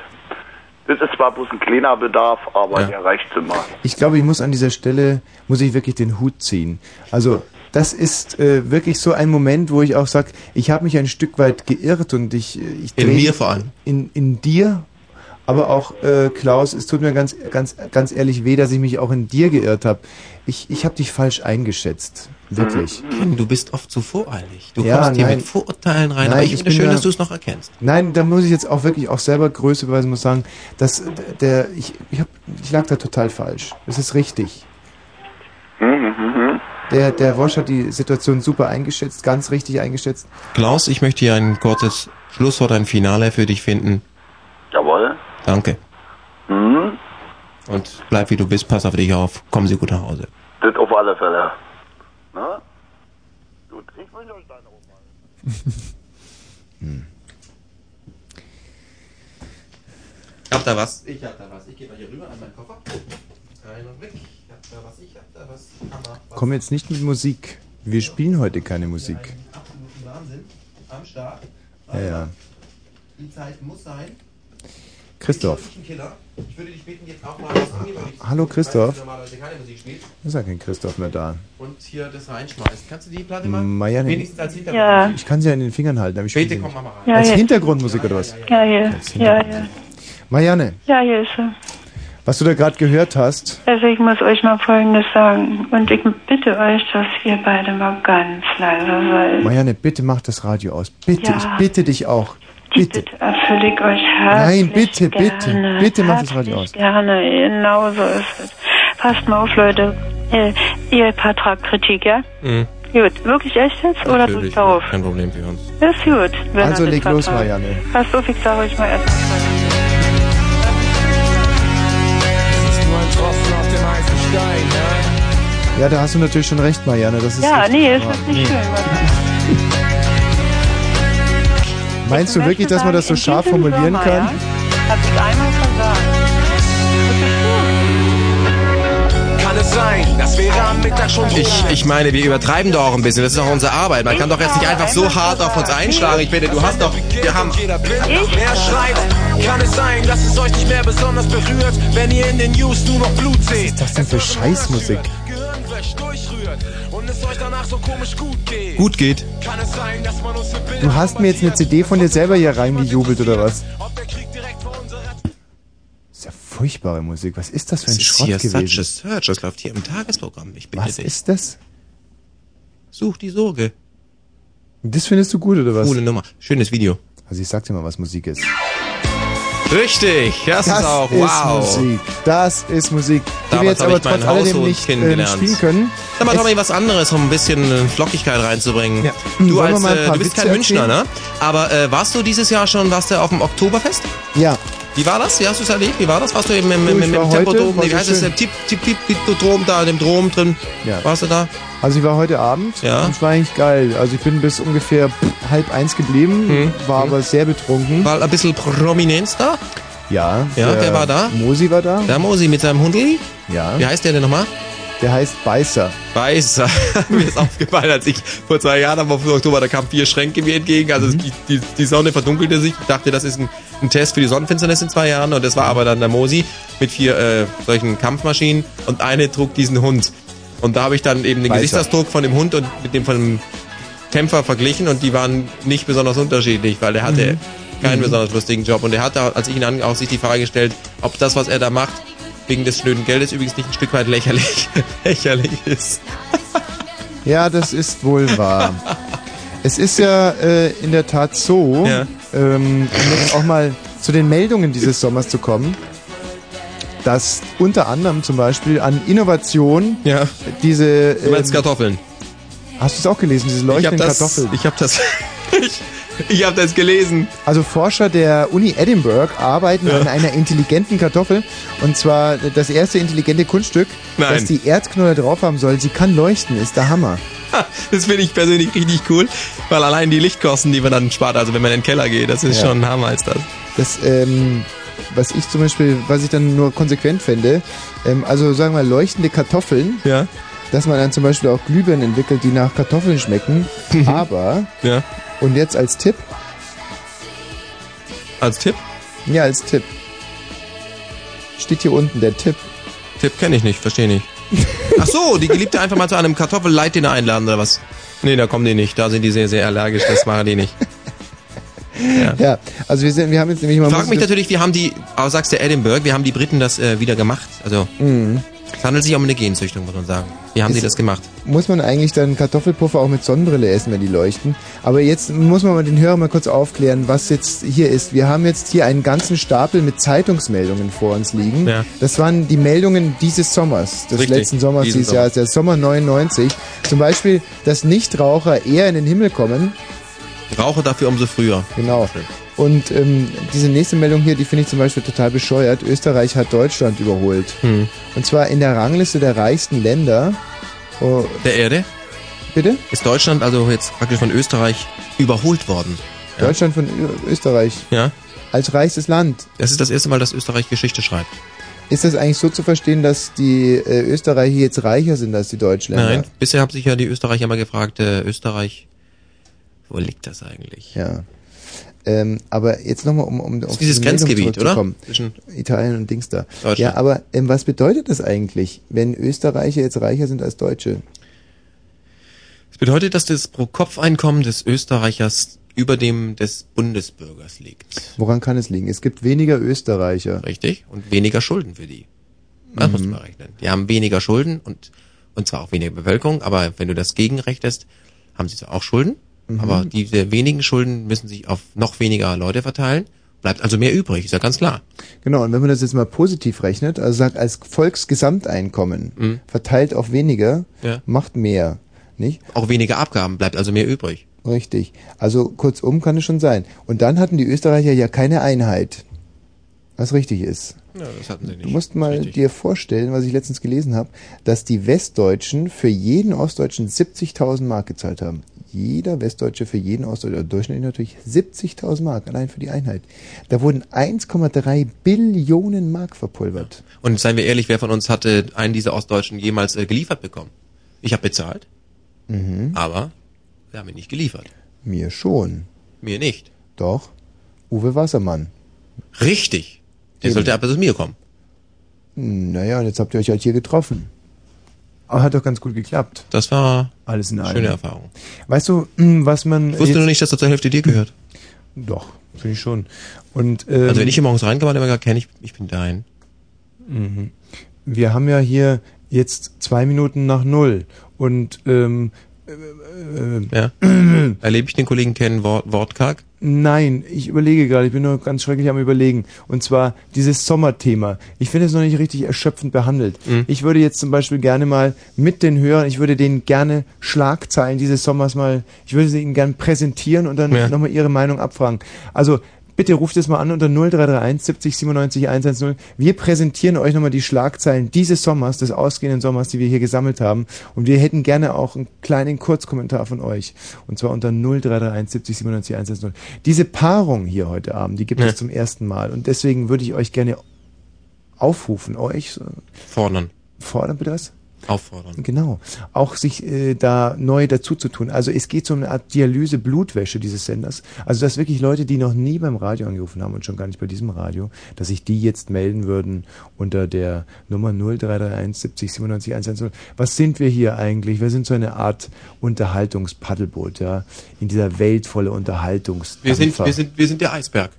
Speaker 19: Das ist zwar bloß ein kleiner Bedarf, aber der reicht immer.
Speaker 3: Ich glaube, ich muss an dieser Stelle, muss ich wirklich den Hut ziehen. Also, das ist äh, wirklich so ein Moment, wo ich auch sage, ich habe mich ein Stück weit geirrt und ich... äh, ich
Speaker 1: In
Speaker 3: dreh-
Speaker 1: mir vor allem.
Speaker 3: In, in dir, aber auch äh, Klaus, es tut mir ganz, ganz, ganz ehrlich weh, dass ich mich auch in dir geirrt habe. Ich, ich habe dich falsch eingeschätzt. Wirklich.
Speaker 1: Du bist oft zu voreilig. Du kommst hier mit Vorurteilen rein, aber ich finde
Speaker 3: bin
Speaker 1: schön,
Speaker 3: da-
Speaker 1: dass du es noch erkennst.
Speaker 3: Nein, da muss ich jetzt auch wirklich auch selber Größe beweisen, muss sagen, dass äh, der, ich, ich, hab, ich lag da total falsch. Es ist richtig. Der, der Wosch hat die Situation super eingeschätzt, ganz richtig eingeschätzt.
Speaker 1: Klaus, ich möchte hier ein kurzes Schlusswort, ein Finale für dich finden.
Speaker 19: Jawohl.
Speaker 1: Danke.
Speaker 19: Mhm.
Speaker 1: Und bleib wie du bist, pass auf dich auf. Kommen Sie gut nach Hause.
Speaker 19: Das auf alle Fälle. Ne? Na? Gut, ich wünsche euch dann auch mal.
Speaker 1: Ich hab da was. Ich hab da was. Ich gehe mal hier rüber an meinen Koffer. Einen Blick. Ich hab da was. Ich hab da was. Hammer. Was
Speaker 3: Komm jetzt nicht mit Musik. Wir spielen heute keine Musik.
Speaker 1: absoluten Wahnsinn. Am Start.
Speaker 3: Ja, ja.
Speaker 1: Die Zeit muss sein.
Speaker 3: Christoph.
Speaker 1: Ich Killer. Ich würde dich bitten, jetzt auch mal was Ungewöhnliches
Speaker 3: Hallo,
Speaker 1: zu tun, falls
Speaker 3: Christoph.
Speaker 1: du normalerweise keine Musik spielst
Speaker 3: Ist ja kein Christoph mehr da.
Speaker 1: Und hier das reinschmeißt. Kannst du die Platte mal?
Speaker 3: Meier, nee.
Speaker 1: Wenigstens als Hintergrund.
Speaker 3: Ich kann sie ja in den Fingern halten, aber ich Bitte, komm
Speaker 1: mal
Speaker 6: Ja,
Speaker 3: Als
Speaker 6: ja.
Speaker 3: Hintergrundmusik oder was?
Speaker 6: Ja, hier. Ja, hier.
Speaker 3: Marianne,
Speaker 6: Ja, hier ist er.
Speaker 3: was du da gerade gehört hast,
Speaker 6: Also ich muss euch mal Folgendes sagen. Und ich bitte euch, dass ihr beide mal ganz leise seid.
Speaker 3: Marianne, bitte mach das Radio aus. Bitte,
Speaker 6: Ja.
Speaker 3: ich bitte dich auch. Bitte.
Speaker 6: Erfülle ich euch herzlich
Speaker 3: Nein, bitte, bitte,
Speaker 6: gerne.
Speaker 3: bitte mach das Radio aus.
Speaker 6: Gerne, genau so ist es. Passt mal auf, Leute. Äh, ihr Patrick-Kritik, ja? Gut, wirklich echt jetzt? Oder du
Speaker 1: Mhm. Natürlich,
Speaker 6: darauf?
Speaker 1: kein Problem für uns.
Speaker 6: Ist gut. wenn
Speaker 1: Also
Speaker 6: er das
Speaker 1: leg los,
Speaker 6: vertraut.
Speaker 1: Marianne.
Speaker 6: Passt auf, ich sage euch mal erstmal.
Speaker 20: Es ist nur ein Tropfen auf dem heißen Stein, ne?
Speaker 3: Ja, da hast du natürlich schon recht, Marianne. Das ist
Speaker 20: Ja,
Speaker 3: richtig
Speaker 20: nee, es
Speaker 3: verraten.
Speaker 20: ist nicht schön.
Speaker 3: Meinst du wirklich, dass man das so scharf formulieren kann?
Speaker 20: Hab ich einmal versagt.
Speaker 21: Kann es sein, das wäre am Mittag schon
Speaker 1: Ich, ich meine, wir übertreiben doch auch ein bisschen. Das ist doch unsere Arbeit. Man kann doch jetzt nicht einfach so hart auf uns einschlagen. Ich bitte, du hast doch. Wir haben.
Speaker 21: Wer schreibt, kann es sein, dass es euch nicht mehr besonders berührt, wenn ihr in den News nur noch Blut seht?
Speaker 3: Was ist das denn für Scheißmusik?
Speaker 1: Gut geht.
Speaker 3: Du hast mir jetzt eine CD von dir selber hier reingejubelt, oder was? Das ist ja furchtbare Musik. Was ist das für ein
Speaker 1: Das ist
Speaker 3: Schrott
Speaker 1: hier Such a
Speaker 3: gewesen?
Speaker 1: Search. Das läuft hier im Tagesprogramm. Ich bitte
Speaker 3: Was
Speaker 1: dich.
Speaker 3: ist das?
Speaker 1: Such die Sorge.
Speaker 3: Das findest du gut, oder was?
Speaker 1: Coole Nummer. Schönes Video.
Speaker 3: Also ich sag dir mal, was Musik ist.
Speaker 1: Richtig. Das, ist auch. wow.
Speaker 3: Musik. Das ist Musik. Die wir
Speaker 1: Damals
Speaker 3: jetzt
Speaker 1: hab
Speaker 3: aber
Speaker 1: ich meinen
Speaker 3: trotz alledem
Speaker 1: Haushund
Speaker 3: nicht ähm,
Speaker 1: kennengelernt.
Speaker 3: spielen können.
Speaker 1: Sag mal,
Speaker 3: Es-
Speaker 1: Tommy, was anderes, um ein bisschen äh, Flockigkeit reinzubringen.
Speaker 3: Wollen
Speaker 1: Du,
Speaker 3: wir
Speaker 1: als,
Speaker 3: mal ein
Speaker 1: äh,
Speaker 3: paar
Speaker 1: du bist
Speaker 3: Witze
Speaker 1: kein Münchner,
Speaker 3: erzählen?
Speaker 1: ne? Aber äh, warst du dieses Jahr schon, warst du auf dem Oktoberfest?
Speaker 3: Ja.
Speaker 1: Wie war das? Wie hast du es erlebt? Wie war das? Warst du im, im,
Speaker 3: Du,
Speaker 1: im,
Speaker 3: ich
Speaker 1: im
Speaker 3: war heute,
Speaker 1: Tempodrom?
Speaker 3: war
Speaker 1: Nee, wie
Speaker 3: sehr
Speaker 1: heißt das?
Speaker 3: schön.
Speaker 1: Im Tip, Tip, Tip, Tip, Drom, da, in dem Drom drin.
Speaker 3: Ja.
Speaker 1: Warst du da?
Speaker 3: Also ich war heute Abend
Speaker 1: Ja.
Speaker 3: und es war eigentlich geil. Also ich bin bis ungefähr pff, halb eins geblieben,
Speaker 1: Hm.
Speaker 3: war aber sehr betrunken.
Speaker 1: War ein bisschen Prominenz da?
Speaker 3: Ja.
Speaker 1: Ja,
Speaker 3: der
Speaker 1: wer war da?
Speaker 3: Mosi war da.
Speaker 1: Der Mosi mit seinem Hundeli?
Speaker 3: Ja.
Speaker 1: Wie heißt der denn nochmal?
Speaker 3: Der heißt Beißer.
Speaker 1: *laughs* Beißer. Mir ist aufgefallen, als ich vor zwei Jahren am 5. Oktober, da kamen vier Schränke mir entgegen. Also
Speaker 3: Mhm.
Speaker 1: die, die, die Sonne verdunkelte sich. Ich dachte, das ist ein, ein Test für die Sonnenfinsternis in zwei Jahren. Und das war aber dann der Mosi mit vier äh, solchen Kampfmaschinen. Und eine trug diesen Hund. Und da habe ich dann eben den
Speaker 3: Beißer.
Speaker 1: Gesichtsausdruck von dem Hund und mit dem von dem Kämpfer verglichen. Und die waren nicht besonders unterschiedlich, weil der hatte
Speaker 3: Mhm.
Speaker 1: keinen besonders lustigen Job. Und er hat, da, als ich ihn an, auch sich die Frage gestellt, ob das, was er da macht, wegen des schnöden Geldes übrigens nicht ein Stück weit lächerlich, *laughs* lächerlich ist.
Speaker 3: Ja, das ist wohl wahr. es ist ja äh, in der Tat so, ähm, um jetzt auch mal zu den Meldungen dieses Sommers zu kommen, dass unter anderem zum Beispiel an Innovation diese...
Speaker 1: Du meinst
Speaker 3: ähm,
Speaker 1: Kartoffeln.
Speaker 3: Hast du es auch gelesen, diese
Speaker 1: Ich hab
Speaker 3: leuchtenden
Speaker 1: das-
Speaker 3: Kartoffeln?
Speaker 1: Ich habe das. ich ich habe das gelesen.
Speaker 3: Also Forscher der Uni Edinburgh arbeiten an einer intelligenten Kartoffel und zwar das erste intelligente Kunststück,
Speaker 1: Nein.
Speaker 3: das die Erdknolle drauf haben soll. Sie kann leuchten, ist der Hammer.
Speaker 1: Das finde ich persönlich richtig cool, weil allein die Lichtkosten, die man dann spart, also wenn man in den Keller geht, das ist
Speaker 3: Ja.
Speaker 1: schon ein Hammer ist das.
Speaker 3: Das, ähm, was ich zum Beispiel, was ich dann nur konsequent fände, ähm, also sagen wir leuchtende Kartoffeln, dass man dann zum Beispiel auch Glühbirnen entwickelt, die nach Kartoffeln schmecken,
Speaker 1: Mhm.
Speaker 3: aber,
Speaker 1: Ja.
Speaker 3: und jetzt als Tipp,
Speaker 1: Als
Speaker 3: *laughs*
Speaker 1: Tipp? *laughs*
Speaker 3: ja als Tipp, steht hier unten der Tipp.
Speaker 1: Tipp kenne ich nicht, verstehe nicht. *laughs* Ach so, die Geliebte einfach mal zu einem Kartoffelleitdiener einladen oder was? Nee, da kommen die nicht. Da sind die sehr, sehr allergisch. Das machen die *laughs* nicht.
Speaker 3: Ja. also wir sind, wir haben jetzt nämlich mal...
Speaker 1: Ich frage mich natürlich, wie haben die, aber sagst du Edinburgh, wie haben die Briten das äh, wieder gemacht? Also,
Speaker 3: Mhm.
Speaker 1: es handelt sich um eine Genzüchtung, muss man sagen. Wie haben
Speaker 3: Ist-
Speaker 1: die das gemacht?
Speaker 3: Muss man eigentlich dann Kartoffelpuffer auch mit Sonnenbrille essen, wenn die leuchten? Aber jetzt muss man mal den Hörer mal kurz aufklären, was jetzt hier ist. Wir haben jetzt hier einen ganzen Stapel mit Zeitungsmeldungen vor uns liegen.
Speaker 1: Ja.
Speaker 3: Das waren die Meldungen dieses Sommers, des
Speaker 1: Richtig,
Speaker 3: letzten Sommers
Speaker 1: diesen
Speaker 3: dieses
Speaker 1: Sommer.
Speaker 3: Jahres, der Sommer 99. Zum Beispiel, dass Nichtraucher eher in den Himmel kommen.
Speaker 1: Ich rauche dafür umso früher.
Speaker 3: Genau. Und ähm, diese nächste Meldung hier, die finde ich zum Beispiel total bescheuert. Österreich hat Deutschland überholt.
Speaker 1: Hm.
Speaker 3: Und zwar in der Rangliste der reichsten Länder. Oh,
Speaker 1: Der Erde?
Speaker 3: Bitte?
Speaker 1: Ist Deutschland also jetzt praktisch von Österreich überholt worden?
Speaker 3: Deutschland von Ö Österreich.
Speaker 1: Ja.
Speaker 3: Als reichstes Land.
Speaker 1: Das ist das erste Mal, dass Österreich Geschichte schreibt.
Speaker 3: Ist das eigentlich so zu verstehen, dass die äh, Österreicher jetzt reicher sind als die Deutschländer?
Speaker 1: Nein, bisher haben sich ja die Österreicher immer gefragt, äh, Österreich, wo liegt das eigentlich?
Speaker 3: Ja. Ähm, aber jetzt nochmal, um, um auf
Speaker 1: dieses
Speaker 3: diese Meldung
Speaker 1: Grenzgebiet, oder?
Speaker 3: zurückzukommen.
Speaker 1: Zwischen-
Speaker 3: Italien und Dings da.
Speaker 1: Deutschland.
Speaker 3: Ja, aber ähm, was bedeutet das eigentlich, wenn Österreicher jetzt reicher sind als Deutsche?
Speaker 1: Das bedeutet, dass das Pro-Kopf-Einkommen des Österreichers über dem des Bundesbürgers liegt.
Speaker 3: Woran kann es liegen? Es gibt weniger Österreicher.
Speaker 1: Richtig. Und weniger Schulden für die. Das muss man rechnen. Die haben weniger Schulden und, und zwar auch weniger Bevölkerung, aber wenn du das gegenrechnest, haben sie zwar auch Schulden,
Speaker 3: Mhm.
Speaker 1: aber diese wenigen Schulden müssen sich auf noch weniger Leute verteilen. Bleibt also mehr übrig, ist ja ganz klar.
Speaker 3: Genau, und wenn man das jetzt mal positiv rechnet, also sagt als Volksgesamteinkommen, verteilt auf weniger,
Speaker 1: Mhm. Ja.
Speaker 3: macht mehr, nicht?
Speaker 1: Auch weniger Abgaben, bleibt also mehr übrig.
Speaker 3: Richtig. Also kurzum kann es schon sein. Und dann hatten die Österreicher ja keine Einheit. was richtig ist.
Speaker 1: Ja, das hatten sie nicht.
Speaker 3: Du musst mal dir vorstellen, was ich letztens gelesen habe, dass die Westdeutschen für jeden Ostdeutschen 70.000 Mark gezahlt haben. Jeder Westdeutsche für jeden Ostdeutschen, durchschnittlich natürlich 70.000 Mark, allein für die Einheit. Da wurden 1,3 Billionen Mark verpulvert.
Speaker 1: Und seien wir ehrlich, wer von uns hatte einen dieser Ostdeutschen jemals äh, geliefert bekommen? Ich habe bezahlt,
Speaker 3: Mhm.
Speaker 1: aber wir haben ihn nicht geliefert.
Speaker 3: Mir schon.
Speaker 1: Mir nicht.
Speaker 3: Doch. Uwe Wassermann.
Speaker 1: Richtig. Der
Speaker 3: Eben.
Speaker 1: sollte aber zu mir kommen.
Speaker 3: Naja, und jetzt habt ihr euch halt hier getroffen. Aber hat doch ganz gut geklappt.
Speaker 1: Das war
Speaker 3: Alles in allem.
Speaker 1: schöne Erfahrung.
Speaker 3: Weißt du, mh, was man.
Speaker 1: Ich wusste nur nicht, dass das zur Hälfte dir gehört.
Speaker 3: Doch, finde ich schon. Und, ähm,
Speaker 1: also wenn ich hier morgens reinkomme, hat er immer gesagt, kenn ich, ich bin
Speaker 3: *clears throat*
Speaker 1: dein.
Speaker 3: Mhm. Wir haben ja hier jetzt zwei Minuten nach null. Und ähm, äh,
Speaker 1: Ja.
Speaker 3: *clears throat*
Speaker 1: Erlebe ich den Kollegen kennen Wort, Wortkarg?
Speaker 3: Nein, ich überlege gerade, ich bin nur ganz schrecklich am überlegen. Und zwar dieses Sommerthema. Ich finde es noch nicht richtig erschöpfend behandelt.
Speaker 1: Mhm.
Speaker 3: Ich würde jetzt zum Beispiel gerne mal mit den Hörern, ich würde denen gerne Schlagzeilen dieses Sommers mal, ich würde sie ihnen gerne präsentieren und dann
Speaker 1: Ja.
Speaker 3: nochmal ihre Meinung abfragen. Also bitte ruft es mal an unter 0331 70 97 110. Wir präsentieren euch nochmal die Schlagzeilen dieses Sommers, des ausgehenden Sommers, die wir hier gesammelt haben. Und wir hätten gerne auch einen kleinen Kurzkommentar von euch. Und zwar unter 0331 70 97 110. Diese Paarung hier heute Abend, die gibt
Speaker 1: Ja.
Speaker 3: es zum ersten Mal. Und deswegen würde ich euch gerne aufrufen, euch so,
Speaker 1: Fordern.
Speaker 3: fordern bitte was?
Speaker 1: Auffordern.
Speaker 3: Genau. Auch sich äh, da neu dazu zu tun. Also es geht so um eine Art Dialyse Blutwäsche dieses Senders. Also dass wirklich Leute, die noch nie beim Radio angerufen haben und schon gar nicht bei diesem Radio, dass sich die jetzt melden würden unter der Nummer 0331 70 97 110. Was sind wir hier eigentlich? Wir sind so eine Art Unterhaltungspaddelboot, ja, in dieser Welt voller Unterhaltungs.
Speaker 1: Wir sind, wir sind, wir sind der Eisberg.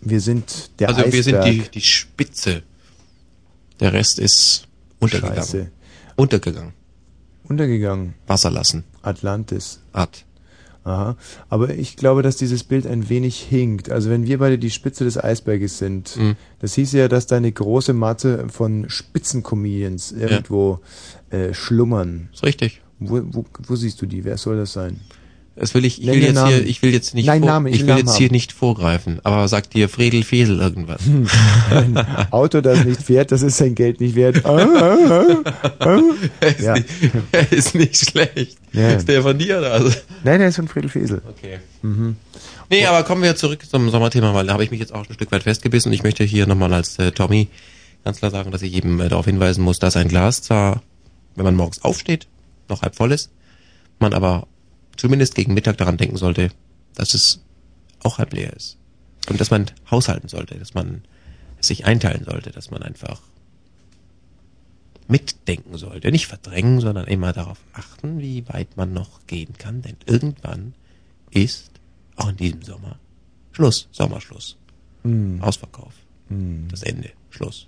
Speaker 3: wir sind der
Speaker 1: also wir sind
Speaker 3: Eisberg.
Speaker 1: die, die Spitze. Der Rest ist untergegangen.
Speaker 3: Scheiße.
Speaker 1: Untergegangen.
Speaker 3: Untergegangen.
Speaker 1: Wasser lassen.
Speaker 3: Atlantis.
Speaker 1: Ad.
Speaker 3: Aha. Aber ich glaube, dass dieses Bild ein wenig hinkt. Also wenn wir beide die Spitze des Eisberges sind,
Speaker 1: Mhm.
Speaker 3: das hieß ja, dass da eine große Matte von Spitzencomedians irgendwo äh, schlummern.
Speaker 1: Ist richtig.
Speaker 3: Wo, wo, wo siehst du die? Wer soll das sein?
Speaker 1: Das will ich, ich
Speaker 3: Nenn
Speaker 1: will
Speaker 3: mir
Speaker 1: jetzt
Speaker 3: Namen.
Speaker 1: hier, ich will jetzt nicht,
Speaker 3: Nein,
Speaker 1: vor-
Speaker 3: Namen, ich
Speaker 1: ich
Speaker 3: will
Speaker 1: will
Speaker 3: Namen
Speaker 1: jetzt hier
Speaker 3: haben.
Speaker 1: nicht vorgreifen, aber sagt dir Fredel Fesel irgendwas.
Speaker 3: *laughs* Hm.
Speaker 1: *laughs*
Speaker 3: Ein Auto, das nicht fährt, das ist sein Geld nicht
Speaker 1: *laughs*
Speaker 3: wert. Ah, ah, ah, ah.
Speaker 1: Er ist,
Speaker 3: Ja.
Speaker 1: nicht, er ist nicht schlecht.
Speaker 3: Ja.
Speaker 1: Ist der von dir oder? Also.
Speaker 3: Nein, der ist von Friedel Fesel.
Speaker 1: Okay.
Speaker 3: Mhm.
Speaker 1: Nee, aber kommen wir zurück zum Sommerthema, weil da habe ich mich jetzt auch ein Stück weit festgebissen und ich möchte hier nochmal als äh, Tommy ganz klar sagen, dass ich jedem äh, darauf hinweisen muss, dass ein Glas zwar, wenn man morgens aufsteht, noch halb voll ist, man aber zumindest gegen Mittag daran denken sollte, dass es auch halb leer ist. Und dass man haushalten sollte, dass man es sich einteilen sollte, dass man einfach mitdenken sollte. Nicht verdrängen, sondern immer darauf achten, wie weit man noch gehen kann, denn irgendwann ist auch in diesem Sommer Schluss, Sommerschluss.
Speaker 3: Mhm.
Speaker 1: Ausverkauf.
Speaker 3: Mhm.
Speaker 1: Das Ende. Schluss.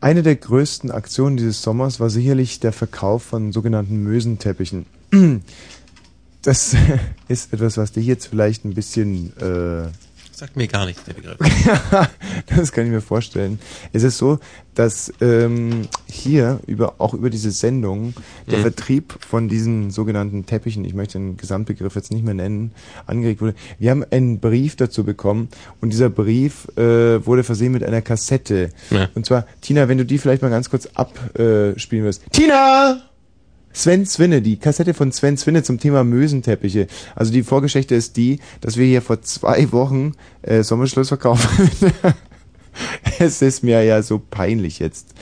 Speaker 3: Eine der größten Aktionen dieses Sommers war sicherlich der Verkauf von sogenannten Mösenteppichen. *clears throat* Das *laughs* ist etwas, was dir jetzt vielleicht ein bisschen... Äh,
Speaker 1: Sagt mir gar nichts, der Begriff.
Speaker 3: *laughs* das kann ich mir vorstellen. Es ist so, dass ähm, hier über auch über diese Sendung der
Speaker 1: Mhm.
Speaker 3: Vertrieb von diesen sogenannten Teppichen, ich möchte den Gesamtbegriff jetzt nicht mehr nennen, angeregt wurde. Wir haben einen Brief dazu bekommen und dieser Brief äh, wurde versehen mit einer Kassette.
Speaker 1: Ja.
Speaker 3: Und zwar, Tina, wenn du die vielleicht mal ganz kurz abspielen äh, spielen wirst. Tina! Sven Swinne, die Kassette von Sven Swinne zum Thema Mösenteppiche. Also die Vorgeschichte ist die, dass wir hier vor zwei Wochen äh, Sommerschlussverkauf *laughs* es ist mir ja so peinlich jetzt.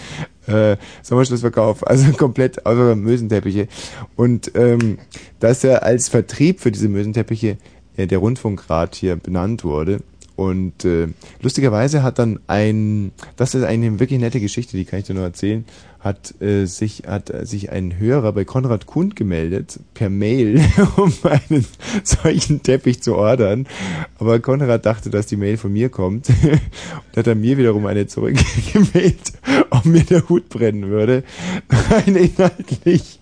Speaker 3: Äh, Sommerschlussverkauf, also *laughs* komplett außer Mösenteppiche. Und ähm, dass er als Vertrieb für diese Mösenteppiche äh, der Rundfunkrat hier benannt wurde. Und äh, lustigerweise hat dann ein, das ist eine wirklich nette Geschichte, die kann ich dir nur erzählen, hat äh, sich hat äh, sich ein Hörer bei Konrad Kuhn gemeldet per Mail, *laughs* um einen solchen Teppich zu ordern. Aber Konrad dachte, dass die Mail von mir kommt. *laughs* Und hat er mir wiederum eine zurückgemailt, *laughs* ob mir der Hut brennen würde. *laughs* Rein inhaltlich.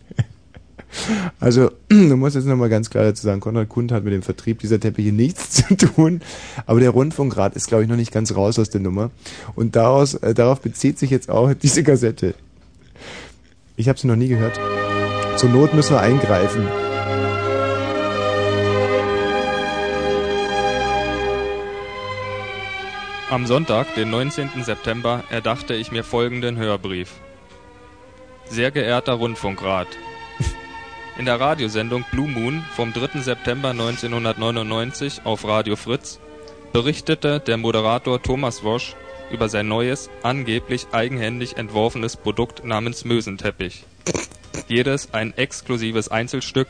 Speaker 3: Also, *clears throat* du musst jetzt nochmal ganz klar dazu sagen, Konrad Kuhn hat mit dem Vertrieb dieser Teppiche nichts *laughs* zu tun, aber der Rundfunkrat ist, glaube ich, noch nicht ganz raus aus der Nummer. Und daraus, äh, darauf bezieht sich jetzt auch diese Kassette. Ich habe sie noch nie gehört. Zur Not müssen wir eingreifen.
Speaker 13: Am Sonntag, den 19. September, erdachte ich mir folgenden Hörbrief. Sehr geehrter Rundfunkrat, *laughs* in der Radiosendung Blue Moon vom 3. September 1999 auf Radio Fritz berichtete der Moderator Thomas Wosch über sein neues, angeblich eigenhändig entworfenes Produkt namens Mösenteppich. Jedes ein exklusives Einzelstück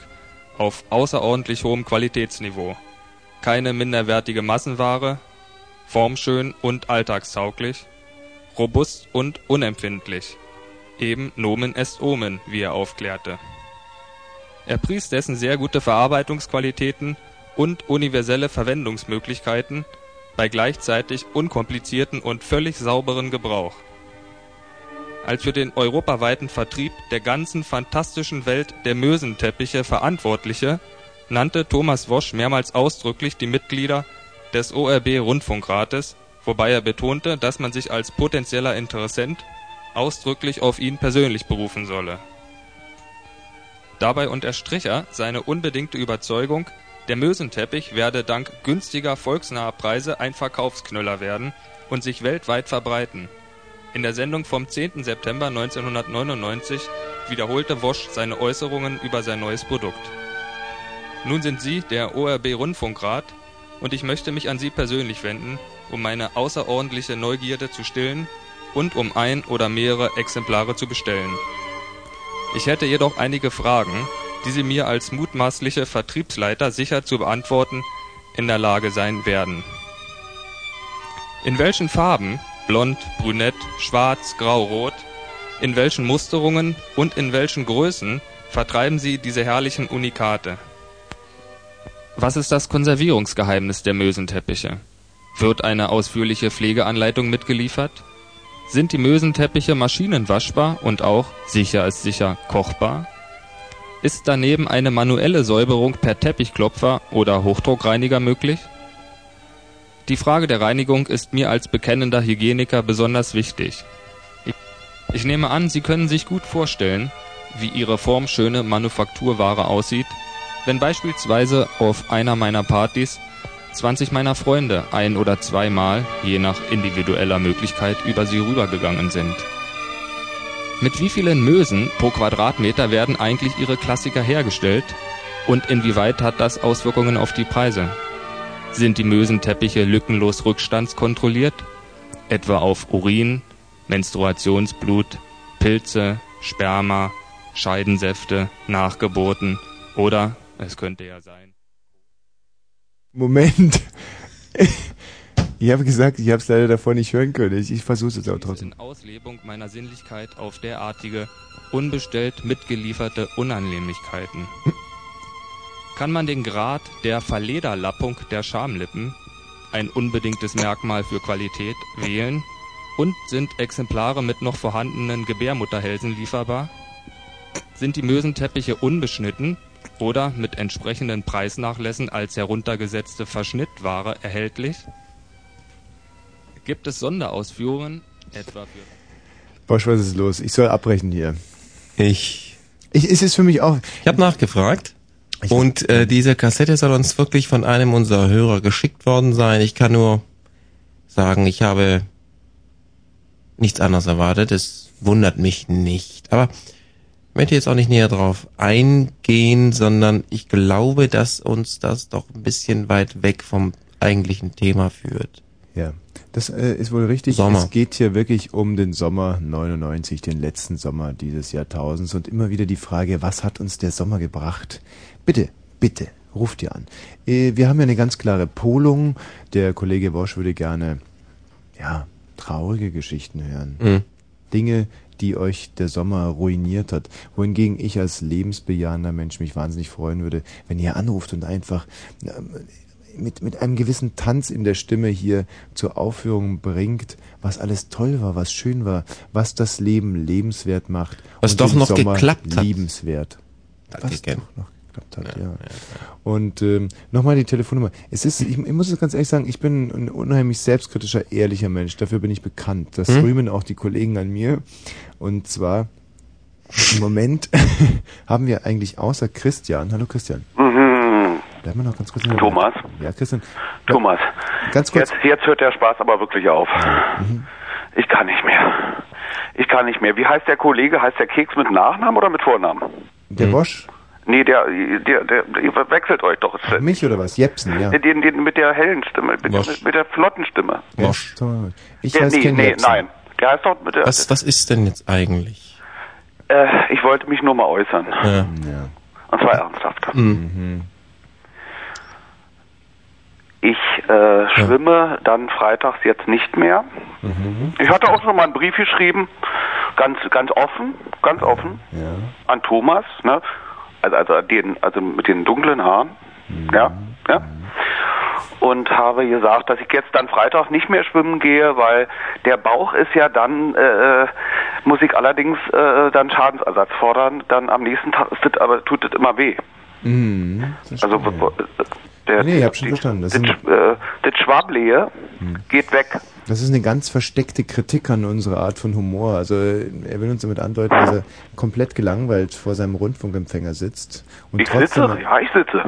Speaker 13: auf außerordentlich hohem Qualitätsniveau. Keine minderwertige Massenware, formschön und alltagstauglich, robust und unempfindlich. Eben Nomen est Omen, wie er aufklärte. Er pries dessen sehr gute Verarbeitungsqualitäten und universelle Verwendungsmöglichkeiten bei gleichzeitig unkomplizierten und völlig sauberen Gebrauch. Als für den europaweiten Vertrieb der ganzen fantastischen Welt der Mösenteppiche Verantwortliche nannte Thomas Wosch mehrmals ausdrücklich die Mitglieder des ORB Rundfunkrates, wobei er betonte, dass man sich als potenzieller Interessent ausdrücklich auf ihn persönlich berufen solle. Dabei unterstrich er seine unbedingte Überzeugung, der Mösenteppich werde dank günstiger volksnaher Preise ein Verkaufsknüller werden und sich weltweit verbreiten. In der Sendung vom 10. September 1999 wiederholte Wosch seine Äußerungen über sein neues Produkt. Nun sind Sie der ORB Rundfunkrat und ich möchte mich an Sie persönlich wenden, um meine außerordentliche Neugierde zu stillen und um ein oder mehrere Exemplare zu bestellen. Ich hätte jedoch einige Fragen, die Sie mir als mutmaßliche Vertriebsleiter sicher zu beantworten in der Lage sein werden. In welchen Farben, blond, brünett, schwarz, grau, rot, in welchen Musterungen und in welchen Größen vertreiben Sie diese herrlichen Unikate? Was ist das Konservierungsgeheimnis der Mösenteppiche? Wird eine ausführliche Pflegeanleitung mitgeliefert? Sind die Mösenteppiche maschinenwaschbar und auch, sicher ist sicher, kochbar? Ist daneben eine manuelle Säuberung per Teppichklopfer oder Hochdruckreiniger möglich? Die Frage der Reinigung ist mir als bekennender Hygieniker besonders wichtig. Ich nehme an, Sie können sich gut vorstellen, wie Ihre formschöne Manufakturware aussieht wenn beispielsweise auf einer meiner Partys 20 meiner Freunde ein oder zweimal, je nach individueller Möglichkeit, über sie rübergegangen sind. Mit wie vielen Mösen pro Quadratmeter werden eigentlich Ihre Klassiker hergestellt und inwieweit hat das Auswirkungen auf die Preise? Sind die Mösenteppiche lückenlos rückstandskontrolliert, etwa auf Urin, Menstruationsblut, Pilze, Sperma, Scheidensäfte, Nachgeburten oder es könnte ja sein.
Speaker 3: Moment. *laughs* Ich habe gesagt, ich habe es leider davor nicht hören können. Ich, ich versuche es jetzt auch trotzdem.
Speaker 13: In Auslebung meiner Sinnlichkeit auf derartige, unbestellt mitgelieferte Unannehmlichkeiten. Kann man den Grad der Verlederlappung der Schamlippen, ein unbedingtes Merkmal für Qualität, wählen? Und sind Exemplare mit noch vorhandenen Gebärmutterhälsen lieferbar? Sind die Mösenteppiche unbeschnitten oder mit entsprechenden Preisnachlässen als heruntergesetzte Verschnittware erhältlich? Gibt es Sonderausführungen etwa für
Speaker 3: Bosch, was ist los? Ich soll abbrechen hier.
Speaker 1: Ich.
Speaker 3: ich es ist für mich auch.
Speaker 1: Ich habe nachgefragt. Und äh, diese Kassette soll uns wirklich von einem unserer Hörer geschickt worden sein. Ich kann nur sagen, ich habe nichts anderes erwartet. Es wundert mich nicht. Aber ich möchte jetzt auch nicht näher drauf eingehen, sondern ich glaube, dass uns das doch ein bisschen weit weg vom eigentlichen Thema führt.
Speaker 3: Ja, das äh, ist wohl richtig.
Speaker 1: Sommer.
Speaker 3: Es geht hier wirklich um den Sommer 99, den letzten Sommer dieses Jahrtausends und immer wieder die Frage, was hat uns der Sommer gebracht? Bitte, bitte, ruft ihr an. Äh, wir haben ja eine ganz klare Polung. Der Kollege Bosch würde gerne, ja, traurige Geschichten hören.
Speaker 1: Mhm.
Speaker 3: Dinge, die euch der Sommer ruiniert hat. Wohingegen ich als lebensbejahender Mensch mich wahnsinnig freuen würde, wenn ihr anruft und einfach ähm, mit, mit einem gewissen Tanz in der Stimme hier zur Aufführung bringt, was alles toll war, was schön war, was das Leben lebenswert macht.
Speaker 1: Was doch
Speaker 3: den
Speaker 1: noch geklappt hat.
Speaker 3: Liebenswert. Was
Speaker 1: gell?
Speaker 3: doch noch geklappt hat, ja. Und ähm, nochmal die Telefonnummer. Es ist, ich, ich muss es ganz ehrlich sagen, ich bin ein unheimlich selbstkritischer, ehrlicher Mensch. Dafür bin ich bekannt. Das
Speaker 1: Hm?
Speaker 3: rühmen auch die Kollegen an mir. Und zwar im Moment *laughs* haben wir eigentlich außer Christian, hallo Christian,
Speaker 22: Mhm.
Speaker 3: bleib mal noch ganz kurz.
Speaker 22: Thomas.
Speaker 3: Ja, Christian.
Speaker 22: Thomas,
Speaker 3: Ganz
Speaker 22: kurz. Jetzt, jetzt hört der Spaß aber wirklich auf. Ich kann nicht mehr. Ich kann nicht mehr. Wie heißt der Kollege? Heißt der Keks mit Nachnamen oder mit Vornamen?
Speaker 3: Der Bosch?
Speaker 22: Nee, der, der, der, der wechselt euch doch.
Speaker 3: Mich oder was? Jepsen, ja.
Speaker 22: Den, den, mit der hellen Stimme, mit, mit, mit der flotten Stimme.
Speaker 3: Bosch. Ich
Speaker 22: der,
Speaker 3: weiß
Speaker 22: nee,
Speaker 3: keinen
Speaker 22: nee,
Speaker 3: Jepsen.
Speaker 22: nein. Der heißt doch mit der.
Speaker 1: Was, was ist denn jetzt eigentlich?
Speaker 22: Äh, ich wollte mich nur mal äußern.
Speaker 1: Ja.
Speaker 22: Und zwar ernsthaft.
Speaker 1: Mhm.
Speaker 22: Ich äh, schwimme dann freitags jetzt nicht mehr. Ich hatte auch schon mal einen Brief geschrieben, ganz, ganz offen, ganz offen, an Thomas, ne? Also, also, an den, also mit den dunklen Haaren, ja, ja. Und habe gesagt, dass ich jetzt dann Freitag nicht mehr schwimmen gehe, weil der Bauch ist ja dann, äh, äh, muss ich allerdings äh, dann Schadensersatz fordern, dann am nächsten Tag ist das, aber tut das immer weh.
Speaker 3: Mhm.
Speaker 22: Also äh, der,
Speaker 3: Nee, ich hab schon verstanden. Das, sind,
Speaker 22: äh, das Schwablehe geht weg.
Speaker 3: das ist eine ganz versteckte Kritik an unserer Art von Humor. Also äh, er will uns damit andeuten, dass er komplett gelangweilt vor seinem Rundfunkempfänger sitzt und
Speaker 22: Ich sitze, ja, ich sitze.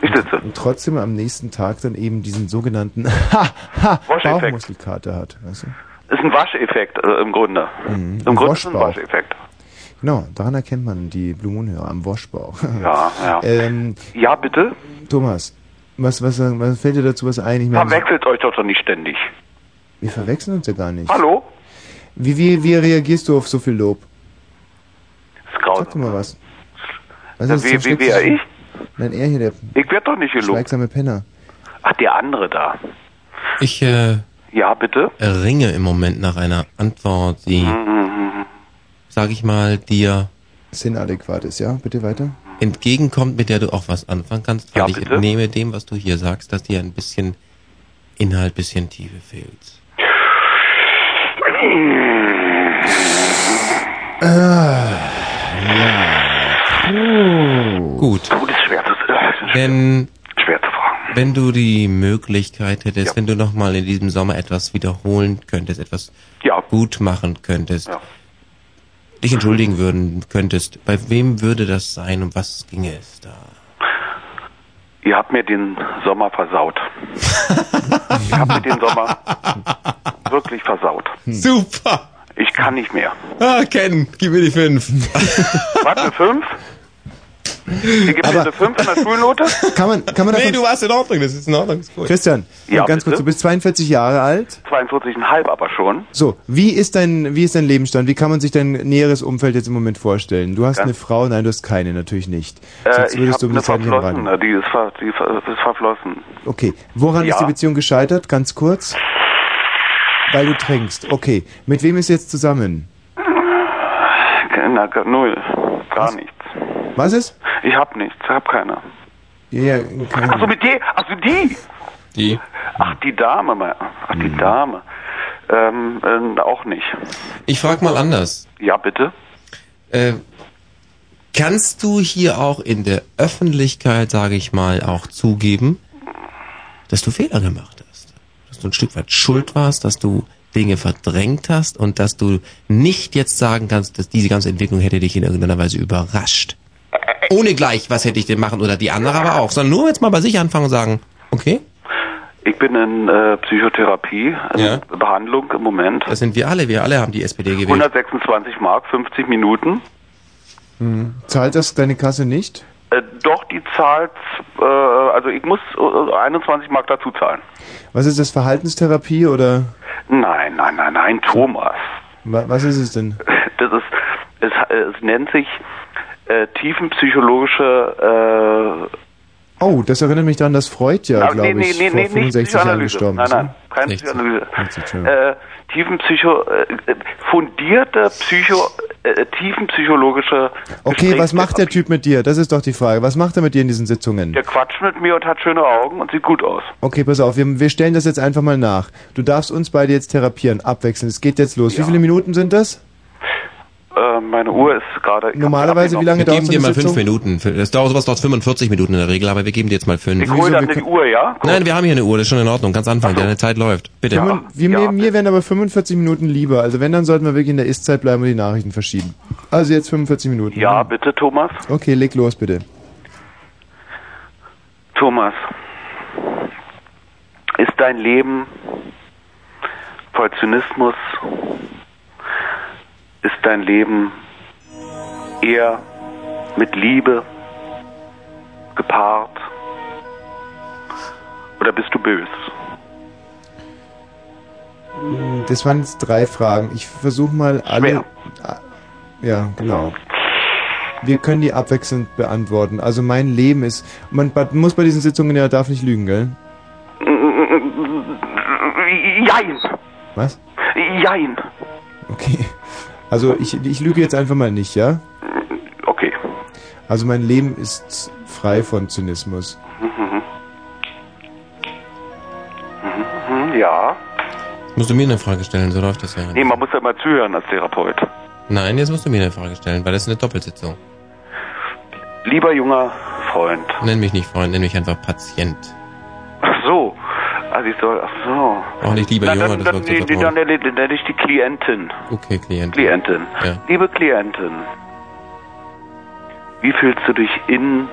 Speaker 22: Ich sitze.
Speaker 3: und trotzdem am nächsten Tag dann eben diesen sogenannten *laughs* ha ha
Speaker 22: Wascheffekt.
Speaker 3: Bauchmuskelkater hat. Weißt du?
Speaker 22: Ist ein Wascheffekt äh, im Grunde.
Speaker 3: Mhm.
Speaker 22: Im Grunde ist ein
Speaker 3: Waschbauch.
Speaker 22: Wascheffekt.
Speaker 3: Genau, daran erkennt man die Blue Moon Hörer am Waschbauch.
Speaker 22: Ja, ja.
Speaker 3: *laughs* ähm,
Speaker 22: ja, bitte.
Speaker 3: Thomas, was, was, was fällt dir dazu was ein? Ich meine,
Speaker 22: Verwechselt euch doch doch nicht ständig.
Speaker 3: wir verwechseln uns ja gar nicht.
Speaker 22: Hallo?
Speaker 3: Wie, wie, wie reagierst du auf so viel Lob?
Speaker 22: Scout.
Speaker 3: Sag mal was.
Speaker 22: Na,
Speaker 3: das
Speaker 22: wie-
Speaker 3: zum
Speaker 22: wie- wer,
Speaker 3: Schlimmsten? Nein, er hier, der
Speaker 22: Ich werde doch nicht gelobt.
Speaker 3: schweigsame Penner.
Speaker 22: Ach, der andere da.
Speaker 1: Ich äh,
Speaker 22: Ja, bitte.
Speaker 1: ringe im Moment nach einer Antwort, die,
Speaker 22: Mhm.
Speaker 1: sag ich mal, dir
Speaker 3: sinnadäquat ist, ja? Bitte weiter.
Speaker 1: entgegenkommt, mit der du auch was anfangen kannst, weil ich
Speaker 22: bitte?
Speaker 1: entnehme dem, was du hier sagst, dass dir ein bisschen Inhalt, bisschen Tiefe fehlt. Gut. Denn wenn du die Möglichkeit hättest, wenn du nochmal in diesem Sommer etwas wiederholen könntest, etwas gut machen könntest, dich entschuldigen würden könntest, bei wem würde das sein und was ginge es da?
Speaker 22: Ihr habt mir den Sommer
Speaker 3: *laughs*
Speaker 22: versaut. Ihr habt mir den Sommer wirklich versaut.
Speaker 1: Super!
Speaker 22: Ich kann nicht mehr.
Speaker 1: Ah, Ken, gib mir die
Speaker 3: *laughs*
Speaker 1: fünf.
Speaker 22: Was, eine 5? Ihr gebt mir eine 5 in der Schulnote?
Speaker 3: Kann man, kann man davon,
Speaker 1: du warst in Ordnung, das ist in Ordnung. Ist gut.
Speaker 3: Christian,
Speaker 22: Ja,
Speaker 3: ganz kurz,
Speaker 22: bitte?
Speaker 3: du bist 42 Jahre alt.
Speaker 22: 42,5 aber schon.
Speaker 3: So, wie ist dein, wie ist dein Lebensstand? Wie kann man sich dein näheres Umfeld jetzt im Moment vorstellen? Du hast
Speaker 22: Ja.
Speaker 3: eine Frau? Nein, du hast keine, natürlich nicht.
Speaker 22: Äh,
Speaker 3: Sonst
Speaker 22: ich
Speaker 3: würdest
Speaker 22: habe
Speaker 3: du um die
Speaker 22: eine
Speaker 3: Zeit nicht am Radio.
Speaker 22: verflossene, die ist, ver, die ist ver- ist verflossen. *laughs*
Speaker 3: Okay, woran
Speaker 22: Ja.
Speaker 3: ist die Beziehung gescheitert? Ganz kurz. Weil du trinkst. Okay, mit wem ist sie jetzt zusammen?
Speaker 22: Na, gar- null. Gar nichts.
Speaker 3: Was ist?
Speaker 22: Ich hab nichts, ich hab keine.
Speaker 3: Ja,
Speaker 22: Ach so, mit dir? Ach so, die?
Speaker 1: Die?
Speaker 22: Ach, die Dame, mein- ach, die Dame. Ähm, ähm, auch nicht.
Speaker 1: Ich frag mal anders.
Speaker 22: Ja, bitte?
Speaker 1: Äh, kannst du hier auch in der Öffentlichkeit, sage ich mal, auch zugeben, dass du Fehler gemacht hast? Dass du ein Stück weit schuld warst, dass du Dinge verdrängt hast und dass du nicht jetzt sagen kannst, dass diese ganze Entwicklung hätte dich in irgendeiner Weise überrascht. Ohne gleich, was hätte ich denn machen oder die andere aber auch, sondern nur jetzt mal bei sich anfangen und sagen, okay,
Speaker 22: Ich bin in äh, Psychotherapie, in Behandlung im Moment.
Speaker 1: das sind wir alle, wir alle haben die SPD gewählt.
Speaker 22: 126 Mark, 50 Minuten.
Speaker 3: Hm. Zahlt das deine Kasse nicht?
Speaker 22: Äh, doch, die zahlt, äh, also ich muss äh, 21 Mark dazu zahlen.
Speaker 3: Was ist das, Verhaltenstherapie oder
Speaker 22: Nein, nein, nein, nein, Thomas.
Speaker 3: wa was ist es denn?
Speaker 22: Das ist, es, es nennt sich äh, tiefenpsychologische, äh,
Speaker 3: Oh, das erinnert mich daran, dass Freud ja,
Speaker 22: Aber
Speaker 3: glaube ich, vor 65 Jahren gestorben
Speaker 22: Nein,
Speaker 3: ist.
Speaker 22: nein,
Speaker 3: ne?
Speaker 22: keine
Speaker 3: 16.
Speaker 22: Psychoanalyse.
Speaker 3: 16, Entschuldigung.
Speaker 22: Äh, tiefenpsycho, äh, äh, fundierte Psycho, äh, tiefenpsychologische.
Speaker 3: Okay, was macht der Typ mit dir? Das ist doch die Frage. Was macht er mit dir in diesen Sitzungen?
Speaker 22: Der quatscht mit mir und hat schöne Augen und sieht gut aus.
Speaker 3: Okay, pass auf, wir, wir stellen das jetzt einfach mal nach. Du darfst uns beide jetzt therapieren, abwechselnd. Es geht jetzt los. Wie viele Minuten sind das?
Speaker 22: Äh, meine Uhr ist gerade. ich hab
Speaker 3: Normalerweise,
Speaker 22: sie
Speaker 3: wie lange
Speaker 1: Wir
Speaker 3: dauert
Speaker 1: geben
Speaker 3: so
Speaker 1: dir
Speaker 3: eine
Speaker 1: mal fünf
Speaker 3: Sitzung?
Speaker 1: Minuten. Das dauert sowas dauert 45 Minuten in der Regel, aber wir geben dir jetzt mal fünf.
Speaker 22: Ich hol dann eine Uhr, ja?
Speaker 1: Nein, wir haben hier eine Uhr, das ist schon in Ordnung. Ganz anfangen, deine Zeit läuft. Bitte.
Speaker 3: Fünfund- wie mir, mir wären aber 45 Minuten lieber. Also wenn, dann sollten wir wirklich in der Ist-Zeit bleiben und die Nachrichten verschieben. Also jetzt 45 Minuten.
Speaker 22: Ja, bitte, Thomas.
Speaker 3: Okay, leg los bitte.
Speaker 22: Thomas. ist dein Leben voll Zynismus? Ist dein Leben eher mit Liebe gepaart? Oder bist du böse?
Speaker 3: Das waren jetzt drei Fragen. Ich versuche mal alle. Ah, Ja, genau. Wir können die abwechselnd beantworten. Also mein Leben ist. Man ba- muss bei diesen Sitzungen ja darf nicht lügen, gell?
Speaker 22: Jein.
Speaker 3: Was?
Speaker 22: Jein.
Speaker 3: Okay. Also ich, ich lüge jetzt einfach mal nicht, ja?
Speaker 22: Okay.
Speaker 3: Also mein Leben ist frei von Zynismus.
Speaker 22: Mhm. Mhm, Ja.
Speaker 1: Musst du mir eine Frage stellen, so läuft das ja.
Speaker 22: Nee, man muss ja mal zuhören als Therapeut.
Speaker 1: Nein, jetzt musst du mir eine Frage stellen, weil das ist eine Doppelsitzung.
Speaker 22: Lieber junger Freund.
Speaker 1: Nenn mich nicht Freund, nenn mich einfach Patient.
Speaker 22: Ach so. Also ich soll, ach so.
Speaker 1: Auch nicht lieber
Speaker 22: Na,
Speaker 1: Junge,
Speaker 22: dann,
Speaker 1: das
Speaker 22: dann,
Speaker 1: wird so
Speaker 22: nee, nee, dann
Speaker 1: verbraucht.
Speaker 22: nenne nenne ich die Klientin.
Speaker 1: Okay, Klient.
Speaker 22: Klientin.
Speaker 1: Ja.
Speaker 22: Liebe Klientin. Wie fühlst du dich innen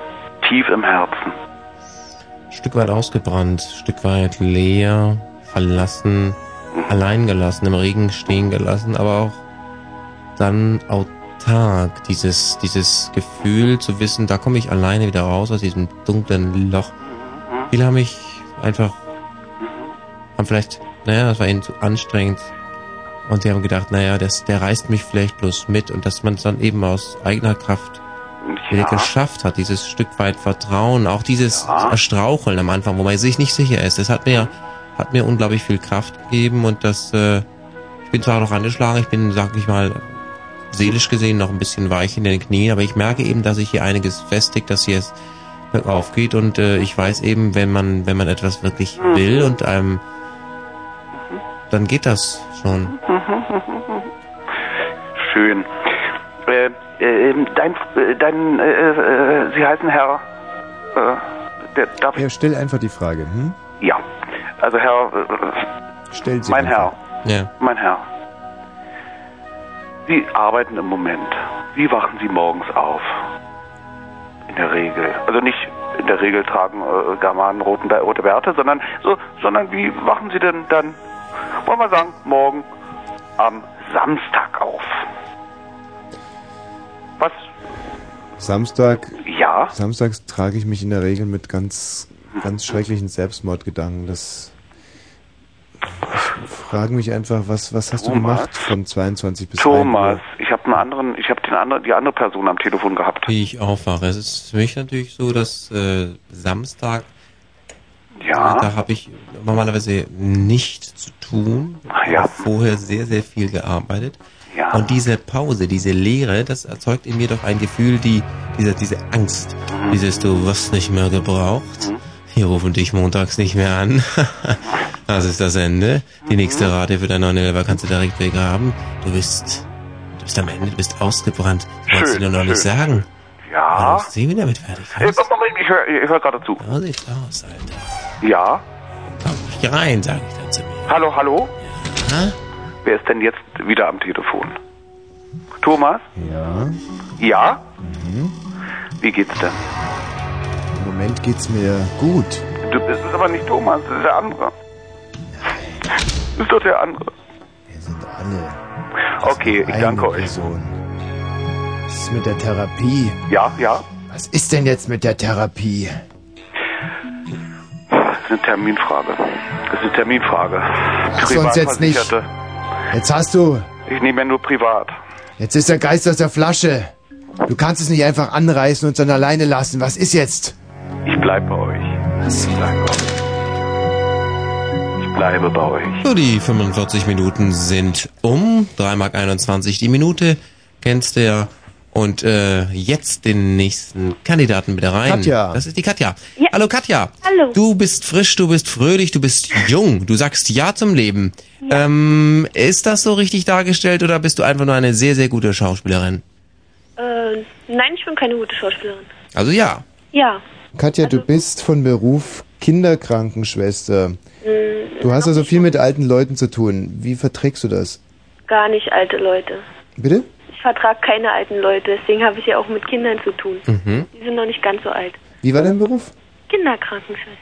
Speaker 22: tief im Herzen?
Speaker 1: Stück weit ausgebrannt, Stück weit leer, verlassen, allein gelassen, im Regen stehen gelassen, aber auch dann autark. Dieses, dieses Gefühl zu wissen, da komme ich alleine wieder raus aus diesem dunklen Loch. Viele haben mich einfach, haben vielleicht, naja, das war ihnen zu anstrengend. Und die haben gedacht, naja, das, der reißt mich vielleicht bloß mit und dass man es dann eben aus eigener Kraft wieder geschafft hat, dieses Stück weit Vertrauen, auch dieses Straucheln am Anfang, wo man sich nicht sicher ist. Das hat mir, hat mir unglaublich viel Kraft gegeben und das, äh, ich bin zwar noch angeschlagen, ich bin, sag ich mal, seelisch gesehen noch ein bisschen weich in den Knien, aber ich merke eben, dass sich hier einiges festigt, dass hier es aufgeht und äh, ich weiß eben, wenn man, wenn man etwas wirklich will und einem, dann geht das schon.
Speaker 20: Mhm.
Speaker 22: Schön. Äh, äh, dein, äh, dein, äh, äh, Sie heißen Herr, äh, der, darf
Speaker 3: Ja, stell einfach die Frage. Hm?
Speaker 22: ich, ja. Also Herr, äh,
Speaker 3: Stell sie.
Speaker 22: mein
Speaker 3: einfach.
Speaker 22: Herr, mein Herr. Sie arbeiten im Moment. Wie wachen Sie morgens auf? In der Regel. Also nicht in der Regel tragen äh, Germanen roten, Be- rote Werte, sondern, so, sondern wie wachen Sie denn dann, wollen wir sagen, morgen am Samstag auf? Was?
Speaker 3: Samstag.
Speaker 22: Ja?
Speaker 3: Samstags trage ich mich in der Regel mit ganz, ganz schrecklichen Selbstmordgedanken. Das. Ich frage mich einfach, was, was hast du
Speaker 22: Thomas?
Speaker 3: gemacht von 22 bis 1 Uhr?
Speaker 22: Thomas, ich habe einen anderen, ich habe den anderen, die andere Person am Telefon gehabt.
Speaker 1: wie ich aufwache. Es ist für mich natürlich so, dass äh, Samstag,
Speaker 22: Ja.
Speaker 1: da habe ich normalerweise nichts zu tun. Ich habe vorher sehr, sehr viel gearbeitet.
Speaker 22: Ja.
Speaker 1: Und diese Pause, diese Leere, das erzeugt in mir doch ein Gefühl, die, diese, diese Angst.
Speaker 22: Mhm.
Speaker 1: Dieses, du wirst nicht mehr gebraucht. Wir rufen dich montags nicht mehr an. *laughs* das ist das Ende.
Speaker 22: Mhm.
Speaker 1: Die nächste Rate für dein 911 kannst du direkt begraben. Du bist, du bist am Ende, du bist ausgebrannt. Das wolltest du dir noch nicht
Speaker 22: schön.
Speaker 1: sagen.
Speaker 22: Ja.
Speaker 1: Ich sehe wieder mit fertig.
Speaker 22: Äh, Moment, ich höre hör gerade zu.
Speaker 1: So sieht's
Speaker 3: oh,
Speaker 1: aus, Alter.
Speaker 22: Ja?
Speaker 1: Geh rein, sag ich ne? dann zu mir.
Speaker 22: Hallo, hallo?
Speaker 1: Ja?
Speaker 22: Wer ist denn jetzt wieder am Telefon? Thomas?
Speaker 3: Ja.
Speaker 22: Ja?
Speaker 5: Mhm.
Speaker 22: Wie geht's denn?
Speaker 3: Im Moment geht's mir gut.
Speaker 22: Du, das ist aber nicht Thomas, das ist der andere. Das ist doch der andere. Okay, ich
Speaker 5: eine
Speaker 22: danke euch.
Speaker 5: Was ist mit der Therapie?
Speaker 22: Ja, ja.
Speaker 5: Was ist denn jetzt mit der Therapie?
Speaker 22: Das ist eine Terminfrage. Das ist eine Terminfrage.
Speaker 5: Sie uns jetzt nicht.
Speaker 22: Privatversicherte.
Speaker 5: Jetzt hast du.
Speaker 22: Ich nehme ja nur privat.
Speaker 5: Jetzt ist der Geist aus der Flasche. Du kannst es nicht einfach anreißen und dann alleine lassen. Was ist jetzt?
Speaker 22: Ich bleibe bei euch. Ich bleibe bei euch. Ich bleibe bei euch.
Speaker 1: So, die 45 Minuten sind um. 3,21 Mark die Minute. Kennst du ja. Und äh, jetzt den nächsten Kandidaten bitte rein.
Speaker 3: Katja.
Speaker 1: Das ist die Katja. Hallo Katja.
Speaker 7: Hallo.
Speaker 1: Du bist frisch, du bist fröhlich, du bist jung. Du sagst Ja zum Leben. Ähm, ist das so richtig dargestellt oder bist du einfach nur eine sehr, sehr gute Schauspielerin?
Speaker 7: Äh, nein, ich bin keine gute Schauspielerin.
Speaker 1: Also ja.
Speaker 7: Ja.
Speaker 3: Katja, du bist von Beruf Kinderkrankenschwester.
Speaker 7: Mh,
Speaker 3: Du hast also viel mit alten Leuten zu tun. Wie verträgst du das?
Speaker 7: gar nicht alte Leute.
Speaker 3: Bitte?
Speaker 7: Ich vertrage keine alten Leute, deswegen habe ich ja auch mit Kindern zu tun.
Speaker 3: Mhm.
Speaker 7: Die sind noch nicht ganz so alt.
Speaker 3: Wie war dein Beruf?
Speaker 7: Kinderkrankenschwester.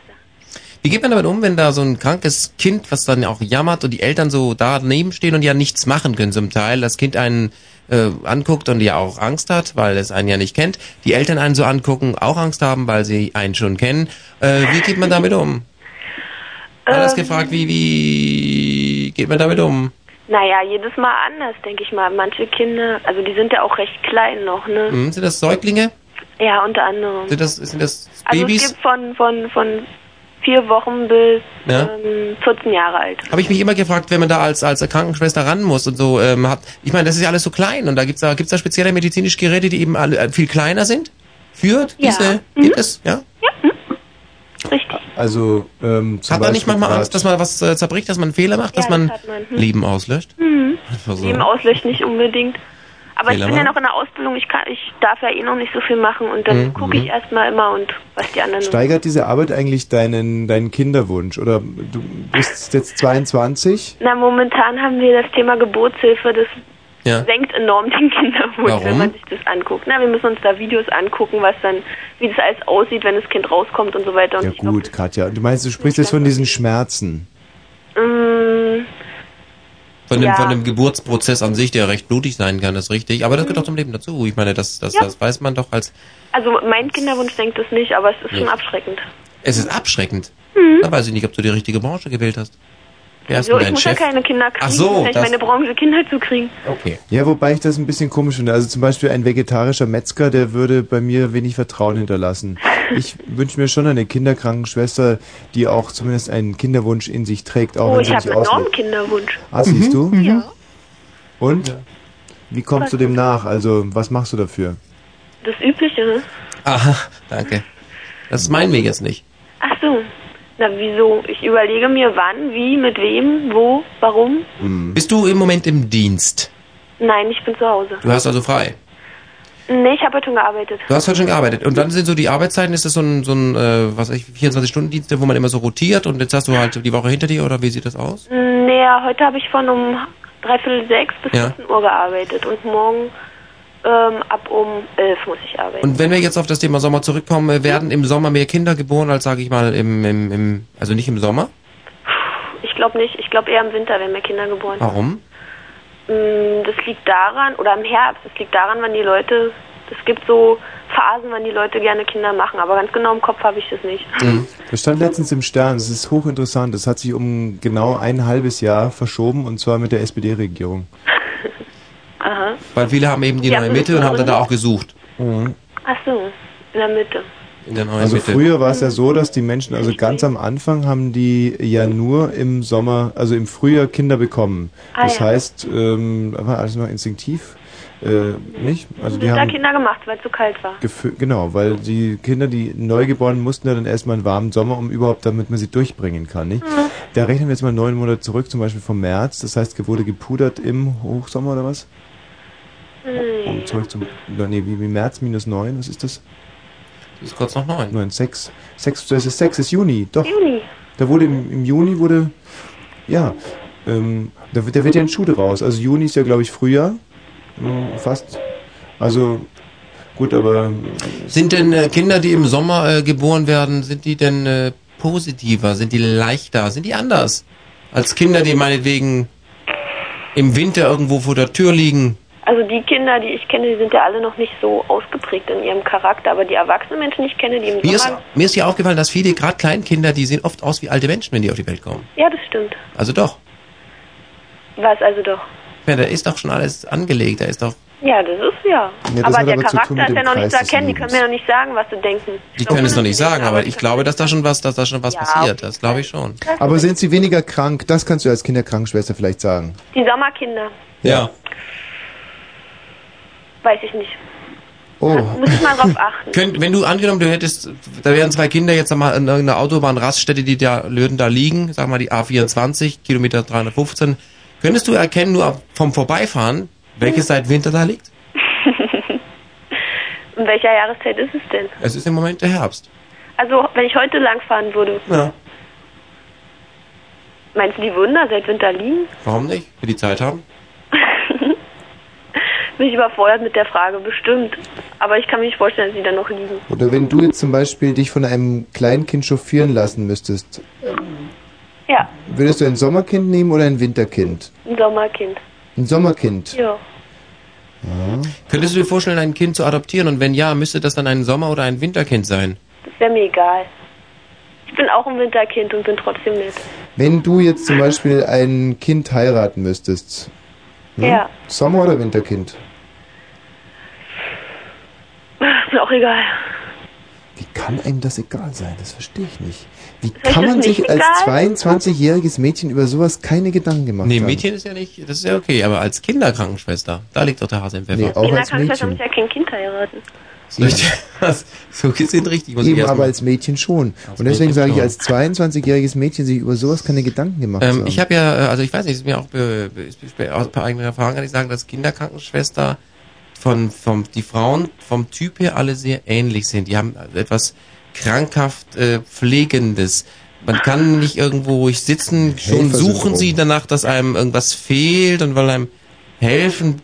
Speaker 1: Wie geht man damit um, wenn da so ein krankes Kind, was dann auch jammert und die Eltern so daneben stehen und ja nichts machen können zum Teil, das Kind einen äh, anguckt und ja auch Angst hat, weil es einen ja nicht kennt, die Eltern einen so angucken, auch Angst haben, weil sie einen schon kennen. Äh, wie geht man damit um? Alles
Speaker 23: Ähm.
Speaker 1: gefragt, wie, wie geht man damit um?
Speaker 23: Naja, jedes Mal anders, denke ich mal. Manche Kinder, also die sind ja auch recht klein noch, ne?
Speaker 1: Hm, sind das Säuglinge?
Speaker 23: Ja, unter anderem.
Speaker 1: Sind das, sind das
Speaker 23: also
Speaker 1: Babys?
Speaker 23: es gibt von, von, von vier Wochen bis
Speaker 1: Ja.
Speaker 23: ähm, 14 Jahre alt.
Speaker 1: Habe ich mich immer gefragt, wenn man da als, als Krankenschwester ran muss und so, ähm, hat, ich meine, das ist ja alles so klein und da gibt's da, gibt's da spezielle medizinische Geräte, die eben alle, äh, viel kleiner sind? Für diese,
Speaker 23: Mhm.
Speaker 1: gibt es, ja?
Speaker 3: Also, ähm, zum
Speaker 1: Hat man nicht
Speaker 3: Beispiel
Speaker 1: manchmal
Speaker 3: grad-
Speaker 1: Angst, dass man was äh, zerbricht, dass man einen Fehler macht, dass
Speaker 23: Ja,
Speaker 1: man,
Speaker 23: das hat man, hm.
Speaker 1: Leben auslöscht? Also
Speaker 23: Mhm.
Speaker 1: Einfach
Speaker 3: Also
Speaker 1: so.
Speaker 23: Leben auslöschen nicht unbedingt. Aber ich
Speaker 1: Fehler
Speaker 23: bin ja
Speaker 1: machen?
Speaker 23: noch in der Ausbildung, ich, kann, ich darf ja eh noch nicht so viel machen und dann
Speaker 3: Mhm.
Speaker 23: gucke ich erstmal immer und was die anderen
Speaker 3: Steigert diese Arbeit eigentlich deinen, deinen Kinderwunsch? Oder du bist jetzt 22?
Speaker 23: Na, momentan haben wir das Thema Geburtshilfe, das
Speaker 3: Ja.
Speaker 23: senkt enorm den Kinderwunsch,
Speaker 3: Warum?
Speaker 23: wenn man sich das anguckt. Na, wir müssen uns da Videos angucken, was dann, wie das alles aussieht, wenn das Kind rauskommt und so weiter. Und
Speaker 3: Ja
Speaker 23: ich,
Speaker 3: gut, Katja. Du meinst, du sprichst jetzt von diesen Schmerzen.
Speaker 23: ähm,
Speaker 1: Von, dem,
Speaker 23: Ja.
Speaker 1: von dem Geburtsprozess an sich, der recht blutig sein kann, das ist richtig. Aber das gehört auch zum Leben dazu. Ich meine, das, das,
Speaker 23: Mhm. Ja.
Speaker 1: das weiß man doch als.
Speaker 23: also mein Kinderwunsch senkt das nicht, aber es ist schon
Speaker 1: Nee.
Speaker 23: abschreckend.
Speaker 1: Es ist abschreckend.
Speaker 23: Mhm.
Speaker 1: Da weiß ich nicht, ob du die richtige Branche gewählt hast. Wer ist
Speaker 23: Also
Speaker 1: denn
Speaker 23: ich
Speaker 1: dein
Speaker 23: muss
Speaker 1: Chef?
Speaker 23: ja keine Kinder kriegen,
Speaker 3: Ach so,
Speaker 23: ich
Speaker 3: das-
Speaker 23: meine Branche Kinder zu kriegen.
Speaker 1: Okay.
Speaker 3: Ja, wobei ich das ein bisschen komisch finde. Also zum Beispiel ein vegetarischer Metzger, der würde bei mir wenig Vertrauen hinterlassen. Ich wünsche mir schon eine Kinderkrankenschwester, die auch zumindest einen Kinderwunsch in sich trägt, auch
Speaker 23: oh,
Speaker 3: wenn
Speaker 23: ich
Speaker 3: sie
Speaker 23: habe
Speaker 3: nicht
Speaker 23: einen
Speaker 3: auslebt.
Speaker 23: enormen Kinderwunsch.
Speaker 3: Ah, siehst du?
Speaker 23: Ja.
Speaker 3: Und? Wie kommst du dem nach? Also, was machst du dafür?
Speaker 23: Das Übliche, ne?
Speaker 1: Aha, danke. Das ist mein Weg jetzt nicht.
Speaker 23: Ach so. Na wieso? Ich überlege mir wann, wie, mit wem, wo, warum.
Speaker 3: Mhm.
Speaker 1: Bist du im Moment im Dienst?
Speaker 23: Nein, ich bin zu Hause.
Speaker 1: Du hast also frei.
Speaker 23: Nee, ich habe heute schon gearbeitet.
Speaker 1: Du hast heute schon gearbeitet. Und dann sind so die Arbeitszeiten, ist das so ein, so ein äh, was weiß ich, 24-Stunden-Dienst, wo man immer so rotiert und jetzt hast du halt die Woche hinter dir oder wie sieht das aus?
Speaker 23: Nee, ja, heute habe ich von um dreiviertel sechs bis
Speaker 1: Ja.
Speaker 23: 14 Uhr gearbeitet und morgen ähm, ab um elf muss ich arbeiten.
Speaker 1: Und wenn wir jetzt auf das Thema Sommer zurückkommen, äh, werden im Sommer mehr Kinder geboren als, sage ich mal, im, im, im, also nicht im Sommer?
Speaker 23: Ich glaube nicht. Ich glaube eher im Winter werden mehr Kinder geboren.
Speaker 1: Warum?
Speaker 23: Mm, Das liegt daran, oder im Herbst, das liegt daran, wann die Leute, es gibt so Phasen, wann die Leute gerne Kinder machen, aber ganz genau im Kopf habe ich das nicht.
Speaker 3: Mhm. Das stand letztens im Stern. Das ist hochinteressant. Das hat sich um genau ein halbes Jahr verschoben und zwar mit der SPD-Regierung.
Speaker 23: Aha.
Speaker 1: Weil viele haben eben die
Speaker 23: Ja,
Speaker 1: neue
Speaker 23: das ist
Speaker 1: Mitte und haben dann da
Speaker 23: drin.
Speaker 1: auch gesucht.
Speaker 23: Ach so, in der Mitte.
Speaker 1: In der neuen
Speaker 3: Mhm. Also
Speaker 1: Mitte.
Speaker 3: früher war es
Speaker 23: Mhm.
Speaker 3: ja so, dass die Menschen, also ganz am Anfang haben die ja nur im Sommer, also im Frühjahr Kinder bekommen.
Speaker 23: Ah,
Speaker 3: das
Speaker 23: ja.
Speaker 3: heißt, ähm, war alles noch instinktiv, äh, nicht? Also die
Speaker 23: Winter
Speaker 3: haben
Speaker 23: Kinder gemacht, weil es so kalt war.
Speaker 3: gefü- genau, weil die Kinder, die Neugeborenen mussten ja dann erstmal einen warmen Sommer, um überhaupt, damit man sie durchbringen kann, nicht?
Speaker 1: Mhm.
Speaker 3: Da rechnen wir jetzt mal neun Monate zurück, zum Beispiel vom März. Das heißt, wurde gepudert im Hochsommer oder was? Um zurück zum, nee, wie, wie März minus neun, was ist das?
Speaker 1: Das ist kurz nach neun.
Speaker 3: Neun, sechs. Sechs, das ist sechs, ist Juni, doch.
Speaker 23: Juni.
Speaker 3: Da wurde im, im Juni wurde, ja, ähm, da, wird, da wird ja ein Schuh draus. Also Juni ist ja, glaube ich, Frühjahr. Mm, Fast. Also, gut, aber
Speaker 1: Sind denn äh, Kinder, die im Sommer äh, geboren werden, sind die denn äh, positiver? Sind die leichter? Sind die anders? Als Kinder, die meinetwegen im Winter irgendwo vor der Tür liegen?
Speaker 23: Also die Kinder, die ich kenne, die sind ja alle noch nicht so ausgeprägt in ihrem Charakter, aber die erwachsenen Menschen, die ich kenne, die im
Speaker 1: Mir ist,
Speaker 23: Sommer...
Speaker 1: mir ist hier aufgefallen, dass viele, gerade Kleinkinder, die sehen oft aus wie alte Menschen, wenn die auf die Welt kommen.
Speaker 23: Ja, das stimmt.
Speaker 1: Also doch.
Speaker 23: Was also doch.
Speaker 1: Ich meine, da ist doch schon alles angelegt. Da ist doch,
Speaker 23: Ja, das ist ja.
Speaker 1: Ja, das
Speaker 23: aber
Speaker 1: hat
Speaker 23: der
Speaker 1: aber zu tun
Speaker 23: Charakter
Speaker 1: mit
Speaker 23: ist
Speaker 1: dem
Speaker 23: ja noch nicht zu
Speaker 1: Kreis des
Speaker 23: erkennen, die können
Speaker 1: Lebens.
Speaker 23: mir ja noch nicht sagen, was sie denken.
Speaker 1: die können es noch nicht sagen, aber ich glaube, dass da schon was, dass da schon was
Speaker 23: Ja, auf
Speaker 1: passiert. Das glaube ich schon.
Speaker 3: Aber sind sie weniger krank? Das kannst du als Kinderkrankenschwester vielleicht sagen.
Speaker 23: Die Sommerkinder,
Speaker 1: Ja.
Speaker 23: weiß ich nicht.
Speaker 3: Oh.
Speaker 23: Muss ich mal drauf achten.
Speaker 1: Könnt, wenn du angenommen, du hättest, da wären zwei Kinder jetzt mal in irgendeiner Autobahnraststätte, die da würden da liegen, sag mal die A24, Kilometer 315, könntest du erkennen, nur vom Vorbeifahren, welches seit Winter da liegt?
Speaker 23: In welcher Jahreszeit ist es denn?
Speaker 1: Es ist im Moment der Herbst.
Speaker 23: Also, wenn ich heute langfahren würde,
Speaker 1: Ja.
Speaker 23: meinst du, die würden da seit Winter liegen?
Speaker 1: Warum nicht? Wenn die Zeit haben.
Speaker 7: *laughs* mich überfordert mit der Frage, bestimmt. Aber ich kann mir nicht vorstellen, dass sie dann noch liegen.
Speaker 3: Oder wenn du jetzt zum Beispiel dich von einem Kleinkind chauffieren lassen müsstest,
Speaker 7: Ja,
Speaker 3: würdest du ein Sommerkind nehmen oder ein Winterkind?
Speaker 7: ein Sommerkind.
Speaker 3: Ein Sommerkind.
Speaker 7: Ja.
Speaker 1: Könntest du dir vorstellen, ein Kind zu adoptieren? Und wenn ja, müsste das dann ein Sommer- oder ein Winterkind sein?
Speaker 7: Das wäre mir egal. Ich bin auch ein Winterkind und bin trotzdem nett. *laughs*
Speaker 3: Wenn du jetzt zum Beispiel ein Kind heiraten müsstest, hm?
Speaker 7: Ja.
Speaker 3: Sommer- oder Winterkind?
Speaker 7: Ist mir auch egal.
Speaker 3: Wie kann einem das egal sein? Das verstehe ich nicht. Wie
Speaker 7: euch
Speaker 3: kann
Speaker 7: das
Speaker 3: man
Speaker 7: nicht
Speaker 3: sich als
Speaker 7: egal?
Speaker 3: 22-jähriges Mädchen über sowas keine Gedanken gemacht
Speaker 1: Nee,
Speaker 3: haben?
Speaker 1: Mädchen ist ja nicht, das ist ja okay, aber als Kinderkrankenschwester, da liegt doch der Hase im Pfeffer.
Speaker 3: Nee, auch als
Speaker 7: Kinderkrankenschwester muss
Speaker 3: Mädchen.
Speaker 7: ja kein Kind heiraten.
Speaker 1: so gesehen richtig, muss ich
Speaker 3: Eben,
Speaker 1: erst
Speaker 3: aber
Speaker 1: mal-
Speaker 3: als Mädchen schon. Und deswegen
Speaker 1: Mädchen
Speaker 3: sage ich,
Speaker 1: schon.
Speaker 3: als 22-jähriges Mädchen sich über sowas keine Gedanken gemacht
Speaker 1: Ähm,
Speaker 3: haben.
Speaker 1: ich habe ja, äh, also ich weiß nicht, ist mir auch be, be, ist mir aus eigener Erfahrung kann ich sagen, dass Kinderkrankenschwester von vom die Frauen vom Typ her alle sehr ähnlich sind. Die haben also etwas krankhaft äh, pflegendes. Man kann nicht irgendwo ruhig sitzen. Schon
Speaker 3: Helfersyndrom.
Speaker 1: suchen sie danach, dass einem irgendwas fehlt und wollen einem helfen.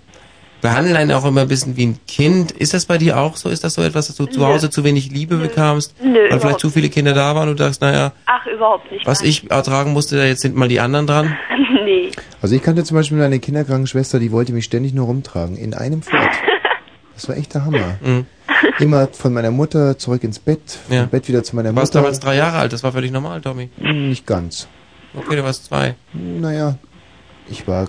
Speaker 1: Behandeln einen auch immer ein bisschen wie ein Kind. Ist das bei dir auch so? Ist das so etwas, dass du zu
Speaker 7: Nö.
Speaker 1: Hause zu wenig Liebe bekamst?
Speaker 7: Nö,
Speaker 1: weil vielleicht
Speaker 7: überhaupt
Speaker 1: zu viele Kinder da waren und du sagst, naja,
Speaker 7: Ach, überhaupt nicht. *laughs*
Speaker 1: was ich ertragen musste, jetzt sind mal die anderen dran.
Speaker 7: nee.
Speaker 3: Also ich kannte zum Beispiel eine Kinderkrankenschwester, die wollte mich ständig nur rumtragen. In einem Fort. Das war echt der Hammer. Immer von meiner Mutter zurück ins Bett, vom
Speaker 1: Mhm. Ja.
Speaker 3: Bett wieder zu meiner
Speaker 1: Du warst
Speaker 3: Mutter.
Speaker 1: damals drei Jahre alt, das war völlig normal, Tommy.
Speaker 3: Hm, Nicht ganz.
Speaker 1: Okay, du warst zwei.
Speaker 3: Naja, ich war.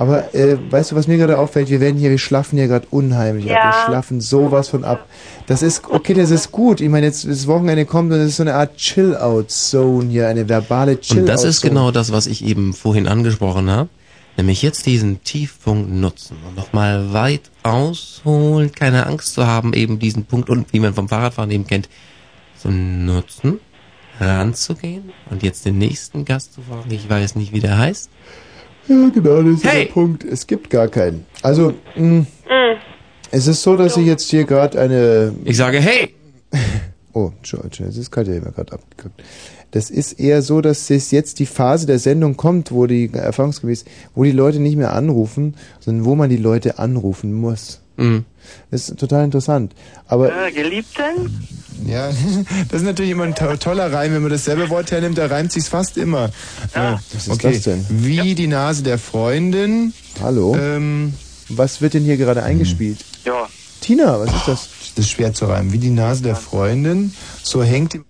Speaker 3: Aber äh, weißt du, was mir gerade auffällt? Wir werden hier, wir schlafen hier gerade unheimlich ab.
Speaker 7: Ja.
Speaker 3: Wir schlafen sowas von ab. Das ist, okay, das ist gut. Ich meine, jetzt das Wochenende kommt und es ist so eine Art Chill-Out-Zone hier, eine verbale Chill-Out-Zone.
Speaker 1: Und das ist genau das, was ich eben vorhin angesprochen habe. Nämlich jetzt diesen Tiefpunkt nutzen und nochmal weit ausholen, keine Angst zu haben, eben diesen Punkt unten, wie man vom Fahrradfahren eben kennt, zu nutzen, ranzugehen und jetzt den nächsten Gast zu fragen. Ich weiß nicht, wie der heißt.
Speaker 3: Ja, genau, das ist der Punkt. Es gibt gar keinen. Also, mh, es ist so, dass ich jetzt hier gerade eine.
Speaker 1: Ich sage, hey!
Speaker 3: *laughs* Oh, Entschuldigung, es ist gerade immer gerade abgekackt. Das ist eher so, dass es jetzt die Phase der Sendung kommt, wo die erfahrungsgemäß, wo die Leute nicht mehr anrufen, sondern wo man die Leute anrufen muss. Das ist total interessant. Aber
Speaker 15: Geliebten?
Speaker 3: ja, *laughs* das ist natürlich immer ein to toller Reim, wenn man dasselbe Wort hernimmt, da reimt sich's fast immer. Ja. Was ist
Speaker 15: Okay.
Speaker 3: das denn? Wie die Nase der Freundin. Hallo. Ähm, was wird denn hier gerade eingespielt?
Speaker 15: Ja.
Speaker 3: Tina, was ist das? Oh, Das ist schwer zu reimen. Wie die Nase der Freundin, so hängt die...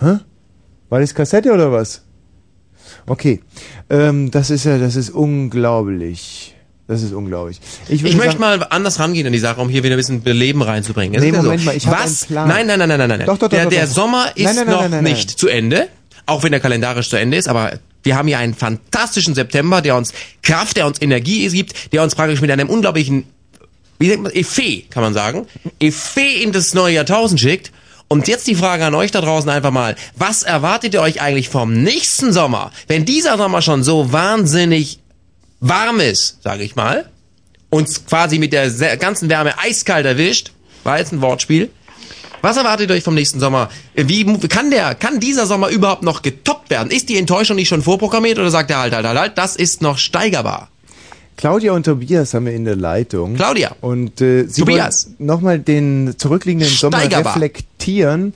Speaker 3: Hä? War das Kassette oder was? Okay. Ähm, das ist ja, das ist unglaublich. Das ist unglaublich.
Speaker 1: Ich,
Speaker 3: würde
Speaker 1: möchte
Speaker 3: sagen-
Speaker 1: mal anders rangehen an die Sache, um hier wieder ein bisschen Leben reinzubringen. Es
Speaker 3: Nee,
Speaker 1: ist ja
Speaker 3: Moment
Speaker 1: so.
Speaker 3: mal, ich hab
Speaker 1: Was?
Speaker 3: einen Plan.
Speaker 1: Nein, nein, nein, nein, nein. nein.
Speaker 3: Doch, doch, doch,
Speaker 1: der
Speaker 3: doch,
Speaker 1: der
Speaker 3: doch.
Speaker 1: Sommer ist
Speaker 3: Nein, nein, nein,
Speaker 1: noch
Speaker 3: nein, nein,
Speaker 1: nicht zu Ende, auch wenn er kalendarisch zu Ende ist, aber wir haben hier einen fantastischen September, der uns Kraft, der uns Energie gibt, der uns praktisch mit einem unglaublichen, wie sagt man, Effet, kann man sagen, Effet in das neue Jahrtausend schickt. Und jetzt die Frage an euch da draußen einfach mal, was erwartet ihr euch eigentlich vom nächsten Sommer, wenn dieser Sommer schon so wahnsinnig warm ist, sage ich mal, uns quasi mit der se- ganzen Wärme eiskalt erwischt, war jetzt ein Wortspiel. Was erwartet ihr euch vom nächsten Sommer? Wie mu- kann der, kann dieser Sommer überhaupt noch getoppt werden? Ist die Enttäuschung nicht schon vorprogrammiert oder sagt er halt, halt, halt, halt, das ist noch steigerbar?
Speaker 3: Claudia und Tobias haben wir in der Leitung.
Speaker 1: Claudia.
Speaker 3: Und äh, sie
Speaker 1: Tobias.
Speaker 3: nochmal den zurückliegenden Sommer
Speaker 1: Steigerbar.
Speaker 3: reflektieren.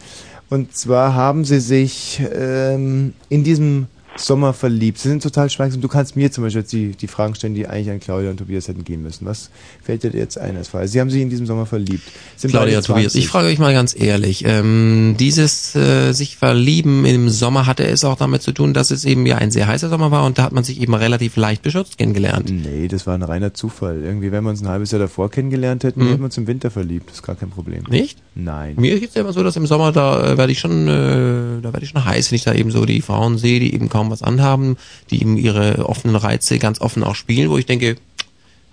Speaker 3: Und zwar haben sie sich ähm, in diesem Sommer verliebt. Sie sind total schweigsam. Du kannst mir zum Beispiel jetzt die, die Fragen stellen, die eigentlich an Claudia und Tobias hätten gehen müssen. Was fällt dir jetzt ein als Frage? Sie haben sich in diesem Sommer verliebt. Sind
Speaker 1: Claudia
Speaker 3: beide
Speaker 1: Tobias,
Speaker 3: 20.
Speaker 1: ich frage euch mal ganz ehrlich, ähm, dieses äh, sich verlieben im Sommer hatte es auch damit zu tun, dass es eben ja ein sehr heißer Sommer war und da hat man sich eben relativ leicht beschützt kennengelernt.
Speaker 3: Nee, das war ein reiner Zufall. Irgendwie, wenn wir uns ein halbes Jahr davor kennengelernt hätten,
Speaker 1: Mhm.
Speaker 3: hätten wir uns im Winter verliebt. Das ist gar kein Problem.
Speaker 1: Nicht?
Speaker 3: Nein.
Speaker 1: Mir geht's ja immer so, dass im Sommer da äh, werde ich schon, äh, da werde ich schon heiß, wenn ich da eben so die Frauen sehe, die eben kaum was anhaben, die eben ihre offenen Reize ganz offen auch spielen, wo ich denke,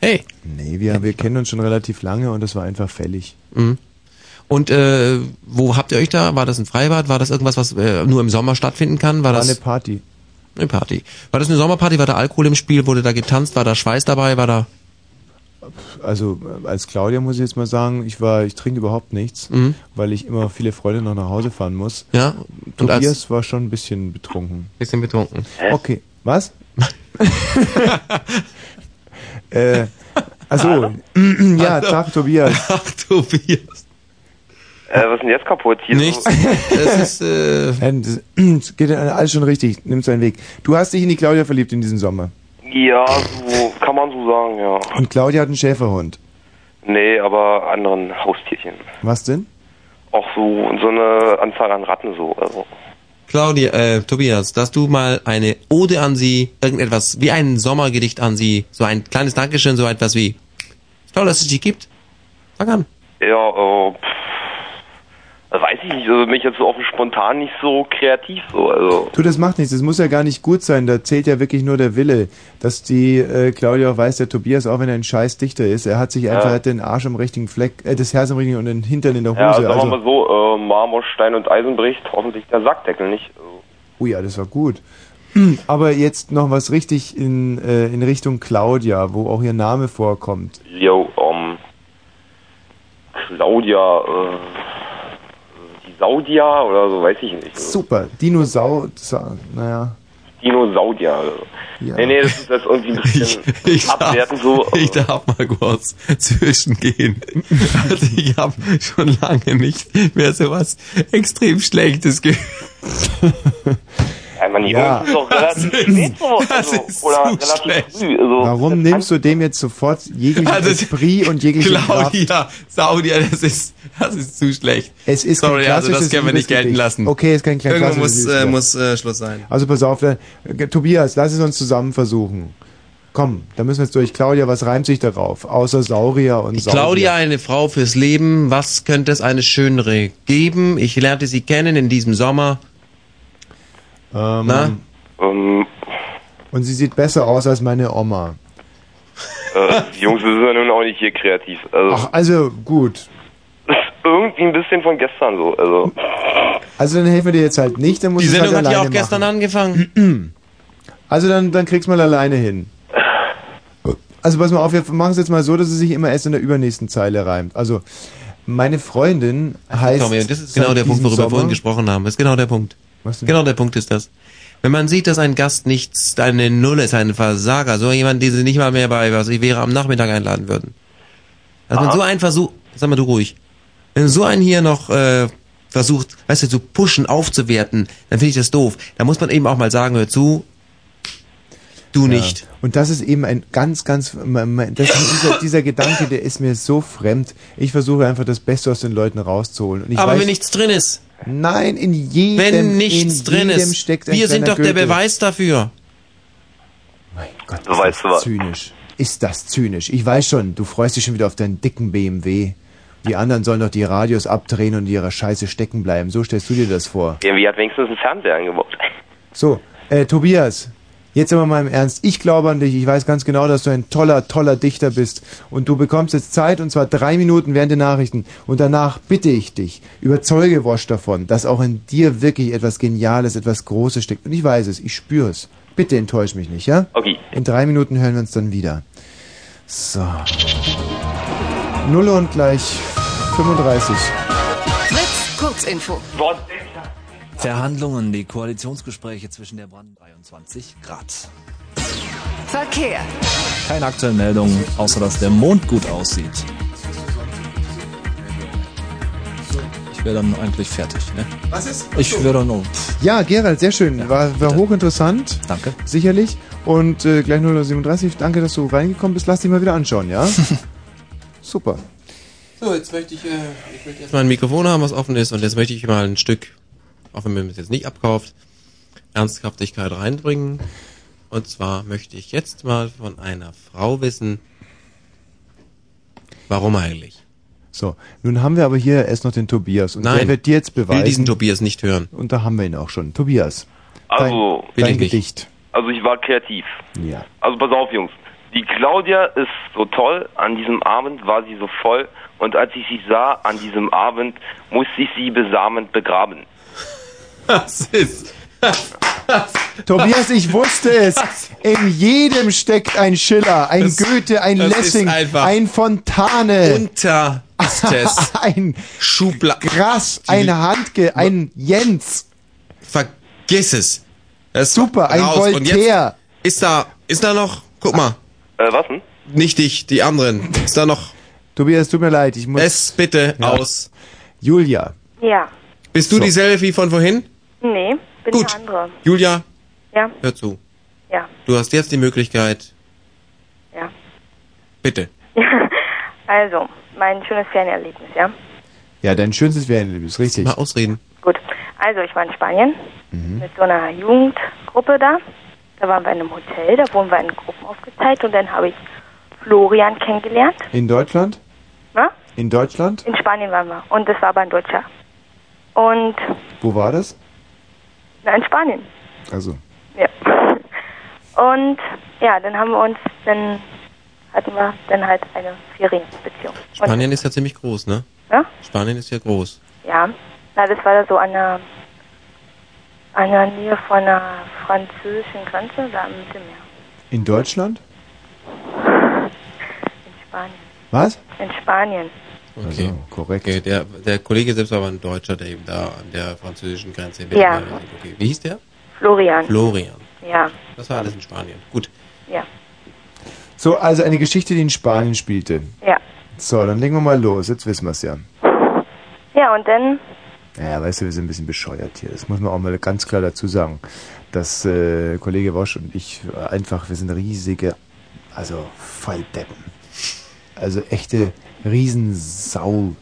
Speaker 1: hey.
Speaker 3: Nee, wir, wir kennen uns schon relativ lange und das war einfach fällig.
Speaker 1: Mhm. Und äh, wo habt ihr euch da? War das ein Freibad? War das irgendwas, was äh, nur im Sommer stattfinden kann? War,
Speaker 3: War
Speaker 1: das
Speaker 3: eine Party.
Speaker 1: Eine Party. War das eine Sommerparty? War da Alkohol im Spiel? Wurde da getanzt? War da Schweiß dabei? War da?
Speaker 3: Also äh, als Claudia muss ich jetzt mal sagen, ich war, ich trinke überhaupt nichts,
Speaker 1: Mhm.
Speaker 3: weil ich immer viele Freunde noch nach Hause fahren muss.
Speaker 1: Ja, und als-
Speaker 3: Tobias war schon ein bisschen betrunken.
Speaker 1: Bisschen *laughs* betrunken.
Speaker 3: Okay, was? *laughs* äh, Achso, *clears throat* ja, Tag
Speaker 1: *laughs*
Speaker 3: Tobias.
Speaker 1: Tag Tobias.
Speaker 11: Äh, was ist denn jetzt kaputt hier?
Speaker 1: Nichts.
Speaker 3: *laughs*
Speaker 1: Das ist, äh
Speaker 3: Es *clears throat* geht ja alles schon richtig, nimm seinen Weg. Du hast dich in die Claudia verliebt in diesem Sommer.
Speaker 11: Ja, so kann man so sagen, ja.
Speaker 3: Und Claudia hat einen Schäferhund.
Speaker 11: Nee, aber anderen Haustierchen.
Speaker 3: Was denn?
Speaker 11: Auch so, so eine Anzahl an Ratten so. Also.
Speaker 1: Claudia, äh, Tobias, dass du mal eine Ode an sie, irgendetwas, wie ein Sommergedicht an sie, so ein kleines Dankeschön, so etwas wie, toll, dass es dich gibt. Fang an.
Speaker 11: Ja, äh, pff, weiß ich nicht, also mich jetzt so offen spontan nicht so kreativ so, also.
Speaker 3: Du, das macht nichts, das muss ja gar nicht gut sein, da zählt ja wirklich nur der Wille, dass die äh, Claudia auch weiß, der Tobias, auch wenn er ein scheiß Dichter ist, er hat sich einfach, hat den Arsch am richtigen Fleck, äh, das Herz am richtigen und den Hintern in der Hose.
Speaker 11: Ja, sagen wir
Speaker 3: also,
Speaker 11: mal so, äh, Marmor, Stein und Eisen bricht hoffentlich der Sackdeckel nicht.
Speaker 3: oh ja, das war gut. *clears throat* Aber jetzt noch was richtig in, äh, in Richtung Claudia, wo auch ihr Name vorkommt.
Speaker 11: Yo, ähm, Claudia, äh, die Saudia oder so, weiß ich nicht.
Speaker 3: Super, Dinosaur, naja.
Speaker 11: Dinosaudia. Also.
Speaker 3: Ja.
Speaker 11: Nee, nee, das ist das irgendwie
Speaker 1: *laughs*
Speaker 11: ein bisschen abwertend so. äh,
Speaker 1: Ich darf mal kurz zwischengehen. Also ich habe schon lange nicht mehr so was extrem Schlechtes gehört.
Speaker 11: Einmal nicht.
Speaker 3: Ja.
Speaker 11: Ist doch relativ
Speaker 1: Das
Speaker 11: spät so,
Speaker 1: das
Speaker 11: also,
Speaker 1: ist
Speaker 11: oder
Speaker 1: zu
Speaker 11: relativ
Speaker 1: schlecht.
Speaker 11: früh. Also,
Speaker 3: Warum nimmst du dem jetzt sofort jeglichen
Speaker 1: Also,
Speaker 3: Esprit und jegliche Kraft?
Speaker 1: Claudia, Saudia, das ist, das ist zu schlecht.
Speaker 3: Es ist
Speaker 1: Sorry,
Speaker 3: kein
Speaker 1: also das
Speaker 3: klassisches
Speaker 1: können wir nicht gelten
Speaker 3: Liebesgedicht.
Speaker 1: lassen.
Speaker 3: Okay, ist kein klar-
Speaker 1: Irgendwo
Speaker 3: klassisches
Speaker 1: muss, äh,
Speaker 3: Liebesgedicht.
Speaker 1: muss äh, Schluss sein.
Speaker 3: Also pass auf, dann, äh, Tobias, lass es uns zusammen versuchen. Komm, da müssen wir jetzt durch. Claudia, was reimt sich darauf? Außer Saurier und Saurier.
Speaker 1: Claudia, eine Frau fürs Leben, was könnte es eine schönere geben? Ich lernte sie kennen in diesem Sommer.
Speaker 3: Ähm,
Speaker 1: Na?
Speaker 3: Und sie sieht besser aus als meine Oma.
Speaker 11: äh, *laughs* die Jungs, wir sind ja nun auch nicht hier kreativ. Also,
Speaker 3: Ach, also gut.
Speaker 11: das ist *laughs* irgendwie ein bisschen von gestern so. Also,
Speaker 3: Also dann helfen wir dir jetzt halt nicht, dann musst
Speaker 1: Die
Speaker 3: du es
Speaker 1: Sendung
Speaker 3: halt
Speaker 1: hat ja
Speaker 3: alleine
Speaker 1: auch gestern angefangen.
Speaker 3: machen. Also dann, dann kriegst du mal alleine hin. Also pass mal auf, wir machen es jetzt mal so, dass es sich immer erst in der übernächsten Zeile reimt. Also, meine Freundin heißt...
Speaker 1: Tommy, und das ist genau der Punkt, worüber wir vorhin gesprochen haben. Das ist genau der Punkt.
Speaker 3: Was denn?
Speaker 1: Genau der Punkt ist das. Wenn man sieht, dass ein Gast nichts, eine Null ist, ein Versager, so jemand, den sie nicht mal mehr bei, was ich wäre, am Nachmittag einladen würden. Dass man so einen Versuch, sag mal du ruhig, wenn so einen hier noch äh, versucht, weißt du, zu pushen, aufzuwerten, dann finde ich das doof. Da muss man eben auch mal sagen, hör zu, du nicht.
Speaker 3: Und das ist eben ein ganz, ganz... mein- mein- Das ist dieser, dieser Gedanke, der ist mir so fremd. Ich versuche einfach das Beste aus den Leuten rauszuholen. Und ich
Speaker 1: Aber
Speaker 3: weiß,
Speaker 1: wenn nichts drin ist.
Speaker 3: Nein, in jedem...
Speaker 1: Wenn nichts
Speaker 3: in
Speaker 1: drin
Speaker 3: jedem
Speaker 1: ist.
Speaker 3: Steckt ein
Speaker 1: wir sind
Speaker 3: kleiner
Speaker 1: doch der
Speaker 3: Goethe.
Speaker 1: Beweis dafür.
Speaker 11: so weißt du was.
Speaker 3: Zynisch. Ist das zynisch? Ich weiß schon, du freust dich schon wieder auf deinen dicken BMW. Die anderen sollen doch die Radios abdrehen und in ihrer Scheiße stecken bleiben. So stellst du dir das vor.
Speaker 11: Irgendwie hat wenigstens einen Fernseher eingebaut.
Speaker 3: So, äh, Tobias, jetzt aber mal im Ernst. Ich glaube an dich. Ich weiß ganz genau, dass du ein toller, toller Dichter bist. Und du bekommst jetzt Zeit, und zwar drei Minuten während der Nachrichten. Und danach bitte ich dich, überzeuge Wosch davon, dass auch in dir wirklich etwas Geniales, etwas Großes steckt. Und ich weiß es, ich spüre es. Bitte enttäusch mich nicht, ja?
Speaker 11: Okay.
Speaker 3: In drei Minuten hören wir uns dann wieder. So. Null und gleich 35.
Speaker 10: Fritz Kurzinfo.
Speaker 8: Verhandlungen, die Koalitionsgespräche zwischen der Brand 23 Grad.
Speaker 10: Verkehr.
Speaker 8: Keine aktuellen Meldungen, außer dass der Mond gut aussieht. Ich wäre dann eigentlich fertig, ne?
Speaker 3: Was ist?
Speaker 8: Ich wäre dann um.
Speaker 3: Ja, Gerald, sehr schön. War, war hochinteressant.
Speaker 8: Danke.
Speaker 3: Sicherlich. Und äh, gleich 037, danke, dass du reingekommen bist. Lass dich mal wieder
Speaker 1: *laughs*
Speaker 3: anschauen, ja? Super.
Speaker 1: So, jetzt möchte ich, äh, ich möchte erstmal ein Mikrofon haben, was offen ist, und jetzt möchte ich mal ein Stück, auch wenn mir das jetzt nicht abkauft, Ernsthaftigkeit reinbringen. Und zwar möchte ich jetzt mal von einer Frau wissen, warum eigentlich?
Speaker 3: So, nun haben wir aber hier erst noch den Tobias. Und
Speaker 1: Nein,
Speaker 3: der wird dir jetzt
Speaker 1: will
Speaker 3: beweisen.
Speaker 1: diesen Tobias nicht hören.
Speaker 3: Und da haben wir ihn auch schon. Tobias.
Speaker 11: Also,
Speaker 3: dein, dein Gedicht.
Speaker 11: also ich war kreativ.
Speaker 3: Ja.
Speaker 11: Also pass auf, Jungs. Die Claudia ist so toll. An diesem Abend war sie so voll. Und als ich sie sah, an diesem Abend, musste ich sie besamend begraben.
Speaker 1: *laughs* Das ist.
Speaker 3: Tobias,
Speaker 1: *laughs*
Speaker 3: ich wusste es. In jedem steckt ein Schiller, ein
Speaker 1: Das-
Speaker 3: Goethe, ein
Speaker 1: das ist
Speaker 3: Lessing,
Speaker 1: einfach
Speaker 3: ein Fontane.
Speaker 1: Unter Stress.
Speaker 3: *laughs* ein
Speaker 1: Schubla
Speaker 3: Grass, ein Handke, ein Jens.
Speaker 1: Vergiss es. es
Speaker 3: Super, ein
Speaker 1: raus. Und jetzt
Speaker 3: Voltaire.
Speaker 1: Ist da, ist da noch, guck mal.
Speaker 11: Äh, was denn?
Speaker 1: Nicht dich, die anderen. Ist da noch.
Speaker 3: Tobias, tut mir leid, ich muss.
Speaker 1: Es bitte aus.
Speaker 3: Julia.
Speaker 12: Ja.
Speaker 1: Bist du
Speaker 3: So.
Speaker 1: die Selfie von vorhin?
Speaker 12: Nee, bin
Speaker 1: Gut.
Speaker 12: eine andere.
Speaker 1: Julia,
Speaker 12: Ja,
Speaker 1: hör zu.
Speaker 12: ja,
Speaker 1: Du hast jetzt die Möglichkeit.
Speaker 12: ja. *laughs*
Speaker 1: Bitte.
Speaker 12: Also, mein schönes Ferienerlebnis, ja.
Speaker 3: Ja, dein schönstes Ferienlebnis, richtig. Mal
Speaker 1: ausreden.
Speaker 12: Also, ich war in Spanien mit so einer Jugendgruppe da. Da waren wir in einem Hotel, da wurden wir in Gruppen aufgeteilt und dann habe ich Florian kennengelernt.
Speaker 3: In Deutschland?
Speaker 12: Ne?
Speaker 3: In Deutschland?
Speaker 12: In Spanien waren wir und das war aber ein Deutscher. Und
Speaker 3: Wo war das?
Speaker 12: na, in Spanien.
Speaker 3: Also.
Speaker 12: Ja. Und ja, dann haben wir uns, dann hatten wir dann halt eine Ferienbeziehung. Und,
Speaker 1: Spanien ist ja ziemlich groß, ne?
Speaker 12: Ja?
Speaker 1: Spanien ist ja groß.
Speaker 12: ja, na, das war da so an der, an der Nähe von der französischen Grenze, da im Mittelmeer,
Speaker 3: In Deutschland?
Speaker 12: in Spanien.
Speaker 3: Was?
Speaker 12: In Spanien.
Speaker 1: Okay,
Speaker 3: korrekt.
Speaker 1: Okay, Also, äh, der, der Kollege selbst war aber ein Deutscher, der eben da an der französischen Grenze in
Speaker 12: Ja.
Speaker 1: Belgien- Okay. Wie hieß der?
Speaker 12: Florian.
Speaker 1: Florian.
Speaker 12: ja,
Speaker 1: Das war alles in Spanien. Gut.
Speaker 12: ja,
Speaker 3: So, also eine Geschichte, die in Spanien spielte.
Speaker 12: ja.
Speaker 3: So, dann legen wir mal los. Jetzt wissen wir es ja.
Speaker 12: Ja, und dann,
Speaker 3: Naja, weißt du, wir sind ein bisschen bescheuert hier. Das muss man auch mal ganz klar dazu sagen, dass äh, Kollege Wosch und ich einfach, wir sind riesige, also Volldeppen. Also echte Riesensau.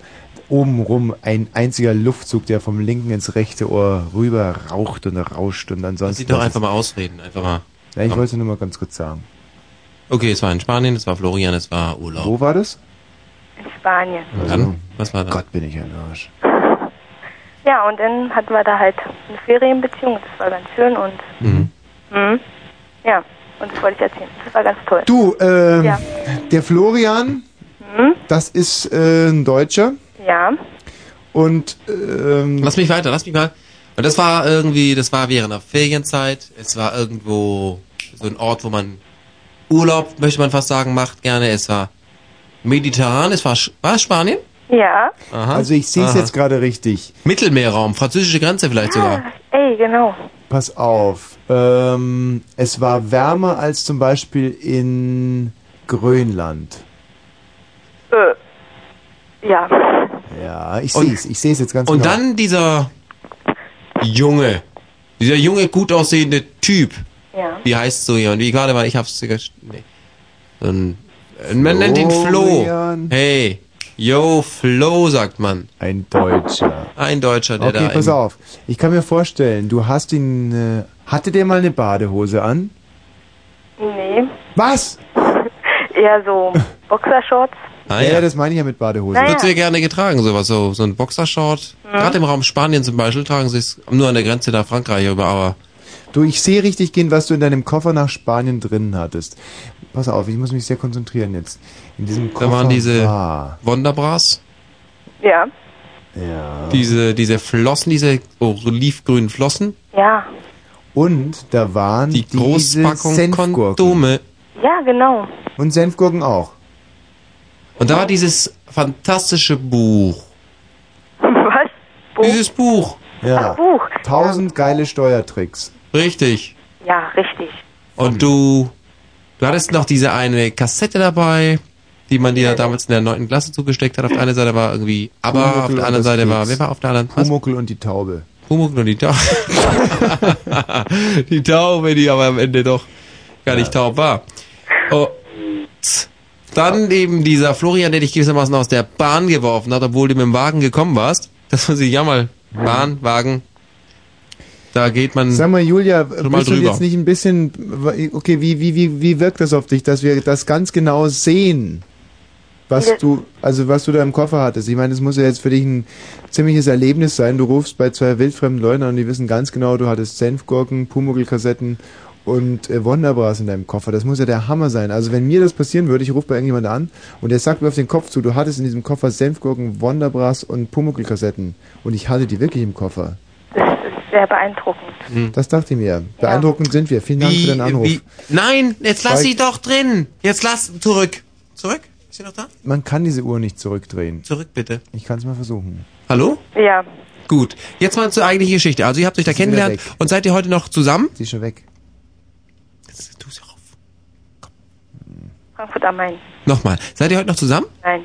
Speaker 3: Obenrum ein einziger Luftzug, der vom linken ins rechte Ohr rüber raucht und rauscht und ansonsten...
Speaker 1: Sieht doch einfach mal ausreden, einfach mal.
Speaker 3: Ja, ich wollte es nur mal ganz kurz sagen.
Speaker 1: Okay, es war in Spanien, es war Florian, es war Urlaub.
Speaker 3: Wo war das? Also,
Speaker 12: in Spanien.
Speaker 1: Und Dann, was war das? Gott,
Speaker 3: bin ich ein Arsch.
Speaker 12: Ja, und dann hatten wir da halt eine Ferienbeziehung, das war ganz schön und, mhm. ja, und das wollte ich erzählen. Das war ganz toll.
Speaker 3: Du,
Speaker 1: ähm,
Speaker 3: äh,
Speaker 12: Ja.
Speaker 3: der Florian, das ist äh, ein Deutscher
Speaker 12: Ja,
Speaker 3: und... Ähm,
Speaker 1: Lass mich weiter, lass mich mal. Und das war irgendwie, das war während der Ferienzeit. Es war irgendwo so ein Ort, wo man Urlaub, möchte man fast sagen, macht gerne. Es war mediterran, es war, Sch- war es Spanien?
Speaker 12: ja.
Speaker 1: Aha.
Speaker 3: Also ich sehe es
Speaker 1: Aha.
Speaker 3: jetzt gerade richtig.
Speaker 1: Mittelmeerraum, französische Grenze vielleicht sogar.
Speaker 12: Ey, genau.
Speaker 3: Pass auf. Ähm, es war wärmer als zum Beispiel in Grönland.
Speaker 12: Äh, ja.
Speaker 3: Ja, ich sehe es. Ich sehe es jetzt ganz
Speaker 1: Und
Speaker 3: genau.
Speaker 1: dann dieser Junge, dieser junge, gut aussehende Typ.
Speaker 12: Ja.
Speaker 1: Wie heißt so jemand? Wie gerade war, ich hab's sogar. sch- Nee. So ein, man nennt ihn Flo.
Speaker 3: Florian.
Speaker 1: Hey, yo, Flo, sagt man.
Speaker 3: Ein Deutscher.
Speaker 1: Ein Deutscher, der
Speaker 3: Okay,
Speaker 1: da.
Speaker 3: pass
Speaker 1: im-
Speaker 3: auf. Ich kann mir vorstellen, du hast ihn. Äh, hatte der mal eine Badehose an?
Speaker 12: Nee,
Speaker 3: Was?
Speaker 12: eher
Speaker 1: *laughs*
Speaker 12: so Boxershorts.
Speaker 1: Ah,
Speaker 3: ja.
Speaker 1: ja.
Speaker 3: das meine ich ja mit Badehose.
Speaker 1: Wird sehr gerne getragen, sowas, so, so ein Boxershort.
Speaker 12: Mhm.
Speaker 1: Gerade im Raum Spanien zum Beispiel tragen sie es nur an der Grenze da Frankreich über, aber
Speaker 3: Du, ich sehe richtig gehen, was du in deinem Koffer nach Spanien drin hattest. Pass auf, ich muss mich sehr konzentrieren jetzt. In diesem Koffer
Speaker 1: da waren diese
Speaker 3: war-
Speaker 1: Wonderbras,
Speaker 12: Ja,
Speaker 3: Ja.
Speaker 1: diese, diese Flossen, diese olivgrünen Flossen.
Speaker 12: ja, *laughs*
Speaker 3: Und da waren die diese
Speaker 1: Großpackung
Speaker 3: Senfgurken.
Speaker 12: ja, genau.
Speaker 3: Und Senfgurken auch.
Speaker 1: Und da war dieses fantastische Buch.
Speaker 12: Was?
Speaker 1: Dieses Buch.
Speaker 3: Ja.
Speaker 12: Buch.
Speaker 3: Tausend geile Steuertricks.
Speaker 1: Richtig.
Speaker 12: Ja, richtig.
Speaker 1: Und du, du hattest noch diese eine Kassette dabei, die man dir damals in der neunten Klasse zugesteckt hat. Auf der einen Seite war irgendwie aber auf
Speaker 3: Pumuckl
Speaker 1: der
Speaker 3: und
Speaker 1: anderen
Speaker 3: das
Speaker 1: Seite war,
Speaker 3: Keks.
Speaker 1: wer war auf der anderen?
Speaker 3: Pumuckl und die Taube.
Speaker 1: Pumuckl und die Taube. *laughs* die Taube, die aber am Ende doch gar nicht taub war. Oh. Dann eben dieser Florian, der dich gewissermaßen aus der Bahn geworfen hat, obwohl du mit dem Wagen gekommen warst. Das war sie, ja mal, Bahn, Wagen. Da geht man...
Speaker 3: Sag mal, Julia,
Speaker 1: Schon mal
Speaker 3: bist du
Speaker 1: drüber.
Speaker 3: jetzt nicht ein bisschen, okay, wie, wie, wie, wie wirkt das auf dich, dass wir das ganz genau sehen? Was
Speaker 12: Ja.
Speaker 3: du, also was du da im Koffer hattest. Ich meine, das muss ja jetzt für dich ein ziemliches Erlebnis sein. Du rufst bei zwei wildfremden Leuten an und die wissen ganz genau, du hattest Senfgurken, Pumuckl-Kassetten und äh, Wonderbras in deinem Koffer. Das muss ja der Hammer sein. Also wenn mir das passieren würde, ich rufe bei irgendjemandem an und der sagt mir auf den Kopf zu, du hattest in diesem Koffer Senfgurken, Wonderbras und Pumuckl-Kassetten und ich hatte die wirklich im Koffer.
Speaker 12: Sehr beeindruckend.
Speaker 1: Hm.
Speaker 3: Das dachte ich mir. Beeindruckend sind wir. Vielen Dank für den Anruf.
Speaker 1: Nein, jetzt
Speaker 3: Weil-
Speaker 1: lass sie doch drin. Jetzt lass zurück. Zurück? Ist sie noch da?
Speaker 3: Man kann diese Uhr nicht zurückdrehen.
Speaker 1: Zurück bitte.
Speaker 3: Ich kann es mal versuchen.
Speaker 1: Hallo?
Speaker 12: Ja,
Speaker 1: Gut. Jetzt mal zur eigentlichen Geschichte. Also ihr habt euch da
Speaker 3: Sie ist wieder
Speaker 1: kennengelernt
Speaker 3: weg.
Speaker 1: und seid ihr heute noch zusammen?
Speaker 3: Sie ist schon weg.
Speaker 1: Jetzt tu sie auf.
Speaker 15: Frankfurt am Main.
Speaker 1: Nochmal. Seid ihr heute noch zusammen?
Speaker 15: Nein.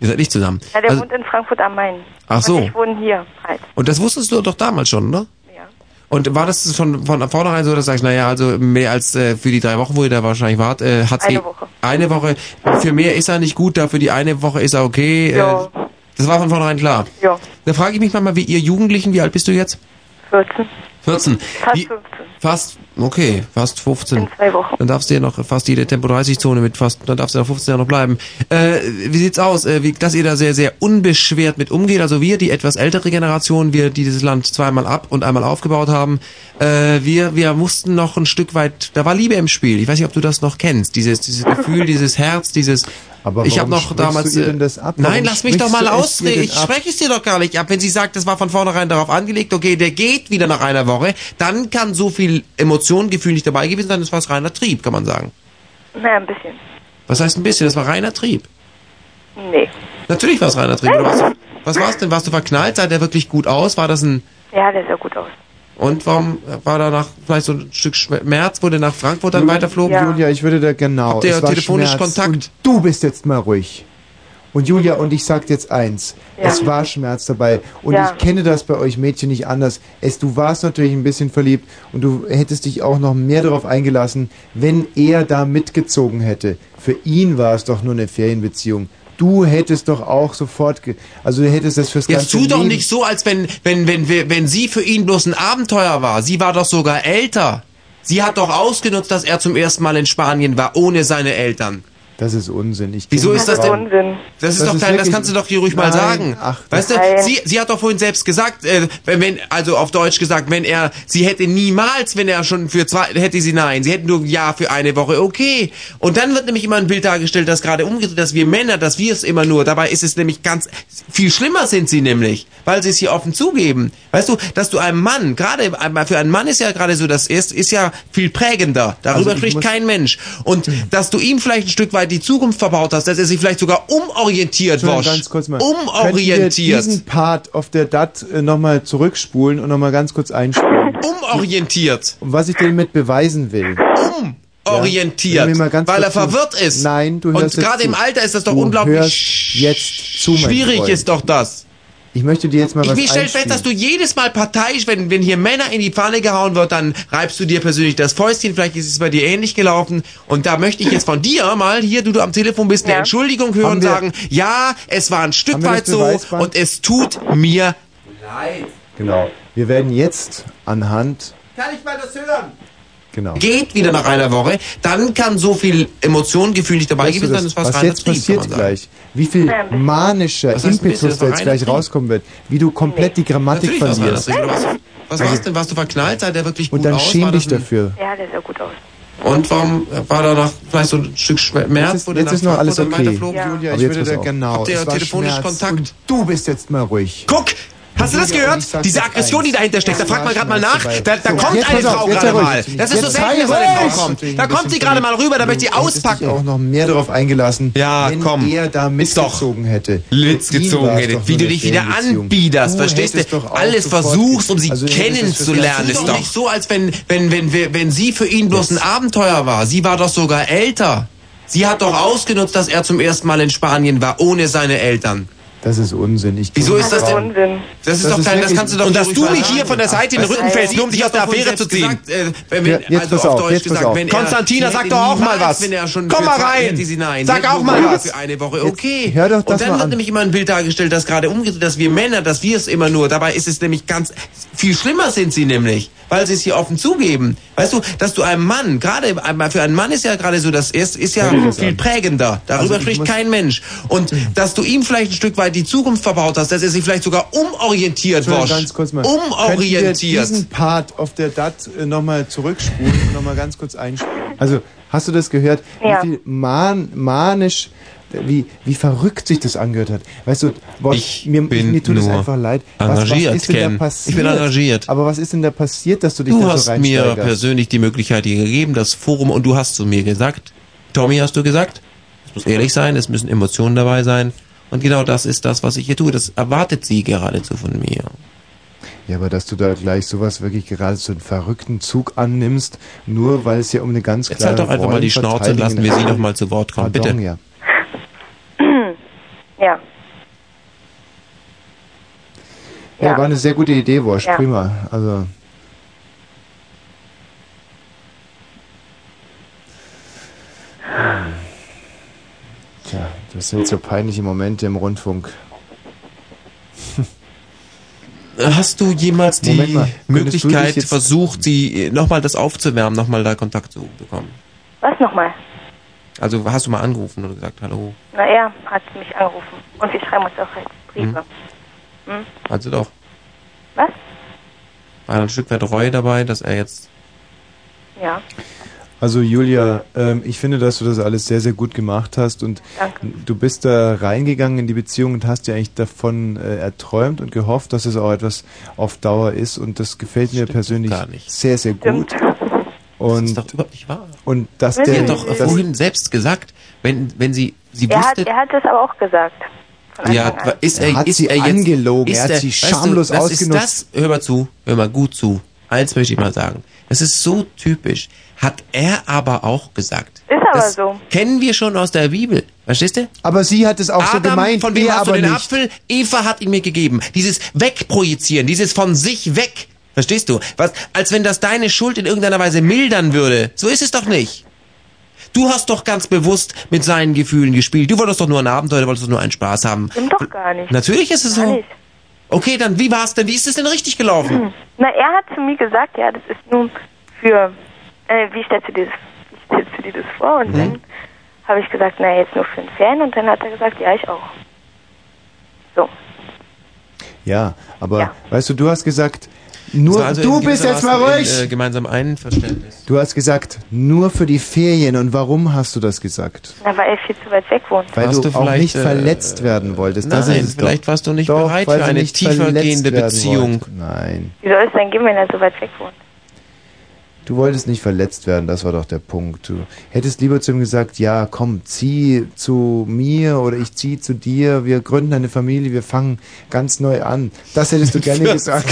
Speaker 1: Ihr seid nicht zusammen.
Speaker 15: Ja, der
Speaker 1: Also-
Speaker 15: wohnt in Frankfurt am Main.
Speaker 1: Ach so.
Speaker 15: Und Also ich wohne hier halt.
Speaker 1: Und das wusstest du doch damals schon, ne?
Speaker 15: Ja.
Speaker 1: Und war das schon von vornherein so, dass du sagst, naja, also mehr als äh, für die drei Wochen, wo ihr da wahrscheinlich wart, äh, hat's
Speaker 15: Eine
Speaker 1: eh-
Speaker 15: Woche.
Speaker 1: Eine Woche. Für mehr ist er nicht gut, dafür die eine Woche ist er okay.
Speaker 15: Ja.
Speaker 1: Äh, das war von vornherein klar.
Speaker 15: Ja.
Speaker 1: Da frage ich mich manchmal, wie ihr Jugendlichen, wie alt bist du jetzt?
Speaker 15: 14.
Speaker 1: 14.
Speaker 15: Fast
Speaker 1: Wie,
Speaker 15: 15.
Speaker 1: fast, okay, fast 15. In
Speaker 15: zwei Wochen.
Speaker 1: Dann darfst du ja noch fast jede Tempo-30-Zone mit fast, dann darfst du ja noch 15 Jahre noch bleiben. Äh, wie sieht's aus? Äh, wie, dass ihr da sehr, sehr unbeschwert mit umgeht, also wir, die etwas ältere Generation, wir, die dieses Land zweimal ab und einmal aufgebaut haben, äh, wir, wir mussten noch ein Stück weit, da war Liebe im Spiel. Ich weiß nicht, ob du das noch kennst, dieses, dieses Gefühl, dieses Herz, dieses...
Speaker 3: Aber
Speaker 1: ich habe
Speaker 3: warum
Speaker 1: noch
Speaker 3: sprichst
Speaker 1: damals.
Speaker 3: du ihr
Speaker 1: äh,
Speaker 3: denn das ab?
Speaker 1: Nein,
Speaker 3: Warum
Speaker 1: lass mich doch
Speaker 3: sprichst
Speaker 1: mal
Speaker 3: du es ihr
Speaker 1: ausreden.
Speaker 3: denn
Speaker 1: Ich
Speaker 3: ab?
Speaker 1: spreche es dir doch gar nicht ab. Wenn sie sagt, das war von vornherein darauf angelegt, okay, der geht wieder nach einer Woche, dann kann so viel Emotion, Gefühl nicht dabei gewesen sein, das war es reiner Trieb, kann man sagen.
Speaker 15: Naja, ein bisschen.
Speaker 1: Was heißt ein bisschen? Das war reiner Trieb.
Speaker 15: Nee.
Speaker 1: Natürlich war es reiner Trieb. Oder warst du, was war es denn? Warst du verknallt? Sah der wirklich gut aus? War das ein.
Speaker 15: Ja, der sah gut aus. *clears throat*
Speaker 1: Und warum war danach vielleicht so ein Stück Schmerz, wo der nach Frankfurt dann weiterflog?
Speaker 3: Julia, ich würde da genau.
Speaker 1: Habt ihr
Speaker 3: es war
Speaker 1: telefonisch
Speaker 3: Schmerz
Speaker 1: Kontakt?
Speaker 3: Und du bist jetzt mal ruhig. Und Julia und ich sag jetzt eins.
Speaker 1: Ja.
Speaker 3: Es war Schmerz dabei. Und
Speaker 1: Ja.
Speaker 3: ich kenne das bei euch Mädchen nicht anders. Es, du warst natürlich ein bisschen verliebt und du hättest dich auch noch mehr darauf eingelassen, wenn er da mitgezogen hätte. Für ihn war es doch nur eine Ferienbeziehung. Du hättest doch auch sofort, ge also du hättest das fürs
Speaker 1: Jetzt
Speaker 3: ganze
Speaker 1: tu doch
Speaker 3: Leben-
Speaker 1: nicht so, als wenn, wenn, wenn, wenn, wenn sie für ihn bloß ein Abenteuer war. Sie war doch sogar älter. Sie hat doch ausgenutzt, dass er zum ersten Mal in Spanien war, ohne seine Eltern.
Speaker 3: Das ist Unsinn. Ich
Speaker 1: Wieso
Speaker 3: kenn
Speaker 1: ist
Speaker 3: die
Speaker 1: das denn?
Speaker 3: Frauen.
Speaker 1: Das ist
Speaker 3: Das
Speaker 1: doch
Speaker 3: ist
Speaker 1: kein, das
Speaker 3: wirklich-
Speaker 1: kannst du doch hier ruhig mal
Speaker 3: Nein,
Speaker 1: sagen.
Speaker 3: ach,
Speaker 1: weißt du,
Speaker 3: nein.
Speaker 1: sie, sie hat doch vorhin selbst gesagt, äh, wenn, wenn, also auf Deutsch gesagt, wenn er, sie hätte niemals, wenn er schon für zwei, hätte sie nein, sie hätten nur ja für eine Woche, okay. Und dann wird nämlich immer ein Bild dargestellt, dass gerade umgedreht, dass wir Männer, dass wir es immer nur, dabei ist es nämlich ganz, viel schlimmer sind sie nämlich, weil sie es hier offen zugeben. Weißt du, dass du einem Mann, gerade einmal für einen Mann ist ja gerade so, das ist, ist ja viel prägender. Darüber
Speaker 3: Also ich
Speaker 1: spricht
Speaker 3: muss- Hm.
Speaker 1: kein Mensch. Und dass du ihm vielleicht ein Stück weit die Zukunft verbaut hast, dass er sich vielleicht sogar umorientiert,
Speaker 3: Entschuldigung,
Speaker 1: Wosch.
Speaker 3: ganz kurz mal. Könnt ihr
Speaker 1: Umorientiert.
Speaker 3: diesen Part auf der DAT nochmal äh, zurückspulen und nochmal ganz kurz einspulen.
Speaker 1: Umorientiert.
Speaker 3: Und was ich dir mit beweisen will.
Speaker 1: Umorientiert.
Speaker 3: Hör mir mal ganz
Speaker 1: weil er
Speaker 3: kurz zu.
Speaker 1: verwirrt ist.
Speaker 3: Nein, du
Speaker 1: Und
Speaker 3: hörst jetzt
Speaker 1: gerade
Speaker 3: zu.
Speaker 1: im Alter ist das doch
Speaker 3: du
Speaker 1: unglaublich
Speaker 3: Hörst jetzt zu, mein
Speaker 1: schwierig
Speaker 3: Freund.
Speaker 1: ist doch das.
Speaker 3: Ich möchte dir jetzt mal
Speaker 1: Ich,
Speaker 3: was
Speaker 1: mir stellt fest, dass du jedes Mal parteiisch, wenn, wenn hier Männer in die Pfanne gehauen wird, dann reibst du dir persönlich das Fäustchen, vielleicht ist es bei dir ähnlich gelaufen. Und da möchte ich jetzt von dir mal hier, du, du am Telefon bist, eine Entschuldigung hören und
Speaker 3: wir-
Speaker 1: sagen, ja, es war ein Stück
Speaker 3: Haben wir
Speaker 1: weit
Speaker 3: das
Speaker 1: so
Speaker 3: Beweisband?
Speaker 1: und es tut mir
Speaker 3: Genau. Wir werden jetzt anhand...
Speaker 1: Kann ich mal das hören?
Speaker 3: Genau.
Speaker 1: Geht wieder nach einer Woche, dann kann so viel Emotion, Gefühl nicht dabei
Speaker 3: Weißt du
Speaker 1: gewesen sein,
Speaker 3: das,
Speaker 1: das war
Speaker 3: was
Speaker 1: reiner
Speaker 3: jetzt
Speaker 1: Trieb, kann
Speaker 3: passiert
Speaker 1: man sagen.
Speaker 3: gleich, wie viel manischer
Speaker 1: Was heißt ein bisschen?
Speaker 3: Impetus
Speaker 1: Das
Speaker 3: da
Speaker 1: war
Speaker 3: jetzt
Speaker 1: reiner
Speaker 3: gleich
Speaker 1: Trieb.
Speaker 3: rauskommen wird, wie du komplett die Grammatik
Speaker 1: Natürlich war's reiner
Speaker 3: verlierst.
Speaker 1: Trieb. Oder was- Was war's denn? Warst du verknallt? Sah der wirklich gut
Speaker 3: Also Und dann
Speaker 1: aus?
Speaker 3: schäm
Speaker 1: War das
Speaker 3: dich
Speaker 1: ein-
Speaker 3: dafür.
Speaker 15: Ja, der sah gut aus.
Speaker 1: Und warum war danach vielleicht so ein Stück Schmerz?
Speaker 3: Jetzt ist-
Speaker 1: wo der
Speaker 3: jetzt
Speaker 1: nach
Speaker 3: ist noch alles
Speaker 1: Frankfurt
Speaker 3: okay.
Speaker 1: dann weiterflog?
Speaker 3: Ja. Julia, ich würde da genau,
Speaker 1: Habt ihr
Speaker 3: es war
Speaker 1: telefonisch
Speaker 3: Schmerz.
Speaker 1: Kontakt?
Speaker 3: Und du bist jetzt mal ruhig.
Speaker 1: Guck! Hast du das gehört? Diese Aggression, die dahinter steckt, da fragt man gerade mal nach. Da, da
Speaker 3: So,
Speaker 1: kommt
Speaker 3: jetzt
Speaker 1: eine
Speaker 3: pass auf,
Speaker 1: Frau
Speaker 3: jetzt
Speaker 1: gerade
Speaker 3: ruhig.
Speaker 1: mal. Das ist so
Speaker 3: Jetzt
Speaker 1: selten, dass eine
Speaker 3: ruhig.
Speaker 1: Frau kommt.
Speaker 3: Natürlich
Speaker 1: Da
Speaker 3: ein
Speaker 1: kommt sie
Speaker 3: bisschen
Speaker 1: gerade mal rüber, da möchte ich
Speaker 3: Du hättest dich
Speaker 1: auspacken.
Speaker 3: auch noch mehr darauf eingelassen,
Speaker 1: Ja,
Speaker 3: wenn
Speaker 1: komm.
Speaker 3: er da mitgezogen hätte.
Speaker 1: Litz
Speaker 3: Für ihn
Speaker 1: gezogen
Speaker 3: war es
Speaker 1: hätte,
Speaker 3: doch
Speaker 1: wie
Speaker 3: nur
Speaker 1: du
Speaker 3: eine
Speaker 1: dich wieder
Speaker 3: Ferienbeziehung.
Speaker 1: anbiederst,
Speaker 3: Du
Speaker 1: verstehst
Speaker 3: hättest
Speaker 1: du?
Speaker 3: doch auch
Speaker 1: Alles
Speaker 3: sofort-
Speaker 1: versuchst, um sie
Speaker 3: Also, du hättest es fürs
Speaker 1: kennenzulernen,
Speaker 3: Ganze-
Speaker 1: ist doch nicht so, als wenn, wenn, wenn, wenn, wenn sie für ihn bloß ein Abenteuer war. Sie war doch sogar älter. Sie hat doch ausgenutzt, dass er zum ersten Mal in Spanien war, ohne seine Eltern.
Speaker 3: Das ist Unsinn. Ich
Speaker 1: Wieso ist das
Speaker 3: Das ist
Speaker 1: denn? Das ist
Speaker 3: Das
Speaker 1: doch
Speaker 3: ist
Speaker 1: kein, das
Speaker 3: wirklich-
Speaker 1: kannst du doch
Speaker 3: Und dass
Speaker 1: ruhig
Speaker 3: du
Speaker 1: mal
Speaker 3: mich
Speaker 1: sagen.
Speaker 3: hier von der Seite in den
Speaker 1: Ach,
Speaker 3: Rücken
Speaker 1: äh,
Speaker 3: fällst,
Speaker 1: sie-
Speaker 3: nur um dich
Speaker 1: sie
Speaker 3: aus
Speaker 1: hat
Speaker 3: der
Speaker 1: doch
Speaker 3: Affäre
Speaker 1: vorhin
Speaker 3: zu
Speaker 1: selbst
Speaker 3: ziehen.
Speaker 1: gesagt, äh, wenn
Speaker 3: Ja,
Speaker 1: wir-
Speaker 3: jetzt
Speaker 1: also
Speaker 3: pass
Speaker 1: auf
Speaker 3: auf,
Speaker 1: Deutsch
Speaker 3: jetzt pass
Speaker 1: gesagt,
Speaker 3: auf.
Speaker 1: wenn er-
Speaker 3: Konstantina,
Speaker 1: sie
Speaker 3: sag
Speaker 1: hätte
Speaker 3: doch auch mal
Speaker 1: niemals,
Speaker 3: was.
Speaker 1: Wenn er schon
Speaker 3: Komm
Speaker 1: für
Speaker 3: mal
Speaker 1: zwei-
Speaker 3: rein.
Speaker 1: hätte Sie nein.
Speaker 3: Sag
Speaker 1: Hätte
Speaker 3: auch
Speaker 1: nur
Speaker 3: mal
Speaker 1: ja
Speaker 3: was.
Speaker 1: Für eine Woche,
Speaker 3: Jetzt
Speaker 1: okay.
Speaker 3: hör doch das
Speaker 1: Und dann
Speaker 3: mal
Speaker 1: wird
Speaker 3: an.
Speaker 1: nämlich immer ein Bild dargestellt, dass gerade umgedreht, dass wir Männer, dass wir es immer nur, dabei ist es nämlich ganz, viel schlimmer sind sie nämlich, weil sie es hier offen zugeben. Weißt du, dass du einem Mann, gerade einmal für einen Mann ist ja gerade so, das ist, ist ja
Speaker 3: Hör dir das
Speaker 1: viel
Speaker 3: an.
Speaker 1: prägender. Darüber
Speaker 3: Also ich
Speaker 1: spricht
Speaker 3: muss-
Speaker 1: kein Mensch. Und dass du ihm vielleicht ein Stück weit die Zukunft verbaut hast, dass er sich vielleicht sogar umorientiert,
Speaker 3: Entschuldigung,
Speaker 1: Wosch.
Speaker 3: ganz kurz mal. Könnt ihr
Speaker 1: Umorientiert.
Speaker 3: diesen Part auf der DAT nochmal zurückspulen und nochmal ganz kurz einspielen? Also, hast du das gehört?
Speaker 15: Ja.
Speaker 3: Wie viel man, manisch, wie, wie verrückt sich das angehört hat. Weißt du, Bosch, mir,
Speaker 1: bin
Speaker 3: mir tut es
Speaker 1: nur
Speaker 3: einfach leid. Was, was
Speaker 1: engagiert,
Speaker 3: ist denn
Speaker 1: Ken.
Speaker 3: da passiert?
Speaker 1: Ich bin engagiert.
Speaker 3: Aber was ist denn da passiert, dass du dich
Speaker 1: Du
Speaker 3: da
Speaker 1: hast
Speaker 3: so
Speaker 1: mir
Speaker 3: reinsteigerst?
Speaker 1: persönlich die Möglichkeit hier gegeben, das Forum, und du hast zu mir gesagt, Tommy, hast du gesagt, es muss ehrlich sein, es müssen Emotionen dabei sein. Und genau das ist das, was ich hier tue. Das erwartet sie geradezu von mir.
Speaker 3: Ja, aber dass du da gleich sowas wirklich gerade so einen verrückten Zug annimmst, nur weil es ja um eine ganz
Speaker 1: Jetzt halt doch einfach mal die Schnauze und lassen wir sie noch mal zu Wort kommen.
Speaker 3: Pardon,
Speaker 1: Bitte.
Speaker 3: ja.
Speaker 15: Ja.
Speaker 3: Ja,
Speaker 15: Ja.
Speaker 3: war eine sehr gute Idee, Wurst.
Speaker 15: Ja.
Speaker 3: Prima. Also. Tja, das sind so peinliche Momente im Rundfunk.
Speaker 1: Hast du jemals die
Speaker 3: Moment mal, könntest du dich
Speaker 1: Möglichkeit
Speaker 3: jetzt-
Speaker 1: versucht, sie nochmal das aufzuwärmen, nochmal da Kontakt zu bekommen?
Speaker 15: Was nochmal?
Speaker 1: Also hast du mal angerufen und gesagt, hallo?
Speaker 15: Na, er hat mich angerufen. Und wir schreiben uns auch jetzt Briefe. Hm?
Speaker 1: Also doch.
Speaker 15: Was?
Speaker 1: War ein Stück weit Reue dabei, dass er jetzt.
Speaker 15: Ja.
Speaker 3: Also Julia, ähm, ich finde, dass du das alles sehr, sehr gut gemacht hast und
Speaker 15: Danke.
Speaker 3: du bist da reingegangen in die Beziehung und hast dir eigentlich davon äh, erträumt und gehofft, dass es auch etwas auf Dauer ist und das gefällt mir persönlich sehr, sehr gut. Und das ist doch
Speaker 1: überhaupt nicht wahr.
Speaker 3: Und dass
Speaker 1: Sie
Speaker 3: der,
Speaker 1: hat doch
Speaker 3: dass,
Speaker 1: vorhin selbst gesagt, wenn, wenn sie. Sie
Speaker 15: Er hat,
Speaker 1: wusste.
Speaker 15: er hat das aber auch gesagt.
Speaker 1: Ja, ist er,
Speaker 3: Er hat
Speaker 1: ist
Speaker 3: sie
Speaker 1: er jetzt,
Speaker 3: angelogen,
Speaker 1: ist
Speaker 3: er hat sie
Speaker 1: weißt
Speaker 3: schamlos
Speaker 1: du, das
Speaker 3: ausgenutzt.
Speaker 1: Ist das, hör mal zu, hör mal gut zu. Eins möchte ich mal sagen. Das ist so typisch. Hat er aber auch gesagt.
Speaker 15: Ist aber
Speaker 1: das
Speaker 15: so.
Speaker 1: Kennen wir schon aus der Bibel. Verstehst du?
Speaker 3: Aber sie hat es auch so
Speaker 1: Adam,
Speaker 3: gemeint,
Speaker 1: Von wem
Speaker 3: er
Speaker 1: hast du
Speaker 3: aber
Speaker 1: den
Speaker 3: nicht.
Speaker 1: Apfel? Eva hat ihn mir gegeben. Dieses Wegprojizieren, dieses von sich weg. Verstehst du? Was, als wenn das deine Schuld in irgendeiner Weise mildern würde. So ist es doch nicht. Du hast doch ganz bewusst mit seinen Gefühlen gespielt. Du wolltest doch nur ein Abenteuer, du wolltest doch nur einen Spaß haben.
Speaker 15: Stimmt doch gar nicht.
Speaker 1: Natürlich ist es
Speaker 15: Gar
Speaker 1: so.
Speaker 15: nicht. Hm.
Speaker 1: Okay, dann wie war's denn? Wie ist es denn richtig
Speaker 3: Hm.
Speaker 1: gelaufen?
Speaker 15: Na, er hat zu mir gesagt, ja, das ist nun für, äh, wie stellst du dir das, wie stellst du dir das vor?
Speaker 1: Mhm.
Speaker 15: Und dann habe ich gesagt, na, jetzt nur für einen Fan. Und dann hat er gesagt, ja, ich auch.
Speaker 3: ja, aber weißt du, du hast gesagt, nur
Speaker 1: Also
Speaker 3: du
Speaker 1: in
Speaker 3: bist jetzt mal
Speaker 1: gewissermaßen
Speaker 3: ruhig.
Speaker 1: In, äh, gemeinsam Einverständnis.
Speaker 3: du hast gesagt, nur für die Ferien. Und warum hast du das gesagt?
Speaker 15: Na, weil er viel zu weit weg wohnt.
Speaker 3: Weil du, auch nicht
Speaker 1: äh,
Speaker 3: verletzt werden wolltest. das
Speaker 1: Nein,
Speaker 3: ist es
Speaker 1: vielleicht
Speaker 3: doch.
Speaker 1: warst du nicht
Speaker 3: Doch,
Speaker 1: bereit
Speaker 3: weil
Speaker 1: für
Speaker 3: sie
Speaker 1: eine
Speaker 3: nicht verletzt
Speaker 1: tiefergehende
Speaker 3: werden
Speaker 1: Beziehung.
Speaker 3: wollte. Nein.
Speaker 15: Wie soll es denn gehen, wenn er so weit weg wohnt?
Speaker 3: Du wolltest nicht verletzt werden, das war doch der Punkt. Du hättest lieber zu ihm gesagt, ja, komm, zieh zu mir oder ich zieh zu dir, wir gründen eine Familie, wir fangen ganz neu an. Das hättest
Speaker 1: *laughs*
Speaker 3: du gerne gesagt.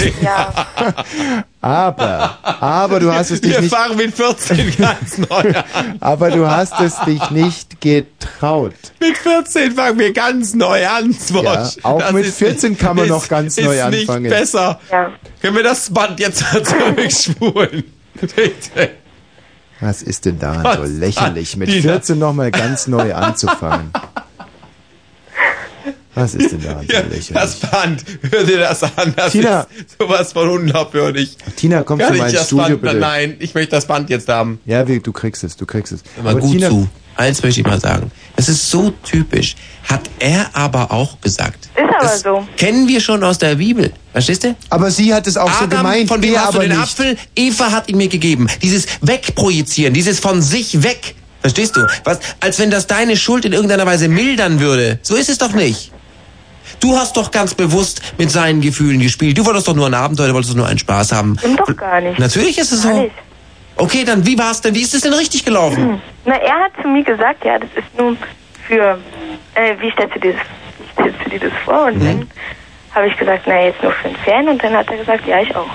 Speaker 3: Aber, aber du hast es dich
Speaker 1: Wir
Speaker 3: nicht,
Speaker 1: fahren mit 14 ganz neu an.
Speaker 3: aber du hast es dich nicht getraut.
Speaker 1: Mit 14 fangen wir ganz neu an, Swosch.
Speaker 3: Ja, auch mit
Speaker 1: ist
Speaker 3: 14 kann man noch ganz
Speaker 1: ist
Speaker 3: neu
Speaker 1: nicht
Speaker 3: anfangen.
Speaker 1: besser. Können wir das Band jetzt *laughs* zurückspulen? Bitte.
Speaker 3: Was ist denn daran
Speaker 1: Was
Speaker 3: so lächerlich,
Speaker 1: hat
Speaker 3: mit
Speaker 1: die da-
Speaker 3: 14 nochmal ganz neu anzufangen? Was ist denn daran so
Speaker 1: Ja,
Speaker 3: lächerlich?
Speaker 1: das Band, hör dir das an. Das
Speaker 3: Tina.
Speaker 1: ist sowas von unglaubwürdig.
Speaker 3: Tina, kommst
Speaker 1: Kann
Speaker 3: du mal
Speaker 1: ich
Speaker 3: ins
Speaker 1: das
Speaker 3: Studio,
Speaker 1: Band?
Speaker 3: bitte?
Speaker 1: Nein, ich möchte das Band jetzt haben.
Speaker 3: Ja, wir- du kriegst es, du kriegst es.
Speaker 1: Hör mal gut zu. Eins möchte ich mal sagen. Es ist so typisch. Hat er aber auch gesagt.
Speaker 15: Ist aber
Speaker 1: das
Speaker 15: so.
Speaker 1: Kennen wir schon aus der Bibel. Verstehst du?
Speaker 3: Aber sie hat es auch
Speaker 1: Adam,
Speaker 3: so gemeint.
Speaker 1: Von wem
Speaker 3: er
Speaker 1: hast du
Speaker 3: aber
Speaker 1: den
Speaker 3: nicht.
Speaker 1: Apfel? Eva hat ihn mir gegeben. Dieses Wegprojizieren, dieses von sich weg. Verstehst du? Was, als wenn das deine Schuld in irgendeiner Weise mildern würde. So ist es doch nicht. Du hast doch ganz bewusst mit seinen Gefühlen gespielt. Du wolltest doch nur ein Abenteuer, du wolltest doch nur einen Spaß haben.
Speaker 15: Stimmt doch gar nicht.
Speaker 1: Natürlich ist es
Speaker 15: Gar
Speaker 1: so.
Speaker 15: nicht.
Speaker 1: Okay, dann wie war's denn? Wie ist es denn richtig gelaufen?
Speaker 15: Na, er hat zu mir gesagt, ja, das ist nun für, äh, wie stellst du dir das, wie stellst du dir das vor?
Speaker 3: Mhm.
Speaker 15: Und dann habe ich gesagt, na, jetzt nur für einen Fan. Und dann hat er gesagt, ja,
Speaker 3: *laughs*
Speaker 15: ich auch.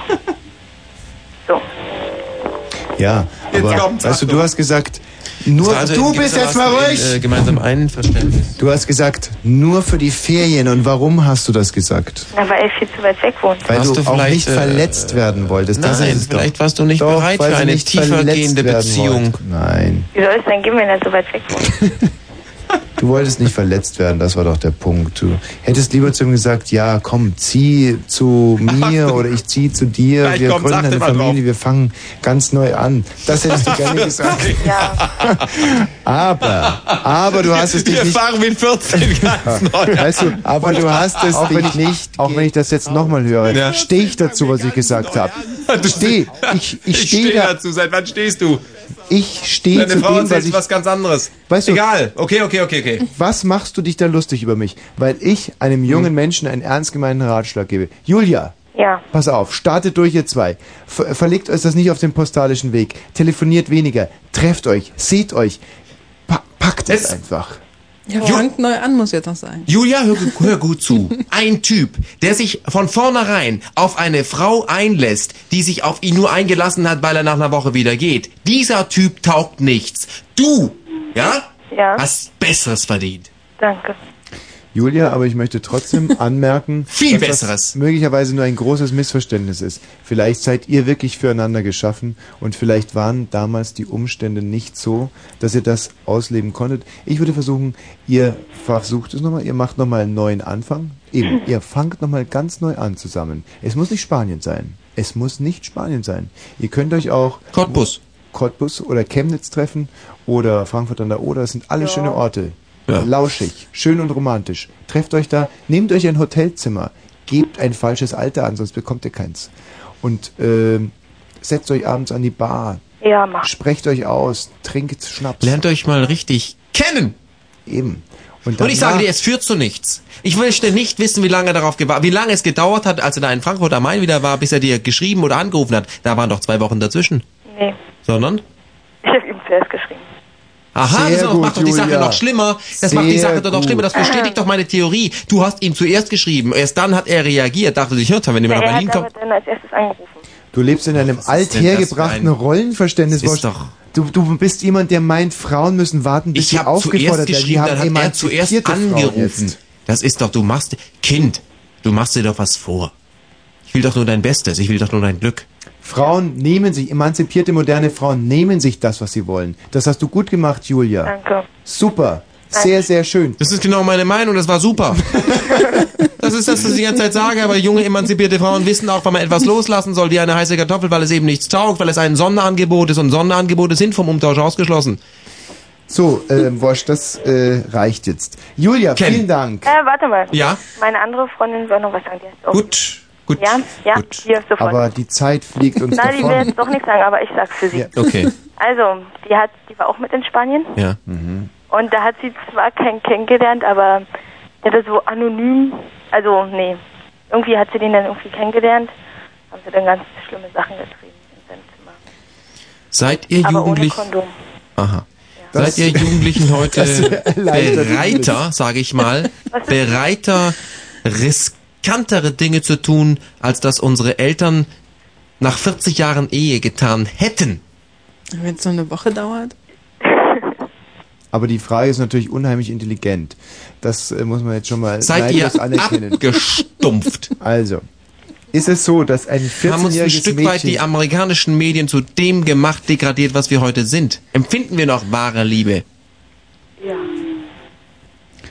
Speaker 3: Ja, aber weißt du, du hast gesagt, nur
Speaker 1: Also
Speaker 3: du
Speaker 1: in
Speaker 3: bist jetzt mal
Speaker 1: gewissermaßen
Speaker 3: ruhig.
Speaker 1: In, äh, gemeinsam Einverständnis.
Speaker 3: du hast gesagt, nur für die Ferien. Und warum hast du das gesagt?
Speaker 15: Na, weil er viel zu weit weg wohnt.
Speaker 3: Weil
Speaker 1: Warst
Speaker 3: du
Speaker 1: du
Speaker 3: auch
Speaker 1: vielleicht,
Speaker 3: nicht
Speaker 1: äh,
Speaker 3: verletzt werden wolltest. Das
Speaker 1: Nein,
Speaker 3: ist es doch.
Speaker 1: vielleicht warst du nicht
Speaker 3: Doch,
Speaker 1: bereit
Speaker 3: weil
Speaker 1: für
Speaker 3: sie
Speaker 1: eine
Speaker 3: nicht verletzt
Speaker 1: tiefergehende
Speaker 3: werden
Speaker 1: Beziehung.
Speaker 3: wollte. Nein,
Speaker 15: Wie soll es denn gehen, wenn er so weit weg wohnt?
Speaker 3: du wolltest nicht verletzt werden, das war doch der Punkt. Du hättest lieber zu ihm gesagt, ja, komm, zieh zu mir oder ich zieh zu dir,
Speaker 1: Gleich
Speaker 3: wir
Speaker 1: kommt's,
Speaker 3: gründen
Speaker 1: achte
Speaker 3: eine
Speaker 1: mal drauf.
Speaker 3: Familie, wir fangen ganz neu an.
Speaker 1: *laughs*
Speaker 3: Das hättest du gerne gesagt. *laughs* Aber, aber du hast es dich
Speaker 1: Wir
Speaker 3: nicht
Speaker 1: fahren mit
Speaker 3: *laughs*
Speaker 1: 14 ganz neu.
Speaker 3: Weißt du, aber du hast es
Speaker 1: Auch
Speaker 3: auch
Speaker 1: wenn ich-
Speaker 3: dich nicht. Auch wenn ich das jetzt nochmal höre,
Speaker 1: Ja.
Speaker 3: stehe ich dazu, was ich gesagt habe. Steh, ich, ich stehe da,
Speaker 1: dazu. Seit wann stehst du?
Speaker 3: ich stehe zu
Speaker 1: Deine Frau
Speaker 3: dem, was
Speaker 1: erzählt
Speaker 3: ich.
Speaker 1: was ganz anderes.
Speaker 3: Weißt du-
Speaker 1: Egal. Okay, okay, okay, okay.
Speaker 3: Was machst du dich da lustig über mich? Weil ich einem jungen Menschen einen ernst gemeinten Ratschlag gebe. Julia,
Speaker 15: Ja.
Speaker 3: Pass auf, startet durch ihr zwei. Ver verlegt euch das nicht auf den postalischen Weg. Telefoniert weniger. Trefft euch. Seht euch. Pa packt es, einfach.
Speaker 4: Ja, fangt neu an, muss jetzt noch sein.
Speaker 1: Julia, hör, gu- hör gut zu. Ein Typ, der sich von vornherein auf eine Frau einlässt, die sich auf ihn nur eingelassen hat, weil er nach einer Woche wieder geht. Dieser Typ taugt nichts. Du, ja,
Speaker 9: Ja,
Speaker 1: hast Besseres verdient.
Speaker 9: danke.
Speaker 3: Julia, aber ich
Speaker 1: *laughs*
Speaker 3: möchte trotzdem anmerken,
Speaker 1: Viel
Speaker 3: dass Das möglicherweise nur ein großes Missverständnis ist. Vielleicht seid ihr wirklich füreinander geschaffen und vielleicht waren damals die Umstände nicht so, dass ihr das ausleben konntet. Ich würde versuchen, ihr versucht es nochmal, ihr macht nochmal einen neuen Anfang.
Speaker 1: Mhm.
Speaker 3: Eben, ihr fangt nochmal ganz neu an zusammen. Es muss nicht Spanien sein. Es muss nicht Spanien sein. Ihr könnt euch auch
Speaker 1: Cottbus.
Speaker 3: Cottbus oder Chemnitz treffen oder Frankfurt an der Oder. Das sind alles schöne Orte. Lauschig, schön und romantisch. Trefft euch da, nehmt euch ein Hotelzimmer, gebt ein falsches Alter an, sonst bekommt ihr keins. Und ähm, setzt euch abends an die Bar,
Speaker 9: Ja, mach.
Speaker 3: sprecht euch aus, trinkt Schnaps.
Speaker 1: Lernt euch mal richtig kennen.
Speaker 3: Eben.
Speaker 1: Und ich sage dir, es führt zu nichts. Ich möchte nicht wissen, wie lange darauf gewa- wie lange es gedauert hat, als er da in Frankfurt am Main wieder war, bis er dir geschrieben oder angerufen hat. Da waren doch zwei Wochen dazwischen.
Speaker 5: *laughs*
Speaker 9: Nee,
Speaker 1: Sondern?
Speaker 9: ich habe ihm zuerst geschrieben.
Speaker 1: Aha,
Speaker 9: Sehr
Speaker 1: das
Speaker 9: gut,
Speaker 1: macht doch die Sache
Speaker 9: Julia.
Speaker 1: noch schlimmer. Das macht die
Speaker 9: Sehr
Speaker 1: Sache doch noch
Speaker 9: gut.
Speaker 1: schlimmer. Das bestätigt doch meine Theorie. Du hast ihm zuerst geschrieben. Erst dann hat er reagiert. Dachte sich, hört, wenn jemand
Speaker 9: Na, er
Speaker 1: nach Berlin
Speaker 9: hat
Speaker 1: kommt.
Speaker 9: aber dann als erstes angerufen.
Speaker 3: Du lebst in einem
Speaker 1: denn das
Speaker 3: althergebrachten
Speaker 1: für ein-
Speaker 3: Rollenverständnis.
Speaker 1: Das ist
Speaker 3: Wolf.
Speaker 1: doch-
Speaker 3: Du, du bist jemand, der meint, Frauen müssen warten, bis
Speaker 1: Ich
Speaker 3: sie
Speaker 1: habe zuerst
Speaker 3: aufgefordert werden. Die
Speaker 1: geschrieben, dann
Speaker 3: haben
Speaker 1: hat er zuerst
Speaker 3: emanzipierte Frauen jetzt.
Speaker 1: angerufen. Das ist doch, du machst, Kind, du machst dir doch was vor. Ich will doch nur dein Bestes. Ich will doch nur dein Glück.
Speaker 3: Frauen nehmen sich, emanzipierte moderne Frauen nehmen sich das, was sie wollen. Das hast du gut gemacht, Julia.
Speaker 9: Danke.
Speaker 3: Super. Sehr, sehr schön.
Speaker 1: Das ist genau meine Meinung, das war super. Das ist das, was ich die ganze Zeit sage, aber junge emanzipierte Frauen wissen auch, wann man etwas loslassen soll, wie eine heiße Kartoffel, weil es eben nichts taugt, weil es ein Sonderangebot ist und Sonderangebote sind vom Umtausch ausgeschlossen.
Speaker 3: *laughs* So, ähm, Wosch, das äh, reicht jetzt. Julia, vielen Dank.
Speaker 9: Äh, warte mal.
Speaker 3: Ja?
Speaker 9: Meine andere Freundin soll noch was sagen. Die heißt auch
Speaker 1: Gut, gut.
Speaker 9: Ja, ja, hier, sofort.
Speaker 3: Aber die Zeit fliegt uns
Speaker 9: Nein, die will
Speaker 3: davon.
Speaker 9: jetzt doch nichts sagen, aber ich sag's für sie.
Speaker 3: Ja. Okay.
Speaker 9: Also, die hat, die war auch mit in Spanien
Speaker 1: Ja.
Speaker 3: Mhm.
Speaker 9: und da hat sie zwar keinen kennengelernt, aber der hatte so anonym, also nee, irgendwie hat sie den dann irgendwie kennengelernt, haben sie dann ganz schlimme Sachen getrieben.
Speaker 1: Seid ihr
Speaker 9: aber ohne
Speaker 1: Jugendlich,
Speaker 9: Kondom.
Speaker 1: aha.
Speaker 9: Das-
Speaker 1: Seid ihr
Speaker 9: *laughs*
Speaker 1: Jugendlichen
Speaker 9: Das
Speaker 1: heute
Speaker 9: wär leichter
Speaker 1: bereiter,
Speaker 9: möglich.
Speaker 1: sage ich mal,
Speaker 9: Was ist-
Speaker 1: bereiter, riskantere Dinge zu tun, als das unsere Eltern nach 40 Jahren Ehe getan hätten?
Speaker 4: Wenn es nur eine Woche dauert.
Speaker 3: Aber die Frage ist natürlich unheimlich intelligent. Das äh, muss man jetzt schon mal
Speaker 1: Seid ihr
Speaker 3: neidlos anerkennen.
Speaker 1: abgestumpft?
Speaker 3: Also, ist es so, dass ein
Speaker 1: haben uns ein
Speaker 3: 14-jähriges
Speaker 1: Stück weit die
Speaker 3: Mädchen...
Speaker 1: amerikanischen Medien zu dem gemacht, degradiert, was wir heute sind. Empfinden wir noch wahre Liebe?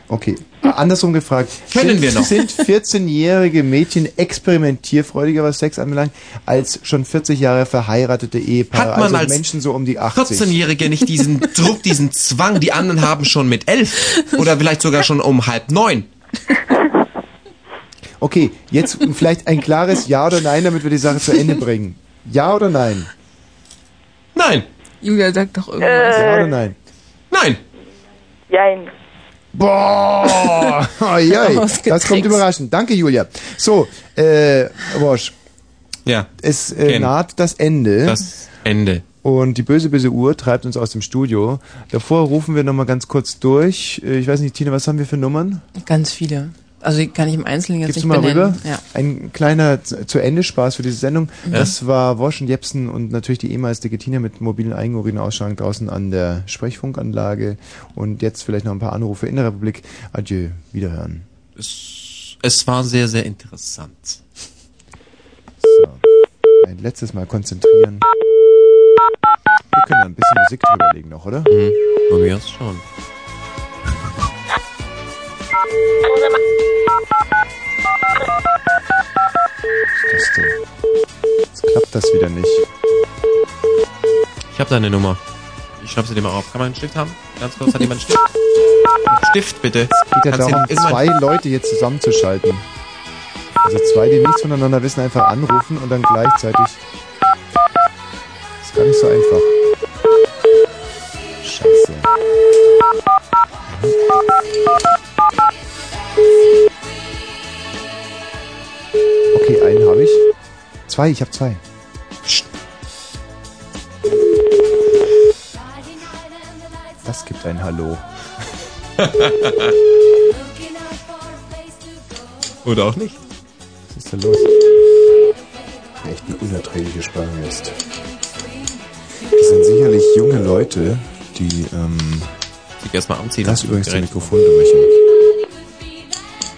Speaker 3: Okay, andersrum gefragt.
Speaker 1: Können
Speaker 3: sind,
Speaker 1: wir noch?
Speaker 3: Sind 14-jährige Mädchen experimentierfreudiger, was Sex anbelangt, als schon 40 Jahre verheiratete Ehepaare?
Speaker 1: Hat man
Speaker 3: also
Speaker 1: als
Speaker 3: Menschen so um die 80.
Speaker 1: 14-Jährige nicht
Speaker 3: *laughs*
Speaker 1: diesen Druck, diesen Zwang, die anderen haben schon mit elf oder vielleicht sogar schon um halb neun.
Speaker 3: Okay, jetzt vielleicht ein klares Ja oder Nein, damit wir die Sache zu Ende bringen. Ja oder nein?
Speaker 1: Nein.
Speaker 4: Julia sagt doch irgendwas.
Speaker 3: Ja oder nein?
Speaker 1: Nein.
Speaker 9: Jein.
Speaker 3: Boah, oi, oi. das
Speaker 4: Ausgetrickst.
Speaker 3: kommt überraschend. Danke, Julia. So, äh, Wosch,
Speaker 1: Ja.
Speaker 3: es äh,
Speaker 1: Ken.
Speaker 3: naht das Ende.
Speaker 1: Das Ende.
Speaker 3: Und die böse, böse Uhr treibt uns aus dem Studio. Davor rufen wir nochmal ganz kurz durch. Äh, Ich weiß nicht, Tina, was haben wir für Nummern?
Speaker 4: Ganz viele. Also die kann ich im Einzelnen jetzt
Speaker 3: Gibst du
Speaker 4: nicht
Speaker 3: mal
Speaker 4: benennen.
Speaker 3: rüber?
Speaker 4: Ja.
Speaker 3: Ein kleiner Z- zu Ende Spaß für diese Sendung.
Speaker 4: Ja.
Speaker 3: Das war Wosch und Jepsen und natürlich die ehemals dicke Tina mit mobilen Eigenurinausschlag draußen an der Sprechfunkanlage. Und jetzt vielleicht noch ein paar Anrufe in der Republik. Adieu, wiederhören.
Speaker 1: Es war sehr, sehr interessant.
Speaker 3: Ein letztes Mal konzentrieren. Wir können da ein bisschen Musik drüberlegen noch, oder? Mhm.
Speaker 1: Von mir aus schon.
Speaker 3: Das denn? Jetzt klappt das wieder nicht.
Speaker 1: Ich habe deine Nummer. Ich schreibe sie dir mal auf. Kann man einen Stift haben? Ganz kurz, hat jemand einen Stift? Einen Stift bitte.
Speaker 3: geht ja
Speaker 1: Kannst du
Speaker 3: darum,
Speaker 1: irgendwann-
Speaker 3: zwei Leute jetzt zusammenzuschalten. Also zwei, die nichts voneinander wissen, einfach anrufen und dann gleichzeitig. Ist gar nicht so einfach. Scheiße. Okay, einen habe ich. Zwei, ich habe zwei. Das gibt ein Hallo.
Speaker 1: *laughs* Oder auch nicht.
Speaker 4: Was ist da los? Echt eine unerträgliche Spannung ist. Das sind sicherlich junge Leute, die ähm,
Speaker 1: Sich erstmal anziehen.
Speaker 4: das übrigens dein
Speaker 1: Direkt.
Speaker 4: Mikrofon, Dummerchen.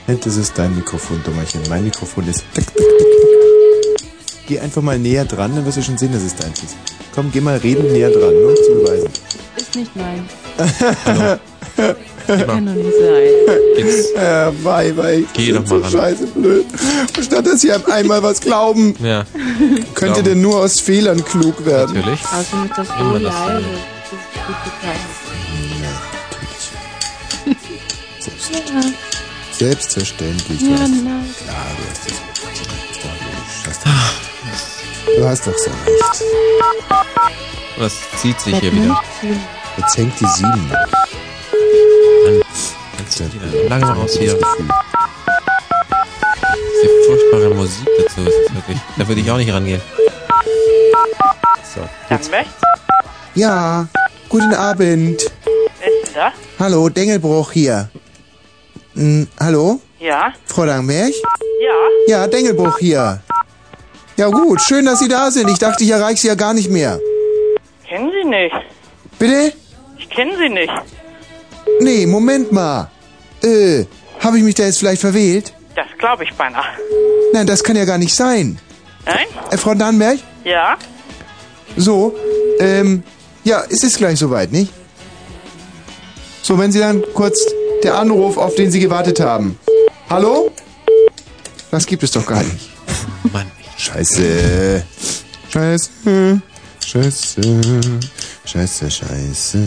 Speaker 4: Hint, das ist dein Mikrofon, Dummerchen. Mein Mikrofon ist. Tick, tick, tick, tick. Geh einfach mal näher dran, dann wirst du schon sehen, dass es deins ist. Komm, geh mal reden näher dran, nur um zu beweisen.
Speaker 10: Ist nicht mein.
Speaker 4: *laughs* Hallo.
Speaker 10: Kann doch nicht sein.
Speaker 1: Jetzt.
Speaker 4: Äh, bye, bye.
Speaker 1: Geh doch mal ran.
Speaker 4: Scheiße, blöd. Statt dass ihr einmal was glauben,
Speaker 1: Ja.
Speaker 4: könnt ihr denn nur aus Fehlern klug werden.
Speaker 1: Natürlich.
Speaker 10: Außerdem ist Also das so
Speaker 1: Immer das
Speaker 10: leise.
Speaker 1: Gleiche.
Speaker 10: Das ist gut
Speaker 4: bekannt.
Speaker 10: Ja.
Speaker 4: Selbstverständlich.
Speaker 10: Ja,
Speaker 4: du hast-
Speaker 10: na.
Speaker 4: Klar, du hast das. Du hast doch- Du hast doch so recht.
Speaker 1: Das zieht sich hier wieder.
Speaker 4: Jetzt hängt die 7.
Speaker 1: Jetzt zieht die dann langsam aus hier. Diese furchtbare Musik dazu das ist wirklich. Da würde ich auch nicht rangehen.
Speaker 4: So.
Speaker 1: Jetzt.
Speaker 3: Ja, guten Abend.
Speaker 14: Wer ist denn da?
Speaker 3: Hallo, Dengelbruch hier. Hm, hallo?
Speaker 14: Ja.
Speaker 3: Frau Langberg?
Speaker 14: Ja.
Speaker 3: Ja, Dengelbruch hier. Ja gut, schön, dass Sie da sind. Ich dachte, ich erreiche Sie ja gar nicht mehr.
Speaker 14: Kennen Sie nicht.
Speaker 3: Bitte?
Speaker 14: Ich kenne Sie nicht.
Speaker 3: Nee, Moment mal. Äh, habe ich mich da jetzt vielleicht verwählt?
Speaker 14: Das glaube ich beinahe.
Speaker 3: Nein, das kann ja gar nicht sein.
Speaker 14: Nein?
Speaker 3: Äh, Frau Dannberg?
Speaker 14: Ja.
Speaker 3: So, ähm, ja, es ist gleich soweit, nicht? So, wenn Sie dann kurz der Anruf, auf den Sie gewartet haben. Hallo? Das gibt es doch gar nicht.
Speaker 1: Mann.
Speaker 3: Scheiße. Scheiße. Scheiße. Scheiße, scheiße.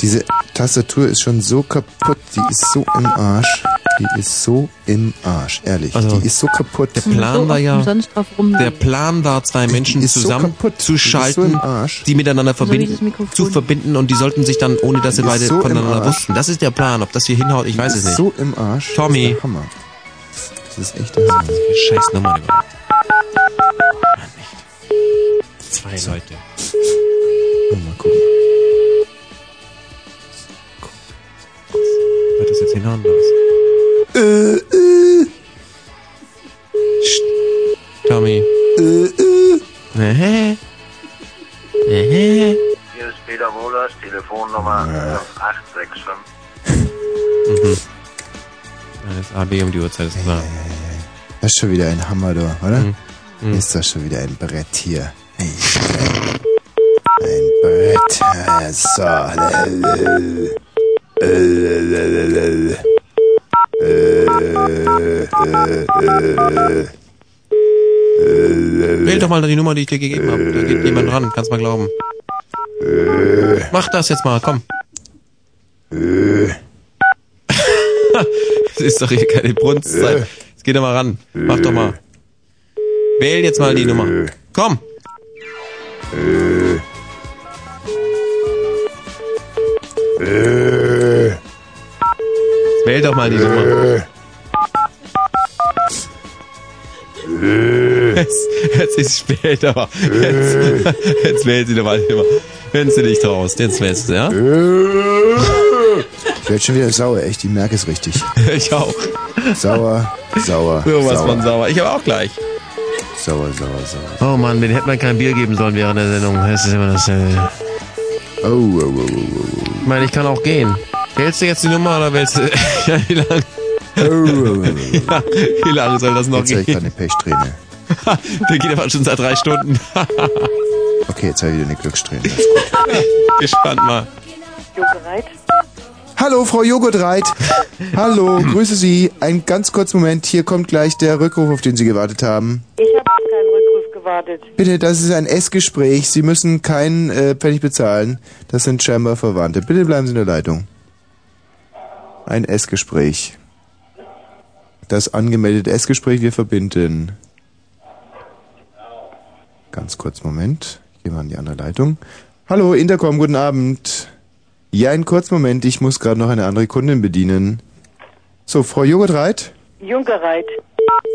Speaker 3: Diese Tastatur ist schon so kaputt. Die ist so im Arsch. Die ist so im Arsch, ehrlich. die ist so kaputt.
Speaker 1: Also, Der Plan war ja, der Plan war, zwei Menschen
Speaker 3: ist so
Speaker 1: zusammen
Speaker 3: kaputt.
Speaker 1: zu
Speaker 3: Die ist so
Speaker 1: schalten,
Speaker 3: im Arsch.
Speaker 1: die miteinander
Speaker 3: So wie dieses
Speaker 1: verbinden,
Speaker 3: Mikrofon.
Speaker 1: zu verbinden und die sollten sich dann, ohne dass sie
Speaker 3: Die ist
Speaker 1: beide
Speaker 3: so im
Speaker 1: voneinander
Speaker 3: Arsch.
Speaker 1: wussten. Das ist der Plan. Ob das hier hinhaut, ich weiß
Speaker 3: Die
Speaker 1: es nicht.
Speaker 3: ist so im Arsch.
Speaker 1: Tommy.
Speaker 3: Das ist der Hammer. Das ist echt der Hammer.
Speaker 1: Scheiß Nummer. überhaupt. Mann, echt. Zwei Leute.
Speaker 3: Mal gucken.
Speaker 1: Wird das jetzt hinhauen oder was? Psst, Tommy. Äh, äh. Äh.
Speaker 19: Hier ist Peter Wohlers, Telefonnummer 865.
Speaker 1: Mhm. Das AB um die Uhrzeit ist klar. Mhm.
Speaker 3: Das ist schon wieder ein Hammer, du, oder? Ist das schon wieder ein Brett hier. Ein Brett. Ein Brett. So.
Speaker 1: Wähl doch mal die Nummer, die ich dir gegeben habe. Da geht jemand ran, kannst mal glauben. Mach das jetzt mal, komm. Es ist doch hier keine
Speaker 3: Äh.
Speaker 1: Brunstzeit. Jetzt geh doch mal ran. Mach doch mal. Wähl jetzt
Speaker 3: Äh.
Speaker 1: mal die Nummer. Komm.
Speaker 3: Äh.
Speaker 1: Wähl doch mal die Nummer. Jetzt, jetzt ist es spät, aber jetzt,
Speaker 3: Äh.
Speaker 1: jetzt wählt sie doch mal die Nummer. Wenn sie nicht traust, jetzt wählst du, ja?
Speaker 3: Äh. Ich werde schon wieder sauer, echt. Ich merke
Speaker 1: *laughs*
Speaker 3: es richtig.
Speaker 1: Ich auch.
Speaker 3: Sauer, sauer.
Speaker 1: So was
Speaker 3: sauer.
Speaker 1: von sauer. Ich aber auch gleich.
Speaker 3: Sauer, sauer, sauer.
Speaker 1: Oh Mann, den hätte man kein Bier geben sollen während der Sendung. Es ist immer dasselbe.
Speaker 3: Oh, oh, oh, oh, oh, oh.
Speaker 1: Ich meine, ich kann auch gehen. Wählst du jetzt die Nummer oder wählst du... *laughs* ja, wie lange... *laughs*
Speaker 3: Oh,
Speaker 1: ja, wie lange soll das noch
Speaker 3: Jetzt habe ich
Speaker 1: gehen?
Speaker 3: gerade eine Pechträne.
Speaker 1: Der geht aber schon seit drei Stunden. *laughs*
Speaker 3: Okay, jetzt habe ich wieder eine Glückssträhne.
Speaker 1: Gespannt mal.
Speaker 3: Hallo, Frau Joghurtreit. Oh, Hallo, grüße Sie. Ein ganz kurzen Moment. Hier kommt gleich der Rückruf, auf den Sie gewartet haben.
Speaker 14: Ich habe auf keinen Rückruf gewartet.
Speaker 3: Bitte, das ist ein Essgespräch. Sie müssen keinen äh, Pfennig bezahlen. Das sind scheinbar Verwandte. Bitte bleiben Sie in der Leitung. Ein Essgespräch. Das angemeldete Essgespräch, wir verbinden. Ganz kurz, Moment. Ich gehe mal in die andere Leitung. Hallo, Intercom, guten Abend. Ja, einen kurzen Moment. Ich muss gerade noch eine andere Kundin bedienen. So, Frau Joghurtreit?
Speaker 14: Junkereit.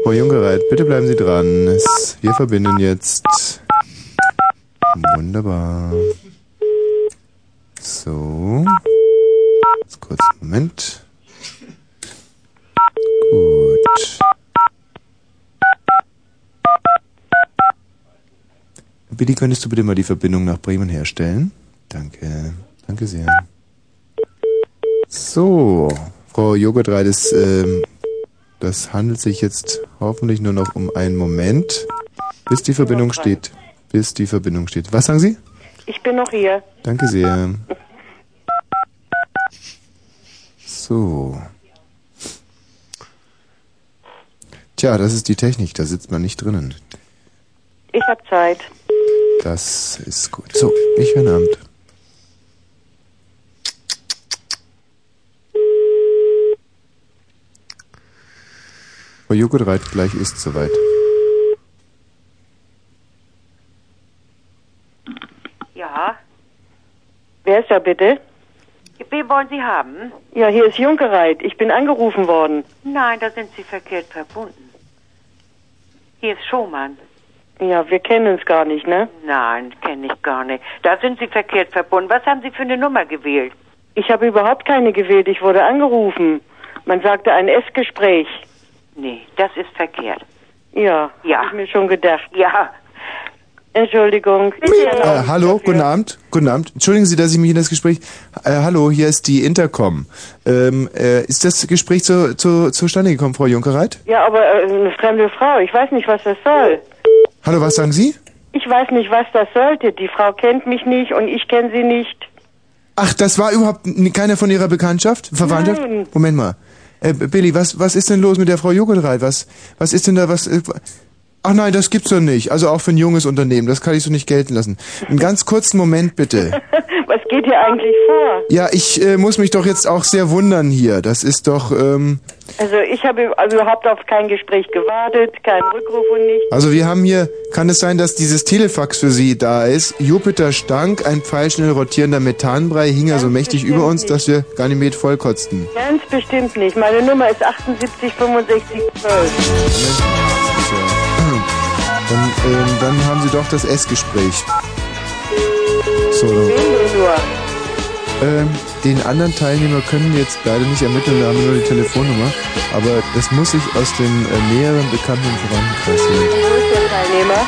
Speaker 3: Frau Jungereit, bitte bleiben Sie dran. Es- Wir verbinden jetzt. Wunderbar. So. Jetzt kurz einen Moment. Gut. Billy, könntest du bitte mal die Verbindung nach Bremen herstellen? Danke. Danke sehr. So, Frau Joghurtreit, das, ähm, das handelt sich jetzt hoffentlich nur noch um einen Moment, bis die Verbindung steht. Bis die Verbindung steht. Was sagen Sie?
Speaker 24: Ich bin noch hier.
Speaker 3: Danke sehr. So. Tja, das ist die Technik, da sitzt man nicht drinnen.
Speaker 24: Ich habe Zeit.
Speaker 3: Das ist gut. So, ich höre Abend. Frau Joghurtreit, Oh, gleich ist soweit.
Speaker 25: Ja.
Speaker 5: Wer ist da bitte?
Speaker 25: Wen wollen Sie haben?
Speaker 5: Ja, hier ist Junkereit. Ich bin angerufen worden.
Speaker 25: Nein, da sind Sie verkehrt verbunden. Hier ist Schumann.
Speaker 5: Ja, wir kennen uns gar nicht, ne?
Speaker 25: Nein, kenne ich gar nicht. Da sind Sie verkehrt verbunden. Was haben Sie für eine Nummer gewählt?
Speaker 5: Ich habe überhaupt keine gewählt. Ich wurde angerufen. Man sagte ein Essgespräch.
Speaker 25: Nee, das ist verkehrt.
Speaker 5: Ja, ja. habe ich mir schon gedacht. Ja. Entschuldigung.
Speaker 3: Äh, hallo, guten Abend. Guten Abend. Entschuldigen Sie, dass ich mich in das Gespräch. Äh, hallo, hier ist die Intercom. Ähm, äh, ist das Gespräch zu, zu, zustande gekommen, Frau Junkereit?
Speaker 5: Ja, aber äh, eine fremde Frau. Ich weiß nicht, was das soll.
Speaker 3: Hallo, was sagen Sie?
Speaker 5: Ich weiß nicht, was das sollte. Die Frau kennt mich nicht und ich kenne sie nicht.
Speaker 3: Ach, das war überhaupt n- keiner von Ihrer Bekanntschaft? Verwandtschaft?
Speaker 5: Nein.
Speaker 3: Moment mal. Äh, Billy, was, was ist denn los mit der Frau Joghurtreit? Was, was ist denn da, was... Äh, ach nein, das gibt's doch nicht. Also auch für ein junges Unternehmen. Das kann ich so nicht gelten lassen. Einen ganz kurzen Moment bitte.
Speaker 5: Was geht hier eigentlich vor?
Speaker 3: Ja, ich äh, muss mich doch jetzt auch sehr wundern hier. Das ist doch... Ähm,
Speaker 5: Also ich habe also überhaupt auf kein Gespräch gewartet, keinen Rückruf und nichts.
Speaker 3: also wir haben hier... Kann es sein, dass dieses Telefax für Sie da ist? Jupiter stank, ein pfeilschnell rotierender Methanbrei hing ja so mächtig über uns, dass wir Ganymed vollkotzten.
Speaker 5: Ganz bestimmt nicht. Meine Nummer ist 78 65 12.
Speaker 3: Dann, ähm, dann haben Sie doch das Essgespräch. So. Ähm, den anderen Teilnehmer können wir jetzt leider nicht ermitteln, da haben wir nur die Telefonnummer. Aber das muss ich aus dem äh, näheren Bekannten- und Verwandtenkreis sehen.
Speaker 5: Wo ist der Teilnehmer?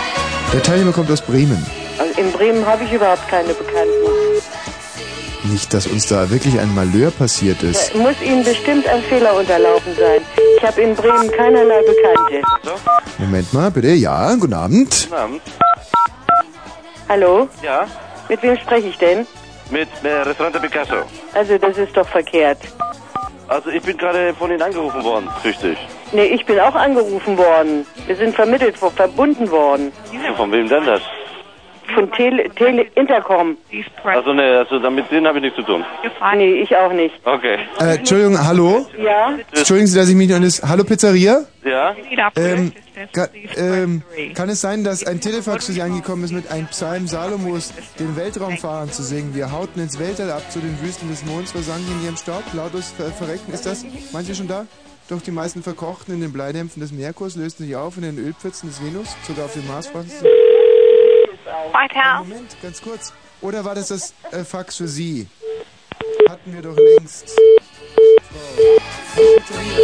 Speaker 3: Der Teilnehmer kommt aus Bremen.
Speaker 5: Also in Bremen habe ich überhaupt keine Bekannten.
Speaker 3: Nicht, dass uns da wirklich ein Malheur passiert ist.
Speaker 5: Da muss Ihnen bestimmt ein Fehler unterlaufen sein. Ich habe in Bremen keinerlei Bekannte.
Speaker 3: Moment mal, bitte. Ja, guten Abend.
Speaker 17: Abend.
Speaker 5: Hallo?
Speaker 17: Ja,
Speaker 5: Mit wem spreche ich denn?
Speaker 17: mit äh, Restaurante Picasso.
Speaker 5: Also das ist doch verkehrt.
Speaker 17: Also ich bin gerade von Ihnen angerufen worden, richtig.
Speaker 5: Nee, ich bin auch angerufen worden. Wir sind vermittelt, wo- verbunden worden.
Speaker 17: Von wem denn das?
Speaker 5: Von Tele, Tele Intercom.
Speaker 17: Also ne, also damit denen habe ich nichts zu tun.
Speaker 5: Nee, ich auch nicht.
Speaker 17: Okay.
Speaker 3: Äh, Entschuldigung, hallo?
Speaker 5: Ja?
Speaker 3: Entschuldigen Sie, dass ich mich noch nicht... Hallo, Pizzeria?
Speaker 17: Ja?
Speaker 3: Ähm, ka ähm, kann es sein, dass ein Telefax für Sie angekommen ist mit einem Psalm Salomos, den Weltraumfahrern zu singen? Wir hauten ins Weltall ab zu den Wüsten des Monds, versanken in ihrem Staub, lautlos ver verreckten. Ist das? Manche schon da? Doch die meisten verkochten in den Bleidämpfen des Merkurs, lösten sich auf in den Ölpfützen des Venus, sogar auf dem Mars fanden sie.
Speaker 25: Weiter.
Speaker 3: Moment, ganz kurz. Oder war das das äh, Fax für Sie? Hatten wir doch längst. So. Pizzeria.